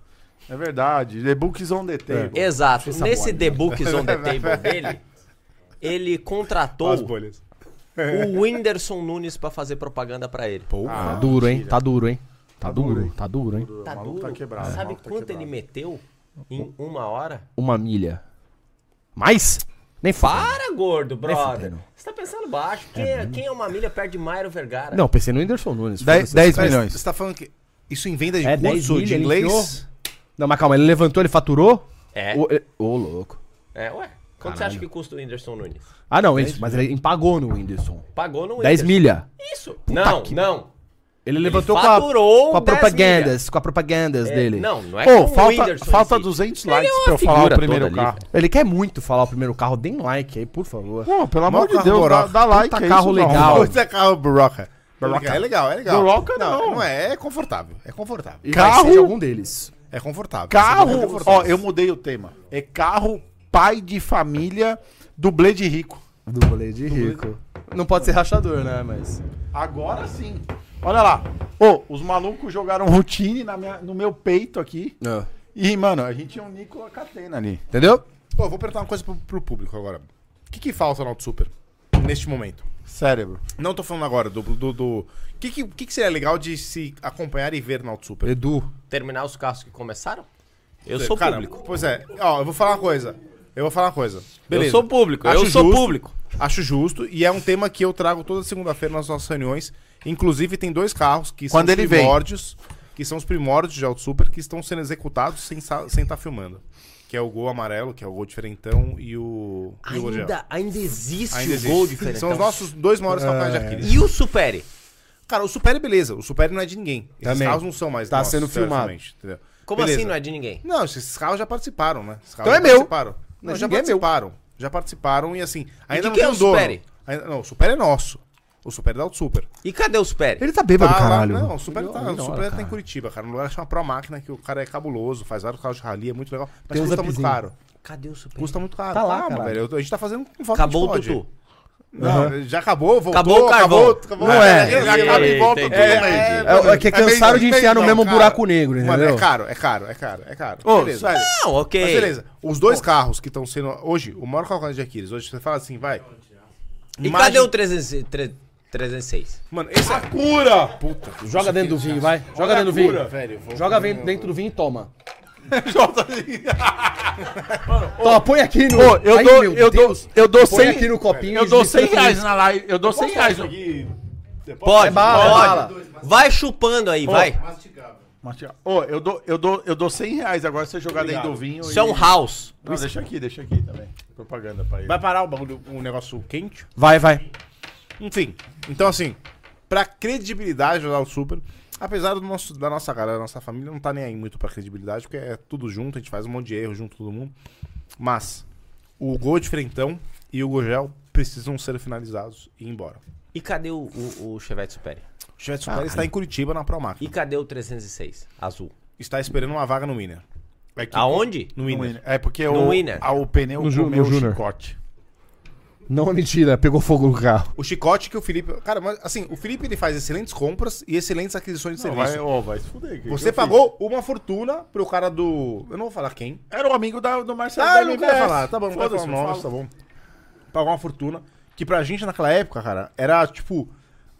Speaker 6: É verdade. The Books on the Table.
Speaker 4: Exato. Nesse The Books on the Table dele, ele contratou
Speaker 2: As bolhas.
Speaker 4: o Whindersson Nunes pra fazer propaganda pra ele.
Speaker 3: Tá duro, hein? Tá duro, hein? Tá duro, tá duro, hein?
Speaker 4: tá
Speaker 6: maluco tá quebrado, o
Speaker 4: Sabe
Speaker 6: maluco tá
Speaker 4: quanto
Speaker 6: quebrado.
Speaker 4: ele meteu em uma hora?
Speaker 3: Uma milha. Mais? Nem fala.
Speaker 4: Para, gordo, brother.
Speaker 3: fudendo.
Speaker 4: Você tá pensando baixo. Quem é, quem é uma milha perde Mairo Vergara?
Speaker 3: Não, pensei no Whindersson Nunes. foda-se.
Speaker 2: Cara, Você tá falando que isso em venda de
Speaker 3: É,
Speaker 2: curso
Speaker 3: 10
Speaker 2: de
Speaker 3: milha, ele
Speaker 2: inglês?
Speaker 3: enfiou. Não, mas calma, ele levantou, ele faturou?
Speaker 4: É.
Speaker 3: Ô, ele- ô, louco.
Speaker 4: É, ué. Quanto você acha que custa o Whindersson Nunes?
Speaker 3: Ah, não, isso, mas ele empagou no Whindersson.
Speaker 4: Pagou no
Speaker 3: 10
Speaker 4: Whindersson.
Speaker 3: milha.
Speaker 4: Isso. não,
Speaker 3: que-
Speaker 4: não.
Speaker 3: Ele levantou com a,
Speaker 4: faturou
Speaker 3: com a
Speaker 4: 10
Speaker 3: propagandas, com a propagandas
Speaker 4: É,
Speaker 3: dele.
Speaker 4: Não, não é com
Speaker 6: Ô,
Speaker 4: o
Speaker 6: falta,
Speaker 4: Whindersson
Speaker 6: falta
Speaker 4: em si.
Speaker 6: 200
Speaker 4: Ele é
Speaker 6: likes
Speaker 4: uma
Speaker 6: pra eu falar
Speaker 4: figura
Speaker 6: o primeiro
Speaker 4: toda ali,
Speaker 6: carro.
Speaker 3: Ele quer muito falar o primeiro carro, deem like aí, por favor.
Speaker 6: Pô, pelo
Speaker 2: Mó
Speaker 6: amor de
Speaker 2: carro
Speaker 6: Deus, dá,
Speaker 2: buraco.
Speaker 6: dá like.
Speaker 3: Puta
Speaker 6: é
Speaker 3: carro
Speaker 6: isso, dá um
Speaker 3: legal.
Speaker 6: like.
Speaker 2: Puta Ah, carro, Broca.
Speaker 6: Broca.
Speaker 2: É legal, é legal.
Speaker 6: Broca não.
Speaker 2: Não é, é confortável. É confortável.
Speaker 3: E
Speaker 6: Carro?
Speaker 3: vai ser de algum deles.
Speaker 2: É confortável. Você não é
Speaker 6: Carro,
Speaker 2: confortável.
Speaker 6: ó, eu mudei o tema. É carro, pai de família, dublê de rico.
Speaker 3: Do rolê de rico. Não pode ser rachador, né, mas...
Speaker 6: Agora sim. Olha lá. Ô, os malucos jogaram routine na minha- no meu peito aqui. E, mano, a gente tinha um Nicola Catena ali.
Speaker 3: Entendeu?
Speaker 2: Pô, eu vou perguntar uma coisa pro, pro público agora. O que, que falta no Auto Super neste momento?
Speaker 6: Cérebro.
Speaker 2: Não tô falando agora do. do, do- Que, que, que, que seria legal de se acompanhar e ver no Auto Super?
Speaker 3: Edu.
Speaker 4: Terminar os carros que começaram? Eu sou
Speaker 2: Cara,
Speaker 4: público.
Speaker 2: Pois é, ó, eu vou falar uma coisa. Eu vou falar uma coisa.
Speaker 4: Eu sou público. eu
Speaker 2: Acho
Speaker 4: sou
Speaker 2: justo.
Speaker 4: público.
Speaker 2: Acho justo, e é um tema que eu trago toda segunda-feira nas nossas reuniões. Inclusive, tem dois carros que
Speaker 6: Quando
Speaker 2: são
Speaker 6: ele
Speaker 2: os
Speaker 6: vem.
Speaker 2: primórdios, que são os primórdios de Auto Super, que estão sendo executados sem estar filmando. Que é o Gol Amarelo, que é o Gol Diferentão, e o. e o Godiel.
Speaker 4: Ainda, ainda existe
Speaker 2: Ainda
Speaker 4: o
Speaker 2: existe.
Speaker 4: gol diferente.
Speaker 2: São os nossos dois maiores campeões de Aquiles.
Speaker 4: E o Supere?
Speaker 2: Cara, o Super é beleza. O Super não é de ninguém. Esses
Speaker 3: Também.
Speaker 2: carros não são mais
Speaker 3: Tá sendo filmado.
Speaker 2: teoricamente, Entendeu?
Speaker 4: Como assim não é de ninguém?
Speaker 2: Não, esses carros já participaram, né? Esses carros
Speaker 3: Então
Speaker 2: já
Speaker 3: é meu.
Speaker 2: Participaram. Não,
Speaker 3: Não,
Speaker 2: já
Speaker 3: ninguém é meu.
Speaker 2: participaram. Já participaram e assim. Ainda
Speaker 4: de
Speaker 2: não
Speaker 4: quem
Speaker 2: tem
Speaker 4: é
Speaker 2: um
Speaker 4: o
Speaker 2: dono.
Speaker 4: Super?
Speaker 2: Ainda- não, o Super é nosso. O Super é da Auto Super.
Speaker 4: E cadê o Supere?
Speaker 3: Ele tá bêbado,
Speaker 2: Tá lá-
Speaker 3: caralho.
Speaker 2: Não, o Super
Speaker 3: Ele-
Speaker 2: tá,
Speaker 3: ele
Speaker 2: o
Speaker 3: não,
Speaker 2: Super
Speaker 3: cara.
Speaker 2: tá em Curitiba, cara. Um lugar que chama Pro Máquina, que o cara é cabuloso, faz vários carros de rally, é muito legal. Mas
Speaker 3: Tem uns
Speaker 2: custa muito
Speaker 3: upzinho.
Speaker 2: caro.
Speaker 4: Cadê o Supere?
Speaker 2: Custa muito caro.
Speaker 3: Tá lá,
Speaker 2: Calma,
Speaker 3: caralho.
Speaker 2: velho. Eu- A gente tá fazendo com volta
Speaker 4: Acabou o
Speaker 2: pode.
Speaker 4: Tutu.
Speaker 2: Não, já acabou, voltou.
Speaker 4: Acabou o carvão.
Speaker 2: acabou.
Speaker 3: Não é.
Speaker 2: Já acaba e volta
Speaker 4: Entendi.
Speaker 2: tudo,
Speaker 4: É,
Speaker 2: né?
Speaker 3: é, é que
Speaker 2: meio-
Speaker 3: cansaram de
Speaker 2: meio
Speaker 3: enfiar no
Speaker 2: não,
Speaker 3: mesmo
Speaker 2: cara.
Speaker 3: buraco negro,
Speaker 2: Mano,
Speaker 3: entendeu?
Speaker 2: é caro, é caro, é caro, é caro.
Speaker 6: Ô,
Speaker 2: Beleza.
Speaker 6: sério.
Speaker 4: Não, ok.
Speaker 2: Mas beleza, os dois carros que estão sendo. Hoje, o maior calcanhar de Aquiles, hoje você fala assim, vai.
Speaker 4: E
Speaker 2: imagem-
Speaker 4: cadê o 300, e tre- 306.
Speaker 2: Mano, esse é-
Speaker 6: A cura!
Speaker 2: Puta. que
Speaker 3: Joga dentro do vinho, vai. Joga
Speaker 6: Olha a
Speaker 3: dentro do vinho.
Speaker 6: cura,
Speaker 2: Ah, Velho, vou...
Speaker 3: Joga ven- dentro do vinho e toma.
Speaker 6: Jota Lima.
Speaker 3: Toma, põe aqui no.
Speaker 1: Pô, eu
Speaker 3: Ai,
Speaker 1: dou,
Speaker 3: meu
Speaker 1: eu dou,
Speaker 3: Deus.
Speaker 1: eu dou
Speaker 3: Põe
Speaker 1: 100,
Speaker 3: aqui no copinho.
Speaker 1: eu dou
Speaker 3: e
Speaker 1: 100
Speaker 3: desliga.
Speaker 1: reais na live. Eu dou 100 reais.
Speaker 4: Pode,
Speaker 3: bala, é
Speaker 4: pode. vai chupando aí, vai.
Speaker 1: Matheus.
Speaker 6: Ô, eu dou, eu, dou, eu dou 100 reais agora se você jogar dentro do vinho.
Speaker 4: Isso é um house.
Speaker 6: Não, deixa aqui, deixa aqui também. Propaganda pra ele.
Speaker 2: Vai parar o bagulho, um negócio quente?
Speaker 3: Vai, vai.
Speaker 2: Enfim, então assim, pra credibilidade do Adalto Super, apesar do nosso, da nossa galera, da nossa família, não tá nem aí muito pra credibilidade, porque é tudo junto, a gente faz um monte de erro junto todo mundo. Mas o gol de frentão e o Gogel precisam ser finalizados e ir embora.
Speaker 4: E cadê o, o, o Chevette Super?
Speaker 2: O Chevette Super está em Curitiba na Promac.
Speaker 4: E cadê o 306 azul?
Speaker 2: Está esperando uma vaga no Winner. É que-
Speaker 4: Aonde?
Speaker 2: No
Speaker 6: No
Speaker 2: Winner.
Speaker 6: winner. É porque
Speaker 4: No
Speaker 6: o,
Speaker 4: winner.
Speaker 6: a- o pneu
Speaker 1: No ju-
Speaker 6: comeu
Speaker 1: no
Speaker 6: o
Speaker 1: júnior.
Speaker 6: chicote.
Speaker 3: Não é mentira, pegou fogo no carro.
Speaker 2: O chicote que o Felipe. Cara, mas assim, o Felipe ele faz excelentes compras e excelentes aquisições de
Speaker 6: Não,
Speaker 2: serviço.
Speaker 6: vai, ô, vai se fuder. que que
Speaker 2: Você
Speaker 6: eu
Speaker 2: pagou uma fortuna pro cara do. Eu não vou falar quem.
Speaker 6: fiz? Era o amigo da, do Marcelo.
Speaker 2: Ah,
Speaker 6: da
Speaker 2: eu não quero
Speaker 6: MBS.
Speaker 2: falar. Tá bom, não quero
Speaker 6: Foda-se,
Speaker 2: falar
Speaker 6: não
Speaker 2: nomes, tá
Speaker 6: falo.
Speaker 2: bom. Pagou uma fortuna. Que pra gente naquela época, cara, era tipo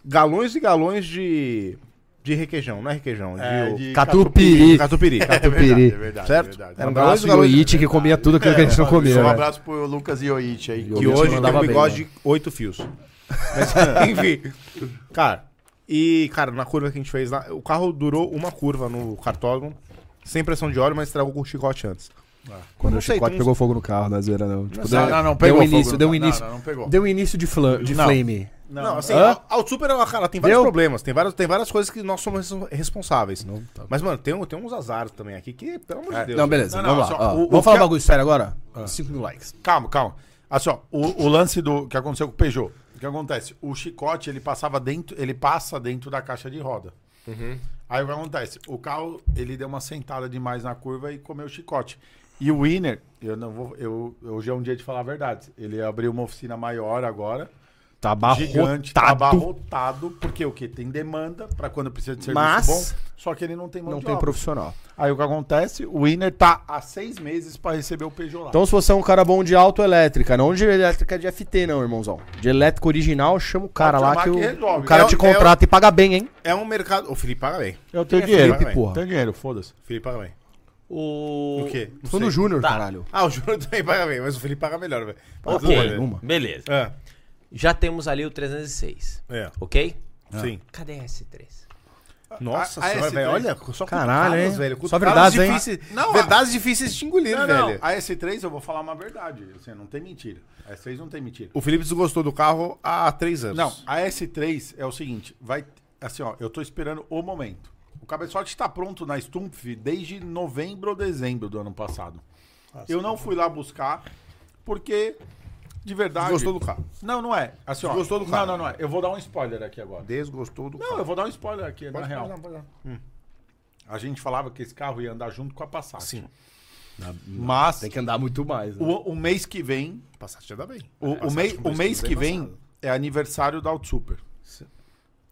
Speaker 2: galões e galões de. De requeijão, não é requeijão.
Speaker 6: É, de
Speaker 3: Catupiry.
Speaker 2: Catupiry.
Speaker 6: É verdade,
Speaker 3: Catupiry.
Speaker 6: é verdade,
Speaker 2: Certo?
Speaker 6: é verdade.
Speaker 2: Era
Speaker 3: Um
Speaker 2: um galão
Speaker 3: abraço
Speaker 2: de
Speaker 3: pro
Speaker 2: galão de-
Speaker 3: Yoichi que comia tudo aquilo que a gente não comia.
Speaker 6: Só um
Speaker 3: né?
Speaker 6: abraço pro Lucas Ioichi aí.
Speaker 2: Que
Speaker 3: Eu
Speaker 2: hoje tem
Speaker 3: mandava
Speaker 2: um
Speaker 3: bem, né?
Speaker 2: bigode de 8 fios. Mas, enfim. Cara, e, cara, na curva que a gente fez lá, o carro durou uma curva no cartódromo, sem pressão de óleo, mas estragou com o chicote antes.
Speaker 3: Quando
Speaker 2: Não
Speaker 3: o
Speaker 2: sei,
Speaker 3: chicote
Speaker 2: tem uns-
Speaker 3: pegou fogo no carro, não é zoeira não. Tipo,
Speaker 6: Não, não,
Speaker 3: deu
Speaker 6: não, pegou
Speaker 3: um
Speaker 6: fogo
Speaker 3: início,
Speaker 6: no
Speaker 3: deu um
Speaker 6: carro. Não,
Speaker 3: início.
Speaker 6: não, não pegou.
Speaker 3: Deu um início de, flan, de
Speaker 6: Não.
Speaker 3: flame.
Speaker 2: Não, assim,
Speaker 3: Hã?
Speaker 2: a Altuper, ela, cara, tem vários
Speaker 3: Deu?
Speaker 2: problemas, tem várias, tem várias coisas que nós somos res- responsáveis. Mas, mano, tem, um- tem uns azares também aqui que, pelo amor de Deus.
Speaker 3: tá É. Não, beleza,
Speaker 6: Não, não,
Speaker 3: vamos lá.
Speaker 6: só-
Speaker 3: ó.
Speaker 6: o-
Speaker 3: vamos
Speaker 2: é
Speaker 3: falar um
Speaker 6: o que é- Ah. a-
Speaker 3: bagulho sério agora? 5 mil likes.
Speaker 6: Calma, calma. Assim, ó, o, o lance do que aconteceu com o Peugeot. O que acontece? O chicote, ele passava dentro, ele passa dentro da caixa de roda.
Speaker 3: Uhum.
Speaker 6: Aí o que acontece? O carro, ele deu uma sentada demais na curva e comeu o chicote. E o Winner, eu não vou, eu, hoje é um dia de falar a verdade. Ele abriu uma oficina maior agora,
Speaker 3: Tá barrotado.
Speaker 6: gigante, tá abarrotado, porque o que tem demanda para quando precisa de serviço
Speaker 3: Mas-
Speaker 6: bom, só que ele não tem mão
Speaker 3: Não
Speaker 6: de
Speaker 3: tem
Speaker 6: obra.
Speaker 3: profissional.
Speaker 6: Aí o que acontece? O Winner tá há seis meses para receber o Peugeot lá.
Speaker 3: Então, se você é um cara bom de autoelétrica, não de elétrica de FT, não, irmãozão. De elétrica original, chama o cara
Speaker 6: Pode
Speaker 3: lá
Speaker 6: chamar
Speaker 3: que o,
Speaker 6: que resolve.
Speaker 3: o cara
Speaker 2: É o-
Speaker 3: te
Speaker 2: é o-
Speaker 3: contrata e paga bem, hein?
Speaker 2: É um mercado. É O Felipe paga bem.
Speaker 6: eu tenho
Speaker 2: dinheiro,
Speaker 3: Felipe,
Speaker 2: pô.
Speaker 6: Eu
Speaker 3: porra.
Speaker 6: tenho dinheiro, foda-se.
Speaker 2: O Felipe paga bem.
Speaker 4: O.
Speaker 2: O quê? Não
Speaker 3: Tô no
Speaker 2: sei.
Speaker 3: Júnior, caralho.
Speaker 2: Ah, o Júnior também paga bem, mas o Felipe paga melhor, velho. Mas
Speaker 4: Ok,
Speaker 2: tudo bem.
Speaker 3: nenhuma.
Speaker 4: beleza.
Speaker 2: É,
Speaker 4: Já temos ali o 306,
Speaker 2: é.
Speaker 4: ok?
Speaker 2: Sim.
Speaker 4: Cadê a S3?
Speaker 3: Ah,
Speaker 2: Nossa
Speaker 6: A- a
Speaker 2: senhora,
Speaker 6: S3.
Speaker 2: velho. Olha, só
Speaker 3: Caralho,
Speaker 2: cutucadas,
Speaker 3: hein?
Speaker 2: velho.
Speaker 3: Só
Speaker 2: cutucadas
Speaker 3: verdades, hein?
Speaker 2: difíceis,
Speaker 6: Não, a-
Speaker 2: verdades difíceis de engolir,
Speaker 6: Não, não,
Speaker 2: velho.
Speaker 6: a S3 eu vou falar uma verdade, assim, não tem mentira. A S3 não tem mentira.
Speaker 2: O Felipe desgostou do carro há três anos.
Speaker 6: Não, a S3 é o seguinte, vai assim, ó, eu tô esperando o momento. O cabeçote tá pronto na Stumpf desde novembro ou dezembro do ano passado.
Speaker 2: Ah,
Speaker 6: eu não fui lá buscar porque de verdade
Speaker 2: Desgostou do carro.
Speaker 6: Não, não é. Assim, ó,
Speaker 2: Desgostou do carro.
Speaker 6: Não, não, não é. Eu vou dar um spoiler aqui agora.
Speaker 2: Desgostou do
Speaker 6: Não,
Speaker 2: carro.
Speaker 6: eu vou dar um spoiler aqui, na real. Hum.
Speaker 2: Não, pode não.
Speaker 6: A gente falava que esse carro ia andar junto com a Passat. Sim. Mas
Speaker 3: que andar muito mais. né?
Speaker 6: o- o mês que vem
Speaker 2: Passat já dá bem.
Speaker 6: O, o, mei- o mês que vem é aniversário da Altsuper.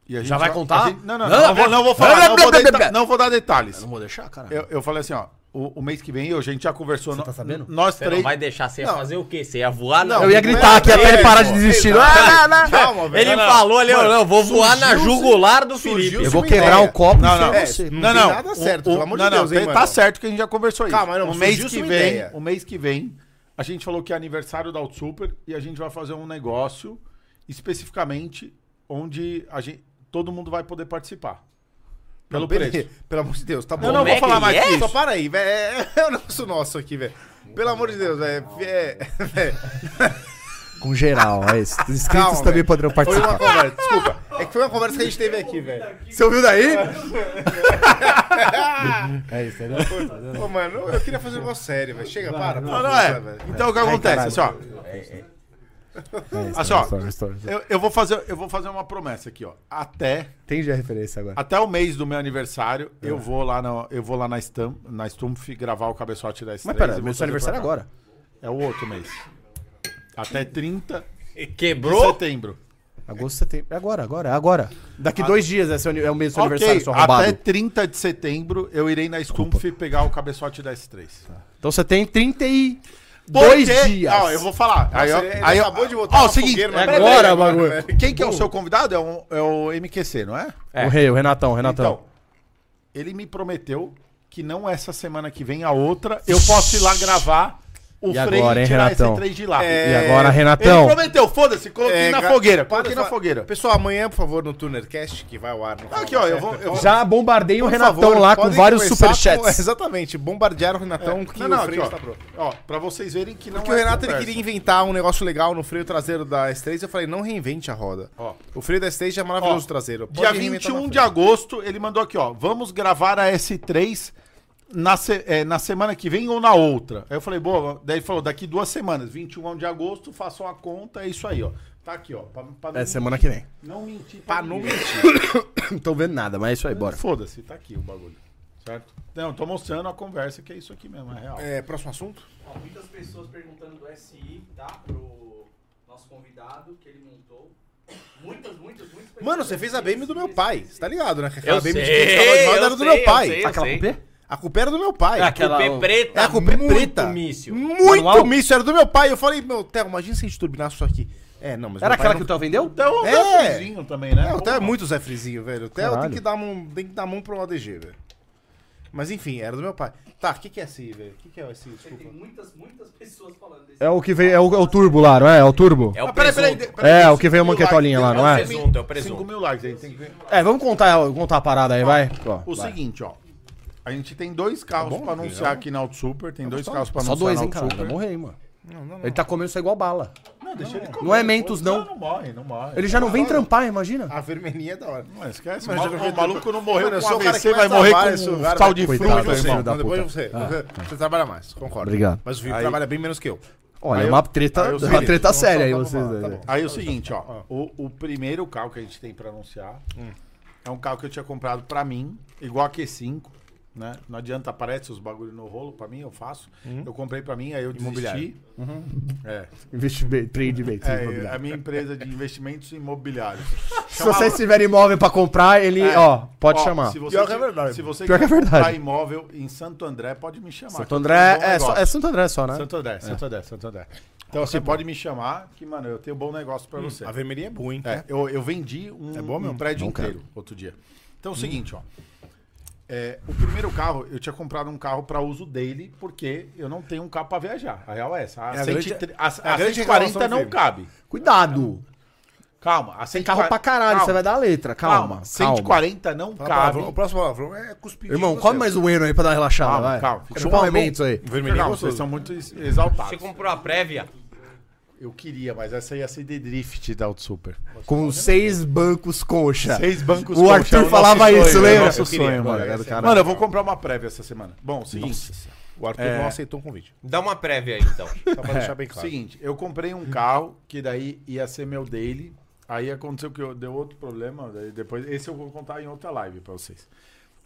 Speaker 6: E a gente
Speaker 3: Já vai contar?
Speaker 6: a gente- não, não, não, não, vou, não vou falar, não vou, deta- não vou dar detalhes.
Speaker 3: Não vou deixar, cara.
Speaker 6: Eu, eu falei assim, ó, o, o mês que vem, a gente já conversou. Você
Speaker 3: tá sabendo?
Speaker 6: Nós
Speaker 4: Você não
Speaker 6: três.
Speaker 4: vai deixar, você ia fazer o quê? Você ia voar? Não.
Speaker 3: Eu ia gritar aqui até ele parar de desistir. Ah, não, não.
Speaker 2: Calma, velho.
Speaker 4: Ele falou ali, eu não, eu vou voar na
Speaker 2: surgiu-
Speaker 4: jugular do
Speaker 2: surgiu-
Speaker 4: Felipe.
Speaker 3: Eu vou
Speaker 2: uma
Speaker 3: quebrar
Speaker 2: ideia.
Speaker 3: o copo
Speaker 6: Não,
Speaker 3: e
Speaker 6: não,
Speaker 3: enfiar
Speaker 6: é,
Speaker 3: você.
Speaker 2: não- tem nada certo, pelo amor de Deus, hein,
Speaker 6: tem-
Speaker 2: mano? um
Speaker 6: Tá certo que a gente já conversou isso.
Speaker 2: Calma, não,
Speaker 6: o mês
Speaker 2: surgiu
Speaker 6: que
Speaker 2: uma
Speaker 6: vem,
Speaker 2: ideia.
Speaker 6: o mês que vem, a gente falou que é aniversário da Altsuper e a gente vai fazer um negócio especificamente onde a gente, todo mundo vai poder participar. Pelo
Speaker 2: Pelo,
Speaker 6: preço.
Speaker 2: pelo amor de Deus, tá bom.
Speaker 6: Eu não
Speaker 4: Como é
Speaker 6: vou falar
Speaker 4: que
Speaker 6: mais
Speaker 4: é?
Speaker 6: que isso.
Speaker 2: Só para aí, velho. É, é o nosso nosso aqui, velho. Pelo amor de Deus, velho. É, velho.
Speaker 3: Com geral, é isso. Os inscritos
Speaker 2: Calma,
Speaker 3: também
Speaker 2: velho.
Speaker 3: poderão
Speaker 2: Foi uma
Speaker 3: participar.
Speaker 2: conversa, desculpa. É que foi uma conversa que a gente teve aqui, velho.
Speaker 3: Você ouviu daí? É
Speaker 2: Ô, mano, eu quelo fazer um negócio sério, velho. Chega, para.
Speaker 6: Não, não é. Então o que acontece? Assim, ó. Assim, ó. Eu, eu vou fazer, eu vou fazer uma promessa aqui, ó. Até,
Speaker 3: Entendi a referência agora.
Speaker 6: até o mês do meu aniversário,
Speaker 3: É.
Speaker 6: eu vou lá na, eu vou lá na Stump, na Stumpf gravar o cabeçote da
Speaker 3: Mas
Speaker 6: Estrela.
Speaker 3: pera, meu seu aniversário é agora.
Speaker 6: É o outro mês. Até 30
Speaker 3: é
Speaker 6: de
Speaker 4: Quebrou?
Speaker 6: setembro.
Speaker 3: Agosto, setembro. É agora, agora, é agora. Daqui dois dias é, seu, ani- é o mês do seu
Speaker 6: Ok,
Speaker 3: aniversário, seu arrombado.
Speaker 6: até 30 de setembro eu irei na Stumpf pegar o cabeçote da S3.
Speaker 3: Então você tem 30 e... Dois dias.
Speaker 2: Ó, eu vou falar. Aí, ó,
Speaker 6: Nossa, ele
Speaker 2: aí, ó,
Speaker 6: acabou de botar
Speaker 2: Ó, o
Speaker 6: uma
Speaker 2: seguinte,
Speaker 6: fogueira na
Speaker 2: peraí,
Speaker 3: É agora,
Speaker 2: peraí,
Speaker 3: bagulho.
Speaker 2: peraí.
Speaker 6: Quem que é o seu convidado? É, um- é o MQC, não é?
Speaker 3: O rei, o Renatão, o Renatão.
Speaker 6: Então, ele me prometeu que não essa semana que vem, a outra, eu posso ir lá gravar o
Speaker 3: E
Speaker 6: freio
Speaker 3: agora,
Speaker 6: e
Speaker 3: hein,
Speaker 6: tirar
Speaker 3: Renatão?
Speaker 6: esse trem de lá.
Speaker 3: E agora, Renatão?
Speaker 6: Ele prometeu, foda-se, coloquei
Speaker 2: É,
Speaker 6: na
Speaker 2: gra-
Speaker 6: fogueira,
Speaker 2: para
Speaker 6: coloquei
Speaker 2: de
Speaker 6: na
Speaker 2: fa-
Speaker 6: fogueira.
Speaker 2: Pessoal, amanhã, por favor, no Tunercast, que vai ao ar. no-
Speaker 6: Aqui, ó, eu vou... Eu vou-
Speaker 3: Já bombardei o
Speaker 2: Por
Speaker 3: Renatão
Speaker 2: favor,
Speaker 3: lá com
Speaker 2: podem
Speaker 3: vários
Speaker 2: começar
Speaker 3: superchats.
Speaker 2: com- É. Exatamente, bombardearam o Renatão que
Speaker 6: não, não,
Speaker 2: o
Speaker 6: aqui,
Speaker 2: freio
Speaker 6: ó,
Speaker 2: está pronto.
Speaker 6: ó, pra vocês verem que não é
Speaker 2: Porque o Renato ele
Speaker 6: conversa.
Speaker 2: queria inventar um negócio legal no freio traseiro da S3, eu falei, não reinvente a roda.
Speaker 6: Ó.
Speaker 2: O freio da S3 é maravilhoso traseiro. pode
Speaker 6: Dia
Speaker 2: reinventar na
Speaker 6: 21 de
Speaker 2: frente.
Speaker 6: agosto, ele mandou aqui, ó. Vamos gravar a S3 na, se- é, na semana que vem ou na outra. Aí eu falei, boa, daí ele falou, daqui duas semanas, 21 de agosto, façam a conta, é isso aí, ó. Tá aqui, ó. Pra, pra não,
Speaker 3: É semana que vem.
Speaker 6: não mentir pra não mentir.
Speaker 3: Não tô vendo nada, mas é isso aí, bora.
Speaker 6: Foda-se, tá aqui o bagulho. Certo? Não, tô mostrando a conversa que é isso aqui mesmo, é real.
Speaker 2: É, próximo assunto?
Speaker 8: muitas pessoas perguntando do SI, tá? Pro nosso convidado que ele montou. Muitas, muitas, muitas pessoas.
Speaker 2: Mano, você fez a BM do meu pai, você tá ligado, né? Que
Speaker 4: Eu
Speaker 2: Aquela BM
Speaker 4: sei,
Speaker 2: que tava de roda
Speaker 4: eu
Speaker 2: era do
Speaker 4: sei,
Speaker 2: meu
Speaker 4: eu
Speaker 2: pai.
Speaker 4: sei, eu
Speaker 2: Aquela
Speaker 4: sei. É um-
Speaker 2: coupé? A culpa era do meu pai.
Speaker 3: Aquela-
Speaker 4: Coupé preta,
Speaker 2: É a coupé
Speaker 4: muito
Speaker 2: preta.
Speaker 4: míssil.
Speaker 2: Muito
Speaker 3: Manual?
Speaker 2: míssil, era do meu pai. Eu falei, meu, Theo, imagina se a gente turbinasse isso aqui. É, não, mas
Speaker 3: Era
Speaker 2: meu pai
Speaker 3: aquela que
Speaker 2: não-
Speaker 3: o Theo vendeu?
Speaker 6: Então,
Speaker 2: É.
Speaker 6: é um vizinho também, né?
Speaker 2: É, o Theo é
Speaker 6: Porra.
Speaker 2: muito Zé Frizinho, velho. O Theo tem
Speaker 3: Caralho.
Speaker 2: que dar a mão, tem que dar a mão pro ADG, velho. Mas enfim, era do meu pai. Tá, o que, que é esse, velho? O que, que é esse? Desculpa.
Speaker 8: Tem muitas, muitas pessoas falando desse.
Speaker 3: É o que veio, é o, é o turbo lá, não é? É o turbo?
Speaker 4: É o
Speaker 6: Ah, peraí, peraí,
Speaker 4: presunto.
Speaker 6: peraí,
Speaker 3: É, o que veio a
Speaker 6: cinco mil
Speaker 3: manquetolinha
Speaker 6: likes,
Speaker 3: lá, não é?
Speaker 6: tem que ver.
Speaker 4: Presunto, é o presunto.
Speaker 6: 5 mil likes aí, tem que ver.
Speaker 3: É, vamos contar, contar a parada aí, vai. Ó,
Speaker 6: O
Speaker 3: vai.
Speaker 6: seguinte, ó. A gente tem dois carros pra anunciar aqui na Auto Super. Tem dois carros pra
Speaker 3: Só
Speaker 6: anunciar
Speaker 3: dois,
Speaker 6: na
Speaker 3: hein,
Speaker 6: Auto
Speaker 3: cara? Vai
Speaker 6: Super.
Speaker 3: morrer, hein, mano. Ele tá comendo só igual bala.
Speaker 6: Não, deixa ele
Speaker 3: Não é mentos, não.
Speaker 6: Não morre, não morre. Ah,
Speaker 3: Ele já não vem trampar, imagina.
Speaker 2: A vermelhinha é da hora.
Speaker 6: Não, esquece.
Speaker 2: Mas
Speaker 6: o
Speaker 2: já
Speaker 6: maluco-
Speaker 2: não
Speaker 6: o maluco não morreu
Speaker 2: Mano, eu
Speaker 6: com
Speaker 2: sou
Speaker 1: um
Speaker 2: o cara
Speaker 6: AVC,
Speaker 2: que
Speaker 6: vai
Speaker 2: mais
Speaker 6: morrer
Speaker 2: trabalha, sou o
Speaker 6: com
Speaker 2: cara
Speaker 6: sal
Speaker 2: mais-
Speaker 6: de
Speaker 3: Coitado,
Speaker 6: fruta,
Speaker 3: filho
Speaker 6: irmão.
Speaker 3: da
Speaker 2: Não, depois
Speaker 3: puta.
Speaker 2: de você. Você- Você trabalha mais, concordo.
Speaker 3: Obrigado.
Speaker 2: Mas o Vitor trabalha bem menos que eu.
Speaker 3: Olha,
Speaker 6: Aí-
Speaker 3: é uma treta,
Speaker 6: aí eu sei Então,
Speaker 3: uma
Speaker 6: disso,
Speaker 3: treta
Speaker 2: vamos
Speaker 3: séria aí,
Speaker 2: soltar,
Speaker 3: vocês
Speaker 2: vamos lá,
Speaker 3: dois.
Speaker 2: tá
Speaker 6: Aí é o seguinte, ó. O, o primeiro carro que a gente tem pra anunciar é um carro que eu tinha comprado pra mim, igual a Q5. Né? Não adianta, aparece os bagulho no rolo pra mim, eu faço. Eu comprei pra mim, aí eu desisti. É,
Speaker 3: Investimento, trade, bem,
Speaker 6: é, a minha empresa de investimentos imobiliários.
Speaker 3: Se vocês tiverem imóvel pra comprar, ele, ó, pode
Speaker 6: É. Ó,
Speaker 3: chamar.
Speaker 6: Se
Speaker 3: Santo
Speaker 6: você,
Speaker 2: Pior que
Speaker 6: ti-
Speaker 2: é verdade.
Speaker 6: Se você
Speaker 3: Pior que é verdade.
Speaker 6: comprar imóvel em Santo André, pode me chamar. que eu
Speaker 3: André,
Speaker 6: tenho um bom
Speaker 3: é, só,
Speaker 6: negócio.
Speaker 3: é Santo André só, né?
Speaker 6: Santo André, Santo André, Santo André. Então, você pode me chamar, que, mano, eu tenho um bom negócio pra você.
Speaker 2: A vermelhinha é boa, hein?
Speaker 6: É, eu, eu vendi um,
Speaker 2: É bom
Speaker 6: um
Speaker 2: mesmo?
Speaker 6: prédio
Speaker 3: Bom
Speaker 6: inteiro outro dia. Então é o seguinte, ó. É, o primeiro carro, eu tinha comprado um carro para uso dele, porque eu não tenho um carro para viajar. A real é essa. A,
Speaker 2: É a grande-
Speaker 6: 130 a-
Speaker 2: é a
Speaker 6: a
Speaker 2: grande
Speaker 6: 140
Speaker 2: reclamação
Speaker 6: não
Speaker 2: do filme.
Speaker 6: cabe.
Speaker 3: Cuidado.
Speaker 6: Calma, a
Speaker 3: Tem carro pra caralho, você vai dar a letra. Calma, calma.
Speaker 6: 140
Speaker 2: Fala
Speaker 6: não
Speaker 2: a
Speaker 6: cabe.
Speaker 2: palavra, O próximo palavrão é cuspidinho.
Speaker 3: Irmão, come mais um Eno aí pra dar uma relaxada,
Speaker 6: Calma,
Speaker 3: vai.
Speaker 6: calma, fica
Speaker 3: Chupa
Speaker 6: bom.
Speaker 3: um Mentos aí.
Speaker 2: Vermelhinha é
Speaker 6: Calma, vocês
Speaker 2: gostoso.
Speaker 6: são muito ex- exaltados.
Speaker 4: Você comprou a prévia?
Speaker 6: Eu queria, mas essa ia ser de drift da Auto Super.
Speaker 3: Com seis bancos concha.
Speaker 6: Seis bancos
Speaker 3: O
Speaker 6: colchão,
Speaker 3: Arthur
Speaker 6: é nosso
Speaker 3: falava
Speaker 6: sonho,
Speaker 3: isso,
Speaker 2: né?
Speaker 6: é
Speaker 3: lembra?
Speaker 6: nosso
Speaker 3: Eu queria,
Speaker 6: sonho,
Speaker 3: mano,
Speaker 6: mano.
Speaker 3: era do caralho.
Speaker 6: Mano, eu vou comprar uma prévia essa semana. Bom, seguinte.
Speaker 2: O Arthur
Speaker 6: É.
Speaker 2: não aceitou o convite.
Speaker 4: Dá uma prévia aí, então.
Speaker 2: Só pra deixar bem claro.
Speaker 6: Seguinte, eu comprei um carro que daí ia ser meu daily. Aí aconteceu que eu- deu outro problema. daí Depois, esse eu vou contar em outra live pra vocês.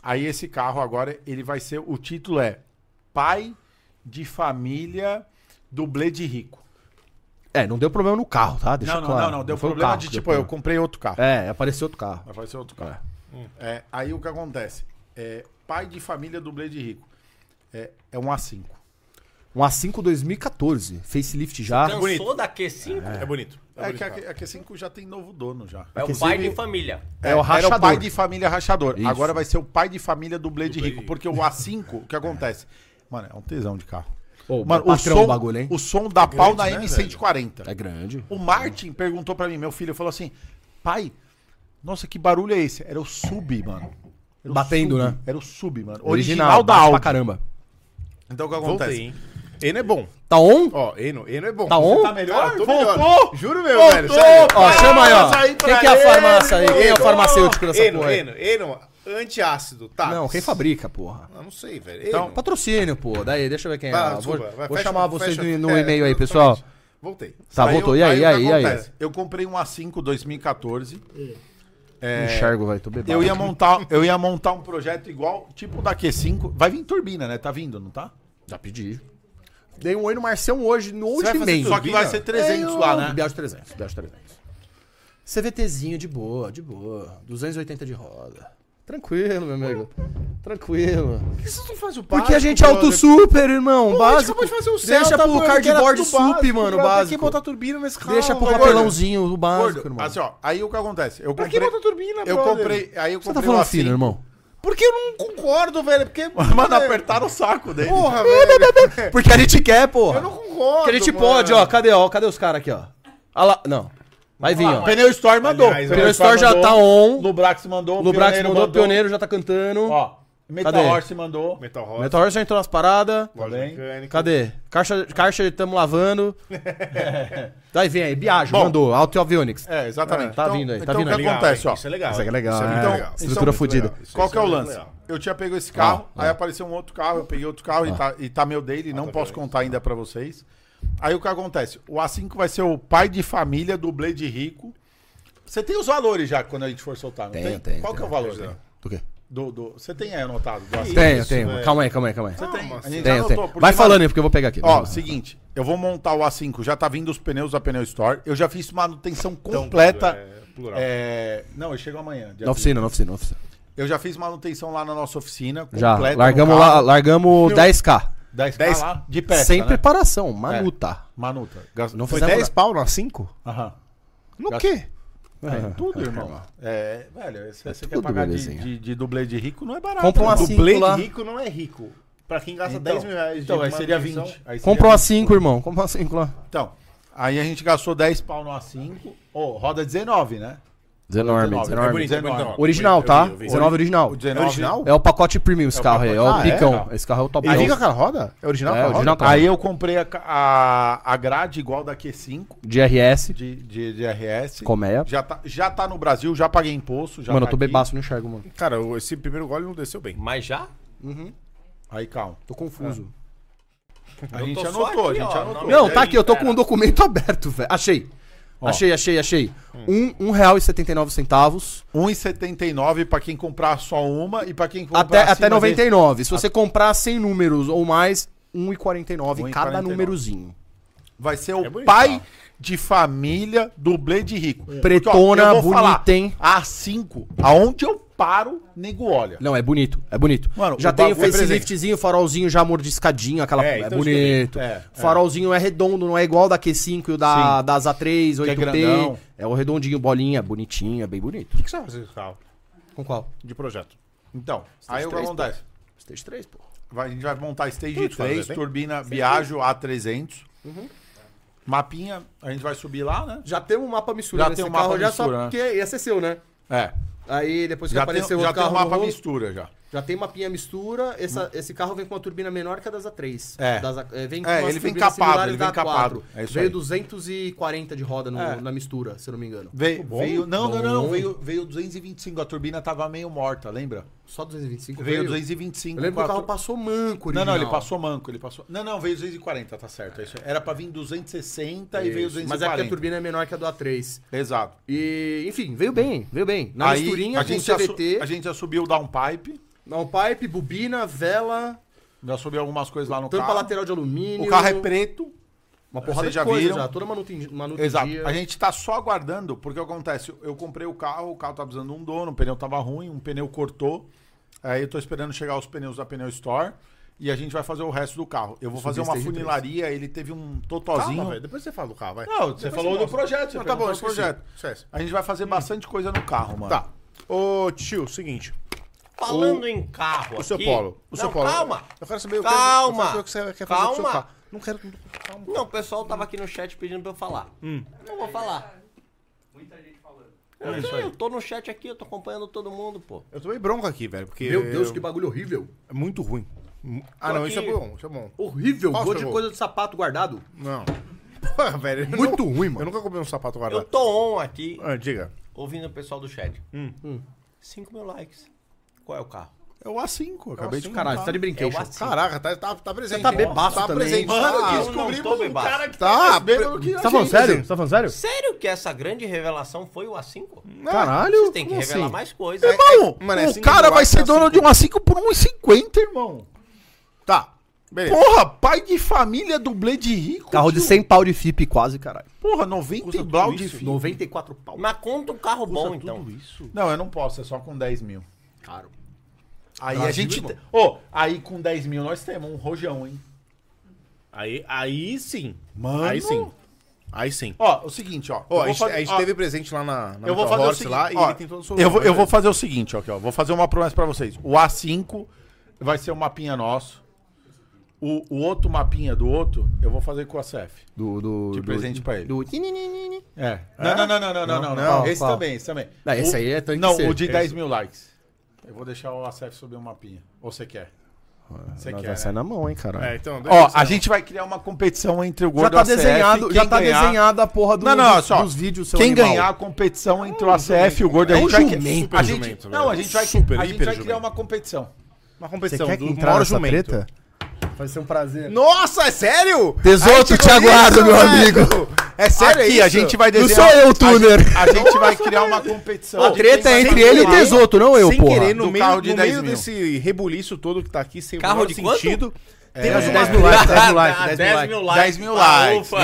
Speaker 6: Aí esse carro agora, ele vai ser. O título é Pai de Família Dublê de Rico.
Speaker 3: É, não deu problema no carro, tá? Deixa
Speaker 6: não, não,
Speaker 3: claro.
Speaker 6: não, não. Deu
Speaker 3: foi o
Speaker 6: problema
Speaker 3: carro
Speaker 6: de
Speaker 3: que deu
Speaker 6: tipo, eu
Speaker 3: problema.
Speaker 6: comprei outro carro.
Speaker 3: É, apareceu outro carro.
Speaker 6: Mas vai ser outro carro.
Speaker 2: Hum.
Speaker 6: É, aí o que acontece? É, pai de família dublê de rico. É, é um A5.
Speaker 3: Um A5 2014. Facelift já.
Speaker 6: Então,
Speaker 4: Cansou
Speaker 2: bonito.
Speaker 4: da Q5?
Speaker 2: É bonito.
Speaker 6: É,
Speaker 2: bonito,
Speaker 6: que a,
Speaker 2: cara.
Speaker 6: a Q5 já tem novo dono já.
Speaker 4: É, o pai de família.
Speaker 3: É, o
Speaker 6: Era
Speaker 3: rachador.
Speaker 6: o pai de família rachador.
Speaker 3: Isso.
Speaker 6: Agora vai ser o pai de família dublê de
Speaker 2: Dublê de
Speaker 6: rico.
Speaker 2: rico.
Speaker 6: Porque o A5,
Speaker 2: É.
Speaker 6: o que acontece? Mano, é um tesão de carro.
Speaker 3: Ô,
Speaker 6: Mano, o
Speaker 3: patrão
Speaker 6: som,
Speaker 3: o bagulho, hein?
Speaker 6: o som da pau na
Speaker 2: grande, né,
Speaker 6: M140.
Speaker 3: É grande.
Speaker 6: O Martin perguntou pra mim, meu filho, falou assim: pai, nossa, que barulho é esse? Era o sub, mano. Era o
Speaker 3: Batendo,
Speaker 6: sub,
Speaker 3: né?
Speaker 6: Era o sub, mano.
Speaker 3: Original,
Speaker 6: Original, da
Speaker 3: bate
Speaker 6: Audi.
Speaker 3: Pra caramba.
Speaker 6: Então o que acontece?
Speaker 2: Voltei, hein? Eno é bom.
Speaker 3: Tá on?
Speaker 2: Ó, Eno, Eno é bom.
Speaker 3: Tá on?
Speaker 6: melhor?
Speaker 2: Tô
Speaker 6: Voltou!
Speaker 2: melhor. Juro meu, velho.
Speaker 6: Voltou,
Speaker 2: sério.
Speaker 3: Ó, chama aí, ó.
Speaker 6: Nossa, aí pra
Speaker 3: Quem que é a
Speaker 6: ele,
Speaker 3: farmácia aí? Quem é o farmacêutico dessa
Speaker 2: Eno,
Speaker 3: porra aí?
Speaker 2: Eno, Eno, antiácido, tá?
Speaker 3: Não, quem fabrica, porra?
Speaker 2: Eu não sei, velho.
Speaker 6: Então,
Speaker 2: Eno.
Speaker 3: Patrocínio, pô. Daí, deixa eu ver quem é.
Speaker 2: Vai,
Speaker 3: Vou-
Speaker 2: desculpa,
Speaker 3: vou
Speaker 2: vai, fecha-
Speaker 3: chamar vocês
Speaker 2: fecha-
Speaker 3: no, no
Speaker 2: é,
Speaker 3: e-mail aí,
Speaker 2: exatamente.
Speaker 3: pessoal.
Speaker 2: Voltei.
Speaker 3: Tá,
Speaker 6: Aí
Speaker 3: voltou.
Speaker 6: eu-
Speaker 3: E aí, e
Speaker 6: o
Speaker 3: aí,
Speaker 6: que
Speaker 3: e aí?
Speaker 6: acontece? Eu comprei um A5 2014.
Speaker 3: Não Enxergo, velho. Tô bebendo.
Speaker 6: Eu ia montar, eu ia montar um projeto igual, tipo da Q5. Vai vir turbina, né? Tá vindo, não tá?
Speaker 3: Já pedi. Dei um oi no Marcião hoje, no hoje
Speaker 6: vai
Speaker 3: e
Speaker 6: fazer
Speaker 3: meio.
Speaker 6: Só que vai ser 300 lá, né?
Speaker 3: Bial de 300, Bial de 300. CVTzinho de boa, de boa. 280 de roda. Tranquilo, meu amigo. Tranquilo.
Speaker 2: Por que vocês não fazem o básico?
Speaker 3: Porque a gente é auto-super, irmão.
Speaker 2: A gente
Speaker 3: Básico.
Speaker 2: acabou de
Speaker 1: um
Speaker 2: fazer o
Speaker 3: Deixa
Speaker 1: tá
Speaker 2: Celta,
Speaker 3: pro
Speaker 2: pô,
Speaker 3: cardboard
Speaker 2: que era tudo
Speaker 3: sup, mano,
Speaker 2: pra- Pra que
Speaker 3: básico.
Speaker 2: botar turbina nesse carro?
Speaker 3: Deixa pro
Speaker 2: velho?
Speaker 3: papelãozinho o básico,
Speaker 6: Gordo,
Speaker 3: irmão.
Speaker 6: assim, ó, aí o que acontece? Eu
Speaker 2: Pra que
Speaker 6: comprei,
Speaker 2: botar turbina,
Speaker 6: eu
Speaker 2: brother?
Speaker 6: comprei, aí eu
Speaker 3: Você
Speaker 6: comprei
Speaker 3: tá
Speaker 1: um
Speaker 3: falando
Speaker 6: o
Speaker 3: assim,
Speaker 6: Afin.
Speaker 3: irmão?
Speaker 2: né? Porque eu não concordo, velho. Porque.
Speaker 6: Mano, apertaram o saco dele.
Speaker 1: Tá
Speaker 2: Porra, velho.
Speaker 3: Porque a gente quer, porra.
Speaker 2: Eu não concordo.
Speaker 3: Porque a gente
Speaker 6: tipo,
Speaker 2: mano.
Speaker 3: pode, ó. Cadê, ó? Cadê os caras aqui, ó? Ah lá. Não. Vai vir, ó.
Speaker 6: Pneu Store mandou.
Speaker 2: Aliás,
Speaker 3: O Store já tá on.
Speaker 6: Lubrax mandou.
Speaker 3: Lubrax mandou, Pioneiro já tá cantando.
Speaker 6: Ó, Metal
Speaker 3: Cadê?
Speaker 6: Horse mandou.
Speaker 2: Metal Rock.
Speaker 3: Meteor já entrou nas paradas.
Speaker 6: Também.
Speaker 3: Cadê? Caixa, caixa tamo lavando. Daí vem aí, Biagio,
Speaker 6: Bom.
Speaker 3: mandou, Auto Avionics.
Speaker 6: É, exatamente.
Speaker 3: É, tá vindo aí, tá
Speaker 6: então
Speaker 3: vindo
Speaker 6: o que
Speaker 3: aí.
Speaker 6: acontece, ó?
Speaker 2: Isso é legal.
Speaker 3: Isso é legal,
Speaker 2: Isso é
Speaker 3: né?
Speaker 2: muito
Speaker 6: Então,
Speaker 2: legal.
Speaker 6: isso é
Speaker 3: Estrutura
Speaker 6: muito
Speaker 3: fodida.
Speaker 2: legal. Isso
Speaker 6: Qual
Speaker 2: é
Speaker 6: que é o
Speaker 2: muito
Speaker 6: lance?
Speaker 2: legal.
Speaker 6: Eu tinha pego esse carro,
Speaker 3: Ah, é.
Speaker 6: aí apareceu um outro carro, eu peguei outro carro e, tá, e tá meu dele,
Speaker 2: Ah,
Speaker 6: não posso contar ainda pra vocês. Aí o que acontece? O A5 vai ser o pai de família do Blade Rico. Você tem os valores já quando a gente for soltar, não
Speaker 3: Tenho,
Speaker 6: tem?
Speaker 3: tenho,
Speaker 6: Qual que é o valor? né?
Speaker 3: Do quê?
Speaker 6: Do, do, você tem aí anotado do A5?
Speaker 3: Tenho, tenho.
Speaker 2: velho.
Speaker 3: Calma aí, calma aí, calma aí.
Speaker 6: Você tem? A gente já
Speaker 3: Tenho,
Speaker 6: anotou,
Speaker 3: tenho.
Speaker 6: porque,
Speaker 3: Vai
Speaker 6: mano,
Speaker 3: falando aí, porque eu vou pegar aqui.
Speaker 6: Ó, seguinte, eu vou montar o A5, já tá vindo os pneus da Pneu Store. Eu já fiz manutenção completa.
Speaker 2: Então, é plural.
Speaker 6: é, não, eu chego amanhã. dia
Speaker 3: na oficina, na oficina, na oficina.
Speaker 6: Eu já fiz manutenção lá na nossa oficina.
Speaker 3: Já,
Speaker 6: completa no
Speaker 3: largamos,
Speaker 6: carro,
Speaker 3: lá, largamos 10k.
Speaker 6: 10, Ah, lá de peça.
Speaker 3: Sem
Speaker 6: né?
Speaker 3: preparação, manuta.
Speaker 6: Manuta. Gas...
Speaker 3: Não
Speaker 2: Foi
Speaker 3: fizemos
Speaker 2: 10 pau na 5?
Speaker 6: Aham.
Speaker 3: No quê?
Speaker 6: É, tudo, irmão. É, velho, se você quer
Speaker 3: tudo,
Speaker 6: pagar de,
Speaker 3: belezinha.
Speaker 6: de, de dublê de rico, não é barato.
Speaker 3: Compra um
Speaker 6: irmão.
Speaker 3: A5
Speaker 2: Dublê
Speaker 3: lá.
Speaker 2: de rico não é rico. Pra quem gasta
Speaker 6: Então,
Speaker 2: 10 mil reais
Speaker 6: Então,
Speaker 2: de
Speaker 6: aí seria
Speaker 2: manutenção,
Speaker 6: 20. Aí seria
Speaker 3: Comprou a
Speaker 6: 20.
Speaker 3: 5, irmão. Comprou a 5 lá.
Speaker 6: Então, aí a gente gastou 10 pau no A5. Ô, roda 19, né?
Speaker 3: Denorme,
Speaker 6: 19, é bonito.
Speaker 3: denorme.
Speaker 6: Dezenove.
Speaker 3: Original, tá? 19 original.
Speaker 6: O 19.
Speaker 2: Original?
Speaker 3: É o pacote premium esse
Speaker 6: É o
Speaker 3: carro aí, é o
Speaker 6: pacote- Ah, é?
Speaker 3: picão. Esse carro é o top.
Speaker 2: Ele
Speaker 3: É o-
Speaker 2: vem com aquela roda? É original?
Speaker 3: É,
Speaker 2: aquela
Speaker 3: original.
Speaker 2: roda?
Speaker 6: Aí eu comprei a, a, a grade igual da Q5
Speaker 3: de RS,
Speaker 6: de, de, de RS.
Speaker 3: colmeia.
Speaker 6: Já tá, já tá no Brasil, já paguei imposto. Já
Speaker 3: é? Mano,
Speaker 6: tá
Speaker 3: eu tô
Speaker 6: aqui.
Speaker 3: bebaço, não enxergo, mano.
Speaker 2: Cara, o- esse primeiro gole não desceu bem.
Speaker 4: Mas já?
Speaker 6: Aí, calma.
Speaker 3: Tô confuso.
Speaker 6: A gente anotou, a gente anotou.
Speaker 3: Não, tá aqui, eu tô com um documento aberto, velho. Achei. Achei, achei, achei. Um, um real e setenta e nove centavos.
Speaker 6: 1,79 pra quem comprar só uma e pra quem comprar
Speaker 3: Até,
Speaker 6: acima
Speaker 3: até
Speaker 6: de-
Speaker 3: 99. Se você comprar 100 números ou mais, 1,49 cada
Speaker 6: 1,49.
Speaker 3: númerozinho.
Speaker 6: Vai ser o
Speaker 2: É bonito,
Speaker 6: pai
Speaker 2: tá?
Speaker 6: de família dublê de rico.
Speaker 3: É. Pretona,
Speaker 6: Porque, ó, eu vou falar,
Speaker 3: bonita, hein?
Speaker 6: A5, aonde eu paro, nego olha.
Speaker 3: Não, é bonito, é bonito.
Speaker 6: Mano,
Speaker 3: já
Speaker 6: o
Speaker 3: tem o
Speaker 6: bagulho é
Speaker 3: faceliftzinho, farolzinho já mordiscadinho, aquela.
Speaker 2: É,
Speaker 3: É,
Speaker 2: então
Speaker 3: bonito.
Speaker 6: isso que eu digo. É,
Speaker 3: O farolzinho é. redondo, não é igual da Q5 e o da, das A3,
Speaker 6: é
Speaker 3: 8T.
Speaker 6: grandão.
Speaker 3: É, o redondinho, bolinha, bonitinho, é bem bonito.
Speaker 2: O que, que você vai fazer com esse carro?
Speaker 3: Com qual?
Speaker 2: De projeto.
Speaker 6: Então, aí o que
Speaker 3: três,
Speaker 6: acontece?
Speaker 3: Stage 3, pô.
Speaker 6: Vai- a gente vai montar Stage Uhum.
Speaker 2: Tudo
Speaker 6: 3,
Speaker 2: fazer, tem?
Speaker 6: turbina Biagio A300. Mapinha, a gente vai subir lá, né?
Speaker 3: Já tem um mapa mistura
Speaker 6: Já
Speaker 3: nesse
Speaker 6: tem um
Speaker 3: carro,
Speaker 6: mapa
Speaker 3: já
Speaker 6: mistura,
Speaker 3: só
Speaker 6: né?
Speaker 3: porque ia ser seu, né?
Speaker 6: É.
Speaker 3: Aí depois que
Speaker 6: Já tem,
Speaker 3: apareceu
Speaker 6: já
Speaker 3: outro
Speaker 6: tem um
Speaker 3: carro, no
Speaker 6: mapa
Speaker 3: rolo,
Speaker 6: mistura já.
Speaker 3: já tem mapinha mistura. Essa- esse carro vem com uma turbina menor que a das A3.
Speaker 6: É.
Speaker 3: Das A- vem
Speaker 6: É,
Speaker 3: umas
Speaker 6: ele vem
Speaker 3: turbinas
Speaker 6: capado,
Speaker 3: similares
Speaker 6: ele vem
Speaker 3: da A4.
Speaker 6: capado. É isso
Speaker 3: Veio
Speaker 6: aí.
Speaker 3: 240 de roda no-
Speaker 6: É.
Speaker 3: na mistura, se eu não me engano.
Speaker 6: Veio, veio, não, não, não,
Speaker 3: Bom.
Speaker 6: veio, veio 225, a turbina tava meio morta, lembra?
Speaker 3: Só 225.
Speaker 6: Veio 225.
Speaker 3: Eu lembro que o
Speaker 6: quatro-
Speaker 3: carro passou manco,
Speaker 6: Não,
Speaker 3: original.
Speaker 6: não, ele passou manco, ele passou. Não, não, veio 240, tá certo. é isso aí. Era pra vir 260 e veio 240.
Speaker 3: Mas é que a turbina é menor que a do A3.
Speaker 6: Exato.
Speaker 3: E, enfim, veio bem, veio bem. Na
Speaker 6: Aí,
Speaker 3: misturinha,
Speaker 6: a
Speaker 3: com
Speaker 6: gente, já su-
Speaker 3: CVT,
Speaker 6: a gente já subiu o downpipe,
Speaker 3: downpipe, bobina, vela,
Speaker 6: já subiu algumas coisas lá no
Speaker 3: tampa
Speaker 6: carro.
Speaker 3: lateral de alumínio.
Speaker 6: O carro é preto,
Speaker 3: Uma porrada
Speaker 6: Vocês
Speaker 3: de
Speaker 6: já
Speaker 3: coisa
Speaker 6: viram?
Speaker 3: já, toda manutin- manutenção.
Speaker 6: Exato. A gente tá só aguardando, porque acontece, eu comprei o carro, o carro tá precisando de um dono, o pneu tava ruim, um pneu cortou. Aí eu tô esperando chegar os pneus da Pneu Store e a gente vai fazer o resto do carro. Eu vou fazer uma
Speaker 3: stage três.
Speaker 6: funilaria, ele teve um
Speaker 2: Calma,
Speaker 6: totozinho.
Speaker 2: velho. Depois você fala do carro, vai.
Speaker 6: Não, você
Speaker 2: Depois
Speaker 6: falou
Speaker 3: assim,
Speaker 6: do
Speaker 2: mostra.
Speaker 6: projeto, você
Speaker 2: Não, tá bom,
Speaker 6: perguntou do
Speaker 2: projeto.
Speaker 6: projeto.
Speaker 2: Sucesso.
Speaker 6: a gente vai fazer bastante coisa no carro, mano.
Speaker 2: Hum. Tá. Ô, tio, seguinte.
Speaker 4: Falando em carro
Speaker 2: O seu
Speaker 4: aqui-
Speaker 2: polo. O seu
Speaker 4: Não,
Speaker 2: polo.
Speaker 4: Calma.
Speaker 2: Eu quero saber, eu quero-
Speaker 4: Calma.
Speaker 2: eu quero saber o que você quer fazer com o seu
Speaker 4: Calma.
Speaker 2: carro. Não quero. Calma.
Speaker 4: Não, o pessoal tava aqui no chat pedindo pra eu falar.
Speaker 2: Hum.
Speaker 4: Não vou falar.
Speaker 8: Muita gente falando.
Speaker 2: É
Speaker 4: Eu, eu tô no chat aqui, eu tô acompanhando todo mundo, pô.
Speaker 2: Eu tomei bronca aqui, velho, porque.
Speaker 3: Meu Deus,
Speaker 2: eu-
Speaker 3: que bagulho horrível.
Speaker 2: É muito ruim. Ah,
Speaker 4: Tô
Speaker 2: não, isso é
Speaker 4: aqui.
Speaker 2: bom, isso é bom.
Speaker 3: Horrível,
Speaker 2: Posso,
Speaker 3: gosto de
Speaker 2: Jogo?
Speaker 3: coisa de sapato guardado.
Speaker 2: Não. Porra, velho. eu
Speaker 3: Muito
Speaker 2: nu-
Speaker 3: ruim, mano.
Speaker 2: Eu nunca comprei um sapato
Speaker 4: Eu
Speaker 2: guardado.
Speaker 4: tô on aqui,
Speaker 2: Ah, diga.
Speaker 4: ouvindo o pessoal do chat.
Speaker 2: Hum.
Speaker 4: 5 mil likes. Qual é o carro?
Speaker 6: É o A5, eu acabei de
Speaker 2: A5,
Speaker 3: Caralho, você tá de brinquedo.
Speaker 4: É o A5.
Speaker 2: Caraca, tá, tá, tá presente.
Speaker 3: tá
Speaker 2: hein?
Speaker 3: bebaço
Speaker 2: tá
Speaker 3: também.
Speaker 2: presente.
Speaker 3: Mano,
Speaker 2: tá,
Speaker 4: eu não tô bebaço.
Speaker 2: que tá bêbado que
Speaker 3: Você tá falando sério? Você tá falando sério?
Speaker 4: Sério que essa grande revelação foi o A5?
Speaker 3: Caralho.
Speaker 4: Vocês têm que
Speaker 3: como
Speaker 4: revelar
Speaker 3: assim?
Speaker 4: mais coisas.
Speaker 6: Irmão,
Speaker 2: Mano, é
Speaker 6: o
Speaker 2: cinco
Speaker 6: cara
Speaker 2: mil
Speaker 6: vai
Speaker 2: watts,
Speaker 6: ser
Speaker 2: tá
Speaker 6: dono
Speaker 2: cinco.
Speaker 6: de um A5 por 1,50, irmão.
Speaker 2: Tá. Beleza.
Speaker 6: Porra, pai de família dublê de rico.
Speaker 3: Carro de
Speaker 6: tio.
Speaker 3: 100 pau de FIP quase, caralho.
Speaker 6: Porra, 90 e blau de fio.
Speaker 3: 94 pau.
Speaker 4: Mas conta um carro bom, então.
Speaker 6: Não, eu não posso, é só com 10 mil.
Speaker 3: Caro.
Speaker 6: Aí
Speaker 5: Brasil,
Speaker 6: a gente.
Speaker 5: irmão.
Speaker 6: te- Ô, aí com 10 mil nós temos um rojão, hein?
Speaker 2: Aí, aí sim.
Speaker 6: Mano.
Speaker 2: Aí sim. Aí sim.
Speaker 6: Ó, o seguinte, ó.
Speaker 2: Ó,
Speaker 6: Eu
Speaker 2: a
Speaker 6: vou
Speaker 2: gente,
Speaker 6: fazer-
Speaker 2: a gente
Speaker 6: ó,
Speaker 2: teve presente lá na, na
Speaker 6: eu vou
Speaker 2: Metal
Speaker 6: fazer o
Speaker 2: Horse
Speaker 6: seguinte,
Speaker 2: lá e
Speaker 6: ó,
Speaker 2: ele tem toda a
Speaker 6: eu, vou, eu
Speaker 2: solução,
Speaker 6: vou fazer o seguinte, ó, aqui, ó. Vou fazer uma promessa pra vocês. O A5 vai ser um mapinha nosso. O, o outro mapinha do outro, eu vou fazer com a CF.
Speaker 3: Do, do,
Speaker 6: De
Speaker 3: do-
Speaker 6: presente pra ele.
Speaker 3: do-
Speaker 6: É. Não, não, não, não, não, não, não,
Speaker 3: Não,
Speaker 6: Esse
Speaker 3: qual?
Speaker 6: também, esse também.
Speaker 3: Não, esse
Speaker 6: O-
Speaker 3: aí é- tem que
Speaker 6: Não,
Speaker 3: ser.
Speaker 6: o de 10 mil likes. Eu vou deixar o ACF subir um mapinha. Ou você quer? Você
Speaker 3: Nós
Speaker 6: quer,
Speaker 3: vai
Speaker 6: né?
Speaker 3: sair na mão, hein, caralho.
Speaker 2: É, então,
Speaker 6: Ó, a gente vai criar uma competição entre o
Speaker 3: Já
Speaker 6: Gordo
Speaker 3: tá
Speaker 6: e o ACF.
Speaker 3: desenhado, já
Speaker 6: quem
Speaker 3: tá
Speaker 6: ganhar-
Speaker 3: desenhado a porra do,
Speaker 6: Não, não,
Speaker 3: dos,
Speaker 6: só.
Speaker 3: dos vídeos, seu
Speaker 6: Quem
Speaker 3: animal.
Speaker 6: ganhar a competição Ah, entre o ACF e o Gordo, a
Speaker 3: É um
Speaker 6: gente vai
Speaker 3: jumento,
Speaker 6: a
Speaker 2: super
Speaker 6: gente-
Speaker 2: jumento,
Speaker 6: Não, a
Speaker 2: velho.
Speaker 6: gente vai,
Speaker 2: Super,
Speaker 6: a gente
Speaker 2: hiper
Speaker 6: vai criar
Speaker 2: jumento.
Speaker 6: uma competição.
Speaker 2: Uma competição
Speaker 3: Você quer
Speaker 2: do
Speaker 3: entrar
Speaker 2: maior
Speaker 3: nessa
Speaker 2: jumento.
Speaker 3: treta? Vai ser um prazer.
Speaker 2: Nossa, é sério?
Speaker 3: Tesouro,
Speaker 2: Aí chegou
Speaker 3: te aguardo,
Speaker 2: isso,
Speaker 3: meu
Speaker 2: velho?
Speaker 3: amigo.
Speaker 2: É sério
Speaker 6: Aqui,
Speaker 2: isso?
Speaker 6: a gente vai
Speaker 3: Não
Speaker 6: desenhar...
Speaker 3: sou eu, Tuner.
Speaker 6: A gente vai criar uma competição.
Speaker 3: A treta é
Speaker 2: Sem
Speaker 3: entre ele e o
Speaker 2: querer-
Speaker 3: Tesoto, não eu,
Speaker 2: sem
Speaker 3: porra.
Speaker 2: querer, no
Speaker 6: Do
Speaker 2: meio,
Speaker 6: carro de
Speaker 2: no
Speaker 6: 10
Speaker 2: meio
Speaker 6: mil.
Speaker 2: desse rebuliço todo que tá aqui, sem
Speaker 4: Carro
Speaker 2: o menor
Speaker 4: de quanto?
Speaker 2: sentido, temos
Speaker 6: É.
Speaker 2: um 10 mil likes, 10 mil likes, 10 mil likes.
Speaker 6: 10 mil likes.
Speaker 4: Ufa.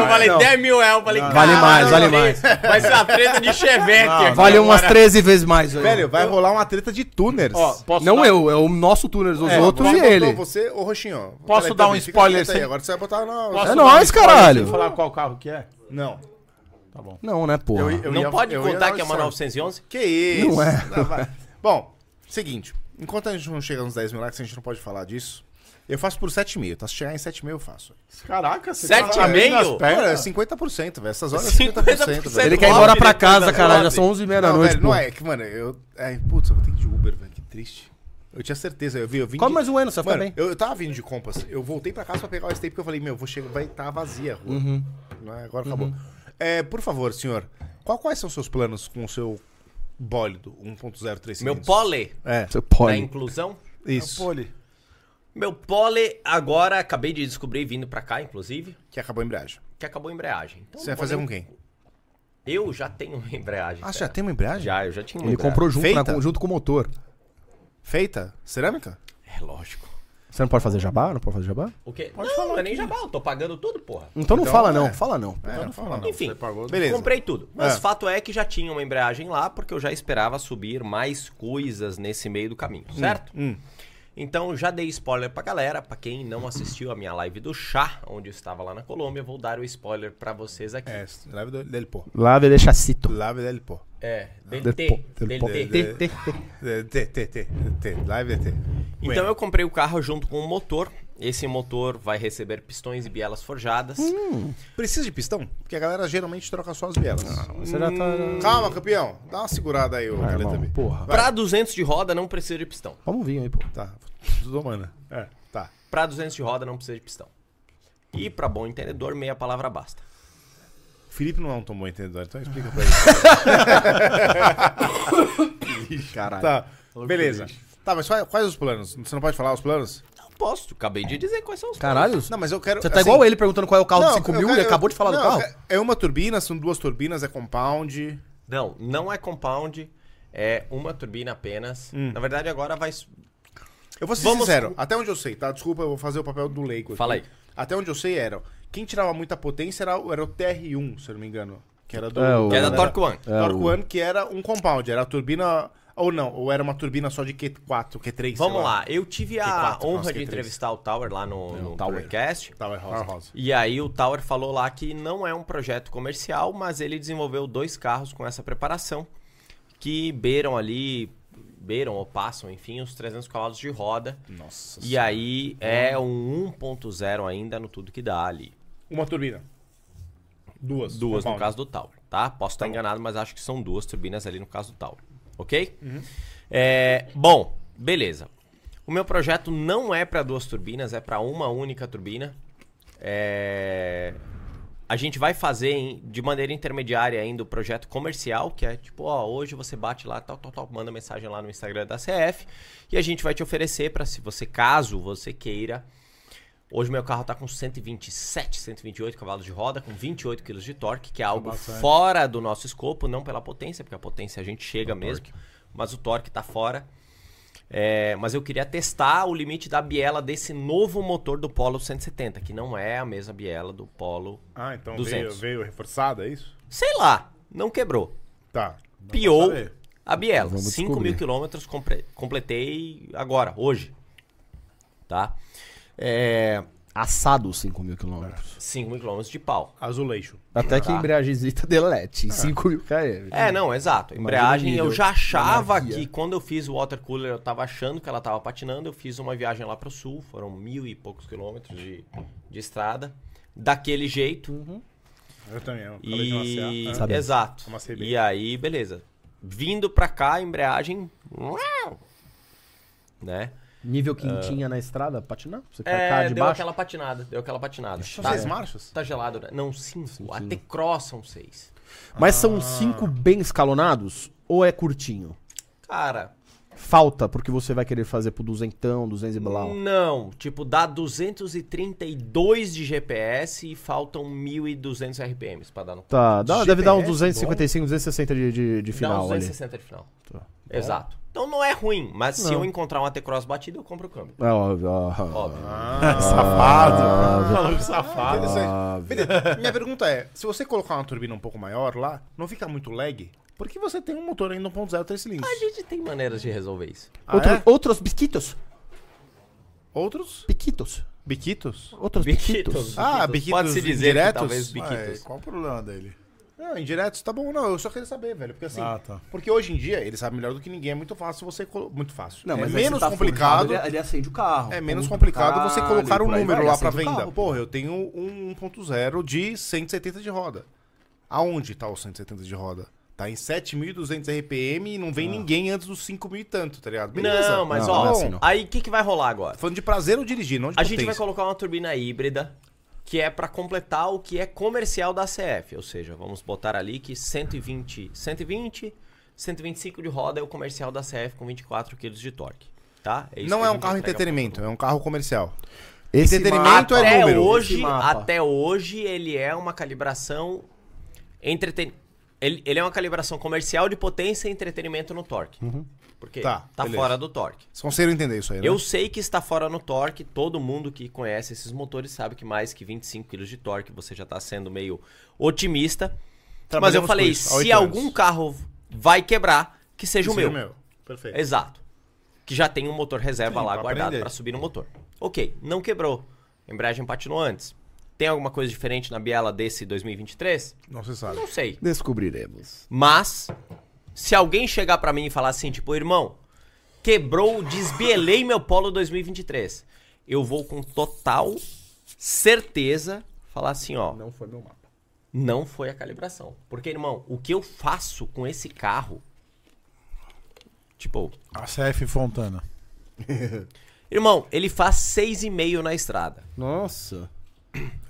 Speaker 4: eu falei 10 mil reais, eu falei
Speaker 3: Vale
Speaker 4: "Caralho,
Speaker 3: mais, vale
Speaker 4: isso Vai ser uma treta de chevette. aqui
Speaker 3: Vale umas
Speaker 4: agora."
Speaker 3: 13 vezes mais, velho.
Speaker 2: Velho, vai rolar uma treta de tuners.
Speaker 6: Ó, posso
Speaker 3: Não
Speaker 6: dar-
Speaker 3: eu, é o nosso Tuner, os
Speaker 2: É,
Speaker 3: outros
Speaker 2: você
Speaker 3: e
Speaker 2: botou
Speaker 3: ele.
Speaker 2: Você, ô Roxinho. ó.
Speaker 6: Posso
Speaker 2: Peraí,
Speaker 6: dar um
Speaker 2: também, fica
Speaker 6: spoiler
Speaker 2: quieto aí,
Speaker 6: sem-
Speaker 2: Agora você vai botar na...
Speaker 6: Posso
Speaker 3: É
Speaker 6: dar um
Speaker 3: nóis,
Speaker 6: spoiler
Speaker 3: caralho.
Speaker 6: sem falar qual carro que é?
Speaker 2: Não.
Speaker 3: Não, né, porra?
Speaker 2: Eu
Speaker 4: Não
Speaker 2: ia-
Speaker 4: pode
Speaker 2: eu ia
Speaker 4: contar
Speaker 2: dar um
Speaker 4: que é uma
Speaker 2: essa-
Speaker 4: 911?
Speaker 2: Que isso?
Speaker 3: Não é.
Speaker 2: Ah, vai. Bom, seguinte. Enquanto a gente não chega nos 10 mil likes, a gente não pode falar disso. Eu faço por 7,5. Tá? Se chegar em 7,5, eu faço.
Speaker 6: Caraca, você
Speaker 4: Sete
Speaker 6: tá
Speaker 4: e meio?
Speaker 6: nas pernas?
Speaker 2: Cara, é 50%, velho. Essas horas é 50%, velho.
Speaker 4: 50%.
Speaker 3: Ele quer ir
Speaker 4: Nove
Speaker 3: embora pra
Speaker 4: depois
Speaker 3: casa,
Speaker 4: das
Speaker 3: caralho. Já
Speaker 4: nove.
Speaker 3: são 11 e meia da
Speaker 2: Não,
Speaker 3: noite,
Speaker 2: velho, não
Speaker 3: pô.
Speaker 2: é que, mano, eu... Ai, putz, eu vou ter que ir de Uber, velho. Que triste. Eu tinha certeza, eu vi, eu vim
Speaker 3: Come
Speaker 2: de-
Speaker 3: mais um ano, você vai ficar
Speaker 2: Mano,
Speaker 3: bem.
Speaker 2: eu, eu tava vindo de compras. Eu voltei pra casa pra pegar o tape porque eu falei, meu, vou chegar, vai estar vazia a rua.
Speaker 3: Uhum.
Speaker 2: Não é? Agora acabou. É, por favor, senhor, qual- quais são seus planos com o seu bólido 1.035?
Speaker 4: Meu pole
Speaker 2: É,
Speaker 3: Seu
Speaker 4: da
Speaker 3: pole.
Speaker 4: inclusão.
Speaker 2: isso.
Speaker 4: Meu pole agora, acabei de descobrir vindo pra cá, inclusive,
Speaker 2: Que acabou a embreagem.
Speaker 4: que acabou a embreagem. Então,
Speaker 2: Você vai
Speaker 4: não vou
Speaker 2: fazer
Speaker 4: nem-
Speaker 2: com quem?
Speaker 4: Eu já tenho uma embreagem.
Speaker 2: Ah, você já
Speaker 4: cara.
Speaker 2: tem uma embreagem?
Speaker 4: Já, eu já tinha uma
Speaker 3: Ele
Speaker 4: embreagem.
Speaker 3: comprou junto,
Speaker 2: Feita?
Speaker 3: na- junto com o motor.
Speaker 2: Feita? Cerâmica?
Speaker 4: É lógico.
Speaker 3: Você não pode fazer jabá? Não pode fazer jabá?
Speaker 4: O quê? Pode não, falar. Não é nem jabá, eu tô pagando tudo, porra.
Speaker 3: Então não
Speaker 2: Então,
Speaker 3: fala
Speaker 2: é.
Speaker 3: não, fala não.
Speaker 2: É, não fala não.
Speaker 4: Enfim,
Speaker 2: Beleza.
Speaker 4: né? comprei tudo. Mas
Speaker 2: É.
Speaker 4: fato é que já tinha uma embreagem lá, porque eu já esperava subir mais coisas nesse meio do caminho,
Speaker 2: Hum,
Speaker 4: certo? Então já dei spoiler pra galera, pra quem não assistiu a minha live do chá, onde eu estava lá na Colômbia, vou dar o spoiler pra vocês aqui.
Speaker 2: É, lave do- del pó.
Speaker 3: Lá de chacito.
Speaker 2: Lave del pó.
Speaker 4: É,
Speaker 3: Del
Speaker 4: DT,
Speaker 3: po- del po-
Speaker 4: DT.
Speaker 2: É, T, T, T, T. Live DT.
Speaker 4: Então eu comprei o carro junto com o motor. Esse motor vai receber pistões e bielas forjadas.
Speaker 2: Hum. Precisa de pistão? Porque a galera geralmente troca só as bielas.
Speaker 3: Você já tá...
Speaker 2: Calma, campeão. Dá uma segurada aí, ô
Speaker 3: Ah, irmão,
Speaker 2: Caletabi.
Speaker 3: porra.
Speaker 4: Pra 200 de roda não precisa de pistão.
Speaker 3: Vamos vir aí, pô.
Speaker 2: Tá, tudo mana. É, tá.
Speaker 4: Pra 200 de roda não precisa de pistão. E pra bom entendedor, meia palavra basta.
Speaker 2: O Felipe não é um tão bom entendedor, então explica pra ele.
Speaker 3: Caralho.
Speaker 2: tá, beleza. Tá, mas quais, quais os planos? Você não pode falar os planos?
Speaker 4: Não posso, acabei de dizer quais são os
Speaker 3: Caralho,
Speaker 2: Não, mas eu quero. assim,
Speaker 3: você tá igual ele perguntando qual é o carro de 5 mil, ele acabou de falar do carro.
Speaker 2: É uma turbina, são duas turbinas, é compound.
Speaker 4: Não, não é compound, é uma turbina apenas. Na verdade, agora vai. s-
Speaker 2: Eu vou ser
Speaker 4: Vamos-
Speaker 2: sincero, até onde eu sei, tá? Desculpa, eu vou fazer o papel do leigo. aqui.
Speaker 4: Fala aí.
Speaker 2: Até onde eu sei era. Quem tirava muita potência era, o- era o TR1, se eu não me engano. Que era do.
Speaker 3: É, o-
Speaker 4: Que é da
Speaker 2: era-
Speaker 4: Torque One.
Speaker 3: É,
Speaker 2: Torque
Speaker 3: o-
Speaker 2: One, que era um compound, era a turbina. Ou não, ou era uma turbina só de Q4, Q3. sei
Speaker 4: Vamos lá, eu tive a
Speaker 2: Q4,
Speaker 4: honra
Speaker 2: nossa,
Speaker 4: de
Speaker 2: Q3.
Speaker 4: entrevistar o Tower lá no, no
Speaker 3: Tower.
Speaker 4: Powercast.
Speaker 2: Tava Tá, é rosa.
Speaker 4: E aí o Tower falou lá que não é um projeto comercial, mas ele desenvolveu dois carros com essa preparação que beiram ali, beiram ou passam, enfim, os 300 cavalos de roda.
Speaker 2: Nossa.
Speaker 4: E aí é um 1.0 ainda no tudo que dá ali.
Speaker 2: Uma turbina. Duas.
Speaker 4: Duas no
Speaker 2: compound.
Speaker 4: caso do Tower, tá? Posso estar enganado, mas acho que são duas turbinas ali no caso do Tower, ok? É, bom, beleza. O meu projeto não é para duas turbinas, é para uma única turbina. É, A gente vai fazer em- de maneira intermediária ainda o projeto comercial, que é tipo, ó, hoje você bate lá, tal, tal, tal, manda mensagem lá no Instagram da CF e a gente vai te oferecer para se você, caso você queira, Hoje meu carro tá com 127, 128 cavalos de roda, com 28 kg de torque,
Speaker 2: Tá
Speaker 4: que é algo fora do nosso escopo, não pela potência, porque a potência a gente
Speaker 2: É
Speaker 4: chega mesmo, mas o torque tá fora. É, mas eu queria testar o limite da biela desse novo motor do Polo 170, que não é a mesma biela do Polo.
Speaker 2: Ah, então
Speaker 4: 200.
Speaker 2: veio, veio reforçada, é isso?
Speaker 4: Sei lá, não quebrou.
Speaker 2: Tá.
Speaker 4: Piou.
Speaker 6: saber.
Speaker 4: A biela,
Speaker 2: Vamos
Speaker 4: 5
Speaker 2: descobrir.
Speaker 4: mil quilômetros, compre- completei agora, hoje. Tá? É,
Speaker 3: Assado 5 mil quilômetros.
Speaker 4: 5 mil quilômetros de pau.
Speaker 2: Azulejo.
Speaker 3: Até que
Speaker 2: Ah.
Speaker 3: a
Speaker 4: Tá.
Speaker 3: embreagezita delete em 5 mil km.
Speaker 4: É, não, exato. Embreagem,
Speaker 3: nível
Speaker 4: eu já achava
Speaker 3: anarquia.
Speaker 4: que quando eu fiz o water cooler, eu tava achando que ela tava patinando. Eu fiz uma viagem lá pro sul, foram mil e poucos quilômetros de, de estrada. Daquele jeito.
Speaker 2: Eu também. Eu acabei de maciar.
Speaker 4: E.
Speaker 2: Ah.
Speaker 3: Sabe.
Speaker 4: Exato.
Speaker 2: Amassei bem.
Speaker 4: E aí, beleza. Vindo pra cá, a embreagem. uau, Né?
Speaker 3: Nível quintinha na estrada, patinar? Você quer
Speaker 4: É,
Speaker 3: cá
Speaker 4: deu
Speaker 3: de baixo?
Speaker 4: aquela patinada. Deu aquela patinada.
Speaker 2: São
Speaker 4: Tá,
Speaker 6: É.
Speaker 2: seis marchas?
Speaker 4: tá gelado, né? Não, cinco. Até cross são seis.
Speaker 3: Mas
Speaker 4: Ah.
Speaker 3: são 5 bem escalonados ou é curtinho?
Speaker 4: Cara,
Speaker 3: Falta, porque você vai querer fazer pro duzentão, duzentos e blau.
Speaker 4: Não, tipo, dá 232 de GPS e faltam 1.200 RPMs pra dar no...
Speaker 3: Tá, dá- deve dar uns
Speaker 2: GPS,
Speaker 3: 255, 260 de, de, de
Speaker 4: dá um uns
Speaker 3: final ali. Tá,
Speaker 4: 260 de final. Exato. Então não é ruim, mas se eu encontrar uma T-Cross batida, eu compro o câmbio.
Speaker 3: É, óbvio, ó, ó.
Speaker 4: Óbvio.
Speaker 6: Safado. Maluco Ah, safado.
Speaker 2: Interessante. Beleza. Minha pergunta é: se você colocar uma turbina um pouco maior lá, não fica muito lag? Porque você tem um motor ainda 1.0 3 cilindros.
Speaker 4: A gente tem maneiras de resolver isso.
Speaker 2: Ah,
Speaker 3: Outro-
Speaker 2: é?
Speaker 3: Outros biquitos.
Speaker 2: Outros?
Speaker 3: Biquitos.
Speaker 2: Biquitos?
Speaker 3: Outros biquitos.
Speaker 4: Biquitos.
Speaker 2: Ah,
Speaker 4: Biquitos.
Speaker 2: biquitos
Speaker 4: Pode-se dizer que
Speaker 2: diretos?
Speaker 4: talvez
Speaker 6: Ah, é,
Speaker 4: biquitos.
Speaker 6: qual o problema dele?
Speaker 2: Não, indiretos tá bom, não. Eu só queria saber, velho. Porque assim.
Speaker 6: Ah, tá.
Speaker 2: Porque hoje em dia, ele sabe melhor do que ninguém, é muito fácil você. colo- Muito fácil. é
Speaker 3: mas aí
Speaker 2: menos
Speaker 3: você tá
Speaker 2: complicado.
Speaker 3: forjado, ele- ele acende o carro.
Speaker 2: É menos
Speaker 3: Puta,
Speaker 2: complicado você
Speaker 3: caralho,
Speaker 2: colocar um
Speaker 3: por aí
Speaker 2: número
Speaker 3: vai,
Speaker 2: lá pra
Speaker 3: acende o
Speaker 2: venda.
Speaker 3: carro, pô.
Speaker 2: Porra, eu tenho um 1.0 de 170 de roda. Aonde tá o 170 de roda? Tá em 7.200 RPM e não vem ninguém antes dos 5.000 e tanto, tá ligado?
Speaker 4: Não, mas
Speaker 3: Ah. Não,
Speaker 2: bom.
Speaker 3: não é
Speaker 4: ó,
Speaker 2: tá
Speaker 3: assim, não.
Speaker 4: aí o que, que vai rolar agora?
Speaker 2: Falando de prazer ou dirigir, não de
Speaker 4: A gente vai
Speaker 2: potência.
Speaker 4: colocar uma turbina híbrida, que é pra completar o que é comercial da CF, ou seja, vamos botar ali que 120, 120, 125 de roda é o comercial da CF com 24 kg de torque, tá? É isso
Speaker 2: Não
Speaker 4: que a
Speaker 2: é um
Speaker 4: gente
Speaker 2: carro
Speaker 4: entrega
Speaker 2: entretenimento, é um carro comercial.
Speaker 3: Esse
Speaker 2: Entretenimento
Speaker 3: mapa-
Speaker 2: é
Speaker 4: até
Speaker 2: número.
Speaker 3: Esse
Speaker 4: hoje,
Speaker 3: mapa.
Speaker 4: até hoje ele é uma calibração entreten... ele, ele é uma calibração comercial de potência e entretenimento no torque. Porque
Speaker 2: Tá,
Speaker 4: tá,
Speaker 2: beleza.
Speaker 4: fora do torque.
Speaker 2: Vocês conseguiram entender isso aí, né?
Speaker 4: Eu sei que está fora no torque, todo mundo que conhece esses motores sabe que mais que 25 kg de torque você já está sendo meio otimista. Mas eu
Speaker 2: Trabalhamos com
Speaker 4: falei,
Speaker 2: isso há oito
Speaker 4: se
Speaker 2: anos.
Speaker 4: algum carro vai quebrar, que seja
Speaker 2: Isso
Speaker 4: o meu.
Speaker 2: é Perfeito.
Speaker 4: Exato. Que já tem um motor reserva
Speaker 6: Sim,
Speaker 4: lá
Speaker 6: pra
Speaker 4: guardado
Speaker 6: aprender.
Speaker 4: para subir no motor. Ok, não quebrou. A embreagem patinou antes. Tem alguma coisa diferente na biela desse 2023?
Speaker 2: Não se sabe.
Speaker 4: Não sei.
Speaker 3: Descobriremos.
Speaker 4: Mas, se alguém chegar pra mim e falar assim, tipo, irmão, quebrou, desbielei meu polo 2023, eu vou com total certeza falar assim, ó,
Speaker 3: Não foi meu mapa.
Speaker 4: não foi a calibração. Porque, irmão, o que eu faço com esse carro, tipo,
Speaker 6: A CF Fontana.
Speaker 4: irmão, ele faz 6,5 na estrada.
Speaker 3: Nossa.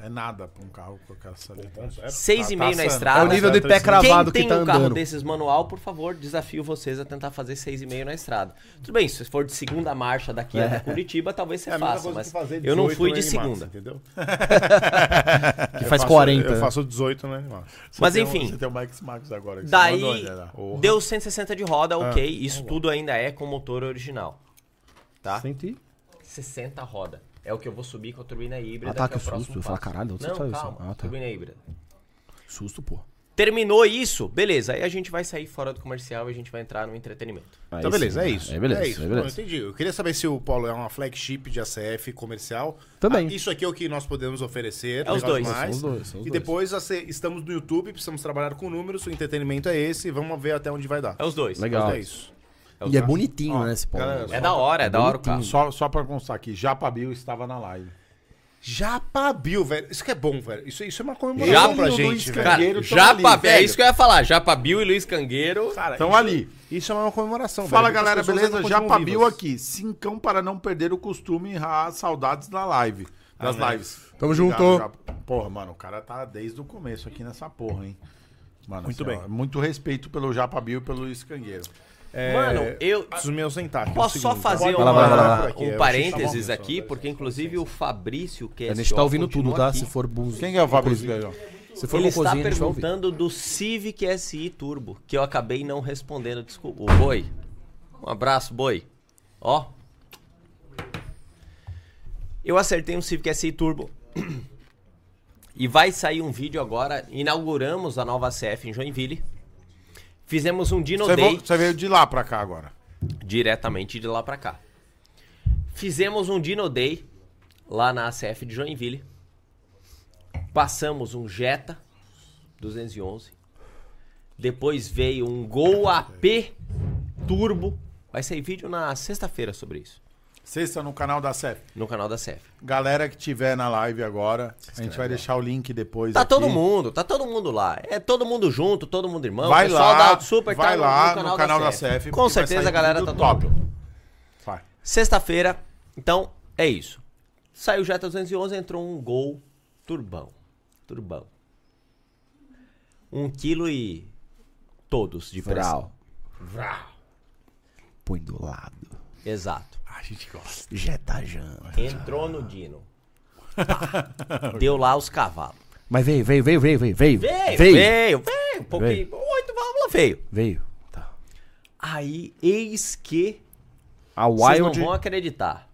Speaker 6: É nada pra um carro com aquela
Speaker 2: Tá-
Speaker 6: saliência.
Speaker 4: 6,5 na
Speaker 6: assando.
Speaker 4: estrada.
Speaker 3: É o nível de pé cravado
Speaker 4: Quem tem
Speaker 3: que tá
Speaker 4: um carro
Speaker 3: andando.
Speaker 4: desses manual, por favor, desafio vocês a tentar fazer 6,5 na estrada. Tudo bem, se for de segunda marcha daqui até
Speaker 3: É.
Speaker 4: Curitiba, talvez você
Speaker 2: É a mesma
Speaker 4: faça,
Speaker 2: coisa
Speaker 4: mas
Speaker 2: que fazer 18
Speaker 4: eu não fui
Speaker 2: no
Speaker 4: de
Speaker 2: Animax,
Speaker 4: segunda.
Speaker 2: entendeu?
Speaker 3: Que
Speaker 2: Eu
Speaker 3: É, faz
Speaker 2: faço-
Speaker 3: 40.
Speaker 2: Eu faço 18, né? irmão?
Speaker 4: Mas
Speaker 6: Tem um-
Speaker 4: enfim,
Speaker 6: Você tem o Max Max agora. que você mandou,
Speaker 4: daí
Speaker 6: né, lá?
Speaker 4: deu 160 de roda, ok, isso tudo ainda é com motor original. Tá?
Speaker 3: Senti.
Speaker 4: 60 roda. É o que eu vou subir com a turbina híbrida.
Speaker 3: Ah, tá,
Speaker 4: que é o
Speaker 3: que
Speaker 4: próximo
Speaker 3: susto. Eu falo,
Speaker 4: passo.
Speaker 3: caralho, onde você
Speaker 4: não,
Speaker 3: saiu isso?
Speaker 4: calma,
Speaker 3: Ah, tá.
Speaker 4: turbina híbrida.
Speaker 3: Susto, pô.
Speaker 4: Terminou isso, beleza. Aí a gente vai sair fora do comercial e a gente vai entrar no entretenimento.
Speaker 3: Aí
Speaker 2: Então, beleza,
Speaker 3: sim,
Speaker 2: é
Speaker 3: né?
Speaker 2: isso.
Speaker 3: É beleza, é
Speaker 2: Não,
Speaker 3: beleza.
Speaker 2: entendi. Eu queria saber se o Paulo é uma flagship de ACF comercial.
Speaker 3: Também.
Speaker 2: Ah, isso aqui é o que nós podemos oferecer.
Speaker 4: É os
Speaker 2: legal
Speaker 4: dois.
Speaker 2: demais.
Speaker 3: São os dois, são os
Speaker 2: e
Speaker 3: dois.
Speaker 2: depois AC estamos no YouTube, precisamos trabalhar com números, o entretenimento é esse, vamos ver até onde vai dar.
Speaker 4: É os dois.
Speaker 3: Legal.
Speaker 2: Mas É isso.
Speaker 3: E é bonitinho, né, esse polo.
Speaker 6: galera,
Speaker 4: É da hora, é da hora o carro.
Speaker 6: Só, só pra constar aqui, Japa Bill estava na live.
Speaker 2: Japabil, velho. Isso que é bom, velho. Isso, isso é uma comemoração
Speaker 4: Japa,
Speaker 2: pra
Speaker 6: Luiz
Speaker 2: gente,
Speaker 6: Cara,
Speaker 2: velho.
Speaker 6: Cangueiro tão ali,
Speaker 4: Japa, é
Speaker 6: velho.
Speaker 4: isso que eu ia falar. Japa Bill e Luiz Cangueiro.
Speaker 6: Estão Então, ali.
Speaker 2: Isso é uma comemoração,
Speaker 6: Fala
Speaker 2: velho, porque
Speaker 6: galera,
Speaker 2: as pessoas
Speaker 6: beleza?
Speaker 2: ainda
Speaker 6: Já
Speaker 2: continuam
Speaker 6: Pabil
Speaker 2: vivas.
Speaker 6: aqui. Cincão para não perder o costume e saudades da live. Das lives.
Speaker 2: Tamo
Speaker 6: Obrigado,
Speaker 2: junto.
Speaker 6: Japa. Porra, mano, o cara tá desde o começo aqui nessa porra, hein? Mano,
Speaker 2: Muito
Speaker 6: assim,
Speaker 2: bem.
Speaker 6: ó, muito respeito pelo Japa Bill e pelo Luiz Cangueiro.
Speaker 2: É,
Speaker 4: Mano, eu
Speaker 2: Os meus sentar aqui, um
Speaker 4: posso só
Speaker 2: segundo, tá?
Speaker 4: fazer
Speaker 2: Vai lá,
Speaker 4: uma-
Speaker 2: vai lá, vai lá. Aqui, é,
Speaker 4: um
Speaker 2: eu
Speaker 4: parênteses
Speaker 2: preciso-
Speaker 4: aqui, porque inclusive o Fabrício, que é
Speaker 3: A gente tá ouvindo tudo, tá? Se
Speaker 4: Se
Speaker 3: for bonzinho.
Speaker 6: Quem é o Fabrício Leão?
Speaker 3: Se for
Speaker 4: Ele está
Speaker 3: cocôzinho, a gente vai ouvir.
Speaker 4: perguntando do Civic SI Turbo, que eu acabei não respondendo. Desculpa. O Boi. Um abraço, Boi. Ó. Eu acertei um Civic SI Turbo. E vai sair um vídeo agora. Inauguramos a nova CF em Joinville. Fizemos um Dino
Speaker 2: Você
Speaker 4: Day
Speaker 2: vo- você veio de lá pra cá agora.
Speaker 4: diretamente de lá pra cá. Fizemos um Dino Day lá na ACF de Joinville. Passamos um Jetta 211. Depois veio um Gol AP Turbo. Vai sair vídeo na sexta-feira sobre isso,
Speaker 6: Sexta no canal da CEF.
Speaker 4: no canal da CEF.
Speaker 6: Galera que tiver na live agora, a gente vai deixar o link depois.
Speaker 4: Tá
Speaker 6: aqui.
Speaker 4: todo mundo, tá todo mundo lá. É todo mundo junto, todo mundo irmão.
Speaker 6: Vai
Speaker 4: o pessoal
Speaker 6: lá,
Speaker 4: da Auto Super
Speaker 6: vai
Speaker 4: tá no-
Speaker 6: lá
Speaker 4: no canal,
Speaker 6: no canal
Speaker 4: da,
Speaker 6: da
Speaker 4: CEF.
Speaker 6: CEF,
Speaker 4: Com
Speaker 6: porque vai
Speaker 4: certeza a
Speaker 6: sair
Speaker 4: galera tá
Speaker 6: vídeo
Speaker 4: top.
Speaker 6: top. Vai.
Speaker 4: Sexta-feira, então é isso. Saiu o Jetta 211, entrou um Gol Turbão. Turbão. Um quilo e todos de pressão.
Speaker 3: Vral. Põe do lado.
Speaker 4: Exato.
Speaker 6: Ah,
Speaker 3: Jetajan.
Speaker 4: Entrou no Dino. Pá. Deu lá os cavalos.
Speaker 3: Mas veio, veio, veio, veio, veio, veio.
Speaker 4: Veio, veio,
Speaker 3: Veio.
Speaker 4: veio. um pouquinho, oito válvulas veio.
Speaker 3: Veio. Tá.
Speaker 4: Aí, eis que
Speaker 3: A
Speaker 4: Vocês não
Speaker 3: Wild
Speaker 4: vão acreditar.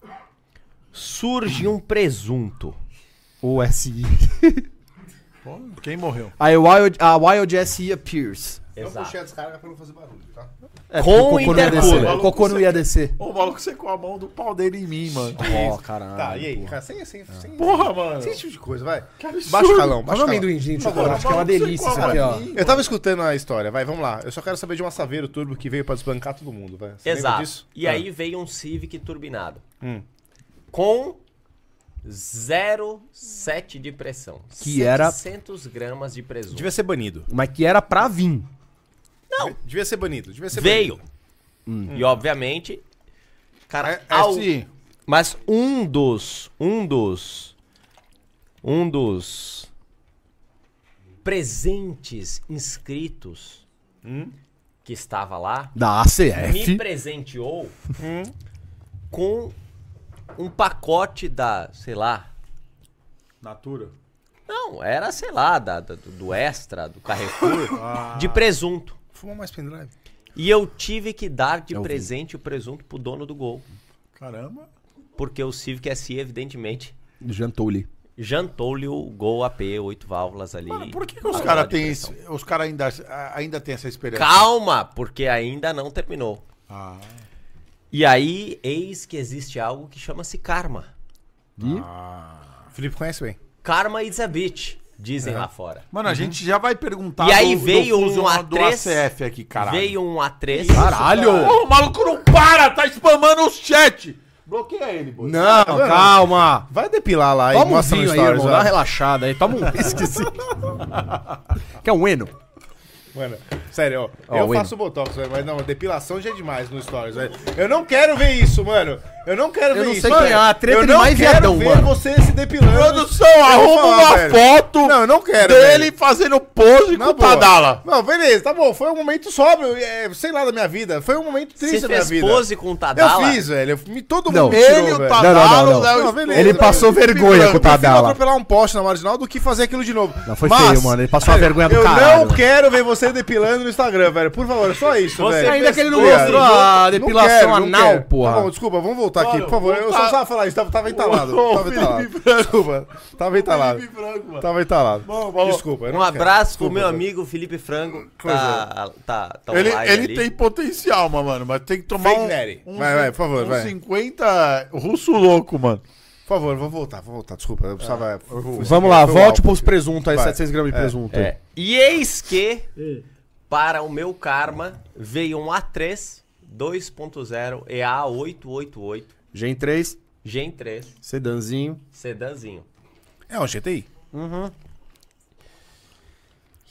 Speaker 4: Surge um presunto.
Speaker 3: ou SI.
Speaker 6: Quem morreu?
Speaker 3: A Wild, a Wild é SI appears.
Speaker 4: Exato.
Speaker 2: a descarga pra não fazer barulho, tá?
Speaker 3: É,
Speaker 4: Com
Speaker 3: porque o Cocô não ia
Speaker 4: intercooler.
Speaker 3: descer. O Cocô não ia descer.
Speaker 6: Ô, O maluco secou a mão do pau dele em mim, mano.
Speaker 3: Ó, caralho.
Speaker 2: Tá, e aí? Cara, sem, sem, sem,
Speaker 6: Porra, mano.
Speaker 2: sem esse tipo de coisa, vai.
Speaker 6: absurdo.
Speaker 2: Baixa o calão,
Speaker 3: Mas
Speaker 2: baixa
Speaker 3: o
Speaker 2: o calão.
Speaker 3: amendoinzinho de
Speaker 6: Agora,
Speaker 3: chocolate, que é uma
Speaker 6: maluco
Speaker 3: delícia isso
Speaker 6: secou a
Speaker 3: aqui,
Speaker 6: mão
Speaker 3: ó.
Speaker 6: em mim,
Speaker 2: Eu tava escutando a história, vai, vamos lá. Eu só quero saber de um assaveiro turbo que veio pra desbancar todo mundo, vai. Você lembra
Speaker 4: Exato.
Speaker 2: disso? Hum.
Speaker 4: E
Speaker 2: Ah.
Speaker 4: aí veio um Civic turbinado. Com 0,7 de pressão.
Speaker 3: Que era-
Speaker 4: 700 gramas de presunto.
Speaker 2: Ah. Devia ser banido.
Speaker 3: Mas que era pra vir.
Speaker 2: Não. Devia ser banido, devia ser
Speaker 4: Veio.
Speaker 2: banido.
Speaker 4: E obviamente... Cara,
Speaker 6: É,
Speaker 4: ao-
Speaker 2: assim.
Speaker 6: SI.
Speaker 4: Mas um dos. Um dos. Um dos. Presentes inscritos
Speaker 2: Hum.
Speaker 4: que estava lá
Speaker 3: Da
Speaker 4: me
Speaker 6: É
Speaker 3: ACF.
Speaker 4: presenteou com um pacote da, sei lá,
Speaker 6: Natura.
Speaker 4: não, era, sei lá, da, da- do- do Extra, do Carrefour,
Speaker 6: Ah.
Speaker 4: de presunto.
Speaker 2: Fuma mais pendrive.
Speaker 4: E eu tive que dar de presente o presunto pro dono do gol.
Speaker 6: Caramba.
Speaker 4: Porque o Civic SI, evidentemente,
Speaker 3: Jantou-lhe.
Speaker 4: jantou-lhe o gol AP, oito válvulas ali.
Speaker 6: Mano, por que, que os
Speaker 4: Válvula
Speaker 6: caras
Speaker 4: de
Speaker 6: têm
Speaker 4: pressão.
Speaker 6: esse- Os caras ainda, ainda têm essa experiência?
Speaker 4: Calma, porque ainda não terminou.
Speaker 6: Ah.
Speaker 4: E aí, eis que existe algo que chama-se karma.
Speaker 2: Felipe conhece bem.
Speaker 4: Karma is a bitch, dizem lá fora.
Speaker 6: Mano, a gente já vai perguntar
Speaker 4: E aí veio
Speaker 6: fuso
Speaker 4: um
Speaker 6: do
Speaker 4: A3,
Speaker 6: ACF aqui, caralho.
Speaker 4: Veio um A3.
Speaker 3: Caralho!
Speaker 6: Ô, o maluco não para, tá spamando os chat. Bloqueia ele, boi.
Speaker 3: Não,
Speaker 2: Mano,
Speaker 3: calma.
Speaker 2: Vai depilar lá e
Speaker 3: Toma um
Speaker 2: mostra no
Speaker 3: vinho Ah. aí,
Speaker 2: stories,
Speaker 3: irmão.
Speaker 2: vai.
Speaker 3: Dá uma relaxada aí. Toma um esqueci. Quer um Eno?
Speaker 2: Mano, sério, ó.
Speaker 3: Ó,
Speaker 2: eu
Speaker 3: o
Speaker 2: faço botox, velho, mas não, depilação já é demais no stories, velho. Eu não quero ver isso, mano. Eu não quero
Speaker 3: Eu
Speaker 2: ver
Speaker 3: não
Speaker 2: isso.
Speaker 3: sei
Speaker 2: mano.
Speaker 3: quem é, a treta
Speaker 2: eu
Speaker 3: ele
Speaker 2: não
Speaker 3: mais
Speaker 2: quero
Speaker 3: viadão,
Speaker 2: ver
Speaker 3: mano.
Speaker 2: você se depilando.
Speaker 6: Produção,
Speaker 2: Eu vou
Speaker 6: arruma
Speaker 2: falar,
Speaker 6: uma
Speaker 2: velho.
Speaker 6: foto
Speaker 2: Não, eu não quero.
Speaker 6: dele
Speaker 2: velho.
Speaker 6: fazendo pose
Speaker 2: Na
Speaker 6: com o
Speaker 2: boa.
Speaker 6: Tadala.
Speaker 2: Não, beleza, tá bom. Foi um momento sóbrio, é, sei lá, da minha vida. Foi um momento triste
Speaker 4: Você
Speaker 2: da minha
Speaker 4: fez
Speaker 2: vida.
Speaker 4: pose com o
Speaker 2: Eu
Speaker 4: Tadala?
Speaker 2: fiz, velho. Eu, me- todo
Speaker 3: Não.
Speaker 2: mundo me tirou,
Speaker 6: Ele, o
Speaker 2: velho.
Speaker 6: Tadala,
Speaker 3: não, não.
Speaker 6: Léo
Speaker 2: Não,
Speaker 6: Stone.
Speaker 2: beleza,
Speaker 3: Ele passou
Speaker 2: velho.
Speaker 3: vergonha com o
Speaker 2: Eu prefiro
Speaker 3: Tadala.
Speaker 2: atropelar um poste na marginal do que fazer aquilo de novo.
Speaker 3: Não, foi feio, mano. Ele passou uma vergonha do
Speaker 2: eu
Speaker 3: caralho. né?
Speaker 2: não quero ver você depilando no Instagram, velho. Por favor, só isso,
Speaker 4: Você
Speaker 2: velho.
Speaker 3: Ainda que ele não
Speaker 2: Obrigado.
Speaker 3: mostrou a
Speaker 2: Não
Speaker 3: depilação
Speaker 2: quero, não
Speaker 3: anal,
Speaker 2: quero. Tá bom,
Speaker 3: porra.
Speaker 2: desculpa, vamos voltar aqui,
Speaker 6: Mano,
Speaker 2: por favor. Eu
Speaker 6: voltar-
Speaker 2: só precisava falar isso, tava, tava entalado.
Speaker 6: Ô,
Speaker 2: Tava
Speaker 6: Felipe
Speaker 2: entalado.
Speaker 6: Franco.
Speaker 2: Desculpa, tava entalado.
Speaker 6: Felipe Franco, mano.
Speaker 2: Tava entalado.
Speaker 6: Bom, bom.
Speaker 2: Desculpa, eu não
Speaker 4: Um
Speaker 2: quero.
Speaker 4: abraço pro
Speaker 2: Desculpa,
Speaker 4: meu
Speaker 2: velho.
Speaker 4: amigo Felipe Frango.
Speaker 2: Pois é.
Speaker 4: Tá, tá, tá
Speaker 6: Ele,
Speaker 4: online
Speaker 6: ele
Speaker 4: ali.
Speaker 6: tem potencial, mas, mano, mas tem que tomar
Speaker 2: Fake
Speaker 6: um,
Speaker 2: Nery.
Speaker 6: um
Speaker 2: Vai, vai, por favor,
Speaker 6: um
Speaker 2: vai.
Speaker 6: 50 russo louco, mano.
Speaker 2: Por favor, vou voltar, vou voltar. Desculpa, eu precisava. Ah, eu-
Speaker 3: Vamos lá,
Speaker 2: foi o
Speaker 3: volte
Speaker 2: álcool.
Speaker 3: pros presuntos aí,
Speaker 2: Vai.
Speaker 3: 700 gramas de
Speaker 2: É,
Speaker 3: presunto. aí.
Speaker 4: É. E eis que, para o meu karma, veio um A3 2.0 EA888
Speaker 3: Gen 3,
Speaker 4: Gen 3
Speaker 3: sedanzinho.
Speaker 4: sedanzinho.
Speaker 2: É um GTI.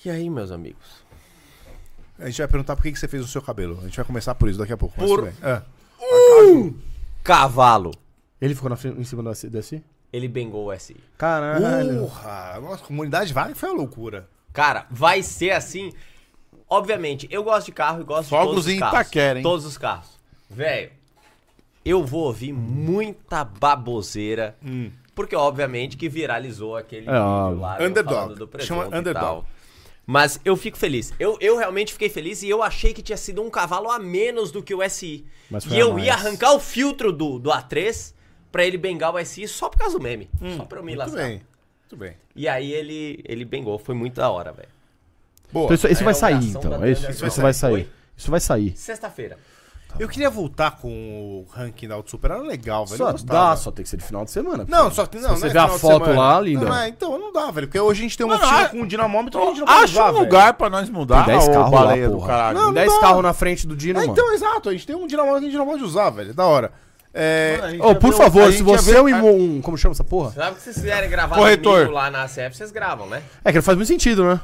Speaker 4: E aí, meus amigos?
Speaker 2: A gente vai perguntar por que que você fez o seu cabelo. A gente vai começar por isso daqui a pouco. mas
Speaker 4: Por-
Speaker 2: tudo bem. É.
Speaker 4: Cavalo.
Speaker 3: Ele ficou na frente- em cima do S- do SI?
Speaker 4: Ele bengou o SI.
Speaker 3: Caralho.
Speaker 2: Porra! Nossa, comunidade vaga foi uma loucura.
Speaker 4: Cara, vai ser assim. Obviamente, eu gosto de carro e gosto
Speaker 6: Fogos
Speaker 4: de todos os
Speaker 6: em
Speaker 4: carros.
Speaker 6: Itaquera, hein?
Speaker 4: Todos os carros. Velho, eu vou ouvir muita baboseira. Porque, obviamente, que viralizou aquele
Speaker 3: ó,
Speaker 4: vídeo lá. eu
Speaker 2: underdog.
Speaker 4: falando do presunto
Speaker 2: Chama
Speaker 4: e
Speaker 2: underdog.
Speaker 4: tal. Mas eu fico feliz. Eu, eu realmente fiquei feliz e eu achei que tinha sido um cavalo a menos do que o SI.
Speaker 3: Mas foi
Speaker 4: e
Speaker 3: a
Speaker 4: eu
Speaker 3: mais.
Speaker 4: ia arrancar o filtro do, do A3 pra ele bengar o SI só por causa do meme. só pra eu me
Speaker 2: Tudo
Speaker 4: lascar.
Speaker 2: bem. Tudo bem.
Speaker 4: E aí ele, ele bengou. Foi muito da hora, velho.
Speaker 2: Boa.
Speaker 3: Então isso, isso
Speaker 4: A
Speaker 3: vai sair,
Speaker 4: inauguração da
Speaker 3: então.
Speaker 4: Tânia
Speaker 3: é Isso,
Speaker 4: vai
Speaker 3: isso
Speaker 4: sair.
Speaker 3: vai sair.
Speaker 4: Oi?
Speaker 3: Isso vai sair.
Speaker 4: Sexta-feira.
Speaker 2: Eu queria voltar com o ranking da Auto Super. Era legal, velho.
Speaker 3: Só
Speaker 2: eu gostava.
Speaker 3: dá, só tem que ser de final de semana.
Speaker 2: Não, só que não,
Speaker 3: você
Speaker 2: não é
Speaker 3: vê a
Speaker 2: final de
Speaker 3: foto
Speaker 2: semana.
Speaker 3: lá, linda.
Speaker 2: Não, mas então não dá, velho. Porque hoje a gente tem uma
Speaker 6: Mano,
Speaker 2: oficina
Speaker 6: a-
Speaker 2: com um dinamômetro e a gente não pode
Speaker 6: Acha
Speaker 2: usar,
Speaker 6: um
Speaker 2: velho.
Speaker 6: lugar pra nós mudar,
Speaker 3: Tem 10
Speaker 6: ô
Speaker 3: carros lá,
Speaker 6: baleia do
Speaker 3: porra.
Speaker 6: caralho.
Speaker 2: Não,
Speaker 3: Tem 10
Speaker 2: dá.
Speaker 3: carros na frente do Dino,
Speaker 2: É,
Speaker 3: né, mano.
Speaker 2: então, exato. A gente tem um dinamômetro que a gente não pode usar, velho. Da hora. É...
Speaker 6: Mano, a gente
Speaker 3: Ô,
Speaker 6: já
Speaker 3: por
Speaker 6: viu- a
Speaker 3: favor, se
Speaker 6: gente já
Speaker 3: você
Speaker 6: viu-
Speaker 3: é um, imo- um- Como chama essa porra?
Speaker 4: Sabe que vocês quiserem gravar
Speaker 6: Corretor.
Speaker 4: domingo lá na ACF, vocês gravam, né?
Speaker 3: É que não faz muito sentido, né?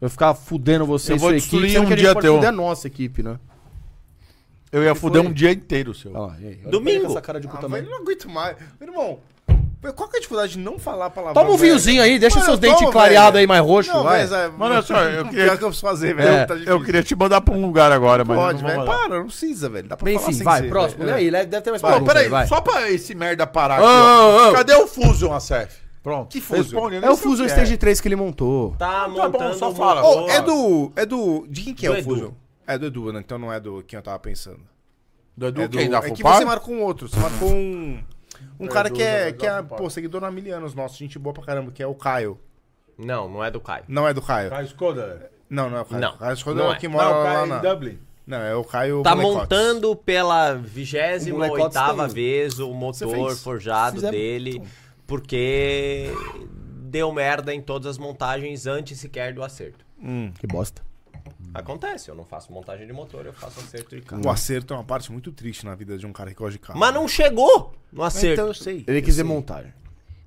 Speaker 3: Eu ficar fudendo você
Speaker 6: Eu
Speaker 3: e
Speaker 6: vou
Speaker 3: sua equipe,
Speaker 6: destruir
Speaker 3: sendo
Speaker 6: um
Speaker 3: que a gente
Speaker 6: dia
Speaker 3: pode
Speaker 6: teu.
Speaker 3: fuder a nossa equipe, né?
Speaker 6: Eu ia fuder
Speaker 3: foi?
Speaker 6: um dia inteiro, seu.
Speaker 3: Olha lá, e aí? Olha
Speaker 4: Domingo.
Speaker 3: pra ele com Essa cara de cu
Speaker 2: Ah,
Speaker 3: também.
Speaker 2: velho, eu não aguento mais. Meu irmão, qual que é a dificuldade de não falar a palavra?
Speaker 3: Toma um
Speaker 2: velho?
Speaker 3: vinhozinho aí, deixa
Speaker 2: Mano,
Speaker 3: seus
Speaker 2: eu
Speaker 3: dentes
Speaker 2: tomo,
Speaker 3: clareados
Speaker 2: velho.
Speaker 3: aí mais roxo,
Speaker 2: Não,
Speaker 3: vai.
Speaker 2: mas, é,
Speaker 6: Mano, olha só, eu queria-
Speaker 2: Pior que eu preciso fazer, velho.
Speaker 3: É,
Speaker 2: tá
Speaker 6: Eu
Speaker 2: difícil.
Speaker 6: queria te mandar pra um lugar agora, mas
Speaker 2: Pode,
Speaker 6: não vou
Speaker 2: velho.
Speaker 6: mandar.
Speaker 2: Para, não precisa, velho. Dá pra
Speaker 3: Bem,
Speaker 2: falar
Speaker 3: enfim,
Speaker 2: sem
Speaker 3: vai,
Speaker 2: ser,
Speaker 3: próximo.
Speaker 2: velho.
Speaker 3: Lê aí, deve ter mais
Speaker 6: Pô,
Speaker 3: perguntas aí,
Speaker 6: peraí,
Speaker 3: vai.
Speaker 6: só pra esse merda parar aqui,
Speaker 3: Ô, ô,
Speaker 6: ó.
Speaker 3: ô.
Speaker 6: Cadê o Fusion, Acef? Pronto.
Speaker 2: Que Fusion?
Speaker 6: Responde, eu nem
Speaker 3: É o
Speaker 6: sei
Speaker 3: Fusion
Speaker 6: que
Speaker 3: Stage 3 que ele montou.
Speaker 4: Tá
Speaker 6: bom,
Speaker 4: montando...
Speaker 6: só
Speaker 4: um
Speaker 6: fala.
Speaker 4: motor.
Speaker 2: Ô, é do. É do. De quem que é
Speaker 4: Do
Speaker 2: o
Speaker 4: Edu.
Speaker 2: Fusion? É do Edu, né? Então não é do quem eu tava pensando.
Speaker 6: Do Edu,
Speaker 2: É do.
Speaker 6: quem da
Speaker 2: é que
Speaker 6: Fupar?
Speaker 2: você marcou um outro. Você marcou um. Um cara
Speaker 6: Edu,
Speaker 2: que é,
Speaker 6: do-
Speaker 2: que é
Speaker 6: do-
Speaker 2: pô, seguidor há mil anos nosso, gente boa pra caramba, que é o Caio.
Speaker 4: Não, não é do Caio.
Speaker 2: Não é do Caio.
Speaker 6: Caio Skoda.
Speaker 2: Não, não é o Caio.
Speaker 4: Não,
Speaker 2: O Caio Escudero
Speaker 4: não
Speaker 2: é o
Speaker 4: é.
Speaker 2: que
Speaker 6: Tá, Não,
Speaker 2: mora
Speaker 6: o
Speaker 2: lá
Speaker 6: Caio
Speaker 2: na...
Speaker 6: em Dublin.
Speaker 2: Não, é o Caio
Speaker 4: Tá
Speaker 2: Molecotes.
Speaker 4: montando pela
Speaker 3: O molecotes
Speaker 4: 28
Speaker 3: tá-
Speaker 4: vez o motor
Speaker 2: fez.
Speaker 4: forjado
Speaker 3: Fizemos.
Speaker 4: dele, porque deu merda em todas as montagens antes sequer do acerto.
Speaker 3: Que bosta.
Speaker 4: Acontece, eu não faço montagem de motor, eu faço acerto de carro.
Speaker 2: O acerto é uma parte muito triste na vida de um cara que gosta de carro.
Speaker 4: Mas não chegou no
Speaker 3: é
Speaker 4: acerto.
Speaker 2: Então eu sei.
Speaker 3: Ele quis desmontar.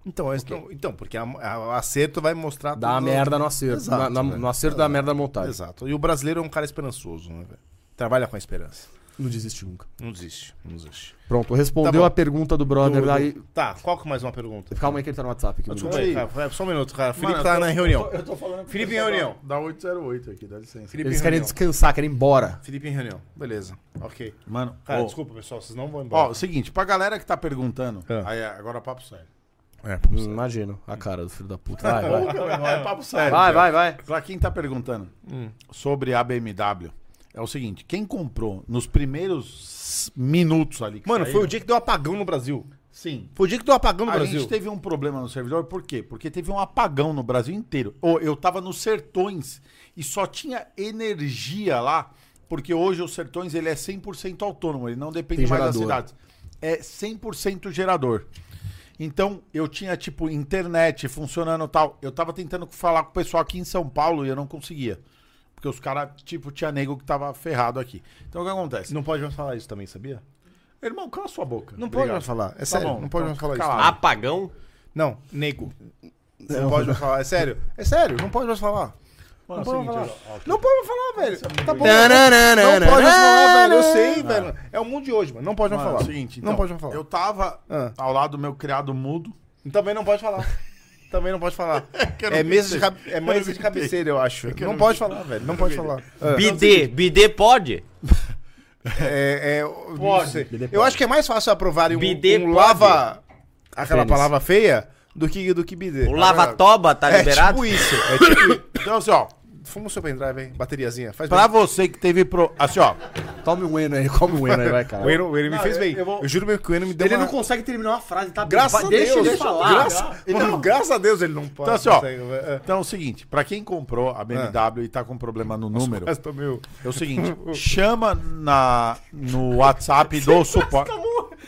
Speaker 2: Então, esse não- então porque a- a- o acerto vai mostrar...
Speaker 3: Dá a
Speaker 2: tudo-
Speaker 3: merda no acerto.
Speaker 2: Exato,
Speaker 3: na- na-
Speaker 2: velho.
Speaker 3: no acerto da merda na montagem.
Speaker 2: Exato. E o brasileiro é um cara esperançoso, né, velho? Trabalha com a esperança.
Speaker 3: Não desiste nunca.
Speaker 2: Não desiste, não desiste.
Speaker 3: Pronto,
Speaker 2: Tá
Speaker 3: respondeu
Speaker 2: bom.
Speaker 3: a pergunta do brother.
Speaker 2: Do-
Speaker 3: Aí...
Speaker 2: do- Tá, qual que é mais uma pergunta?
Speaker 3: Calma aí que ele tá no WhatsApp aqui.
Speaker 2: Desculpa
Speaker 3: Bruno.
Speaker 2: aí, cara. É, Só um minuto, cara. Felipe
Speaker 6: Mano, eu
Speaker 2: tá
Speaker 6: tô-
Speaker 2: na reunião.
Speaker 6: Eu tô falando com
Speaker 2: Felipe em
Speaker 6: o pessoal
Speaker 2: reunião.
Speaker 6: Da da 808 aqui, dá licença.
Speaker 2: Felipe
Speaker 3: Eles
Speaker 2: em
Speaker 3: querem
Speaker 2: reunião.
Speaker 3: descansar, querem ir embora.
Speaker 2: Felipe em reunião. Beleza. Ok.
Speaker 6: Mano,
Speaker 2: Cara,
Speaker 6: ó,
Speaker 2: desculpa, pessoal. Vocês não vão
Speaker 6: Ó,
Speaker 2: embora.
Speaker 6: o seguinte, pra galera que tá perguntando,
Speaker 2: Ah.
Speaker 6: aí agora papo sério.
Speaker 2: é,
Speaker 3: Hum, imagino. A cara do filho da puta. Vai, vai.
Speaker 6: Ô, meu irmão, é papo sério.
Speaker 3: Vai,
Speaker 6: cara.
Speaker 3: vai, vai.
Speaker 6: Pra quem tá perguntando sobre a BMW, é o seguinte, quem comprou nos primeiros minutos ali... que
Speaker 2: Mano,
Speaker 6: saiu-
Speaker 2: foi o dia que deu apagão no Brasil.
Speaker 6: é- Sim.
Speaker 2: Foi o dia que deu apagão no
Speaker 6: A
Speaker 2: Brasil.
Speaker 6: gente teve um problema no servidor, por quê? Porque teve um apagão no Brasil inteiro. Ô, Eu tava nos sertões e só tinha energia lá, porque hoje os sertões ele é 100% autônomo, ele não depende
Speaker 3: Tem
Speaker 6: mais das
Speaker 3: gerador.
Speaker 6: cidades. É 100% gerador. Então, eu tinha, tipo, internet funcionando e tal. Eu tava tentando falar com o pessoal aqui em São Paulo e eu não conseguia. Porque os caras, tipo, tinha nego que tava ferrado aqui. Então, o que acontece?
Speaker 2: Não pode mais falar isso também, sabia?
Speaker 6: Irmão, cala sua boca.
Speaker 2: Não pode
Speaker 6: Obrigado.
Speaker 2: mais falar. É
Speaker 6: Tá
Speaker 2: sério,
Speaker 6: bom,
Speaker 2: não pode
Speaker 6: então,
Speaker 2: mais falar
Speaker 6: calado.
Speaker 2: isso.
Speaker 4: Apagão?
Speaker 2: Não, nego. Não, pode mais falar, é sério. É sério, não pode mais falar.
Speaker 6: Mano, é o seguinte, ó, ó,
Speaker 2: Não pode mais falar, velho. Tá bom. Não
Speaker 3: Tananana.
Speaker 2: pode mais falar, velho. Eu sei, velho. É o mundo de hoje, mano. Não pode mais
Speaker 6: Ah. Mano,
Speaker 2: falar.
Speaker 6: é o seguinte, então,
Speaker 2: não pode mais falar.
Speaker 6: Eu tava
Speaker 2: Ah.
Speaker 6: ao lado do meu criado mudo.
Speaker 2: Também não pode falar. Também não pode falar.
Speaker 6: eu não
Speaker 2: é mesa de,
Speaker 6: pensei.
Speaker 2: cabe- é mesa de cabeceira, eu acho. não pode falar, velho. Não pode falar.
Speaker 4: Bidê, bidê pode?
Speaker 2: É, é, eu não
Speaker 6: Pode.
Speaker 2: sei. Eu acho que é mais fácil aprovarem um,
Speaker 4: Bidê
Speaker 2: um
Speaker 4: pode.
Speaker 2: lava. Aquela
Speaker 3: Fênix.
Speaker 2: palavra feia do que, do que bidê.
Speaker 4: O lava-toba tá
Speaker 2: Ah, É
Speaker 4: liberado?
Speaker 2: tipo isso. É tipo.
Speaker 6: Então, assim, ó.
Speaker 2: Fuma o seu pendrive, hein? Bateriazinha. Faz
Speaker 6: Pra
Speaker 2: bem.
Speaker 6: você que teve. Pro... Assim, ó.
Speaker 3: Tome um Eno aí, come um Eno aí, vai, cara.
Speaker 2: O Eno, o Eno me
Speaker 6: Não,
Speaker 2: fez
Speaker 6: eu-
Speaker 2: bem. Eu,
Speaker 6: eu vou-
Speaker 2: juro mesmo que o Eno me deu
Speaker 3: Ele
Speaker 2: uma...
Speaker 3: não consegue terminar uma frase, tá?
Speaker 2: Graças a Deus.
Speaker 3: Deixa ele falar.
Speaker 2: Graça... Mano, graças a Deus ele não pode.
Speaker 6: Então, assim, ó.
Speaker 2: consegue, velho. É.
Speaker 6: Então é o seguinte, pra quem comprou a BMW
Speaker 3: Ah.
Speaker 6: e tá com problema no número,
Speaker 2: Mas tô meio...
Speaker 6: é o seguinte, chama na, no WhatsApp do suporte.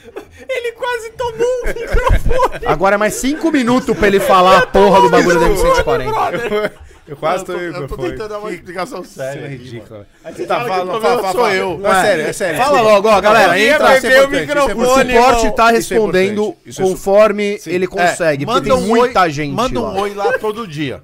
Speaker 4: Ele quase tomou um microfone.
Speaker 3: Agora é mais 5 minutos pra ele falar a porra do bagulho da M140.
Speaker 2: Eu quase tô...
Speaker 6: Eu tô tentando dar uma
Speaker 2: Que
Speaker 6: explicação
Speaker 2: cena
Speaker 6: séria.
Speaker 2: ridícula.
Speaker 6: você
Speaker 2: Você tá
Speaker 6: fala que
Speaker 2: falando...
Speaker 6: o problema sou eu.
Speaker 2: Não, é sério, é sério.
Speaker 3: Fala
Speaker 2: desculpa.
Speaker 3: logo, ó, galera.
Speaker 2: Eu ia
Speaker 3: Entra.
Speaker 2: beber
Speaker 3: Isso é
Speaker 2: o
Speaker 3: importante,
Speaker 2: microfone,
Speaker 3: isso é importante. O suporte tá
Speaker 2: irmão. Isso é
Speaker 3: respondendo
Speaker 2: importante, isso é su-
Speaker 3: conforme ele consegue. porque
Speaker 6: É, manda
Speaker 3: tem
Speaker 6: um
Speaker 3: muita
Speaker 6: oi,
Speaker 3: gente.
Speaker 6: Manda um
Speaker 3: lá.
Speaker 6: oi lá todo dia.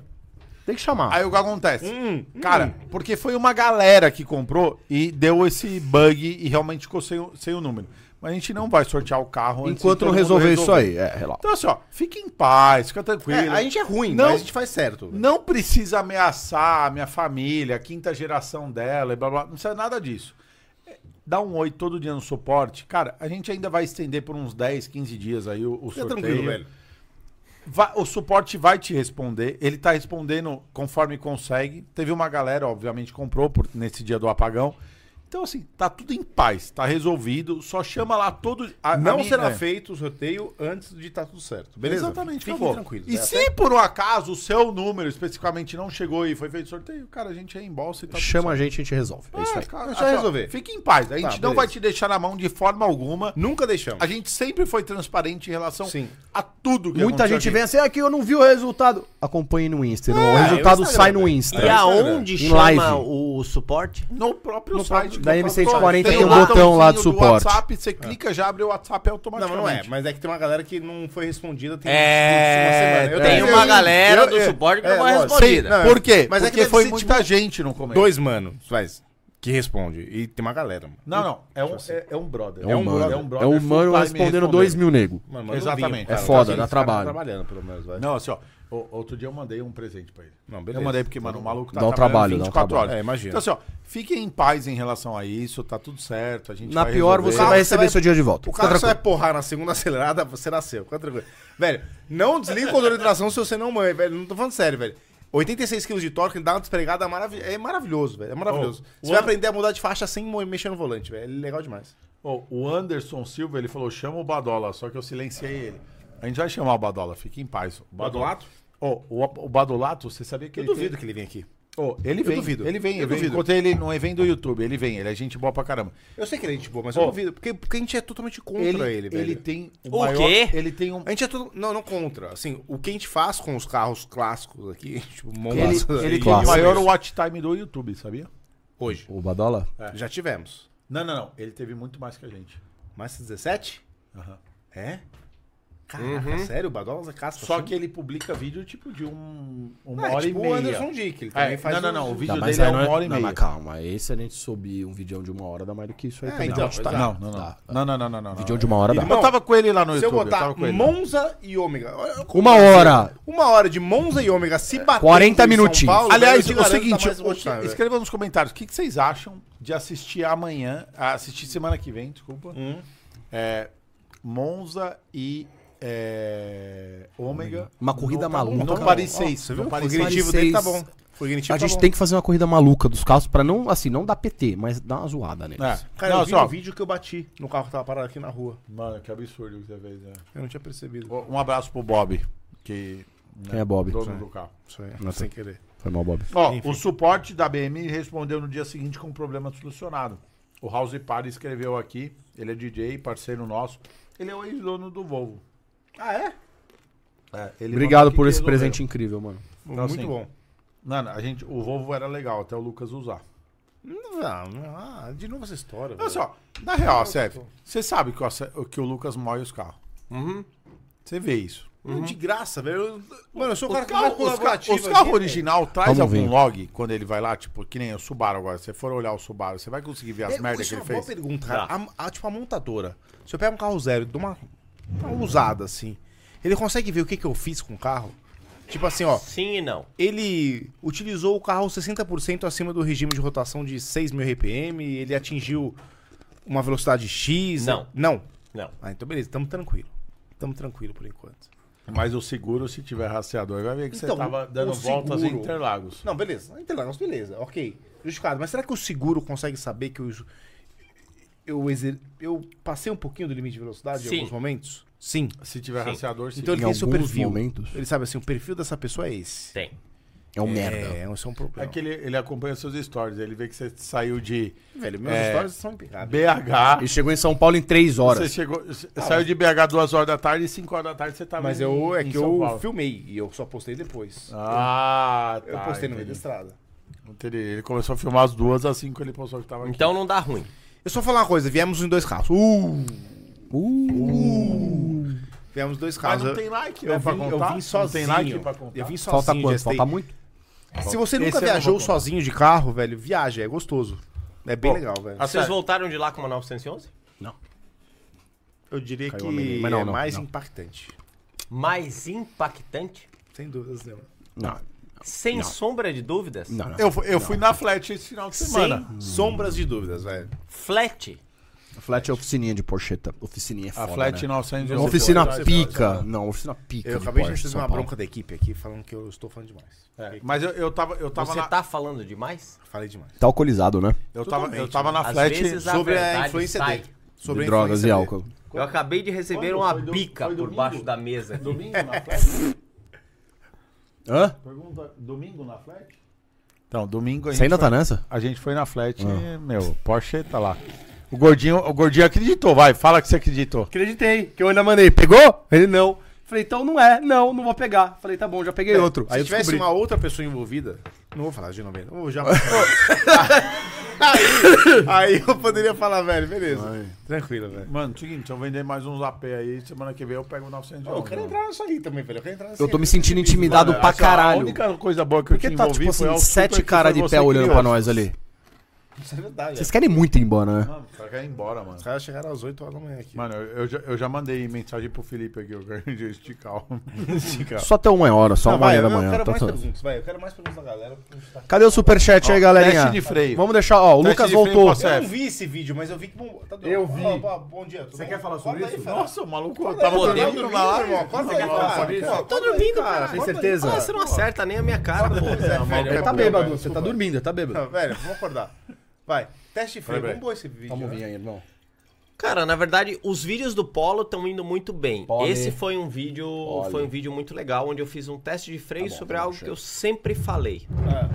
Speaker 3: Tem que chamar.
Speaker 6: Aí o que acontece?
Speaker 3: Hum,
Speaker 6: Cara, porque foi uma galera que comprou e deu esse bug e realmente ficou sem, o- sem o número. Mas a gente não vai sortear o carro antes de
Speaker 3: Enquanto
Speaker 6: todo
Speaker 3: não
Speaker 6: mundo
Speaker 3: resolver isso aí. É, relaxa.
Speaker 6: Então, assim, ó, fique em paz, fica tranquilo.
Speaker 2: É, a gente é ruim,
Speaker 6: Não.
Speaker 2: mas a gente faz certo.
Speaker 6: Não precisa ameaçar a minha família, a quinta geração dela e blá blá. Não precisa nada disso. É, Dá um oi todo dia no suporte. Cara, a gente ainda vai estender por uns 10, 15 dias aí o, o
Speaker 2: Fica
Speaker 6: sorteio.
Speaker 2: tranquilo, velho.
Speaker 6: Vai- o suporte vai te responder. Ele tá respondendo conforme consegue. Teve uma galera, obviamente, comprou por- nesse dia do apagão. Então, assim, tá tudo em paz, tá resolvido, só chama lá todo. a- a
Speaker 2: Não
Speaker 6: minha-
Speaker 2: será
Speaker 6: é.
Speaker 2: feito o sorteio antes de estar tudo certo. Beleza?
Speaker 6: Exatamente,
Speaker 2: Fiquem
Speaker 6: acabou.
Speaker 2: tranquilos.
Speaker 6: E
Speaker 2: É,
Speaker 6: se
Speaker 2: até-
Speaker 6: por um acaso o seu número especificamente não chegou e foi feito sorteio, cara, a gente reembolsa e tá tudo
Speaker 3: Chama a gente, a gente resolve. É isso
Speaker 6: certo.
Speaker 3: aí.
Speaker 6: É, cara,
Speaker 2: Deixa eu
Speaker 6: assim, ó,
Speaker 2: resolver.
Speaker 6: Fique em paz, a gente
Speaker 2: Tá,
Speaker 6: não
Speaker 2: beleza.
Speaker 6: vai te deixar na mão de forma alguma.
Speaker 2: Nunca deixamos.
Speaker 6: A gente sempre foi transparente em relação
Speaker 2: Sim.
Speaker 6: a tudo que
Speaker 3: Muita
Speaker 6: aconteceu
Speaker 3: gente
Speaker 6: aqui.
Speaker 3: vem assim, aqui eu não vi o resultado. Acompanhe no Insta. irmão. o resultado
Speaker 2: Instagram,
Speaker 3: sai no
Speaker 2: velho.
Speaker 3: Insta.
Speaker 4: E aonde
Speaker 3: Em
Speaker 4: chama
Speaker 3: live.
Speaker 4: o suporte?
Speaker 6: No próprio site.
Speaker 3: da
Speaker 6: do
Speaker 3: M140
Speaker 6: Capitólio.
Speaker 3: tem um botão lá de
Speaker 6: botãozinho
Speaker 3: suporte.
Speaker 6: WhatsApp, você clica, já abre o WhatsApp
Speaker 2: É. Não, mas
Speaker 6: automaticamente.
Speaker 2: não é. Mas é que tem uma galera que não foi respondida tem
Speaker 4: É,
Speaker 2: Eu
Speaker 4: tem
Speaker 2: tenho-
Speaker 4: uma galera
Speaker 2: eu-
Speaker 4: do
Speaker 2: é,
Speaker 4: suporte que não foi
Speaker 2: lógico.
Speaker 4: respondida.
Speaker 2: Não,
Speaker 6: Por quê?
Speaker 2: Mas é
Speaker 6: Porque
Speaker 2: que
Speaker 6: foi
Speaker 2: foi muito
Speaker 6: muita gente no começo.
Speaker 2: dois mano faz, que responde. E tem uma galera, mano.
Speaker 6: Não, não. É um, é, é um brother.
Speaker 3: É um mano.
Speaker 6: brother,
Speaker 3: É um,
Speaker 6: brother
Speaker 3: mano
Speaker 6: full-time
Speaker 3: respondendo 2 mil nego.
Speaker 2: Mano, manda um
Speaker 6: Exatamente.
Speaker 2: vinho,
Speaker 6: É
Speaker 2: cara.
Speaker 3: foda,
Speaker 2: Os
Speaker 3: dá
Speaker 2: caras
Speaker 3: trabalho.
Speaker 2: trabalhando, pelo menos, vai.
Speaker 6: Não, assim, ó. o- Outro dia eu mandei um presente pra ele.
Speaker 2: Não, beleza.
Speaker 6: Eu mandei porque, mano, o maluco tá
Speaker 3: Dá um
Speaker 6: trabalhando
Speaker 3: trabalho, dá um
Speaker 6: 24
Speaker 3: trabalho.
Speaker 6: horas.
Speaker 2: É, imagina.
Speaker 6: Então, assim, ó. Fiquem em paz em relação a isso. Tá tudo certo. A gente
Speaker 3: Na
Speaker 6: vai
Speaker 3: pior,
Speaker 6: resolver.
Speaker 3: você
Speaker 2: Calma,
Speaker 3: vai
Speaker 2: você
Speaker 3: receber
Speaker 2: vai-
Speaker 3: seu dia de volta.
Speaker 2: O
Speaker 3: Fica
Speaker 2: cara só é
Speaker 3: tranquilo.
Speaker 2: porrar na segunda acelerada, você nasceu. Fica tranquilo. Velho, não desliga o controle de tração se você não mãe, velho. Não tô falando sério, velho. 86 kg de torque, dá uma despregada maravilhosa. É maravilhoso, velho. É maravilhoso. você vai aprender a mudar de faixa sem mo- mexer no volante, velho. É legal demais.
Speaker 6: Ó, o Anderson Silva, ele falou, chama o Badola, só que eu silenciei ele. A gente vai chamar o Badola, fique em paz. O Badolato? Ó, o, o Badolato, você sabia que
Speaker 2: Eu
Speaker 6: ele
Speaker 2: duvido
Speaker 6: tem...
Speaker 2: que ele venha aqui.
Speaker 6: Ó, ele
Speaker 2: Eu
Speaker 6: vem,
Speaker 2: duvido.
Speaker 6: ele vem,
Speaker 2: Eu
Speaker 6: eu, vem.
Speaker 2: duvido.
Speaker 6: encontrei ele no evento do YouTube, ele vem, ele é gente boa pra caramba.
Speaker 2: Eu sei que ele é gente boa, mas eu duvido. Porque, porque a gente é totalmente contra ele, velho.
Speaker 6: tem
Speaker 4: O quê?
Speaker 6: Ele tem um...
Speaker 2: A gente é todo. Não, não contra. Assim, o que a gente faz com os carros clássicos aqui, tipo, Monza, e-
Speaker 6: Ele, ele tem o
Speaker 3: Clássico.
Speaker 6: maior watch time do YouTube, sabia?
Speaker 2: hoje.
Speaker 3: O Badola?
Speaker 2: Já tivemos.
Speaker 6: Não, não, não, ele teve muito mais que a gente.
Speaker 2: Mais 17?
Speaker 6: Aham.
Speaker 2: É? Caraca, sério? O Badolas é casca.
Speaker 6: Uhum. Só
Speaker 2: assim?
Speaker 6: que ele publica vídeo tipo de um,
Speaker 2: Não,
Speaker 6: uma
Speaker 2: é
Speaker 6: hora
Speaker 2: tipo
Speaker 6: e meia.
Speaker 2: o Anderson Dick. Ele
Speaker 6: É,
Speaker 2: também faz um
Speaker 6: não, não, não,
Speaker 2: uns-
Speaker 6: o vídeo
Speaker 3: Não, Tá, mas
Speaker 6: dele é
Speaker 3: aí não
Speaker 6: uma hora e
Speaker 3: não,
Speaker 6: meia.
Speaker 3: mas calma. Aí se a gente subir um videão de uma hora, dá mais do que isso aí
Speaker 2: É,
Speaker 3: também.
Speaker 2: então,
Speaker 3: dá.
Speaker 2: exato.
Speaker 6: Não, não, não. Não, não, não, não, não.
Speaker 3: Videão tá, de uma hora dá.
Speaker 2: Irmão,
Speaker 6: Eu tava com ele lá no
Speaker 2: Se eu
Speaker 6: YouTube.
Speaker 2: botar
Speaker 6: tava com ele.
Speaker 2: Monza e Ômega. olha, é
Speaker 3: Uma hora.
Speaker 2: Uma hora de Monza e Ômega se bater.
Speaker 3: 40 minutinhos.
Speaker 6: É. Aliás, o seguinte, o que-
Speaker 2: escreveu.
Speaker 6: escreva nos comentários o que, que vocês acham de assistir amanhã, ah, assistir semana que vem, desculpa.
Speaker 2: Hum.
Speaker 6: É, Monza e é, Ômega.
Speaker 3: Uma corrida
Speaker 6: no-
Speaker 3: maluca,
Speaker 6: No
Speaker 3: cara.
Speaker 6: Paris
Speaker 3: Ó,
Speaker 6: 6.
Speaker 2: Você viu?
Speaker 6: No
Speaker 2: O
Speaker 6: Paris
Speaker 2: cognitivo
Speaker 3: 6.
Speaker 2: dele tá bom. O cognitivo
Speaker 3: A
Speaker 2: tá
Speaker 3: gente
Speaker 2: bom.
Speaker 3: tem que fazer uma corrida maluca dos carros pra não, assim, não dar PT, mas dar uma zoada neles.
Speaker 6: É.
Speaker 2: Cara,
Speaker 6: Não,
Speaker 2: eu vi
Speaker 6: só-
Speaker 2: um vídeo que eu bati no carro que tava parado aqui na rua.
Speaker 6: Mano, que absurdo que você fez. né?
Speaker 2: Eu não tinha percebido.
Speaker 6: Um abraço pro Bob, que
Speaker 3: Quem é Bob?
Speaker 6: dono do carro.
Speaker 2: Isso aí, não sem querer.
Speaker 3: Foi mal, Bob.
Speaker 6: Ó, o suporte da BM respondeu no dia seguinte com o problema solucionado. O House Party escreveu aqui, ele é DJ, parceiro nosso. Ele é o ex-dono do Volvo.
Speaker 2: Ah, é?
Speaker 6: É, ele mandou
Speaker 3: Obrigado
Speaker 6: aqui
Speaker 3: por
Speaker 6: que
Speaker 3: esse
Speaker 6: resolveu.
Speaker 3: presente incrível, mano.
Speaker 6: Então,
Speaker 2: Muito
Speaker 6: assim,
Speaker 2: bom.
Speaker 6: Não, não, a gente, o Volvo era legal até o Lucas usar.
Speaker 2: Não, não, ah, de novo essa história.
Speaker 6: Olha
Speaker 2: velho.
Speaker 6: só, na real, Sérgio, você sabe que o, Ace- que o Lucas molha os carros.
Speaker 2: Uhum.
Speaker 6: Você vê isso.
Speaker 2: Não, De graça, velho. Eu- Mano, eu sou Então, o
Speaker 6: Os
Speaker 2: cara que
Speaker 6: carros
Speaker 2: mais
Speaker 6: os ca-
Speaker 2: colaborativo
Speaker 6: os carros
Speaker 2: aqui,
Speaker 6: original traz
Speaker 3: Vamos
Speaker 6: algum
Speaker 3: ver.
Speaker 6: log quando ele vai lá, tipo, que nem o Subaru agora. Se você for olhar o Subaru, você vai conseguir ver as
Speaker 2: É,
Speaker 6: merdas
Speaker 2: isso
Speaker 6: que ele
Speaker 2: é uma
Speaker 6: fez? Tá.
Speaker 2: boa pergunta, cara. A, a- tipo, a montadora. Se eu pego um carro zero e dou uma, uma usada, assim, ele consegue ver o que, que eu fiz com o carro? Tipo assim, ó,
Speaker 4: Sim e não.
Speaker 2: ele utilizou o carro 60% acima do regime de rotação de 6.000 RPM, ele atingiu uma velocidade X.
Speaker 4: Não.
Speaker 2: Não.
Speaker 4: Não.
Speaker 2: Ah, então beleza, tamo tranquilo. Tamo tranquilo por enquanto.
Speaker 6: Mas o seguro, se tiver raciador, vai ver que
Speaker 2: Então,
Speaker 6: você tava
Speaker 2: o
Speaker 6: dando voltas em
Speaker 2: seguro-
Speaker 6: Interlagos.
Speaker 2: Não, beleza. Interlagos, beleza. Ok. Justificado. Mas será que o seguro consegue saber que eu, eu, exer- eu passei um pouquinho do limite de velocidade
Speaker 4: Sim.
Speaker 2: em alguns momentos? Sim.
Speaker 6: Se tiver
Speaker 4: Sim.
Speaker 6: raciador, sim.
Speaker 2: Então ele
Speaker 3: Em
Speaker 2: tem seu
Speaker 3: alguns
Speaker 2: perfil.
Speaker 3: momentos.
Speaker 2: Ele sabe assim, o perfil dessa pessoa é esse.
Speaker 4: Tem.
Speaker 3: É um merda.
Speaker 2: É, esse é um
Speaker 6: É
Speaker 2: problema.
Speaker 6: que ele, ele acompanha seus stories, ele vê que você saiu de
Speaker 2: Velho, meus
Speaker 6: É.
Speaker 2: stories são impecáveis.
Speaker 6: BH.
Speaker 3: Ele chegou em São Paulo em 3
Speaker 6: Você
Speaker 3: horas.
Speaker 6: chegou, você saiu de BH duas horas da tarde e 5 horas da tarde você tava
Speaker 2: Mas
Speaker 6: em-
Speaker 2: eu, é
Speaker 6: em
Speaker 2: que
Speaker 6: São
Speaker 2: eu
Speaker 6: Paulo.
Speaker 2: filmei e eu só postei depois.
Speaker 6: Ah, tá.
Speaker 2: eu postei no meio da
Speaker 6: entendi.
Speaker 2: estrada.
Speaker 6: Entendi. Ele começou a filmar às duas, às cinco ele postou que tava
Speaker 4: Então não dá ruim.
Speaker 2: Eu só vou falar uma coisa, viemos em dois carros. Uh! Viemos dois
Speaker 6: aqui. Mas
Speaker 2: carros.
Speaker 6: não
Speaker 2: Eu-
Speaker 6: tem like, né,
Speaker 2: Uh! eu,
Speaker 6: pra
Speaker 2: vim, eu
Speaker 6: contar?
Speaker 2: vim sozinho.
Speaker 6: Não tem like pra contar? É.
Speaker 2: Eu vim sozinho.
Speaker 6: assim,
Speaker 3: Falta quanto?
Speaker 2: gestei.
Speaker 3: Falta muito?
Speaker 2: Se você
Speaker 6: Esse
Speaker 2: nunca
Speaker 6: eu não
Speaker 2: viajou
Speaker 6: vou contar.
Speaker 2: sozinho de carro, velho, viaja, é gostoso. É bem legal, velho.
Speaker 4: Vocês voltaram de lá com uma 911?
Speaker 2: Eu diria
Speaker 3: Caiu
Speaker 2: que
Speaker 3: a menina.
Speaker 2: é
Speaker 3: Mas não, não,
Speaker 2: mais
Speaker 3: não.
Speaker 2: impactante.
Speaker 4: Mais impactante?
Speaker 2: Sem dúvidas, não.
Speaker 3: Não,
Speaker 4: Sem sombra de dúvidas?
Speaker 3: não, não.
Speaker 2: Hum.
Speaker 6: Eu, fu- eu fui na flat esse final de
Speaker 4: Sem
Speaker 6: semana.
Speaker 2: Sombras de dúvidas, velho.
Speaker 4: Flat.
Speaker 3: A flat é oficininha de Porcheta. Oficininha é
Speaker 6: A
Speaker 3: foda,
Speaker 6: Flat
Speaker 3: né?
Speaker 6: 911.
Speaker 3: Uma oficina pica. Não, oficina pica.
Speaker 2: Eu acabei de receber uma bronca da equipe aqui falando que eu estou falando demais.
Speaker 6: É, mas eu, eu tava, eu tava
Speaker 4: Você
Speaker 6: na,
Speaker 4: tá falando demais?
Speaker 2: Falei demais.
Speaker 3: Tá alcoolizado, né?
Speaker 6: eu tava, eu
Speaker 2: Totalmente,
Speaker 6: tava na
Speaker 4: Às
Speaker 6: Flat.
Speaker 4: vezes a
Speaker 2: Sobre a
Speaker 4: verdade
Speaker 2: influência
Speaker 4: sai.
Speaker 2: dele. Sobre
Speaker 3: de
Speaker 2: a
Speaker 3: drogas
Speaker 2: influência
Speaker 3: e
Speaker 2: dele.
Speaker 3: álcool.
Speaker 4: Eu acabei de receber
Speaker 6: Quando?
Speaker 4: uma
Speaker 6: Foi do-
Speaker 4: pica
Speaker 6: foi
Speaker 4: por
Speaker 6: domingo?
Speaker 4: baixo da mesa. aqui.
Speaker 6: Domingo na Flat?
Speaker 3: Hã?
Speaker 6: Pergunta, domingo na Flat? Então, domingo a
Speaker 3: Você
Speaker 6: gente,
Speaker 3: ainda tá nessa?
Speaker 6: a gente foi na Flat
Speaker 2: Ah.
Speaker 6: e, meu, Porsche tá lá. O gordinho, o gordinho acreditou, vai, fala que você acreditou.
Speaker 3: Acreditei, que eu ainda mandei. Pegou? Ele não. Falei, então não é. Não, não vou pegar. Falei, tá bom, já
Speaker 6: É.
Speaker 3: peguei outro.
Speaker 2: Se
Speaker 3: Aí eu
Speaker 2: tivesse
Speaker 3: descobri.
Speaker 2: uma outra pessoa envolvida, não vou falar de nome dele, não vou já. aí, aí eu poderia falar, velho, beleza. Tranquilo, velho.
Speaker 6: Mano, seguinte, se eu vender mais uns AP aí, semana que vem eu pego 900
Speaker 2: Eu quero entrar nisso aí também, velho. Eu quero entrar nisso
Speaker 3: Eu tô me sentindo intimidado pra
Speaker 6: é A
Speaker 3: caralho.
Speaker 6: única coisa boa que
Speaker 3: Por
Speaker 6: eu
Speaker 3: que
Speaker 6: te
Speaker 3: tá,
Speaker 6: envolvi
Speaker 3: tipo
Speaker 6: foi
Speaker 3: assim,
Speaker 6: ao
Speaker 3: sete
Speaker 6: super que
Speaker 3: cara
Speaker 6: foi
Speaker 3: de
Speaker 6: você
Speaker 3: pé
Speaker 6: que
Speaker 3: olhando
Speaker 6: criou.
Speaker 3: pra nós ali?
Speaker 2: Isso é verdade,
Speaker 3: Vocês
Speaker 2: velho.
Speaker 3: querem muito ir embora, né?
Speaker 6: Mano, o cara quer ir embora, mano.
Speaker 2: Os caras chegaram às 8 horas da manhã aqui.
Speaker 6: Mano, eu, eu já, eu já mandei mensagem pro Felipe aqui, eu quero de esticar o- esticar.
Speaker 3: Só até uma hora, só
Speaker 2: Não,
Speaker 3: uma
Speaker 2: vai,
Speaker 3: hora da
Speaker 2: eu- Eu
Speaker 3: manhã.
Speaker 2: quero
Speaker 3: tá
Speaker 2: mais
Speaker 3: tudo.
Speaker 2: perguntas, vai. Eu quero mais perguntas da galera. porque a gente tá-
Speaker 3: Cadê o superchat aí, galerinha?
Speaker 6: Teste de freio.
Speaker 3: Vamos deixar, ó, o
Speaker 6: Teste
Speaker 3: Lucas
Speaker 6: de freio
Speaker 3: voltou.
Speaker 6: pra
Speaker 2: Eu
Speaker 6: Certo.
Speaker 2: não vi esse vídeo, mas eu vi que bom. Tá
Speaker 3: É. Eu vi.
Speaker 2: Ó, ó, bom dia. Você
Speaker 3: quer falar sobre isso?
Speaker 6: Nossa, o maluco tava
Speaker 4: Pô,
Speaker 6: dormindo
Speaker 4: deu
Speaker 6: na live.
Speaker 2: Acorda aí, cara.
Speaker 4: Tô dormindo, cara.
Speaker 3: Tem certeza?
Speaker 4: Ah, você não acerta nem a minha cara, pô. É,
Speaker 3: Ele tá bêbado, você tá dormindo, ele tá bêbado.
Speaker 2: Não, velho, vamos acordar. Vai, teste de freio. Vamos pôr esse vídeo.
Speaker 3: Vamos
Speaker 2: né?
Speaker 3: vir aí, irmão.
Speaker 4: Cara, na verdade, os vídeos do Polo estão indo muito bem.
Speaker 3: Pole.
Speaker 4: Esse foi um vídeo, foi um vídeo muito legal onde eu fiz um teste de
Speaker 3: Tá
Speaker 4: freio sobre algo que eu sempre falei,
Speaker 2: Ah,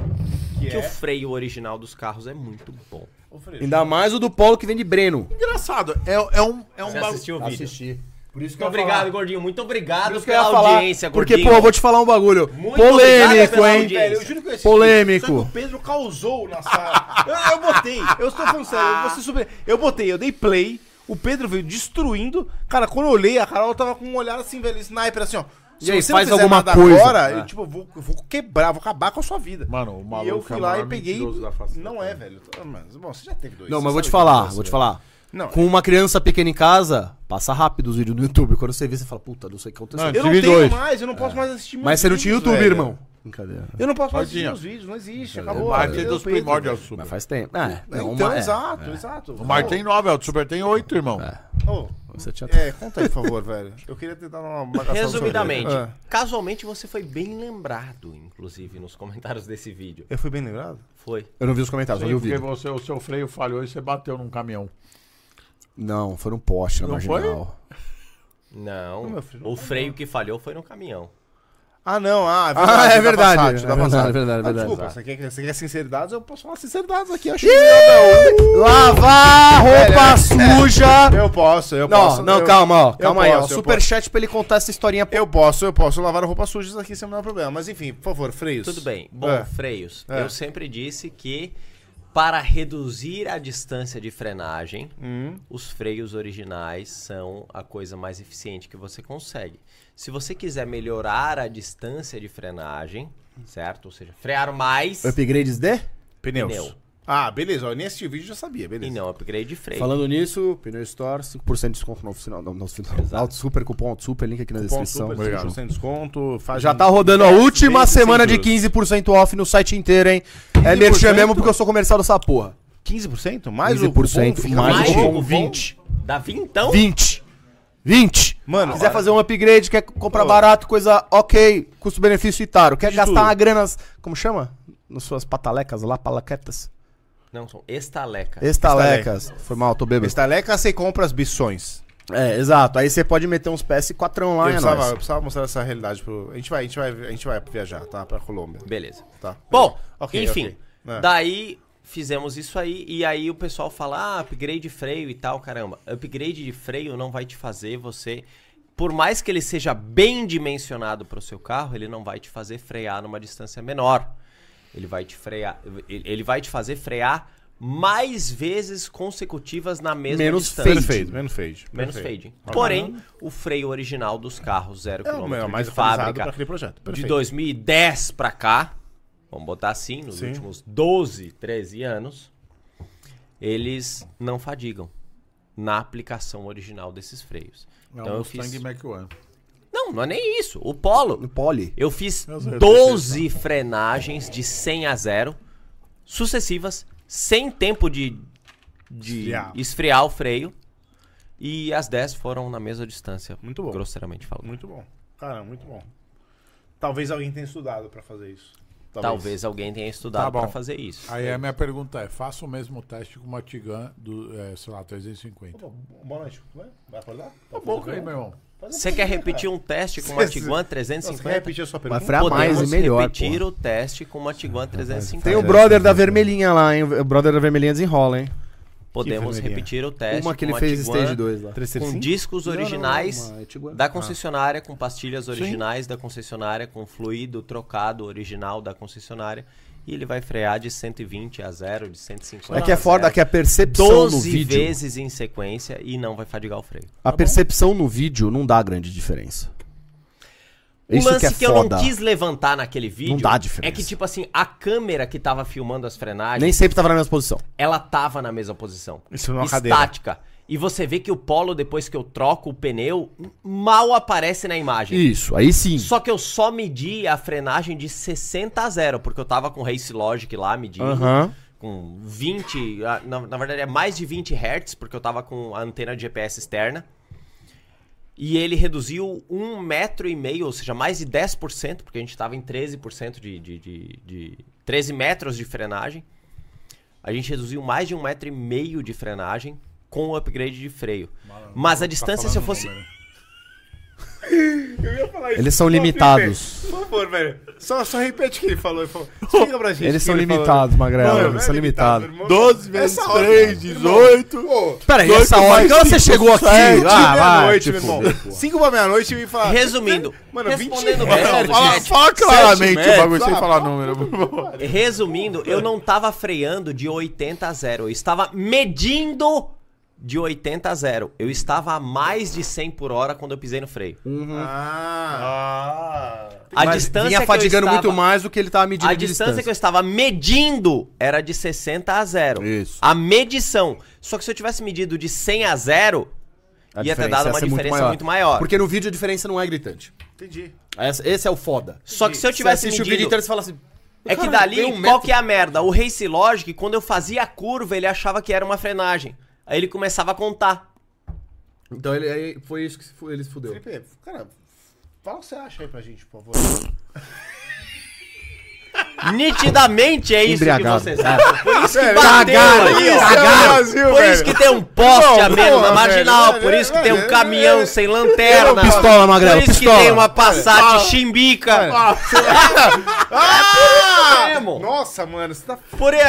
Speaker 2: Que
Speaker 4: que o
Speaker 2: é.
Speaker 4: freio original dos carros é muito bom.
Speaker 2: Ô, Freire,
Speaker 3: Ainda mais o do Polo que vem de Breno.
Speaker 6: Engraçado, é, é um, é um
Speaker 4: Você
Speaker 6: bagulho-
Speaker 4: assistiu o vídeo?
Speaker 3: Assistir. Por isso
Speaker 4: Muito obrigado, gordinho. Muito obrigado
Speaker 3: Tá que eu ia
Speaker 4: pela
Speaker 3: falar,
Speaker 4: audiência,
Speaker 3: Porque,
Speaker 4: gordinho.
Speaker 3: pô, eu vou te falar um bagulho.
Speaker 4: Muito obrigado
Speaker 3: Polêmico,
Speaker 4: pela
Speaker 3: hein?
Speaker 4: audiência.
Speaker 2: Eu juro que eu assisti. Só que
Speaker 3: é Polêmico.
Speaker 2: o Pedro causou na sala. eu, eu botei. Eu estou falando sério. Eu, vou ser super... eu botei, eu dei play. O Pedro veio destruindo. Cara, quando eu olhei, a Carol tava com um olhar assim, velho, sniper, assim, ó.
Speaker 3: E aí,
Speaker 2: não
Speaker 3: faz
Speaker 2: fizer
Speaker 3: alguma
Speaker 2: nada
Speaker 3: coisa.
Speaker 2: Agora,
Speaker 3: É.
Speaker 2: eu, tipo, vou, eu vou quebrar, vou acabar com a sua vida.
Speaker 6: Mano, o maluco
Speaker 2: e eu fui
Speaker 6: é o
Speaker 2: lá e
Speaker 6: maior
Speaker 2: peguei.
Speaker 6: mentiroso da face da
Speaker 2: Não é, velho. Ah, Mas, bom, você já teve dois.
Speaker 3: Não,
Speaker 2: você
Speaker 3: mas vou te
Speaker 2: sabe o que
Speaker 3: falar,
Speaker 2: acontece,
Speaker 3: vou te
Speaker 2: velho.
Speaker 3: falar.
Speaker 2: Não, é-
Speaker 3: Com uma criança pequena em casa, passa rápido os vídeos do YouTube. Quando você vê, você fala, puta, não sei o que aconteceu.
Speaker 6: Mano,
Speaker 2: Eu não
Speaker 6: Tive
Speaker 2: tenho
Speaker 6: dois.
Speaker 2: mais, eu não
Speaker 6: É.
Speaker 2: posso mais assistir meus
Speaker 3: Mas você não tinha
Speaker 2: vídeos,
Speaker 3: YouTube,
Speaker 2: velho.
Speaker 3: irmão. Brincadeira.
Speaker 2: Eu não posso mais assistir
Speaker 6: Tadinho.
Speaker 2: meus vídeos, não existe, acabou.
Speaker 6: Martin
Speaker 2: Cadê
Speaker 6: dos
Speaker 2: o Pedro,
Speaker 6: primórdios
Speaker 2: velho?
Speaker 6: é o super.
Speaker 3: Mas faz tempo. É, não,
Speaker 2: Então,
Speaker 3: uma, é.
Speaker 2: exato, exato.
Speaker 6: O Martin tem 9, o Super tem 8, irmão.
Speaker 2: Ô,
Speaker 3: Você tinha...
Speaker 2: É, conta aí, por favor, velho. Eu queria tentar uma marcação
Speaker 4: Resumidamente,
Speaker 2: sobre- Ah,
Speaker 4: casualmente você foi bem lembrado, inclusive, nos comentários desse vídeo.
Speaker 2: eu fui bem lembrado?
Speaker 4: Foi.
Speaker 3: Eu não vi os comentários, só vi
Speaker 6: Sim,
Speaker 3: o
Speaker 6: porque
Speaker 3: vídeo.
Speaker 6: você, o seu freio falhou e você bateu num caminhão.
Speaker 3: Não, foi num poste na
Speaker 6: Não foi?
Speaker 3: marginal.
Speaker 4: Não,
Speaker 2: meu filho,
Speaker 3: tá
Speaker 4: o freio que falhou foi no caminhão.
Speaker 2: Ah, não, ah, é da
Speaker 3: Ah, é verdade,
Speaker 2: Passat, da
Speaker 3: é verdade,
Speaker 2: Passat.
Speaker 3: é verdade, é verdade.
Speaker 2: Desculpa,
Speaker 3: Exato.
Speaker 2: você quer, você quer sinceridades? Eu posso falar sinceridades aqui, eu acho que
Speaker 3: Lavar roupa suja.
Speaker 2: não. é. Eu posso, eu
Speaker 3: Não,
Speaker 2: posso.
Speaker 3: não,
Speaker 2: eu-
Speaker 3: calma, ó.
Speaker 2: eu
Speaker 3: Calma aí, ó.
Speaker 2: posso, eu
Speaker 3: Superchat pra ele contar essa historinha.
Speaker 2: Eu posso, eu posso lavar roupas sujas aqui sem o menor problema. Mas enfim, por favor, freios.
Speaker 4: Tudo bem. Bom,
Speaker 2: É.
Speaker 4: freios.
Speaker 2: É.
Speaker 4: Eu sempre disse que para reduzir a distância de frenagem, os freios originais são a coisa mais eficiente que você consegue. Se você quiser melhorar a distância de frenagem, certo? Ou seja, frear mais,
Speaker 3: Upgrades de?
Speaker 2: Pneus.
Speaker 4: Pneu.
Speaker 2: Ah, beleza. ó, Nesse vídeo eu já sabia,
Speaker 4: e
Speaker 2: beleza.
Speaker 4: não upgrade de freio.
Speaker 3: Falando nisso, Pneu Store, 5% de desconto no oficinal. No, no, no, Auto Super, cupom Auto Super, link aqui na
Speaker 2: Ponto
Speaker 3: descrição.
Speaker 2: super, sem desconto. faz
Speaker 3: Já
Speaker 2: um-
Speaker 3: tá rodando a última
Speaker 2: vezes sem
Speaker 3: semana de
Speaker 2: juros.
Speaker 3: 15% off no site inteiro, hein? É merchan mesmo porque eu sou comercial dessa porra.
Speaker 2: 15%? Mais
Speaker 3: 15%,
Speaker 2: o cupom,
Speaker 3: mais o
Speaker 2: fica-
Speaker 3: cupom
Speaker 4: cupom.
Speaker 3: 20.
Speaker 4: Dá vintão?
Speaker 3: 20. 20.
Speaker 2: Mano,
Speaker 3: quiser
Speaker 2: olha.
Speaker 3: fazer um upgrade, quer comprar
Speaker 2: Ô.
Speaker 3: barato, coisa ok, custo-benefício e taro. Quer
Speaker 2: De
Speaker 3: gastar
Speaker 2: tudo.
Speaker 3: uma grana, como chama? Nas suas patalecas lá, palaquetas?
Speaker 4: Não, são estalecas.
Speaker 3: Estalecas. Foi mal, tô bebendo.
Speaker 2: Estaleca, você compra as bições.
Speaker 3: É, exato. Aí você pode meter uns PS4 lá,
Speaker 2: eu,
Speaker 3: é
Speaker 2: precisava, eu
Speaker 3: nóis.
Speaker 2: precisava mostrar essa realidade pro. A gente vai, a gente vai, a gente vai viajar, tá? Pra Colômbia.
Speaker 4: Beleza.
Speaker 2: Tá.
Speaker 4: Bom,
Speaker 2: Ok,
Speaker 4: enfim.
Speaker 2: ok. É.
Speaker 4: Daí fizemos isso aí e aí o pessoal fala: "Ah, upgrade de freio e tal, caramba. Upgrade de freio não vai te fazer você por mais que ele seja bem dimensionado para o seu carro, ele não vai te fazer frear numa distância menor. Ele vai te frear, ele ele vai te fazer frear mais vezes consecutivas na mesma
Speaker 3: Menos
Speaker 4: distância.
Speaker 3: fade.
Speaker 2: Perfeito, menos fade.
Speaker 4: Menos
Speaker 2: perfeito.
Speaker 4: fade. Porém, o freio original dos carros zero
Speaker 2: É o
Speaker 4: quilômetro
Speaker 2: meu, mais
Speaker 4: de
Speaker 2: atualizado
Speaker 4: fábrica
Speaker 2: pra aquele projeto.
Speaker 4: de
Speaker 2: Perfeito.
Speaker 4: 2010 pra cá, vamos botar assim, nos
Speaker 2: Sim.
Speaker 4: últimos 12, 13 anos, eles não fadigam na aplicação original desses freios.
Speaker 6: É
Speaker 2: É um
Speaker 4: então eu fiz.
Speaker 6: Mustang Mach 1.
Speaker 4: Não, não é nem isso. O Polo,
Speaker 3: No Poli.
Speaker 4: eu fiz
Speaker 6: sei, eu
Speaker 4: 12 frenagens de 100 a 0 sucessivas, sem tempo de de
Speaker 2: Esfriar.
Speaker 4: esfriar, o freio. E as 10 foram na mesma distância.
Speaker 2: Muito bom.
Speaker 4: Grosseiramente falando.
Speaker 2: Muito bom. Cara, muito bom. Talvez alguém tenha estudado pra fazer isso.
Speaker 4: Talvez alguém tenha
Speaker 1: Tá
Speaker 4: estudado
Speaker 1: bom.
Speaker 4: pra fazer isso.
Speaker 1: Aí a minha pergunta é, faça o mesmo teste com uma Tigan do, eh, sei lá, 350.
Speaker 2: Opa, boa noite. Vai, vai acordar?
Speaker 1: Tá bom, aí, meu irmão.
Speaker 4: Você quer repetir um teste com uma
Speaker 2: Você-
Speaker 4: Tiguan
Speaker 2: né? Você quer
Speaker 4: 350?
Speaker 2: repetir a sua pergunta?
Speaker 3: frear mais e melhor.
Speaker 4: repetir
Speaker 3: pô.
Speaker 4: o teste com uma Tiguan 350.
Speaker 2: É,
Speaker 3: Tem o brother da vermelhinha lá, hein? O brother da vermelhinha desenrola, hein?
Speaker 4: Podemos
Speaker 2: enfermaria?
Speaker 4: repetir o teste
Speaker 3: Uma que
Speaker 4: com
Speaker 3: ele fez
Speaker 4: Tiguan
Speaker 3: Stage 2 lá.
Speaker 4: com
Speaker 2: 375?
Speaker 4: discos originais
Speaker 3: Não, não, uma Tiguan. Ah.
Speaker 4: da concessionária, com pastilhas originais da concessionária, com fluido trocado original da concessionária. E ele vai frear de 120 a 0, de 150
Speaker 3: É que é
Speaker 4: a
Speaker 3: foda, é
Speaker 4: zero,
Speaker 3: que a percepção no
Speaker 4: 12
Speaker 3: vídeo.
Speaker 4: vezes em sequência e não vai fadigar o freio.
Speaker 3: A percepção no vídeo não dá grande diferença. Isso
Speaker 4: o lance
Speaker 3: que é
Speaker 4: que, eu
Speaker 3: foda.
Speaker 4: não quis levantar naquele vídeo
Speaker 3: Não dá diferença.
Speaker 4: é que, tipo assim, a câmera que tava filmando as frenagens,
Speaker 3: Nem é sempre tava na mesma posição.
Speaker 4: ela tava na mesma posição.
Speaker 2: Isso numa cadeira.
Speaker 4: estática. E você vê que o polo, depois que eu troco o pneu, mal aparece na imagem.
Speaker 3: Isso, aí sim.
Speaker 4: Só que eu só medi a frenagem de 60 a 0, porque eu tava com Race Logic lá medindo.
Speaker 3: Aham.
Speaker 4: Com 20, ah, na, na verdade é mais de 20 Hz, porque eu tava com a antena de GPS externa. E ele reduziu um metro e meio, ou seja, mais de 10%, porque a gente tava em 13% de, de, de, de... 13 metros de frenagem. A gente reduziu mais de um metro e meio de frenagem com o upgrade de freio. Mas a distância, se eu fosse...
Speaker 3: Eles são limitados.
Speaker 2: Por favor, velho. Só, só repete o que ele falou. Ele falou. Explica pra gente.
Speaker 3: Eles
Speaker 2: o que
Speaker 3: são
Speaker 2: ele falou.
Speaker 3: limitados,
Speaker 2: Não,
Speaker 3: Magrela.
Speaker 2: não
Speaker 3: Eles
Speaker 2: é
Speaker 3: são limitados.
Speaker 2: meu irmão.
Speaker 7: 12 vezes
Speaker 2: Essa hora,
Speaker 7: 3, 18.
Speaker 4: É,
Speaker 3: Pera aí, essa
Speaker 7: Dois
Speaker 3: hora.
Speaker 7: mais
Speaker 3: Então você
Speaker 7: cinco,
Speaker 3: chegou aqui.
Speaker 2: Sete
Speaker 3: Ah,
Speaker 2: da
Speaker 3: vai,
Speaker 2: noite,
Speaker 3: te
Speaker 2: meu
Speaker 4: tipo,
Speaker 2: irmão.
Speaker 3: fuder, pô.
Speaker 2: Cinco pra meia-noite e me falar.
Speaker 4: Resumindo,
Speaker 2: Mano, 20
Speaker 4: respondendo o
Speaker 2: reais.
Speaker 4: pessoal do
Speaker 7: Fala,
Speaker 4: chat,
Speaker 7: fala claramente
Speaker 2: metros,
Speaker 7: o bagulho sem
Speaker 2: ah,
Speaker 7: falar número, por favor.
Speaker 4: Resumindo, eu não tava freando de 80 a 0. Eu estava medindo de 80 a 0. Eu estava a mais de 100 por hora quando eu pisei no freio.
Speaker 2: Ah.
Speaker 4: A
Speaker 3: Uhum. Mas
Speaker 4: distância
Speaker 3: vinha
Speaker 4: que eu
Speaker 3: fadigando
Speaker 4: estava,
Speaker 3: muito mais do que ele
Speaker 1: tá
Speaker 3: tava medindo
Speaker 4: A
Speaker 3: de
Speaker 4: distância que eu estava medindo era de 60 a 0.
Speaker 3: Isso.
Speaker 4: A medição. Só que se eu tivesse medido de 100 a 0,
Speaker 3: A
Speaker 4: ia ter
Speaker 3: diferença
Speaker 4: dado uma
Speaker 3: ia ser muito
Speaker 4: diferença
Speaker 3: maior.
Speaker 4: muito maior.
Speaker 3: Porque no vídeo a diferença não é gritante.
Speaker 2: Entendi.
Speaker 3: Essa- Esse é o foda.
Speaker 4: Só que se eu tivesse
Speaker 3: Você assiste
Speaker 4: medido...
Speaker 3: o vídeo inteiro e você fala assim.
Speaker 4: É que
Speaker 3: "Caralho,
Speaker 4: dali,
Speaker 3: deu um
Speaker 4: qual
Speaker 3: metro".
Speaker 4: que é a merda? O Race Logic, quando eu fazia a curva, ele achava que era uma frenagem. Aí ele começava a contar.
Speaker 3: Então ele, aí foi isso que se fu- ele se fudeu.
Speaker 2: Felipe, cara, fala o que você acha aí pra gente, por favor.
Speaker 4: Nitidamente é isso que
Speaker 3: Embriagado.
Speaker 4: vocês acham. Por isso que
Speaker 3: Cagaram,
Speaker 4: bateu ali, ó.
Speaker 2: Cagaram,
Speaker 4: Por isso que tem um poste a menos na
Speaker 2: velho.
Speaker 4: marginal. Por isso que tem um caminhão sem lanterna.
Speaker 3: Pistola,
Speaker 4: Por
Speaker 3: Magrelo,
Speaker 4: isso que
Speaker 3: pistola.
Speaker 4: tem uma Passat chimbica. É por isso mesmo.
Speaker 2: Nossa, mano, você tá
Speaker 4: Por aí.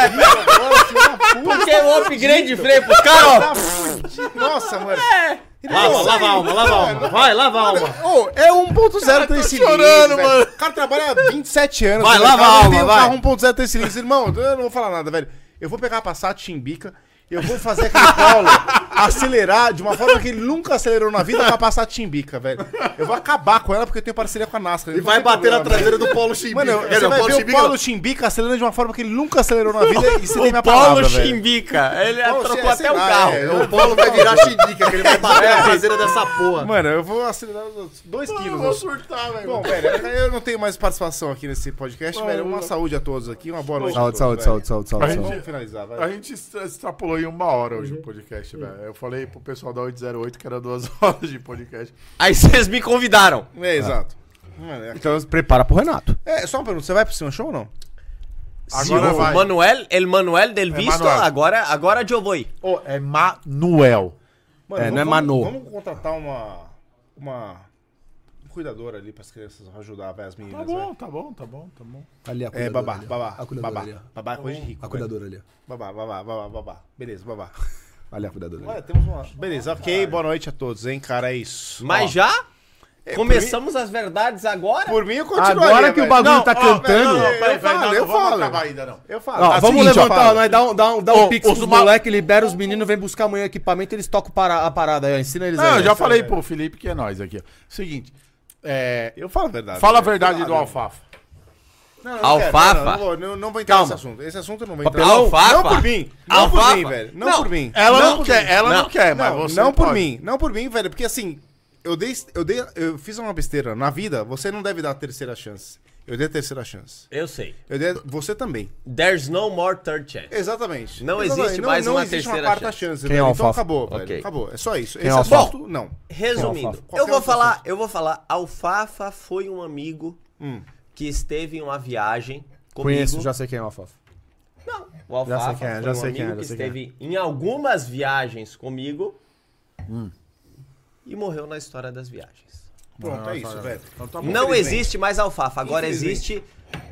Speaker 4: Porque o upgrade de freio pros caras, ó.
Speaker 2: fudido. Nossa, mano.
Speaker 7: É,
Speaker 4: Lava, lava a alma, lava a alma. Vai, lava a alma.
Speaker 2: Ô, é 1.0 3 cilindros.
Speaker 7: chorando,
Speaker 2: velho.
Speaker 7: mano.
Speaker 2: O cara trabalha há 27 anos.
Speaker 4: Vai,
Speaker 2: velho.
Speaker 4: lava
Speaker 2: O cara
Speaker 4: a
Speaker 2: não tem
Speaker 4: alma,
Speaker 2: um
Speaker 4: vai.
Speaker 2: carro 1.0 3 cilindros. Irmão, eu não vou falar nada, velho. Eu vou pegar a Passat Chimbica, eu vou fazer aquele polo acelerar de uma forma que ele nunca acelerou na vida com a Passat Chimbica, velho. Eu vou acabar com ela porque eu tenho parceria com a NASCAR.
Speaker 3: E vai bater na traseira do
Speaker 2: Polo Chimbica. Mano, você vai ver o Polo Chimbica acelerando de uma forma que ele nunca acelerou na vida e você tem minha
Speaker 4: O Polo
Speaker 2: palavra, velho.
Speaker 4: chimbica. Ele
Speaker 2: Polo
Speaker 4: trocou
Speaker 2: sei
Speaker 4: até o
Speaker 2: lá,
Speaker 4: carro.
Speaker 2: é,
Speaker 3: O Paulo vai virar xindica, que ele vai bater a traseira dessa porra.
Speaker 2: Mano, eu vou acelerar 2 quilos.
Speaker 7: vou
Speaker 2: né?
Speaker 7: surtar, velho.
Speaker 2: Bom, velho, eu não tenho mais participação aqui nesse podcast, velho. Uma saúde a todos aqui, uma boa noite. a todos,
Speaker 3: Saúde, saúde,
Speaker 2: velho.
Speaker 3: saúde, saúde, saúde. saúde.
Speaker 2: Vamos finalizar, vai.
Speaker 1: A gente extra- extrapolou em uma hora hoje o podcast, velho. Eu falei pro pessoal da 808 que era duas horas de podcast.
Speaker 4: Aí vocês me convidaram.
Speaker 2: É, exato. Mano, é-
Speaker 3: Então prepara pro Renato.
Speaker 2: É, só uma pergunta, você vai pro Cima Show ou
Speaker 3: É,
Speaker 2: não?
Speaker 1: Agora
Speaker 4: o
Speaker 1: vai.
Speaker 4: Manuel, el Manuel
Speaker 3: É
Speaker 4: del Visto,
Speaker 1: Manuel.
Speaker 4: agora, agora eu vou.
Speaker 1: Ô, é Manuel.
Speaker 2: Mano,
Speaker 3: É, não é
Speaker 2: vamos-
Speaker 3: Manu.
Speaker 2: Vamos contratar uma... uma... um cuidadora ali pras crianças pra ajudar, velho, as meninas,
Speaker 1: Tá bom, tá bom, tá bom, tá bom.
Speaker 3: Ali a
Speaker 2: velho. É, babá, babá,
Speaker 3: A cuidadora
Speaker 2: babá.
Speaker 3: ali.
Speaker 2: Babá é coisa de rico,
Speaker 3: A cuidadora ali.
Speaker 2: velho. Babá, babá, babá, babá. Beleza, babá.
Speaker 3: Ali a cuidadora
Speaker 2: Olha, temos uma... Beleza, ok, boa noite a todos, hein, cara, é isso.
Speaker 4: Mas
Speaker 2: Ó,
Speaker 4: já
Speaker 3: É,
Speaker 4: começamos as verdades agora?
Speaker 2: Por mim, eu continuaria,
Speaker 3: Agora que o
Speaker 2: velho.
Speaker 3: bagulho
Speaker 2: Não,
Speaker 3: tá cantando.
Speaker 2: não, eu falo, eu falo.
Speaker 1: ainda, não.
Speaker 2: Eu falo.
Speaker 3: Ó,
Speaker 2: Tá,
Speaker 3: vamos
Speaker 2: seguinte, ó,
Speaker 3: levantar,
Speaker 2: fala.
Speaker 3: nós dá um, dá um, dá um
Speaker 7: Ô,
Speaker 3: pix
Speaker 7: os
Speaker 3: pros
Speaker 7: ma-
Speaker 3: moleque, libera os meninos, vem buscar amanhã equipamento, eles tocam para, a parada aí, ó, ensina eles
Speaker 1: Não,
Speaker 3: aí.
Speaker 1: eu já
Speaker 3: ó.
Speaker 1: falei pro Felipe que é nós aqui. ó. Seguinte, é,
Speaker 2: Eu falo a verdade.
Speaker 1: fala a
Speaker 2: velho.
Speaker 1: verdade
Speaker 2: Cuidado,
Speaker 1: do Alfafa.
Speaker 2: Não, não quero,
Speaker 4: Alfafa?
Speaker 2: Não, não, vou, não, não vou entrar
Speaker 3: Calma.
Speaker 2: nesse assunto. Esse assunto eu não vou entrar.
Speaker 4: Papelão?
Speaker 2: Não, não
Speaker 4: Alfafa?
Speaker 2: por mim. Não por
Speaker 4: Alfafa?
Speaker 2: mim, velho. Não,
Speaker 4: Não,
Speaker 2: por mim.
Speaker 1: Ela não,
Speaker 2: por
Speaker 1: quer,
Speaker 2: mim.
Speaker 1: ela não,
Speaker 4: Não.
Speaker 6: é
Speaker 1: quer, mas
Speaker 2: Não,
Speaker 1: você
Speaker 2: não por
Speaker 1: pode.
Speaker 2: mim. Não por mim, velho. Porque assim, eu dei, eu dei, eu fiz uma besteira na vida. Você não deve dar a terceira chance. Eu dei a terceira chance.
Speaker 4: Eu sei.
Speaker 2: Eu dei a- Você também.
Speaker 4: There's no more third chance.
Speaker 2: Exatamente.
Speaker 4: Não
Speaker 2: Exatamente.
Speaker 4: existe mais
Speaker 2: não
Speaker 4: uma
Speaker 2: existe
Speaker 4: terceira
Speaker 2: uma quarta
Speaker 4: chance.
Speaker 2: chance.
Speaker 3: Quem é
Speaker 2: velho.
Speaker 3: o
Speaker 2: então
Speaker 3: Alfafa?
Speaker 2: acabou,
Speaker 4: Ok.
Speaker 2: velho. Acabou. É só isso.
Speaker 3: Quem
Speaker 2: Esse
Speaker 3: é o Alfafa?
Speaker 2: assunto, não.
Speaker 4: Resumindo,
Speaker 3: Quem
Speaker 2: é o Alfafa? Qualquer
Speaker 4: eu vou
Speaker 2: outro
Speaker 4: falar, eu vou falar. Alfafa foi um amigo que esteve em uma viagem comigo.
Speaker 3: Hum. Conheço, já sei quem é o Alfafa.
Speaker 4: Não, o Alfafa
Speaker 3: Já sei quem é,
Speaker 4: foi
Speaker 3: já
Speaker 4: um
Speaker 3: sei
Speaker 4: amigo
Speaker 3: quem é, já
Speaker 4: que
Speaker 3: sei quem é.
Speaker 4: esteve em algumas viagens comigo
Speaker 3: Hum.
Speaker 4: e morreu na história das viagens.
Speaker 2: Pronto, é isso, velho.
Speaker 6: Então tá
Speaker 3: Tá
Speaker 4: Não existe mais alfafa, agora
Speaker 2: Infelizmente.
Speaker 4: existe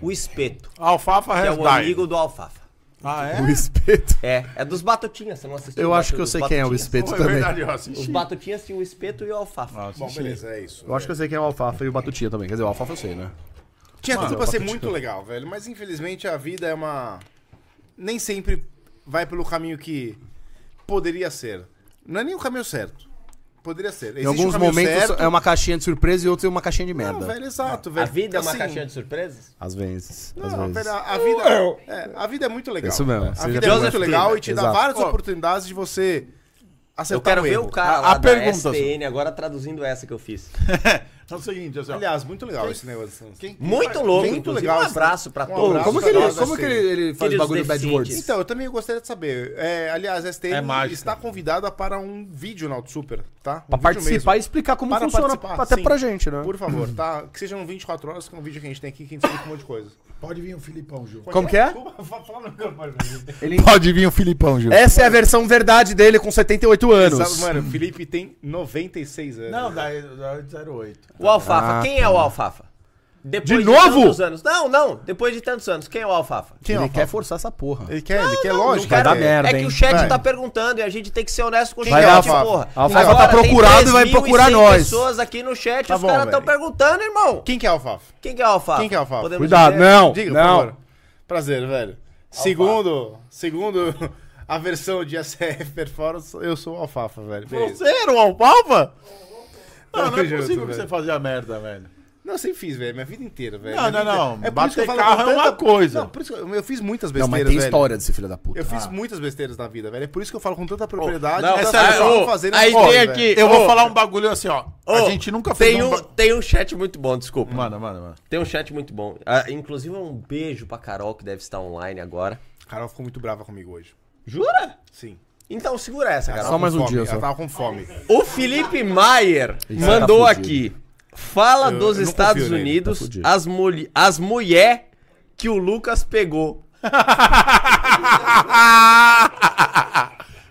Speaker 4: o espeto,
Speaker 6: Alfafa
Speaker 4: que é
Speaker 6: has
Speaker 4: o
Speaker 6: died.
Speaker 4: amigo do alfafa.
Speaker 6: Ah, é?
Speaker 3: O espeto.
Speaker 4: É, é dos batotinhas, você não assistiu?
Speaker 3: Eu
Speaker 4: o
Speaker 3: acho
Speaker 4: Batu-
Speaker 3: que eu
Speaker 4: dos
Speaker 3: sei quem é o
Speaker 4: Batotinhas?
Speaker 3: espeto
Speaker 6: Pô, é
Speaker 3: também.
Speaker 6: verdade, eu
Speaker 4: Os
Speaker 6: assisti.
Speaker 4: batotinhas tinham o espeto e o alfafa.
Speaker 6: Ah, assisti.
Speaker 2: Bom, beleza, é isso.
Speaker 3: Eu acho que eu sei quem é o Alfafa e o Batutinha também. Quer dizer, o Alfafa eu sei, né?
Speaker 2: Tinha tudo pra
Speaker 3: eu
Speaker 2: ser
Speaker 3: bati-
Speaker 2: muito legal, velho. Mas infelizmente a vida é uma. Nem sempre vai pelo caminho que poderia ser. Não é nem o caminho certo. Poderia ser.
Speaker 3: em alguns momentos é uma caixinha de surpresa e outros é uma caixinha de merda.
Speaker 2: um Não, velho, exato,
Speaker 4: A
Speaker 2: velho.
Speaker 4: vida é uma
Speaker 2: Assim,
Speaker 4: caixinha de surpresas?
Speaker 3: Às vezes. às
Speaker 2: não,
Speaker 3: vezes.
Speaker 2: velho, a, a vida, é, a vida é muito legal.
Speaker 3: Isso mesmo,
Speaker 2: velho.
Speaker 3: você
Speaker 2: A
Speaker 3: já
Speaker 2: vida é
Speaker 3: tem
Speaker 2: muito
Speaker 3: razão.
Speaker 2: legal e te dá
Speaker 3: Exato.
Speaker 2: várias
Speaker 3: Ó,
Speaker 2: oportunidades de você acertar
Speaker 4: Eu quero
Speaker 2: um
Speaker 4: ver
Speaker 2: erro.
Speaker 4: o cara
Speaker 6: A-
Speaker 4: lá
Speaker 6: a
Speaker 4: da
Speaker 6: pergunta,
Speaker 4: SPN agora traduzindo essa que eu fiz.
Speaker 6: É o seguinte,
Speaker 4: então.
Speaker 6: assim, ó.
Speaker 2: Aliás, muito legal esse negócio.
Speaker 6: quem- quem
Speaker 4: Muito
Speaker 6: vai-
Speaker 4: louco,
Speaker 2: Muito
Speaker 4: inclusive.
Speaker 2: legal
Speaker 4: um
Speaker 2: esse-
Speaker 4: abraço pra
Speaker 2: um
Speaker 4: todos.
Speaker 2: abraço
Speaker 3: Como que
Speaker 2: Nossa,
Speaker 3: ele, como que
Speaker 2: assim.
Speaker 3: ele, ele faz
Speaker 4: Filhos
Speaker 3: bagulho bad
Speaker 4: deficientes.
Speaker 3: words?
Speaker 2: Então, eu também gostaria de saber. É, aliás, a STM
Speaker 6: É mágica.
Speaker 2: está convidada para um vídeo na Super, tá? Um
Speaker 3: Pra
Speaker 2: vídeo
Speaker 3: participar
Speaker 2: mesmo.
Speaker 3: e explicar como
Speaker 2: Para
Speaker 3: funciona
Speaker 2: participar,
Speaker 3: até
Speaker 2: sim.
Speaker 3: pra gente, né?
Speaker 2: Por favor, tá? Que sejam 24 horas, que é um vídeo que a gente tem aqui que a gente explica um monte de coisa.
Speaker 6: Pode vir o Filipão, Gil.
Speaker 3: Como que é?
Speaker 2: Desculpa, fa- fala no microfone.
Speaker 6: Pode vir o Filipão, Gil.
Speaker 3: Essa é a versão verdade dele com 78 anos.
Speaker 2: Sabe, Mano, o Felipe tem 96 anos.
Speaker 6: Não, da, da 08.
Speaker 4: O Alfafa,
Speaker 3: Ah,
Speaker 4: quem
Speaker 3: tá.
Speaker 4: é o Alfafa? Depois
Speaker 3: De novo?
Speaker 4: tantos anos. Não, não. Depois de tantos anos, quem é o Alfafa?
Speaker 2: Quem é
Speaker 3: ele
Speaker 2: o
Speaker 3: quer
Speaker 2: Rafa?
Speaker 3: forçar essa porra.
Speaker 2: Ele quer, ele quer
Speaker 4: não,
Speaker 2: lógica. né?
Speaker 3: vai
Speaker 4: não
Speaker 3: dar
Speaker 2: ele quer.
Speaker 3: merda,
Speaker 4: é que
Speaker 3: hein?
Speaker 4: o chat
Speaker 2: Vai.
Speaker 4: tá perguntando e a gente tem que ser honesto com o
Speaker 2: Quem
Speaker 4: chat, tipo,
Speaker 2: é o Alfafa?
Speaker 4: porra.
Speaker 3: Alfafa
Speaker 4: Agora
Speaker 3: tá
Speaker 4: tem
Speaker 3: procurado e vai
Speaker 4: 3.100
Speaker 3: procurar nós.
Speaker 4: pessoas aqui no chat,
Speaker 2: Tá
Speaker 4: os
Speaker 2: bom,
Speaker 4: caras estão
Speaker 2: velho.
Speaker 4: perguntando, irmão.
Speaker 2: Quem que é o Alfafa?
Speaker 4: Quem que é o Alfafa?
Speaker 2: Quem que é o Alfafa?
Speaker 4: Podemos
Speaker 3: Cuidado,
Speaker 4: dizer?
Speaker 3: não.
Speaker 2: Diga,
Speaker 3: não.
Speaker 2: por favor. Prazer, velho. Segundo, segundo a versão de SF Performance, eu sou o Alfafa, velho. Beleza.
Speaker 6: Você era o Alfalfa? Não, não é
Speaker 2: junto,
Speaker 6: possível que
Speaker 2: velho.
Speaker 6: você fazia merda, velho.
Speaker 2: Não, eu sempre fiz, velho. Minha vida inteira, velho.
Speaker 6: Não,
Speaker 2: Minha
Speaker 6: não,
Speaker 2: vida
Speaker 6: não.
Speaker 2: inteira. por
Speaker 6: Bater
Speaker 2: isso que eu falo
Speaker 6: carro
Speaker 2: com
Speaker 6: é uma coisa.
Speaker 2: Não, por isso que eu, eu fiz muitas
Speaker 3: Não,
Speaker 2: besteiras,
Speaker 3: mas tem
Speaker 2: velho.
Speaker 3: história desse filho da puta.
Speaker 2: Eu fiz muitas besteiras na vida, velho. É por isso que eu falo com tanta propriedade.
Speaker 6: Ah. não,
Speaker 2: das
Speaker 6: é sério,
Speaker 2: pessoas
Speaker 6: ô,
Speaker 2: fazerem
Speaker 4: aí
Speaker 2: as coisas,
Speaker 4: tem
Speaker 2: velho.
Speaker 4: aqui-
Speaker 6: Eu
Speaker 4: Ô.
Speaker 6: vou falar um bagulho assim, ó. a
Speaker 4: Ô,
Speaker 6: gente nunca fez
Speaker 4: tem
Speaker 6: um...
Speaker 4: um,
Speaker 6: ba-
Speaker 4: tem um chat muito bom, desculpa.
Speaker 6: Mano, mano, mano.
Speaker 4: Tem um chat muito bom. Ah, inclusive, um beijo pra Carol, que deve estar online agora.
Speaker 2: A Carol ficou muito brava comigo hoje.
Speaker 4: Jura?
Speaker 2: Sim.
Speaker 4: Então segura essa,
Speaker 2: Ela
Speaker 3: Só
Speaker 4: Carol.
Speaker 2: tava
Speaker 3: mais
Speaker 2: com
Speaker 3: um
Speaker 2: fome,
Speaker 3: dia,
Speaker 2: Ela
Speaker 3: só.
Speaker 2: tava com fome.
Speaker 4: O Felipe Maier
Speaker 3: Isso
Speaker 4: mandou
Speaker 3: tá fudido.
Speaker 4: aqui. Fala
Speaker 2: Eu-
Speaker 4: dos
Speaker 2: eu não
Speaker 4: Estados
Speaker 2: confio nele,
Speaker 4: Unidos,
Speaker 3: tá fudido.
Speaker 4: as, muli- as mulher que o Lucas pegou.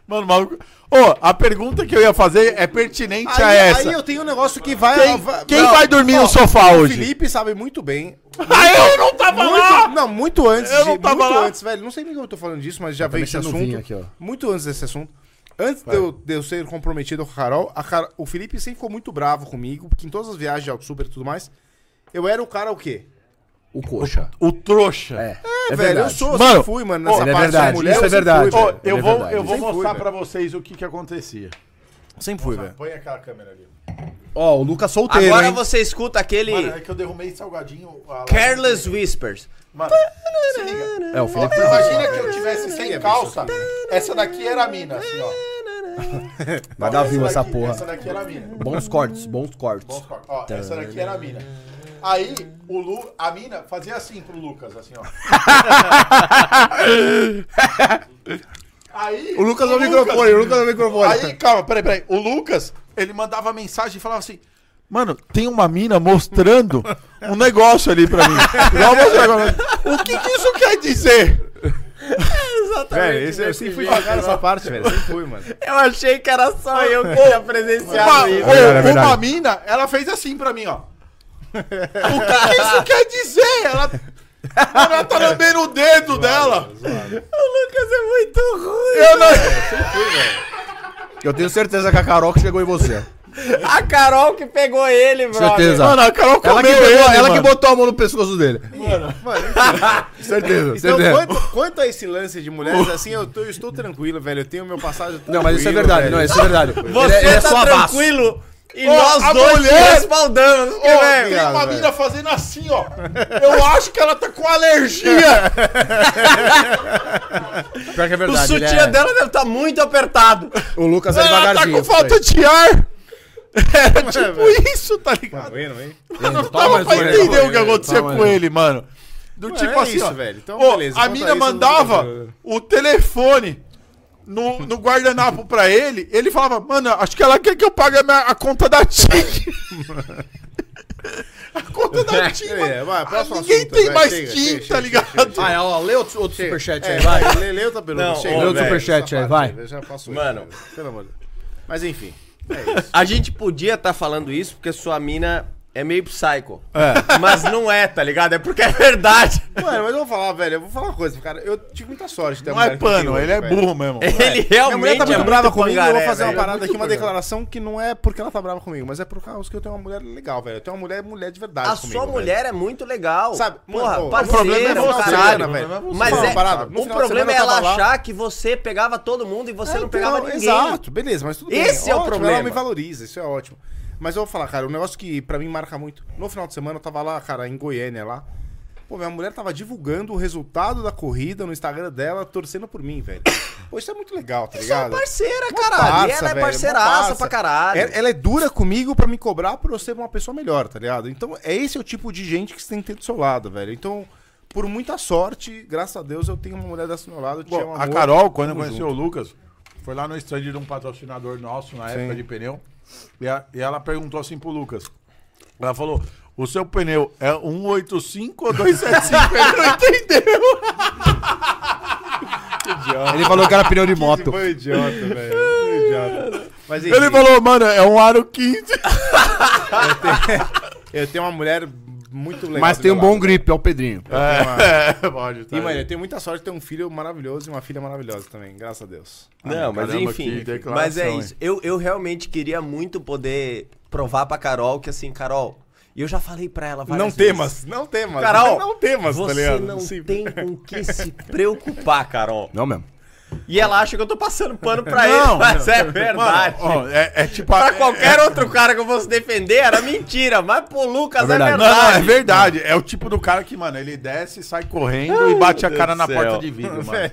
Speaker 6: Mano, maluco. Ô, a pergunta que eu ia fazer é pertinente a
Speaker 2: Aí-
Speaker 6: essa.
Speaker 2: Aí eu tenho um negócio que vai...
Speaker 6: Quem,
Speaker 2: vai-
Speaker 6: quem
Speaker 2: não,
Speaker 6: vai dormir
Speaker 2: ó,
Speaker 6: no sofá
Speaker 2: O
Speaker 6: hoje?
Speaker 2: Felipe sabe muito bem.
Speaker 6: Ah, eu não tava lá!
Speaker 2: Muito, não, muito antes.
Speaker 6: Eu não
Speaker 2: de-
Speaker 6: tava
Speaker 2: muito
Speaker 6: lá.
Speaker 2: antes, velho. Não sei nem como eu tô falando disso, mas já veio
Speaker 3: também
Speaker 2: esse
Speaker 3: sendo novinho
Speaker 2: assunto.
Speaker 3: aqui, ó.
Speaker 2: Muito antes desse assunto. Antes de eu, de eu ser comprometido com a Carol, a Car- o Felipe sempre ficou muito bravo comigo, porque em todas as viagens de Auto Super e tudo mais, eu era o cara o quê?
Speaker 3: O coxa.
Speaker 6: O trouxa.
Speaker 3: É.
Speaker 2: É,
Speaker 3: É
Speaker 2: velho, eu
Speaker 3: verdade.
Speaker 2: sou, eu
Speaker 6: Mano,
Speaker 2: sempre fui, mano, nessa
Speaker 3: ele é
Speaker 2: parte da
Speaker 3: verdade,
Speaker 2: mulher.
Speaker 3: isso
Speaker 2: eu
Speaker 3: é
Speaker 2: sempre
Speaker 3: verdade.
Speaker 2: Fui,
Speaker 6: Ô,
Speaker 2: velho.
Speaker 6: eu
Speaker 3: É
Speaker 6: vou,
Speaker 3: verdade.
Speaker 6: eu vou
Speaker 2: Sempre
Speaker 6: mostrar
Speaker 2: foi,
Speaker 6: pra vocês o que que acontecia.
Speaker 2: sempre fui, velho.
Speaker 6: Põe aquela câmera ali.
Speaker 3: Ó, o Lucas solteiro,
Speaker 4: Agora
Speaker 3: hein?
Speaker 4: você escuta aquele
Speaker 6: Mano, é que eu derrumei salgadinho. a-
Speaker 4: Careless Whispers.
Speaker 6: Mano, se liga.
Speaker 3: É, o Felipe...
Speaker 6: Imagina que eu tivesse sem calça. Essa daqui era a mina, assim, ó.
Speaker 3: Vai dar view essa
Speaker 6: daqui- Essa
Speaker 3: porra.
Speaker 6: daqui era a mina.
Speaker 3: Bons cortes, bons cortes.
Speaker 6: Vamos cortar. Ó, essa daqui era a mina. Aí, o Lu, a mina fazia assim pro Lucas, assim, ó. Aí,
Speaker 2: O Lucas é o microfone, o Lucas é o microfone.
Speaker 6: Aí, calma, peraí, peraí. O Lucas, ele mandava mensagem e falava assim: Mano, tem uma mina mostrando um negócio ali pra mim. Igual você agora. O que, que isso quer dizer?
Speaker 2: velho, esse, eu
Speaker 6: né?
Speaker 2: sempre fui devagar nessa parte, velho. Sempre fui, mano.
Speaker 4: Eu achei que era
Speaker 6: Ah.
Speaker 4: só eu que tinha
Speaker 6: Uma,
Speaker 4: presenciado
Speaker 6: ô,
Speaker 4: isso.
Speaker 2: verdade, é verdade.
Speaker 6: Ah, uma mina, ela fez assim pra mim, ó. O que, que isso quer dizer? Ela, Mano, ela tá lambendo o dedo
Speaker 4: O
Speaker 6: dela.
Speaker 4: Lucas é muito ruim.
Speaker 6: Eu não-
Speaker 3: Eu tenho certeza que a Carol que chegou em você.
Speaker 4: A Carol que pegou ele, brother.
Speaker 3: Certeza.
Speaker 6: Mano, a Carol
Speaker 3: Ela, que,
Speaker 6: comeu
Speaker 3: pegou-
Speaker 6: ele,
Speaker 3: ela que
Speaker 6: mano.
Speaker 3: botou a mão no pescoço dele. certeza,
Speaker 2: Então,
Speaker 3: certeza.
Speaker 2: quanto, quanto a esse lance de mulheres, assim, eu, tô- eu estou tranquilo, velho. Eu tenho meu passado tranquilo.
Speaker 3: Não, mas isso é verdade,
Speaker 2: velho.
Speaker 3: não, isso é verdade.
Speaker 4: Você
Speaker 3: Ele é- ele é
Speaker 4: tá
Speaker 3: suavaço.
Speaker 4: tranquilo e
Speaker 6: Ó,
Speaker 4: nós
Speaker 6: a
Speaker 4: dois
Speaker 6: mulher-
Speaker 4: te respaldamos.
Speaker 6: Ô, tem
Speaker 2: Obrigado,
Speaker 6: uma
Speaker 2: velho.
Speaker 6: mina fazendo assim, ó. Eu acho que ela tá com
Speaker 3: É
Speaker 6: alergia.
Speaker 3: Pior que é
Speaker 4: o
Speaker 3: verdade. ele
Speaker 4: sutiã
Speaker 3: é-
Speaker 4: dela deve estar muito apertado.
Speaker 3: O Lucas é
Speaker 6: tá ela tá
Speaker 3: devagarzinho.
Speaker 6: com falta de ar.
Speaker 3: Era tipo isso, tá ligado?
Speaker 2: Bueno, hein?
Speaker 6: Eu não tava
Speaker 9: uma,
Speaker 6: pra entender
Speaker 9: toma
Speaker 6: o que
Speaker 9: aí,
Speaker 6: aconteceu
Speaker 9: toma
Speaker 6: com
Speaker 9: aí.
Speaker 6: ele, mano. Do
Speaker 2: Mano,
Speaker 6: tipo
Speaker 2: é
Speaker 6: assim,
Speaker 2: isso,
Speaker 6: ó,
Speaker 2: velho. Então,
Speaker 6: ô,
Speaker 2: beleza,
Speaker 6: a
Speaker 2: conta
Speaker 6: mina
Speaker 2: isso,
Speaker 6: mandava
Speaker 2: eu-
Speaker 6: o telefone no, no guardanapo pra ele, ele falava, mano, acho que ela quer que eu pague a, minha- a conta da TIG. a conta da TIG, mano.
Speaker 2: É, vai, próximo
Speaker 6: Ninguém
Speaker 2: assunto,
Speaker 6: tem
Speaker 2: vai,
Speaker 6: mais
Speaker 2: chega,
Speaker 6: TIG,
Speaker 2: chega,
Speaker 6: tá
Speaker 2: chega,
Speaker 6: ligado?
Speaker 3: Ah, é, ó, lê outro, outro
Speaker 2: chega.
Speaker 3: superchat
Speaker 2: É,
Speaker 3: aí, vai.
Speaker 2: Lê, lê outra pergunta.
Speaker 4: Não,
Speaker 2: chega,
Speaker 4: ô,
Speaker 2: velho,
Speaker 4: velho,
Speaker 3: superchat
Speaker 2: essa parte,
Speaker 3: aí, vai.
Speaker 2: velho, Já passou.
Speaker 4: Mano.
Speaker 2: velho, Pelo amor de Deus. Mas enfim. é
Speaker 4: A gente podia estar falando isso porque sua mina é meio psycho. Mas não é, tá ligado? É porque é verdade.
Speaker 2: Mano, mas eu vou falar, velho. Eu vou falar uma coisa, cara. Eu tive muita sorte. né, de ter a
Speaker 6: Não é
Speaker 2: mulher que eu tenho
Speaker 6: pano,
Speaker 2: hoje,
Speaker 6: ele é
Speaker 2: velho.
Speaker 6: burro mesmo.
Speaker 4: Ele
Speaker 2: Minha mulher
Speaker 4: realmente
Speaker 2: tá
Speaker 4: é
Speaker 2: muito
Speaker 4: muito
Speaker 2: brava comigo e eu vou
Speaker 4: pangaré,
Speaker 2: fazer uma
Speaker 4: velho.
Speaker 2: parada aqui, uma declaração que não é porque ela tá brava comigo, mas é por causa que eu tenho uma mulher legal, velho. Eu tenho uma mulher, mulher de verdade
Speaker 4: A
Speaker 2: comigo,
Speaker 4: sua
Speaker 2: velho.
Speaker 4: mulher é muito legal.
Speaker 2: Sabe,
Speaker 4: porra,
Speaker 2: mano, pô,
Speaker 4: parceira,
Speaker 2: o problema é você,
Speaker 4: caralho.
Speaker 2: né, velho?
Speaker 4: Mas
Speaker 2: Fala
Speaker 4: é,
Speaker 2: uma parada, no
Speaker 4: o
Speaker 2: final de
Speaker 4: problema é
Speaker 2: semana eu
Speaker 4: ela
Speaker 2: tava lá.
Speaker 4: achar que você pegava todo mundo e você
Speaker 2: É,
Speaker 4: não pegava
Speaker 2: então,
Speaker 4: ninguém.
Speaker 2: Exato, beleza, mas tudo bem.
Speaker 4: Esse é o
Speaker 2: Ótimo,
Speaker 4: problema.
Speaker 2: Ela me valoriza, isso é ótimo. Mas eu vou falar, cara, um negócio que pra mim marca muito. No final de semana eu tava lá, cara, em Goiânia lá. Pô, minha mulher tava divulgando o resultado da corrida no Instagram dela, torcendo por mim, velho. Pô, isso é muito legal, tá
Speaker 4: Isso é uma
Speaker 2: ligado?
Speaker 4: parceira,
Speaker 2: Uma
Speaker 4: caralho.
Speaker 2: parça,
Speaker 4: E ela é
Speaker 2: velho, uma
Speaker 4: parceiraça
Speaker 2: parça.
Speaker 4: pra caralho.
Speaker 2: É- Ela é dura comigo pra me cobrar por eu ser uma pessoa melhor, tá ligado? Então, é esse o tipo de gente que você tem que ter do seu lado, velho. Então, por muita sorte, graças a Deus, eu tenho uma mulher dessa do meu lado. te
Speaker 6: Bom,
Speaker 4: um
Speaker 2: amo,
Speaker 6: a
Speaker 2: amor.
Speaker 6: Carol, quando
Speaker 2: Tamo
Speaker 6: conheceu o Lucas, foi lá no stand de um patrocinador nosso na época de pneu. E, a- e ela perguntou assim pro Lucas. Ela falou: o seu pneu é 185 ou 275? Ele não entendeu.
Speaker 3: Ele falou que era pneu de moto.
Speaker 2: Foi idiota, velho. Foi idiota. Mas, enfim,
Speaker 6: Ele falou, mano, é um aro 15.
Speaker 2: Eu tenho uma mulher muito legal.
Speaker 9: Mas
Speaker 2: do
Speaker 9: tem um
Speaker 2: meu
Speaker 9: bom
Speaker 2: lado.
Speaker 9: gripe, é o Pedrinho.
Speaker 6: É, pode, tá.
Speaker 2: E, mano, eu tenho muita sorte de ter um filho maravilhoso e uma filha maravilhosa também, graças a Deus.
Speaker 4: Não, mas
Speaker 6: caramba,
Speaker 4: enfim.
Speaker 6: que declaração,
Speaker 4: Mas é
Speaker 6: hein?
Speaker 4: isso. Eu, eu realmente queria muito poder provar pra Carol que assim, Carol, e eu já falei pra ela várias
Speaker 2: não
Speaker 4: vezes.
Speaker 2: temas, não temas.
Speaker 4: Carol,
Speaker 2: não temas, tá
Speaker 4: você
Speaker 2: ligado?
Speaker 4: não
Speaker 2: Sim.
Speaker 4: tem com o que se preocupar, Carol.
Speaker 9: Não mesmo.
Speaker 4: E ela acha que eu tô passando pano pra
Speaker 6: Não,
Speaker 4: ele, mas é verdade. Tá
Speaker 6: Ó, é, é tipo.
Speaker 4: pra
Speaker 6: a-
Speaker 4: qualquer outro cara que eu fosse defender, era mentira. Mas pro Lucas é verdade.
Speaker 9: verdade.
Speaker 6: Não, não, é verdade. É o tipo do cara que, mano, ele desce, sai correndo e bate a
Speaker 4: Deus
Speaker 6: cara
Speaker 4: do
Speaker 6: na
Speaker 4: céu.
Speaker 6: porta de vidro, mano.
Speaker 2: Vai,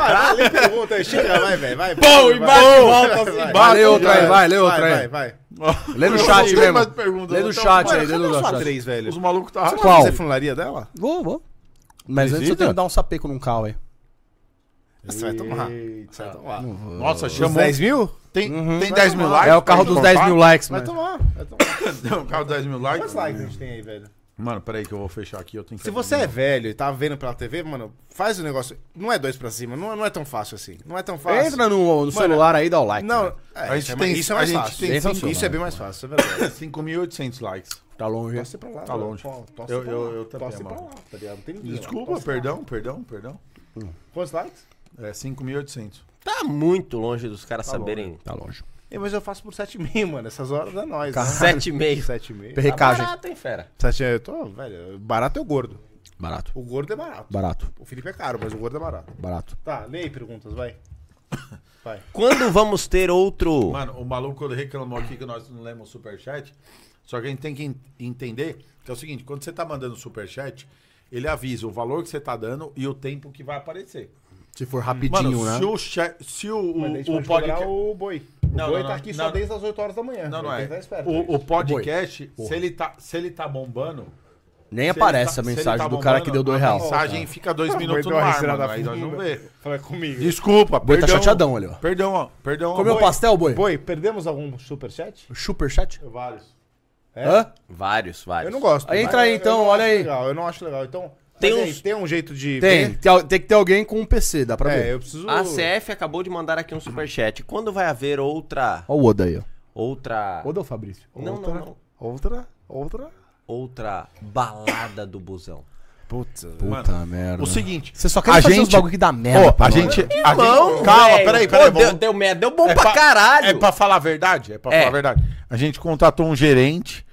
Speaker 2: vai, lê pergunta aí, chega, vai, velho, vai.
Speaker 4: Bom, e bate e volta, assim,
Speaker 2: vai.
Speaker 9: Lê outra aí, vai, lê outra
Speaker 2: Vai,
Speaker 9: aí.
Speaker 2: vai, vai.
Speaker 9: Lê no
Speaker 6: Eu não
Speaker 9: chat
Speaker 6: tenho mais
Speaker 9: mesmo.
Speaker 6: perguntas,
Speaker 9: Lê no
Speaker 6: então,
Speaker 9: chat
Speaker 2: Mano,
Speaker 9: aí, lê
Speaker 2: cadê
Speaker 9: no
Speaker 2: a sua
Speaker 9: chat.
Speaker 2: três, velho?
Speaker 6: Os malucos tá
Speaker 2: Você
Speaker 6: rachando.
Speaker 2: vai
Speaker 9: Qual?
Speaker 2: fazer funilaria dela?
Speaker 3: Vou, vou. Mas antes eu
Speaker 9: Visita?
Speaker 3: tenho que dar um sapeco num carro aí.
Speaker 2: Você vai tomar. Você vai tomar.
Speaker 6: Nossa,
Speaker 2: Os
Speaker 6: chamou.
Speaker 2: 10 mil?
Speaker 6: Tem,
Speaker 4: Uhum.
Speaker 6: tem 10 mil likes?
Speaker 3: É o carro
Speaker 6: pra
Speaker 3: dos
Speaker 6: gente
Speaker 3: 10 mil
Speaker 6: contar?
Speaker 3: likes,
Speaker 2: Vai
Speaker 3: mano.
Speaker 2: tomar, vai tomar.
Speaker 6: Não, o carro dos 10 mil likes.
Speaker 2: Quantos likes a gente tem aí, velho?
Speaker 6: Mano, peraí que eu vou fechar aqui. Eu tenho que
Speaker 2: Se você é velho e tá vendo pela TV, mano, faz o negócio. Não é dois pra cima, não, é- não é tão fácil assim. Não é tão fácil.
Speaker 3: Entra no, no celular aí e dá o like.
Speaker 2: Não,
Speaker 3: né?
Speaker 2: é,
Speaker 6: A gente
Speaker 2: isso, é
Speaker 6: tem-
Speaker 2: mais- isso é
Speaker 6: a
Speaker 2: mais
Speaker 6: gente
Speaker 2: fácil.
Speaker 6: tem
Speaker 3: Isso é
Speaker 2: isso
Speaker 3: sensacional.
Speaker 2: é bem mais fácil, é verdade.
Speaker 6: 5.800 likes.
Speaker 3: Tá longe.
Speaker 2: Torce pra lá.
Speaker 6: Tá
Speaker 2: velho.
Speaker 6: longe.
Speaker 2: Pô, torce
Speaker 6: Eu-
Speaker 2: pra
Speaker 6: eu-
Speaker 2: lá.
Speaker 6: eu também,
Speaker 2: Torce pra
Speaker 6: mano.
Speaker 2: lá, tá ligado? Não tem ninguém, ó.
Speaker 6: Desculpa,
Speaker 2: Torce pra lá.
Speaker 6: perdão, perdão, perdão.
Speaker 2: Quantos likes?
Speaker 6: É 5.800.
Speaker 4: Tá muito longe dos caras saberem.
Speaker 3: Tá longe.
Speaker 2: É, mas eu faço por 7 mil, mano. Essas horas é nóis.
Speaker 4: Sete e meio.
Speaker 2: 7 mil.
Speaker 3: Perrecagem.
Speaker 4: barato, hein, fera?
Speaker 2: 7 eu tô, velho. Barato é o gordo.
Speaker 3: Barato.
Speaker 2: O gordo é barato.
Speaker 3: Barato.
Speaker 2: O Felipe é caro, mas o gordo é barato.
Speaker 3: Barato.
Speaker 2: Tá, lê aí perguntas, vai. Vai.
Speaker 4: Quando vamos ter outro...
Speaker 6: Mano, o maluco reclamou aqui que nós não lemos o superchat. Só que a gente tem que en- entender que é o seguinte: quando você tá mandando superchat, ele avisa o valor que você tá dando e o tempo que vai aparecer.
Speaker 9: Se for
Speaker 6: Mano,
Speaker 9: rapidinho,
Speaker 6: se
Speaker 9: né?
Speaker 6: o, chat, se o, o,
Speaker 2: Mas a gente
Speaker 6: o
Speaker 2: pode
Speaker 6: podcast.
Speaker 2: cobrar o boi. O
Speaker 6: Não,
Speaker 2: boi
Speaker 6: não,
Speaker 2: tá
Speaker 6: não.
Speaker 2: aqui
Speaker 6: Não,
Speaker 2: só
Speaker 6: não.
Speaker 2: desde as 8 horas da manhã.
Speaker 6: Não, não
Speaker 2: Ele
Speaker 6: é.
Speaker 2: Tá esperto,
Speaker 6: O, o
Speaker 2: gente.
Speaker 6: podcast, se ele, tá, se ele tá bombando.
Speaker 3: Nem
Speaker 6: se
Speaker 3: aparece
Speaker 6: ele tá-
Speaker 3: a
Speaker 6: se ele
Speaker 3: mensagem
Speaker 6: tá
Speaker 3: do cara
Speaker 6: bombando,
Speaker 3: que deu
Speaker 6: a
Speaker 3: dois reais.
Speaker 6: mensagem fica dois
Speaker 2: Boi
Speaker 6: minutos
Speaker 2: deu
Speaker 6: no
Speaker 2: uma
Speaker 6: ar,
Speaker 2: respirada
Speaker 6: mano, aí nós vamos
Speaker 2: funda.
Speaker 6: ver.
Speaker 2: Fala comigo.
Speaker 6: Desculpa,
Speaker 3: Boi tá
Speaker 6: perdão.
Speaker 3: chateadão ali, ó.
Speaker 6: Perdão, ó. Perdão, ó.
Speaker 3: Comeu pastel, boi?
Speaker 2: Boi, perdemos algum superchat?
Speaker 3: Superchat?
Speaker 2: Vários.
Speaker 6: É.
Speaker 3: Hã?
Speaker 4: Vários, vários.
Speaker 2: Eu não gosto.
Speaker 3: Aí
Speaker 2: mas
Speaker 3: entra aí,
Speaker 2: eu-
Speaker 3: então,
Speaker 2: eu não
Speaker 3: olha
Speaker 2: acho
Speaker 3: aí.
Speaker 2: Legal, eu não acho legal. Então,
Speaker 4: Tem
Speaker 2: tem, um...
Speaker 4: uns-
Speaker 2: tem um jeito de.
Speaker 3: Tem. Ah,
Speaker 2: ver?
Speaker 3: Tem, al- tem que ter alguém com um PC, dá pra
Speaker 2: É,
Speaker 3: ver.
Speaker 2: eu preciso.
Speaker 4: A CF acabou de mandar aqui um superchat. Quando vai haver outra...
Speaker 3: Olha o Oda aí, ó.
Speaker 4: Outra...
Speaker 3: Oda ou Fabrício?
Speaker 4: Não, não, não.
Speaker 9: Outra, outra.
Speaker 4: Outra balada do busão.
Speaker 9: Puta.
Speaker 3: Puta merda.
Speaker 6: O seguinte.
Speaker 3: Você só quer fazer
Speaker 6: gente-
Speaker 3: uns bagulho que dá merda.
Speaker 6: Ó,
Speaker 3: pra
Speaker 6: a
Speaker 3: nós.
Speaker 6: gente. a gente-
Speaker 4: Irmão,
Speaker 6: Tá calma,
Speaker 4: velho.
Speaker 6: peraí,
Speaker 4: Pô,
Speaker 6: peraí.
Speaker 4: deu,
Speaker 6: vamos-
Speaker 4: deu merda, deu bom
Speaker 6: É
Speaker 4: pra, caralho.
Speaker 6: É pra falar a verdade? É pra
Speaker 4: É.
Speaker 6: falar a verdade. A gente contratou um gerente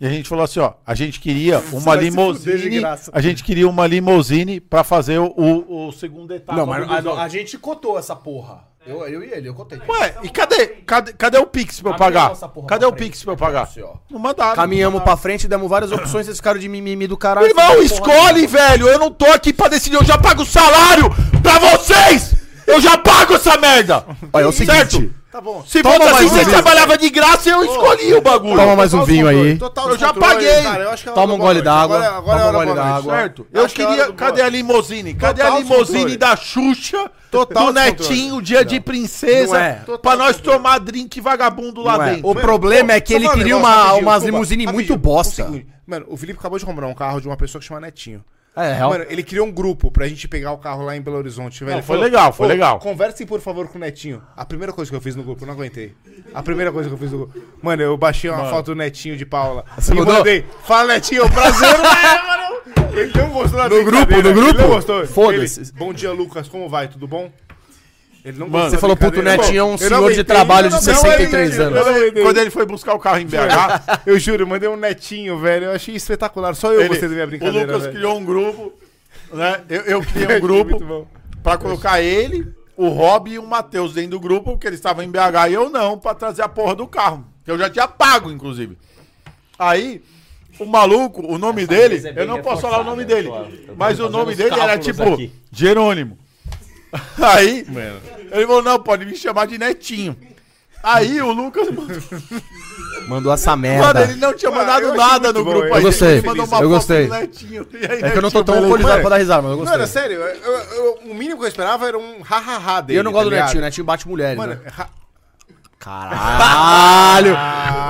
Speaker 6: e a gente falou assim, ó, a gente queria uma
Speaker 2: vai se fuder de
Speaker 6: limousine,
Speaker 2: graça.
Speaker 6: a gente queria uma limousine pra fazer o, o, o segundo etapa.
Speaker 3: Não, mas
Speaker 6: do
Speaker 3: a,
Speaker 6: busão.
Speaker 3: a gente cotou essa porra. Eu, eu e ele, eu cotei.
Speaker 6: Ué, e cadê, cadê, cadê o Pix pra eu
Speaker 3: Abre
Speaker 6: pagar?
Speaker 3: essa porra
Speaker 6: Cadê
Speaker 3: pra
Speaker 6: o
Speaker 3: frente,
Speaker 6: Pix pra eu
Speaker 3: vai pra
Speaker 6: pagar?
Speaker 3: você, ó.
Speaker 6: Não mandaram.
Speaker 3: Caminhamos pra frente, demos várias opções, vocês ficaram de mimimi do caralho.
Speaker 6: Irmão,
Speaker 3: Porra né?
Speaker 6: escolhe, velho! Eu não tô aqui pra decidir, eu já pago o salário pra vocês! Eu já pago essa merda!
Speaker 3: Olha, é o seguinte,
Speaker 6: Certo?
Speaker 2: Tá bom.
Speaker 1: Se
Speaker 7: Toma
Speaker 1: fosse assim,
Speaker 7: mais um
Speaker 1: você
Speaker 7: vinho.
Speaker 1: trabalhava de graça e eu escolhi o bagulho.
Speaker 7: Toma mais um vinho aí.
Speaker 2: Total
Speaker 1: Eu já
Speaker 2: descontrole,
Speaker 1: paguei.
Speaker 2: cara, eu acho
Speaker 6: Tá
Speaker 2: que é
Speaker 3: Toma
Speaker 2: hora do
Speaker 3: um gole
Speaker 2: boa noite.
Speaker 3: d'água.
Speaker 2: Agora, agora é
Speaker 3: Toma um
Speaker 2: hora
Speaker 3: gole
Speaker 2: da boa noite.
Speaker 3: d'água.
Speaker 1: Certo. Eu
Speaker 2: Acho que é
Speaker 1: queria.
Speaker 2: hora do
Speaker 1: cadê a limousine? Cadê
Speaker 2: Total
Speaker 1: a limousine
Speaker 2: descontrole.
Speaker 1: da Xuxa?
Speaker 2: Total
Speaker 1: do
Speaker 2: descontrole.
Speaker 1: Netinho, dia de princesa.
Speaker 3: Não é.
Speaker 1: Pra nós tomar drink vagabundo lá
Speaker 3: Não é.
Speaker 1: dentro.
Speaker 3: O problema é que
Speaker 2: Só
Speaker 3: ele
Speaker 2: falar um
Speaker 3: queria
Speaker 2: negócio
Speaker 3: uma,
Speaker 2: rapidinho,
Speaker 3: umas
Speaker 2: Cuba,
Speaker 3: limusine
Speaker 2: rapidinho,
Speaker 3: muito bosta.
Speaker 2: um segundo. Mano, o Felipe acabou de comprar um carro de uma pessoa que chama Netinho.
Speaker 3: É, real.
Speaker 2: Mano, ele criou um grupo pra gente pegar o carro lá em Belo Horizonte, velho.
Speaker 1: Não,
Speaker 2: Ele
Speaker 1: foi legal, foi
Speaker 2: "Ô,
Speaker 1: legal."
Speaker 2: Conversem, por favor, com o Netinho. A primeira coisa que eu fiz no grupo, eu não aguentei. A primeira coisa que eu fiz no grupo. Mano, eu baixei uma foto do Netinho de Paula. Você e
Speaker 3: mandou?
Speaker 2: mandei, fala Netinho, prazer, mano. Ele não gostou da
Speaker 3: No grupo,
Speaker 2: brincadeira,
Speaker 3: no
Speaker 2: Ele
Speaker 3: grupo?
Speaker 2: não gostou.
Speaker 3: Foda-se.
Speaker 2: Ele, Bom dia, Lucas, como vai? Tudo bom? Ele não
Speaker 3: Você falou, puto, o Netinho é um senhor de trabalho
Speaker 2: trabalho
Speaker 3: de 63 anos.
Speaker 1: Quando ele foi buscar o carro em BH,
Speaker 2: Eu juro, eu mandei um netinho, velho. Eu achei espetacular. Só eu
Speaker 1: Ele-
Speaker 2: gostei da minha brincadeira.
Speaker 1: O Lucas
Speaker 2: velho.
Speaker 1: criou um grupo, né? Eu, eu criei um grupo
Speaker 2: Muito bom.
Speaker 1: pra colocar ele, o Rob e o Matheus dentro do grupo, porque eles estavam em BH e eu não, pra trazer a porra do carro. Que eu já tinha pago, inclusive. Aí, o maluco, o nome dele,
Speaker 4: mesa é bem
Speaker 1: eu não posso falar o nome dele,
Speaker 4: tô- eu tô
Speaker 1: mas o
Speaker 4: fazendo
Speaker 1: nome
Speaker 4: os
Speaker 1: dele era
Speaker 4: cálculos
Speaker 1: tipo
Speaker 4: aqui.
Speaker 1: Jerônimo. Aí, ele falou: não, pode me chamar de Netinho. Aí o Lucas mandou-
Speaker 3: Mandou essa
Speaker 1: Mano,
Speaker 3: merda.
Speaker 1: ele não tinha
Speaker 2: eu
Speaker 1: mandado
Speaker 2: achei
Speaker 1: nada
Speaker 2: muito
Speaker 1: no
Speaker 2: bom,
Speaker 1: grupo
Speaker 2: eu
Speaker 1: aí.
Speaker 3: gostei,
Speaker 1: Ele mandou uma
Speaker 7: eu
Speaker 1: foto
Speaker 7: gostei.
Speaker 1: do Netinho. E aí,
Speaker 3: É que eu não tô
Speaker 1: Netinho,
Speaker 3: tão
Speaker 1: beleza.
Speaker 3: alcoolizado pra dar risada, mas eu
Speaker 2: Não, era
Speaker 3: gostei.
Speaker 2: é sério. eu- eu- eu- o mínimo que eu esperava era um ha-ha-ha
Speaker 3: E
Speaker 2: dele.
Speaker 3: eu não
Speaker 2: tá
Speaker 3: gosto do Netinho, o
Speaker 2: ligado?
Speaker 3: Netinho bate mulheres, né?
Speaker 2: Mano, é ha-
Speaker 3: Caralho!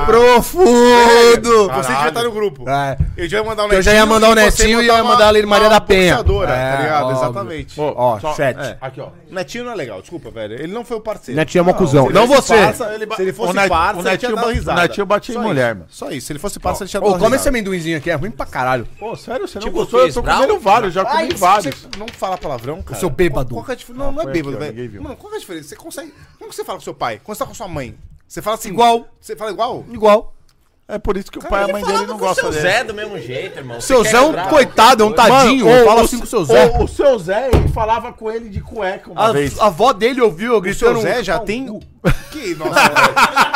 Speaker 3: Profundo!
Speaker 2: você devia estar no grupo.
Speaker 3: É.
Speaker 2: Eu já ia mandar um
Speaker 3: Eu já ia mandar o Netinho e eu ia mandar a Lili Maria da Penha.
Speaker 2: Pensadora, tá
Speaker 3: É,
Speaker 2: ligado?
Speaker 3: óbvio.
Speaker 2: Exatamente.
Speaker 3: Ó, chat.
Speaker 1: Aqui, ó.
Speaker 2: Netinho não é legal, desculpa, velho. Ele não foi o parceiro.
Speaker 3: Netinho é uma cuzão.
Speaker 2: se
Speaker 3: Não
Speaker 2: ele fosse
Speaker 3: você.
Speaker 2: parça, ele ba- se ele
Speaker 1: O
Speaker 2: fosse
Speaker 1: Net-
Speaker 2: parça,
Speaker 1: o
Speaker 2: ele tinha
Speaker 1: Netinho
Speaker 2: dado
Speaker 1: ba-
Speaker 2: risada.
Speaker 1: o Netinho batia em
Speaker 2: Só
Speaker 1: mulher,
Speaker 2: isso.
Speaker 1: mano.
Speaker 2: Só isso. Se ele fosse parça, ele tinha dado
Speaker 3: Ô, come esse
Speaker 2: risada.
Speaker 3: amendoinzinho aqui, é ruim pra caralho.
Speaker 1: Pô, sério, você não
Speaker 4: Tipo
Speaker 1: gostou? Eu
Speaker 4: Chris
Speaker 1: tô
Speaker 4: Brown? Ah, tipo-
Speaker 1: comendo vários, já
Speaker 2: Ai,
Speaker 1: comi
Speaker 2: você-
Speaker 1: vários.
Speaker 2: você Não fala palavrão, cara.
Speaker 3: seu bêbado.
Speaker 2: Qual, qual que é a dif- Não, não é
Speaker 1: foi
Speaker 2: bêbado,
Speaker 1: aqui, ó, ninguém
Speaker 2: velho.
Speaker 1: viu.
Speaker 2: Mano, qual que é a diferença? Você consegue... Como que você fala com seu pai? Quando você tá com sua mãe? Você fala assim...
Speaker 3: Igual.
Speaker 2: Você fala igual?
Speaker 3: Igual.
Speaker 1: É por isso que o pai e a mãe dele não gostam dele.
Speaker 2: né?
Speaker 4: Seu Zé é do mesmo jeito, irmão.
Speaker 3: Seu
Speaker 4: Você
Speaker 3: Zé
Speaker 4: quer
Speaker 3: é um
Speaker 4: quebrar?
Speaker 3: coitado, é um tadinho.
Speaker 1: Mano,
Speaker 3: Fala
Speaker 1: o-
Speaker 3: assim com o seu Zé.
Speaker 1: O, o seu Zé, ele falava com ele de cueca uma
Speaker 3: A,
Speaker 1: vez.
Speaker 3: a avó dele ouviu eu
Speaker 2: O seu
Speaker 3: gritando.
Speaker 2: Zé já tem... Que... Nossa,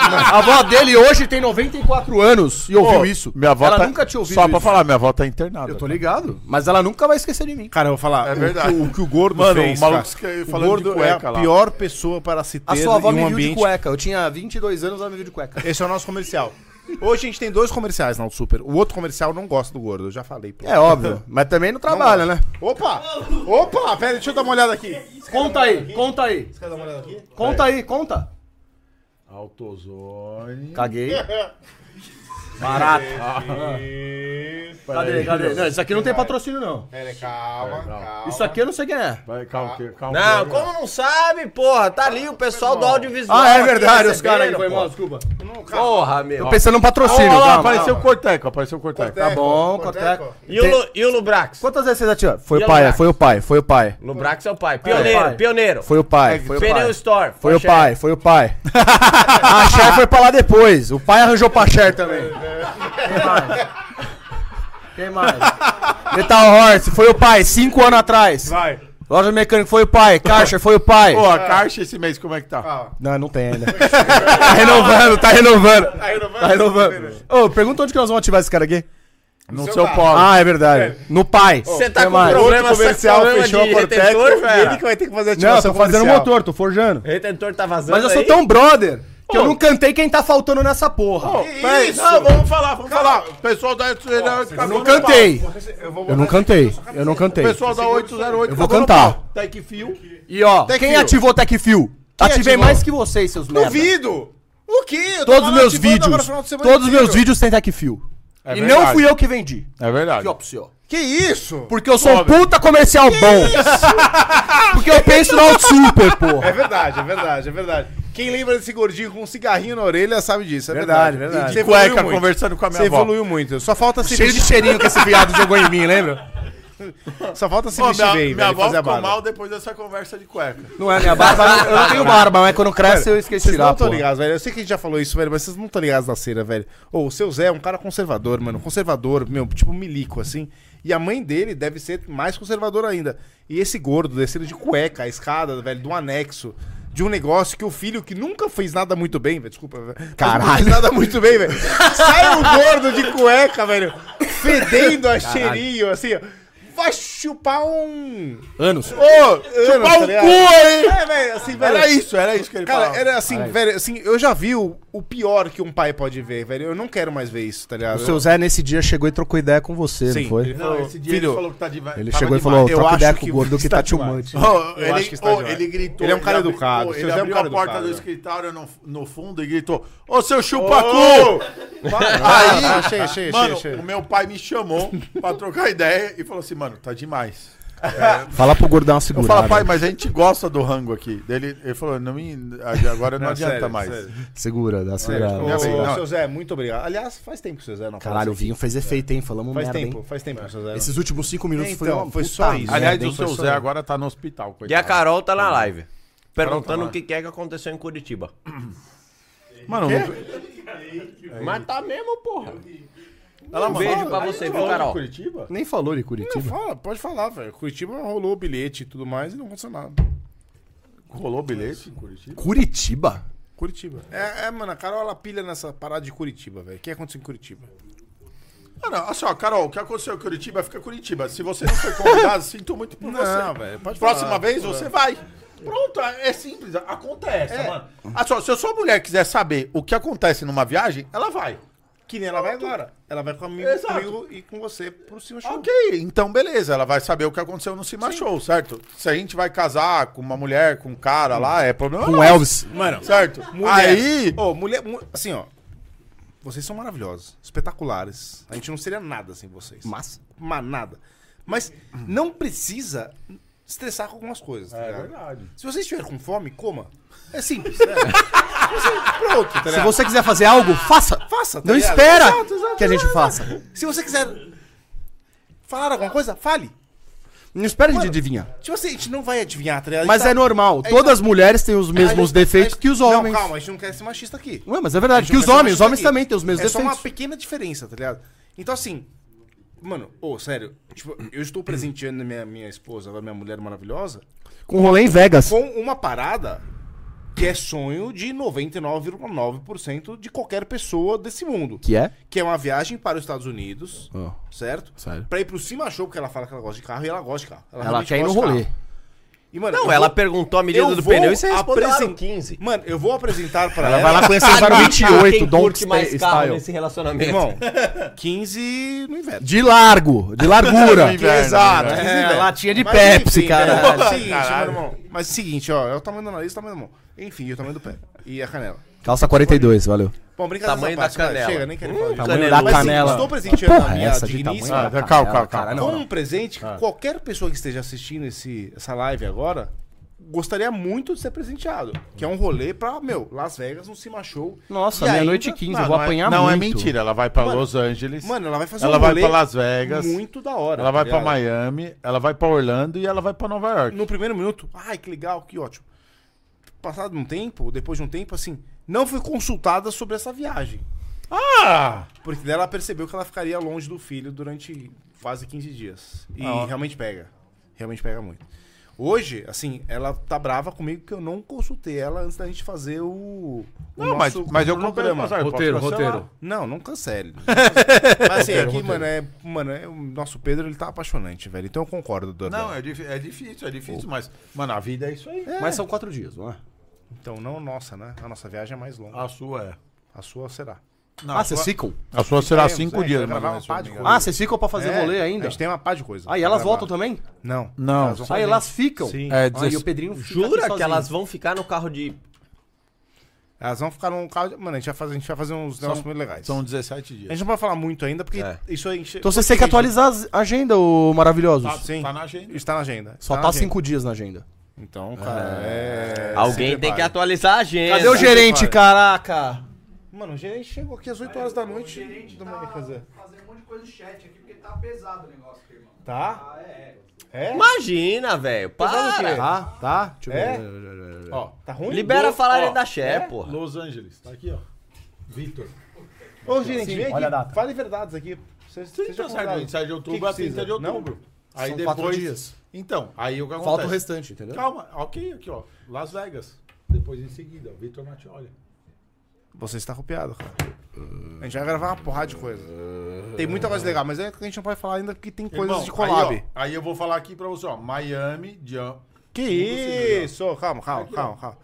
Speaker 3: A avó dele hoje tem 94 anos e ouviu
Speaker 1: Pô,
Speaker 3: isso.
Speaker 1: Minha avó
Speaker 3: ela
Speaker 1: tá-
Speaker 3: nunca tinha ouvido
Speaker 1: Só
Speaker 3: isso.
Speaker 1: pra falar, minha avó tá internada.
Speaker 3: Eu tô ligado, mas ela nunca vai esquecer de mim.
Speaker 2: Cara, eu vou falar.
Speaker 1: É
Speaker 2: o
Speaker 1: verdade.
Speaker 2: que O, o que o gordo
Speaker 1: Mano,
Speaker 2: fez.
Speaker 1: o maluco
Speaker 2: cara.
Speaker 1: que-
Speaker 2: o
Speaker 1: falando de
Speaker 2: gordo é
Speaker 1: cueca
Speaker 2: a
Speaker 1: lá.
Speaker 2: pior pessoa para se ter
Speaker 3: A sua avó
Speaker 2: em
Speaker 3: me
Speaker 2: um
Speaker 3: viu de
Speaker 2: ambiente.
Speaker 3: cueca. Eu tinha 22 anos, ela me viu de cueca.
Speaker 2: Esse é o nosso comercial. Hoje a gente tem dois comerciais na Super. O outro comercial não gosta do gordo, eu já falei. pô.
Speaker 3: É óbvio, mas também não trabalha, né?
Speaker 2: Opa! Opa! Pera, deixa eu dar uma olhada aqui.
Speaker 3: Conta aí, conta aí. Conta aí, conta.
Speaker 1: Autozone.
Speaker 3: Caguei. Barato.
Speaker 4: Tá
Speaker 3: Cadê, cadê? Não, isso aqui não tem patrocínio, não.
Speaker 2: Pera, calma, calma.
Speaker 3: Isso aqui eu não sei quem é.
Speaker 1: Vai, calma, que- calma.
Speaker 4: Não,
Speaker 1: que-
Speaker 4: como não sabe, porra? Tá ali o pessoal do audiovisual.
Speaker 3: Ah, é
Speaker 4: aqui
Speaker 3: verdade, os
Speaker 4: recebendo,
Speaker 3: caras aí. Foi
Speaker 4: pô.
Speaker 3: mal, desculpa.
Speaker 4: Porra, meu.
Speaker 3: Tô pensando no
Speaker 1: Olha
Speaker 3: patrocínio,
Speaker 1: lá,
Speaker 3: calma.
Speaker 1: apareceu o Corteco, apareceu o Corteco.
Speaker 2: Tá
Speaker 3: bom,
Speaker 2: Coteco.
Speaker 3: Coteco.
Speaker 4: E o, Lu, e o Lubrax?
Speaker 3: Quantas vezes vocês atiraram? Foi
Speaker 4: E
Speaker 3: o
Speaker 4: a
Speaker 3: pai,
Speaker 4: Lubrax?
Speaker 3: foi o pai, foi o pai.
Speaker 4: Lubrax é o pai. Pioneiro,
Speaker 3: pai.
Speaker 4: pioneiro.
Speaker 3: Foi o pai, foi o
Speaker 4: Pneu
Speaker 3: pai.
Speaker 4: Store.
Speaker 3: Foi o
Speaker 4: Pochete.
Speaker 3: pai, foi o pai. A Cher foi pra lá depois. O pai arranjou pra Cher também. Quem mais? Quem mais? Metal Horse, foi o pai, cinco anos atrás.
Speaker 2: Vai.
Speaker 3: Loja mecânica foi o pai, caixa foi o pai.
Speaker 1: Pô, a caixa esse mês, como é que tá?
Speaker 3: Não, não tem ainda. tá renovando, tá renovando. Tá
Speaker 2: renovando?
Speaker 3: renovando. Ô, pergunta onde que nós vamos ativar esse cara aqui.
Speaker 1: No
Speaker 2: seu
Speaker 1: seu
Speaker 2: carro.
Speaker 1: polo.
Speaker 3: Ah, é verdade. No pai.
Speaker 4: Você
Speaker 3: Quem
Speaker 4: tá com
Speaker 3: mais?
Speaker 4: problema,
Speaker 2: Outro comercial
Speaker 4: problema
Speaker 2: fechou
Speaker 4: de
Speaker 2: a Corteco.
Speaker 4: retentor,
Speaker 2: Ele que
Speaker 4: velho.
Speaker 2: vai ter que fazer a
Speaker 3: Não,
Speaker 2: ativação
Speaker 3: tô fazendo
Speaker 2: comercial.
Speaker 3: motor, tô forjando.
Speaker 4: Retentor tá vazando
Speaker 3: Mas eu sou
Speaker 4: aí.
Speaker 3: tão brother que eu não cantei quem tá faltando nessa porra.
Speaker 1: Peraí, Não, vamos falar, vamos falar. O pessoal da 808
Speaker 3: Eu
Speaker 1: acabou
Speaker 3: não
Speaker 1: no
Speaker 3: cantei.
Speaker 2: Eu vou
Speaker 3: Eu não cantei. Eu não
Speaker 1: pau.
Speaker 3: cantei.
Speaker 1: O pessoal da 808
Speaker 3: Eu vou
Speaker 1: acabou no
Speaker 3: cantar.
Speaker 1: pau. Tech Fio.
Speaker 3: E ó, quem
Speaker 2: Fio.
Speaker 3: ativou TechFio? Ativei mais que vocês, seus merda.
Speaker 2: Duvido! O quê? Eu
Speaker 3: Todos
Speaker 2: tava
Speaker 3: os meus
Speaker 2: ativando
Speaker 3: vídeos,
Speaker 2: agora no final de semana
Speaker 3: todos os meus
Speaker 2: inteiro.
Speaker 3: vídeos têm TechFio. e
Speaker 1: verdade.
Speaker 3: não fui eu que vendi.
Speaker 1: É verdade.
Speaker 3: Aqui, ó, pro senhor.
Speaker 2: Que isso?
Speaker 3: Porque eu sou um puta comercial bom. Porque eu penso no Auto Super, porra.
Speaker 2: É verdade, é verdade, é verdade. Quem lembra desse gordinho com um cigarrinho na orelha sabe disso, é verdade.
Speaker 3: Verdade, verdade.
Speaker 2: E de
Speaker 1: Cueca,
Speaker 2: evoluiu muito.
Speaker 1: conversando com a minha
Speaker 2: Você
Speaker 1: avó.
Speaker 2: evoluiu muito. Só falta se
Speaker 3: Cheio de cheirinho que esse viado jogou em mim, lembra?
Speaker 2: Só falta se
Speaker 1: Pô,
Speaker 2: vestir
Speaker 1: minha
Speaker 2: bem,
Speaker 1: minha
Speaker 2: velho,
Speaker 1: avó
Speaker 2: fazer a
Speaker 1: ficou
Speaker 2: barba.
Speaker 1: mal depois dessa conversa de cueca.
Speaker 3: Não é minha barba, eu não tenho barba, mas quando cresce eu esqueci de
Speaker 2: Vocês
Speaker 3: tirar,
Speaker 2: não estão
Speaker 3: porra.
Speaker 2: ligados, velho. Eu sei que a gente já falou isso, velho, mas vocês não estão ligados na cena, velho. Ô, o seu Zé é um cara conservador, mano. Conservador, meu, tipo milico, assim. E a mãe dele deve ser mais conservadora ainda. E esse gordo descendo de cueca, a escada, velho, de um anexo. De um negócio que o filho que nunca fez nada muito bem, velho. Desculpa, velho. mas Nunca
Speaker 3: Caralho.
Speaker 2: fez nada muito bem, velho. um Sai o gordo de cueca, velho. Fedendo a cheirinho, assim, ó. Vai chupar um.
Speaker 10: Anos.
Speaker 2: Chupar um cu aí!
Speaker 6: É, velho, assim, velho. Era isso, era isso que ele
Speaker 2: Cara,
Speaker 6: falava.
Speaker 2: era assim, velho, assim, eu já vi o, o pior que um pai pode ver, velho. Eu não quero mais ver isso, tá ligado?
Speaker 3: O seu Zé nesse dia chegou e trocou ideia com você,
Speaker 2: Sim,
Speaker 3: não foi?
Speaker 2: ele-
Speaker 1: Não, esse dia
Speaker 2: Filho,
Speaker 1: ele falou que tá de
Speaker 3: Ele
Speaker 1: tava
Speaker 3: chegou e
Speaker 1: demais.
Speaker 3: falou, ó,
Speaker 2: eu
Speaker 3: troca
Speaker 2: acho
Speaker 3: ideia
Speaker 2: que
Speaker 3: com o gordo que tá tilmante.
Speaker 6: Ô,
Speaker 2: Eu acho
Speaker 6: ele,
Speaker 2: que está
Speaker 6: ô,
Speaker 2: demais.
Speaker 6: ele gritou.
Speaker 2: Ele é um cara
Speaker 6: abriu-
Speaker 2: educado,
Speaker 6: ô,
Speaker 2: seu
Speaker 6: Ele
Speaker 2: Zé é um
Speaker 6: abriu
Speaker 2: cara
Speaker 6: a porta
Speaker 2: educado,
Speaker 6: do
Speaker 2: né?
Speaker 6: escritório no, no fundo e gritou: Ô seu chupacu! Aí,
Speaker 2: Ah, chega, chega,
Speaker 6: mano,
Speaker 2: chega, chega.
Speaker 6: o meu pai me chamou pra trocar ideia e falou assim: mano, tá demais.
Speaker 3: Fala pro gordo dar uma
Speaker 6: Eu
Speaker 3: segurada.
Speaker 6: falo, pai, mas a gente gosta do rango aqui. Daí Ele, ele falou: não me, agora não,
Speaker 2: Não,
Speaker 6: adianta
Speaker 2: sério,
Speaker 6: mais.
Speaker 2: sério.
Speaker 3: Segura,
Speaker 2: É,
Speaker 3: dá uma segurada.
Speaker 2: Ô,
Speaker 6: amigo, não.
Speaker 2: seu Zé, muito obrigado. Aliás, faz tempo que o seu Zé não fala
Speaker 3: Caralho, o
Speaker 2: isso aqui.
Speaker 3: vinho fez efeito, hein? Falamos
Speaker 2: Faz
Speaker 3: merda,
Speaker 2: tempo,
Speaker 3: hein?
Speaker 2: faz
Speaker 6: É.
Speaker 2: tempo que o seu Zé não-
Speaker 10: Esses últimos cinco minutos foi,
Speaker 2: Então,
Speaker 10: uma
Speaker 2: foi
Speaker 10: puta
Speaker 2: só isso.
Speaker 10: merda,
Speaker 6: Aliás,
Speaker 10: hein?
Speaker 6: o seu
Speaker 10: Foi só
Speaker 6: Zé
Speaker 10: isso.
Speaker 6: agora tá no hospital.
Speaker 4: E a
Speaker 6: coitado.
Speaker 4: Carol tá na live.
Speaker 6: Carol
Speaker 4: Perguntando
Speaker 6: tá
Speaker 4: o que que é que aconteceu em Curitiba.
Speaker 2: É.
Speaker 6: Mano, não-
Speaker 4: Mas tá mesmo, porra. um beijo pra você, viu, Carol?
Speaker 1: Curitiba?
Speaker 3: Nem falou de
Speaker 2: Não,
Speaker 3: Curitiba.
Speaker 2: fala, pode falar, velho. Curitiba rolou o bilhete e tudo mais e não aconteceu nada.
Speaker 6: rolou bilhete em Curitiba?
Speaker 10: Curitiba?
Speaker 2: Curitiba. É, é, mano, a Carol ela pilha nessa parada de Curitiba, velho. O que aconteceu em Curitiba?
Speaker 6: Ah, não. Olha só, Carol, o que aconteceu em Curitiba fica Curitiba. Se você não foi convidado, sinto muito por
Speaker 2: Não,
Speaker 6: você.
Speaker 2: velho, pode
Speaker 6: Próxima
Speaker 2: falar,
Speaker 6: vez você vai. Pronto, é simples, acontece,
Speaker 1: É.
Speaker 6: mano. Ah, só, se a sua mulher quiser saber o que acontece numa viagem, ela vai.
Speaker 2: Que nem ela vai agora. Ela vai comigo,
Speaker 6: Exato.
Speaker 2: comigo e com você pro cima show.
Speaker 6: Ok, então beleza, ela vai saber o que aconteceu no Cima Show, certo? Se a gente vai casar com uma mulher, com um cara lá, é problema
Speaker 3: Com
Speaker 6: nosso,
Speaker 3: Elvis.
Speaker 2: Mano,
Speaker 6: certo? Aí,
Speaker 2: Ô, mulher. mu- Assim, ó. Vocês são maravilhosos, espetaculares. A gente não seria nada sem vocês.
Speaker 3: Massa.
Speaker 2: Mas nada. Mas não precisa estressar com algumas coisas, tá ligado?
Speaker 1: Verdade.
Speaker 2: Se você estiver com fome, coma. É simples, né? Você- pronto, tá
Speaker 3: Se
Speaker 2: ligado?
Speaker 3: você quiser fazer algo, faça.
Speaker 2: Faça, tá
Speaker 3: Não
Speaker 2: ligado?
Speaker 3: espera
Speaker 2: Exato, exato,
Speaker 3: que a gente
Speaker 2: exato.
Speaker 3: faça.
Speaker 2: Se você quiser falar alguma coisa, fale.
Speaker 3: Não espera a gente adivinhar.
Speaker 2: Tipo assim, a gente não vai adivinhar, tá ligado? A gente
Speaker 3: Mas
Speaker 2: tá-
Speaker 3: é normal.
Speaker 2: a gente
Speaker 3: Todas
Speaker 2: tá-
Speaker 3: as mulheres têm os
Speaker 2: a
Speaker 3: mesmos
Speaker 2: gente- a
Speaker 3: defeitos
Speaker 2: gente-
Speaker 3: que os homens.
Speaker 2: Não, calma, a gente não quer ser machista aqui.
Speaker 3: Ué, mas é
Speaker 2: A
Speaker 3: verdade.
Speaker 2: gente
Speaker 3: Que
Speaker 2: não
Speaker 3: os
Speaker 2: quer ser
Speaker 3: homens, os
Speaker 2: machista
Speaker 3: homens
Speaker 2: aqui.
Speaker 3: também têm os mesmos
Speaker 2: É só
Speaker 3: defeitos.
Speaker 2: uma pequena diferença, tá ligado? Então, assim, mano, ô, sério, tipo, eu estou presenteando minha, minha esposa, agora minha mulher maravilhosa,
Speaker 3: Com rolê em Vegas.
Speaker 2: com uma parada que é sonho de 99,9% de qualquer pessoa desse mundo.
Speaker 3: Que é? Ah,
Speaker 2: Que é uma viagem para os Estados Unidos,
Speaker 10: Ó,
Speaker 2: certo?
Speaker 10: sério.
Speaker 2: Pra ir pro Cima Show, porque ela fala que ela gosta de carro e ela gosta de carro.
Speaker 3: Ela
Speaker 2: realmente
Speaker 3: quer ir no
Speaker 2: gosta de
Speaker 3: rolê.
Speaker 2: carro. E, mano,
Speaker 4: Não,
Speaker 2: eu
Speaker 4: ela
Speaker 2: vou-
Speaker 4: perguntou a medida
Speaker 2: eu
Speaker 4: do
Speaker 2: vou
Speaker 4: pneu e você
Speaker 2: apresen-
Speaker 4: respondeu assim. 15.
Speaker 2: Mano, eu vou apresentar pra ela.
Speaker 3: Ela vai lá conhecer o 028,
Speaker 4: Quem
Speaker 3: Don't
Speaker 4: curte mais carro
Speaker 3: Style.
Speaker 4: nesse relacionamento?
Speaker 2: Irmão, 15 no inverno.
Speaker 3: É, De largo, de largura.
Speaker 6: exato.
Speaker 2: É,
Speaker 3: latinha de
Speaker 2: Mas
Speaker 3: Pepsi,
Speaker 2: enfim,
Speaker 3: cara.
Speaker 2: velho, é o seguinte, meu irmão. Mas é o seguinte, ó, é o tamanho do nariz e o tamanho da mão. Enfim, é o tamanho do pé. E a canela.
Speaker 3: Calça 42, valeu.
Speaker 2: Bom, brincadeira
Speaker 4: Tamanho
Speaker 2: essa parte,
Speaker 4: da
Speaker 2: vai,
Speaker 4: canela.
Speaker 2: Chega, nem quero falar disso.
Speaker 3: Tamanho
Speaker 4: Canela.
Speaker 3: da
Speaker 2: Mas, assim,
Speaker 3: canela.
Speaker 2: estou
Speaker 3: Que
Speaker 2: presenteando a
Speaker 3: porra é
Speaker 2: minha
Speaker 3: essa de
Speaker 2: digníssima
Speaker 3: tamanho da
Speaker 6: Ah, calma,
Speaker 3: canela,
Speaker 6: calma,
Speaker 3: cara?
Speaker 6: calma.
Speaker 3: Não,
Speaker 2: com
Speaker 3: não.
Speaker 2: um presente que qualquer pessoa que esteja assistindo esse, essa live agora gostaria muito de ser presenteado. Que é um rolê pra, meu, Las Vegas, um Cima Show.
Speaker 3: Nossa,
Speaker 2: E ainda-
Speaker 3: meia-noite e 15,
Speaker 2: Não,
Speaker 3: eu vou
Speaker 2: não é-
Speaker 3: apanhar
Speaker 6: Não,
Speaker 3: muito.
Speaker 6: é mentira. Ela vai pra
Speaker 2: Mano,
Speaker 6: Los Angeles.
Speaker 2: Mano, ela vai fazer
Speaker 6: ela
Speaker 2: um
Speaker 6: vai
Speaker 2: rolê
Speaker 6: pra Las Vegas.
Speaker 2: muito da hora.
Speaker 6: Ela vai
Speaker 2: tá
Speaker 6: pra
Speaker 2: ligado?
Speaker 6: Miami, ela vai pra Orlando e ela vai pra Nova York.
Speaker 2: No primeiro minuto, ai, que legal, que ótimo. Passado um tempo, depois de um tempo, assim, não fui consultada sobre essa viagem.
Speaker 6: Ah!
Speaker 2: Porque daí ela percebeu que ela ficaria longe do filho durante quase 15 dias. E realmente pega. Realmente pega muito. Hoje, assim, ela tá brava comigo que eu não consultei ela antes da gente fazer o. o
Speaker 6: Não, mas,
Speaker 2: nosso
Speaker 6: mas eu comprei
Speaker 2: programa.
Speaker 6: passagem, posso
Speaker 10: Roteiro,
Speaker 6: cancelar.
Speaker 10: roteiro.
Speaker 2: Não, não cancele. mas assim, aqui, mano, é, mano é, o nosso Pedro, ele tá apaixonante, velho. Então eu concordo, Dora.
Speaker 6: Não, é, dif- é difícil, é difícil, mas, mano, a vida é isso aí.
Speaker 3: Mas são quatro dias, não é?
Speaker 2: Então não nossa, né? A nossa viagem é mais longa.
Speaker 6: A sua é.
Speaker 2: A sua será.
Speaker 6: Não,
Speaker 3: Ah,
Speaker 6: a,
Speaker 3: vocês
Speaker 6: sua,
Speaker 3: ficam?
Speaker 6: a sua será
Speaker 2: Ficaremos,
Speaker 6: cinco
Speaker 2: né?
Speaker 6: dias,
Speaker 2: Vai
Speaker 6: mano.
Speaker 2: gravar
Speaker 6: né,
Speaker 2: uma
Speaker 6: se
Speaker 2: pá
Speaker 6: eu
Speaker 2: de
Speaker 6: não me
Speaker 2: coisa.
Speaker 3: Ah, vocês ficam pra fazer
Speaker 2: É,
Speaker 3: rolê ainda?
Speaker 2: A gente tem uma pá de coisa.
Speaker 3: Ah, e elas voltam também?
Speaker 2: Não.
Speaker 6: Não.
Speaker 2: Elas vão
Speaker 3: Ah,
Speaker 2: comigo.
Speaker 3: elas ficam?
Speaker 2: Sim.
Speaker 6: É,
Speaker 3: Aí o
Speaker 6: dezesse-
Speaker 3: Pedrinho fica aqui
Speaker 4: Jura que
Speaker 3: sozinho.
Speaker 4: elas vão ficar no carro de.
Speaker 2: Elas vão ficar num carro. de- Mano, a gente vai fazer, a gente vai fazer uns negócios muito legais.
Speaker 6: São 17
Speaker 2: A gente
Speaker 6: dias.
Speaker 2: não pode falar muito ainda, porque
Speaker 4: É.
Speaker 2: isso aí. a gente-
Speaker 3: Então vocês têm que atualizar a agenda, ô maravilhosos.
Speaker 2: Ah, Sim.
Speaker 6: Tá na agenda.
Speaker 2: Está na agenda.
Speaker 3: Só
Speaker 2: na
Speaker 3: tá
Speaker 2: agenda.
Speaker 3: cinco dias na agenda.
Speaker 2: Então, cara. É...
Speaker 4: Alguém
Speaker 2: se
Speaker 4: tem que
Speaker 2: prepare.
Speaker 4: atualizar a agenda.
Speaker 3: Cadê o gerente, caraca?
Speaker 2: Mano, o gerente chegou aqui às 8 horas da noite.
Speaker 11: gerente
Speaker 2: do manhã
Speaker 11: tá
Speaker 2: fazer.
Speaker 11: fazendo um monte de coisa no chat aqui, porque tá pesado o negócio aqui, irmão.
Speaker 2: Tá?
Speaker 11: Ah, é, é.
Speaker 2: É?
Speaker 4: Imagina, velho. Para.
Speaker 3: Tá, tá. Deixa eu
Speaker 2: É?
Speaker 3: ver.
Speaker 2: Ó, tá ruim?
Speaker 4: Libera a falarem
Speaker 2: Ó,
Speaker 4: da Xé,
Speaker 3: é?
Speaker 4: porra.
Speaker 1: Los Angeles. Tá aqui, ó. Vitor.
Speaker 2: Ô, gerente, vem aqui.
Speaker 3: olha a data.
Speaker 2: Fale verdades aqui. Você, você já
Speaker 1: Então, certo, a gente sai de outubro a 30 de outubro. Aí
Speaker 3: São
Speaker 1: depois.
Speaker 3: quatro dias.
Speaker 1: Então, aí o que acontece?
Speaker 3: Falta o restante, entendeu?
Speaker 1: Calma, ok, aqui, ó. Las Vegas. Depois em seguida, ó, Vitor Matioli.
Speaker 2: Você está copiado, cara. A gente vai gravar uma porrada de coisa. Tem muita coisa legal, mas é que a gente não pode falar ainda porque tem coisas
Speaker 6: Irmão,
Speaker 2: de collab.
Speaker 6: Aí, ó, aí eu vou falar aqui pra você, ó. Miami, Jam.
Speaker 2: que isso? Calma, calma, calma, calma.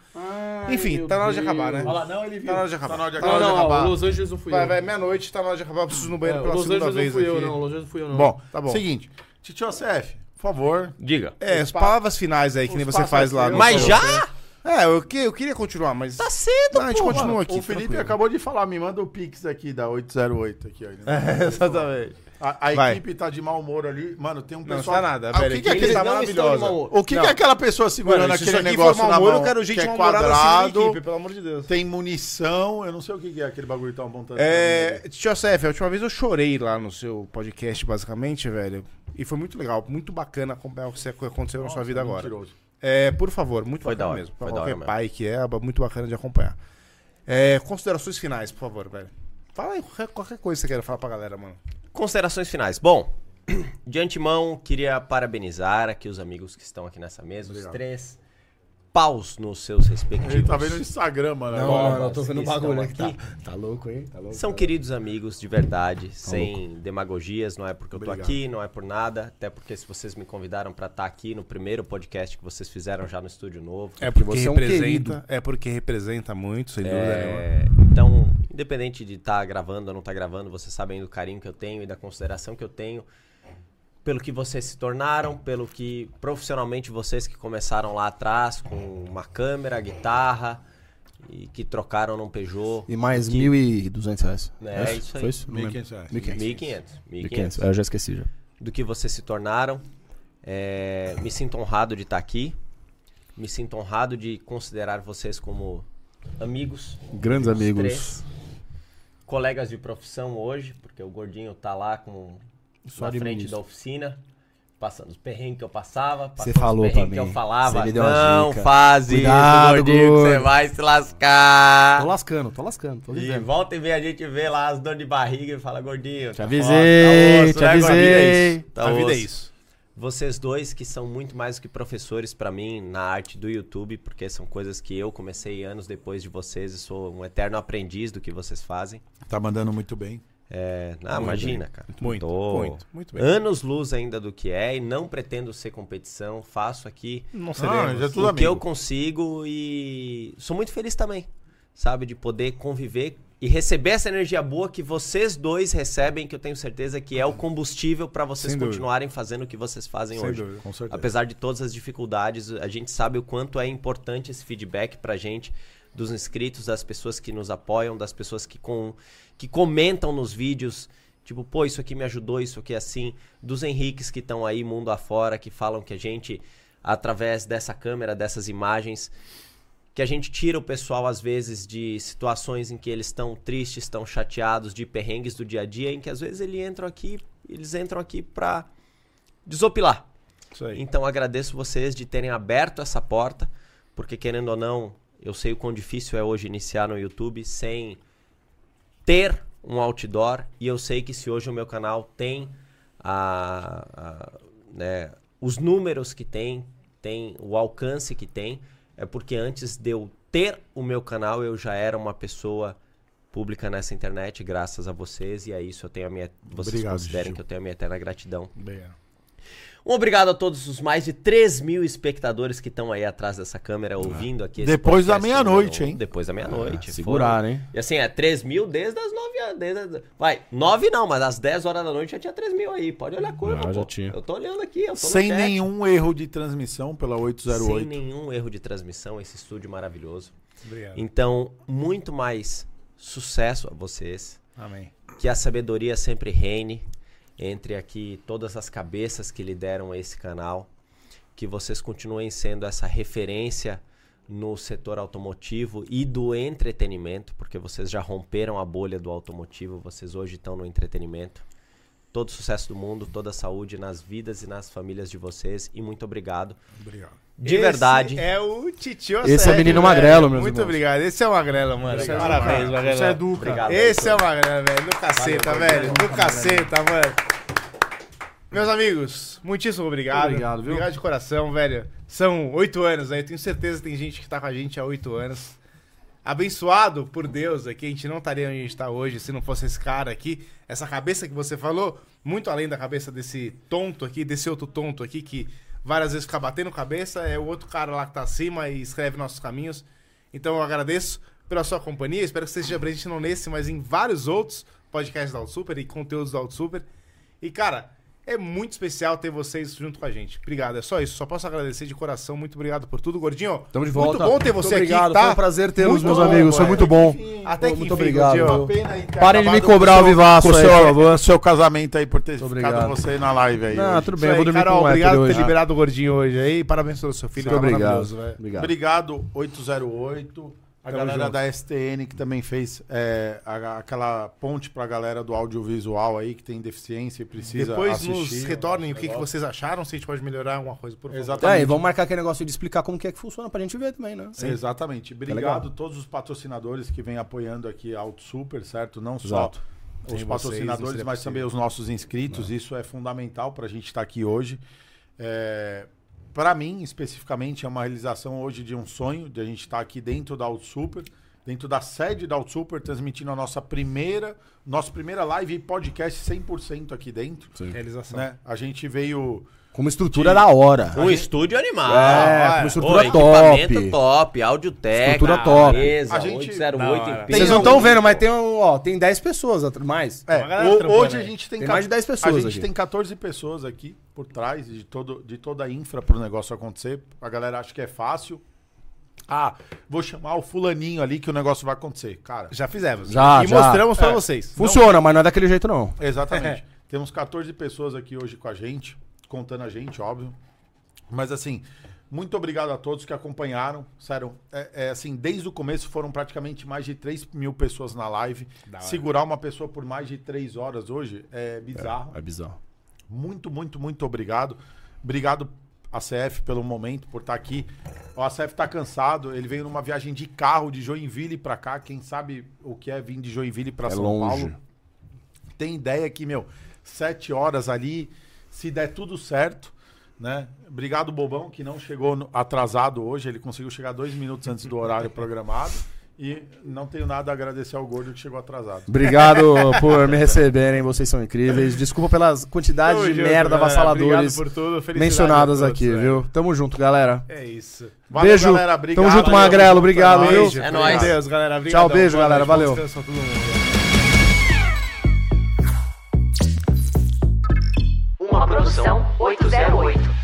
Speaker 2: Enfim, tá na hora de acabar, né?
Speaker 5: Olha lá, não, ele viu.
Speaker 2: Tá na hora de acabar.
Speaker 6: Tá na hora de
Speaker 2: Tá na hora de
Speaker 3: ó,
Speaker 2: acabar.
Speaker 3: Los Angeles não fui
Speaker 2: Vai,
Speaker 3: eu.
Speaker 2: vai, meia-noite, tá na hora de acabar. Eu preciso ir no banheiro
Speaker 3: É,
Speaker 2: pela
Speaker 3: Los
Speaker 2: segunda
Speaker 3: Angeles não
Speaker 2: vez
Speaker 3: fui
Speaker 2: aqui.
Speaker 3: eu, não. Los Angeles não fui eu, não.
Speaker 2: Bom, tá bom.
Speaker 6: Seguinte, Titio CF, por favor.
Speaker 4: Diga.
Speaker 2: É, as palavras finais aí, que nem você faz lá. no
Speaker 4: Mas
Speaker 2: seu-
Speaker 4: já?
Speaker 2: É, eu, que- eu queria continuar, mas...
Speaker 4: Tá cedo,
Speaker 2: Não, a gente
Speaker 4: pô.
Speaker 2: continua aqui.
Speaker 6: o Felipe
Speaker 2: tranquilo.
Speaker 6: acabou de falar, me manda o Pix aqui da 808 aqui, ó. Ele-
Speaker 2: Exatamente.
Speaker 6: A, a
Speaker 2: Vai.
Speaker 6: equipe tá de mau humor ali. Mano, tem um
Speaker 2: Não,
Speaker 6: pessoal.
Speaker 2: tá nada.
Speaker 6: Ah, o
Speaker 2: pera
Speaker 6: que,
Speaker 2: aí,
Speaker 6: que é
Speaker 2: eles
Speaker 6: aquele
Speaker 2: tá
Speaker 4: não
Speaker 2: maravilhosa.
Speaker 4: estão de mau humor.
Speaker 6: O que, que é aquela pessoa segurando
Speaker 2: Mano, se isso
Speaker 6: aquele
Speaker 2: aqui for
Speaker 6: negócio
Speaker 2: mau
Speaker 6: na
Speaker 2: humor,
Speaker 6: mão,
Speaker 2: eu quero gente
Speaker 6: que é
Speaker 2: namorada assim na
Speaker 6: quadrado,
Speaker 2: minha equipe, pelo amor de Deus.
Speaker 6: tem munição, eu não sei o que que é aquele bagulho que tá montando.
Speaker 2: É, Tio Josef, a última vez eu chorei lá no seu podcast, basicamente, velho. E foi muito legal, muito bacana acompanhar o que você- o que aconteceu na sua vida agora.
Speaker 6: mentiroso.
Speaker 2: É, por favor, muito
Speaker 4: Foi da
Speaker 2: bacana
Speaker 4: hora,
Speaker 2: mesmo. Pra
Speaker 4: foi da
Speaker 2: qualquer
Speaker 4: hora mesmo.
Speaker 2: pai que é, aba, muito bacana de acompanhar. É, considerações finais, por favor, velho. Fala aí qualquer, qualquer coisa que você queira falar pra galera, mano.
Speaker 4: Considerações finais. Bom, de antemão, queria parabenizar aqui os amigos que estão aqui nessa mesa, os três. Paus nos seus respectivos.
Speaker 6: Ele tá vendo no Instagram, mano.
Speaker 5: Não,
Speaker 6: agora.
Speaker 5: não, não, tô vendo o
Speaker 4: Estão
Speaker 5: bagulho aqui.
Speaker 4: aqui.
Speaker 5: Tá, tá louco, hein? Tá
Speaker 3: é
Speaker 5: louco.
Speaker 4: São queridos amigos, de verdade, sem demagogias, não é porque eu tô aqui, não é por nada, até porque se vocês me convidaram pra estar aqui no primeiro podcast que vocês fizeram já no estúdio novo.
Speaker 2: É porque
Speaker 7: você é um
Speaker 2: representa,
Speaker 7: querido.
Speaker 2: é porque representa muito, sem dúvida nenhuma.
Speaker 4: É, então, independente de estar gravando ou não estar gravando, vocês sabem do carinho que eu tenho e da consideração que eu tenho pelo que vocês se tornaram, pelo que profissionalmente vocês que começaram lá atrás com uma câmera, guitarra e que trocaram num Peugeot.
Speaker 3: E mais R$ 1.200 reais.
Speaker 4: É, isso aí.
Speaker 3: Foi isso? Não lembro.
Speaker 6: 1.500 reais.
Speaker 4: 1.500.
Speaker 3: 1.500.
Speaker 4: 1.500.
Speaker 7: é.
Speaker 3: Ah, Eu já esqueci já.
Speaker 4: do que vocês se tornaram. É, me sinto honrado de estar aqui. Me sinto honrado de considerar vocês como amigos.
Speaker 7: Grandes
Speaker 4: os
Speaker 7: amigos.
Speaker 4: três. colegas de profissão hoje, porque o gordinho tá lá com na
Speaker 7: de
Speaker 4: frente
Speaker 7: ministro.
Speaker 4: da oficina. Passando os perrengues que eu passava, passando
Speaker 7: falou
Speaker 4: os perrengues
Speaker 7: pra
Speaker 4: que
Speaker 7: mim.
Speaker 4: eu falava.
Speaker 7: Você me deu uma
Speaker 4: não
Speaker 7: dica.
Speaker 4: faz isso,
Speaker 7: Cuidado,
Speaker 4: gordinho, que você
Speaker 7: gordo."
Speaker 4: vai se lascar.
Speaker 3: Ah.
Speaker 7: Tô lascando, tô lascando, tô
Speaker 4: E
Speaker 7: ligando.
Speaker 4: volta e meia a gente vê lá as dores de barriga e fala, gordinho. tá Te
Speaker 7: avisei, te avisei.
Speaker 4: a vida é isso. Vocês dois que são muito mais do que professores pra mim na arte do YouTube, porque são coisas que eu comecei anos depois de vocês e sou um eterno aprendiz do que vocês fazem.
Speaker 6: Tá mandando muito bem.
Speaker 4: É, ah, imagina, cara.
Speaker 2: Muito,
Speaker 4: Tô
Speaker 2: muito, muito bem.
Speaker 4: Anos luz ainda do que é e não pretendo ser competição, faço aqui
Speaker 2: Não
Speaker 6: Não,
Speaker 2: seremos.
Speaker 6: já é tudo
Speaker 4: o que eu
Speaker 6: amigo.
Speaker 4: consigo e sou muito feliz também, sabe, de poder conviver e receber essa energia boa que vocês dois recebem, que eu tenho certeza que é o combustível para vocês
Speaker 2: Sem dúvida.
Speaker 4: continuarem fazendo o que vocês fazem
Speaker 2: Sem
Speaker 4: hoje.
Speaker 2: dúvida.
Speaker 6: Com certeza.
Speaker 4: Apesar de todas as dificuldades, a gente sabe o quanto é importante esse feedback pra gente, dos inscritos, das pessoas que nos apoiam, das pessoas que, com, que comentam nos vídeos. Tipo, pô, isso aqui me ajudou, isso aqui é assim. Dos Henriques que estão aí mundo afora, que falam que a gente, através dessa câmera, dessas imagens, que a gente tira o pessoal, às vezes, de situações em que eles estão tristes, estão chateados, de perrengues do dia a dia, em que às vezes eles entram aqui, eles entram aqui pra desopilar.
Speaker 2: Isso aí.
Speaker 4: Então agradeço vocês de terem aberto essa porta, porque querendo ou não, eu sei o quão difícil é hoje iniciar no YouTube sem ter um outdoor e eu sei que se hoje o meu canal tem a, a- né, os números que tem, tem o alcance que tem, é porque antes de eu ter o meu canal eu já era uma pessoa pública nessa internet, graças a vocês e a isso eu tenho a minha vocês
Speaker 6: Obrigado,
Speaker 4: considerem
Speaker 6: Gil.
Speaker 4: que eu tenho a minha eterna gratidão
Speaker 2: Bem,
Speaker 4: um obrigado a todos os mais de 3 mil espectadores que estão aí atrás dessa câmera ouvindo aqui. esse
Speaker 6: Ah. Depois da
Speaker 4: podcast
Speaker 6: meia-noite,
Speaker 4: número um.
Speaker 6: hein? Ah,
Speaker 4: Depois da meia-noite.
Speaker 7: Seguraram, hein?
Speaker 4: foram. E assim, é 3 mil desde as 9 horas. Desde as- Vai, 9 não, mas às 10 horas da noite já tinha 3 mil aí. Pode olhar a curva.
Speaker 7: Ah, já
Speaker 4: pô.
Speaker 7: tinha.
Speaker 4: Eu tô olhando aqui. Eu tô no
Speaker 6: Sem
Speaker 4: chat.
Speaker 6: nenhum erro de transmissão pela 808.
Speaker 4: Sem nenhum erro de transmissão, esse estúdio maravilhoso.
Speaker 2: Obrigado.
Speaker 4: Então, muito mais sucesso a vocês.
Speaker 2: Amém.
Speaker 4: Que a sabedoria sempre reine entre aqui todas as cabeças que lideram esse canal. Que vocês continuem sendo essa referência no setor automotivo e do entretenimento, porque vocês já romperam a bolha do automotivo, vocês hoje estão no entretenimento. Todo sucesso do mundo, toda a saúde nas vidas e nas famílias de vocês e muito obrigado.
Speaker 6: Obrigado.
Speaker 4: De verdade.
Speaker 2: É o Titio
Speaker 7: Esse é
Speaker 2: Sérgio, velho.
Speaker 7: menino magrelo, meus
Speaker 2: Muito
Speaker 7: irmãos.
Speaker 2: obrigado. Esse é o magrelo, mano. Parabéns, magrelo.
Speaker 7: Você é dupla.
Speaker 4: Obrigado.
Speaker 2: Esse é o magrelo, velho. Do caceta, velho. Do caceta, mano. Meus amigos, muitíssimo obrigado.
Speaker 7: Obrigado, viu?
Speaker 2: Obrigado de coração, velho. São oito anos, né? Eu tenho certeza que tem gente que tá com a gente há oito anos. abençoado por Deus aqui, a gente não estaria onde a gente está hoje se não fosse esse cara aqui, essa cabeça que você falou, muito além da cabeça desse tonto aqui, desse outro tonto aqui que várias vezes fica batendo cabeça, é o outro cara lá que tá acima e escreve nossos caminhos. Então eu agradeço pela sua companhia, espero que você esteja presente não nesse, mas em vários outros podcasts da Auto Super e conteúdos da Auto Super. E cara, é muito especial ter vocês junto com a gente. Obrigado, é só isso. Só posso agradecer de coração. Muito obrigado por tudo, gordinho.
Speaker 12: Tamo de
Speaker 2: Muito
Speaker 12: volta.
Speaker 2: bom ter você
Speaker 12: obrigado,
Speaker 2: aqui, tá?
Speaker 12: Foi um prazer tê-los,
Speaker 2: Muito
Speaker 12: meus
Speaker 2: bom,
Speaker 12: amigos. Foi
Speaker 2: é.
Speaker 12: muito bom.
Speaker 2: Até que
Speaker 12: Muito
Speaker 2: enfim,
Speaker 12: obrigado.
Speaker 2: Gordinho.
Speaker 12: Parem de me
Speaker 2: acabado
Speaker 12: cobrar o vivaço
Speaker 6: Com
Speaker 12: aí,
Speaker 6: o
Speaker 12: por
Speaker 6: seu,
Speaker 12: favor.
Speaker 6: o seu casamento aí por ter ficado
Speaker 12: obrigado.
Speaker 6: você na live aí.
Speaker 12: Ah,
Speaker 6: hoje.
Speaker 12: tudo
Speaker 2: Isso
Speaker 12: bem, eu
Speaker 2: aí,
Speaker 12: vou dormir
Speaker 2: Carol,
Speaker 12: com o hétero
Speaker 2: obrigado por ter
Speaker 12: hoje.
Speaker 2: liberado o gordinho hoje aí. Parabéns pelo seu filho,
Speaker 12: Muito
Speaker 2: tá
Speaker 12: obrigado.
Speaker 2: maravilhoso, velho.
Speaker 12: Obrigado.
Speaker 6: Obrigado, 808. A galera da STN que também fez é, a- aquela ponte pra galera do audiovisual aí que tem deficiência e precisa
Speaker 2: Depois nos
Speaker 12: né?
Speaker 6: assistir.
Speaker 2: retornem o que, que vocês acharam, se a gente pode melhorar alguma coisa, por favor.
Speaker 6: Exatamente.
Speaker 3: É, e vamos marcar aquele negócio de explicar como que é que funciona pra gente ver também, né?
Speaker 6: Exatamente.
Speaker 3: legal.
Speaker 6: Obrigado a todos os patrocinadores que vêm apoiando aqui a Auto Super, certo? Não só
Speaker 2: Exato.
Speaker 6: os
Speaker 2: Sem vocês, é Né. não
Speaker 6: patrocinadores,
Speaker 2: seria
Speaker 6: mas
Speaker 2: possível.
Speaker 6: também os nossos inscritos. Isso é fundamental para a gente estar aqui hoje. É... Para mim, especificamente, é uma realização hoje de um sonho, de a gente estar aqui dentro da Auto Super, dentro da sede da Auto Super, transmitindo a nossa primeira, nossa primeira live e podcast 100% aqui dentro.
Speaker 2: Realização.
Speaker 6: Né? A gente veio...
Speaker 3: Com uma estrutura da hora.
Speaker 4: Um estúdio animal.
Speaker 3: É,
Speaker 4: Olha,
Speaker 3: uma estrutura
Speaker 4: equipamento
Speaker 3: top.
Speaker 4: top, áudio técnica,
Speaker 3: Estrutura top.
Speaker 4: mesa,
Speaker 6: A gente-
Speaker 4: 808 em
Speaker 3: Vocês
Speaker 4: peso.
Speaker 3: não estão vendo, mas tem, um- ó, tem 10 pessoas atrás. Mais.
Speaker 6: É,
Speaker 2: uma galera né?
Speaker 6: ho-
Speaker 2: trampando
Speaker 6: hoje a
Speaker 2: aí.
Speaker 6: gente tem,
Speaker 3: Tem
Speaker 6: ca-
Speaker 3: mais de 10 pessoas
Speaker 6: A gente
Speaker 3: aqui.
Speaker 6: tem 14 pessoas aqui por trás de, todo, de toda a infra pro negócio acontecer. A galera acha que é fácil. Ah, vou chamar o fulaninho ali que o negócio vai acontecer. Cara, É.
Speaker 2: Já fizemos.
Speaker 3: Já,
Speaker 2: e
Speaker 3: já.
Speaker 2: mostramos pra vocês.
Speaker 3: Funciona, mas não é daquele jeito, não.
Speaker 6: exatamente. Temos 14 pessoas aqui hoje com a gente, contando a gente, óbvio. Mas assim, muito obrigado a todos que acompanharam. Sério, é, é, assim, desde o começo foram praticamente mais de 3 mil pessoas na live. Segurar uma pessoa por mais de 3 horas hoje é bizarro.
Speaker 3: É bizarro.
Speaker 6: Muito, muito, muito obrigado. Obrigado, ACF, pelo momento, por estar aqui. O ACF tá cansado, ele veio numa viagem de carro de Joinville pra cá. Quem sabe o que é vir de Joinville pra São
Speaker 3: longe.
Speaker 6: Paulo? Tem ideia que, meu, sete horas ali, se der tudo certo, né? Obrigado, Bobão, que não chegou no- atrasado hoje. Ele conseguiu chegar dois minutos antes do horário programado. E não tenho nada a agradecer ao Gordo que chegou atrasado.
Speaker 3: Obrigado por me receberem, vocês são incríveis. Desculpa pelas quantidades Tá de
Speaker 6: né?
Speaker 3: merda avassaladores mencionadas aqui, viu? Tamo junto, galera.
Speaker 2: É isso.
Speaker 6: Valeu,
Speaker 3: beijo.
Speaker 6: galera, obrigado.
Speaker 3: Tamo junto,
Speaker 6: Valeu.
Speaker 3: Magrelo. Obrigado,
Speaker 2: Foi
Speaker 3: viu?
Speaker 2: nóis,
Speaker 4: É
Speaker 2: gente.
Speaker 4: nóis.
Speaker 2: Meu Deus, galera.
Speaker 3: Tchau,
Speaker 2: obrigadão.
Speaker 3: beijo,
Speaker 2: Boa
Speaker 3: galera,
Speaker 2: noite, bom
Speaker 3: valeu.
Speaker 2: descanso a todo mundo.
Speaker 13: Uma produção 808.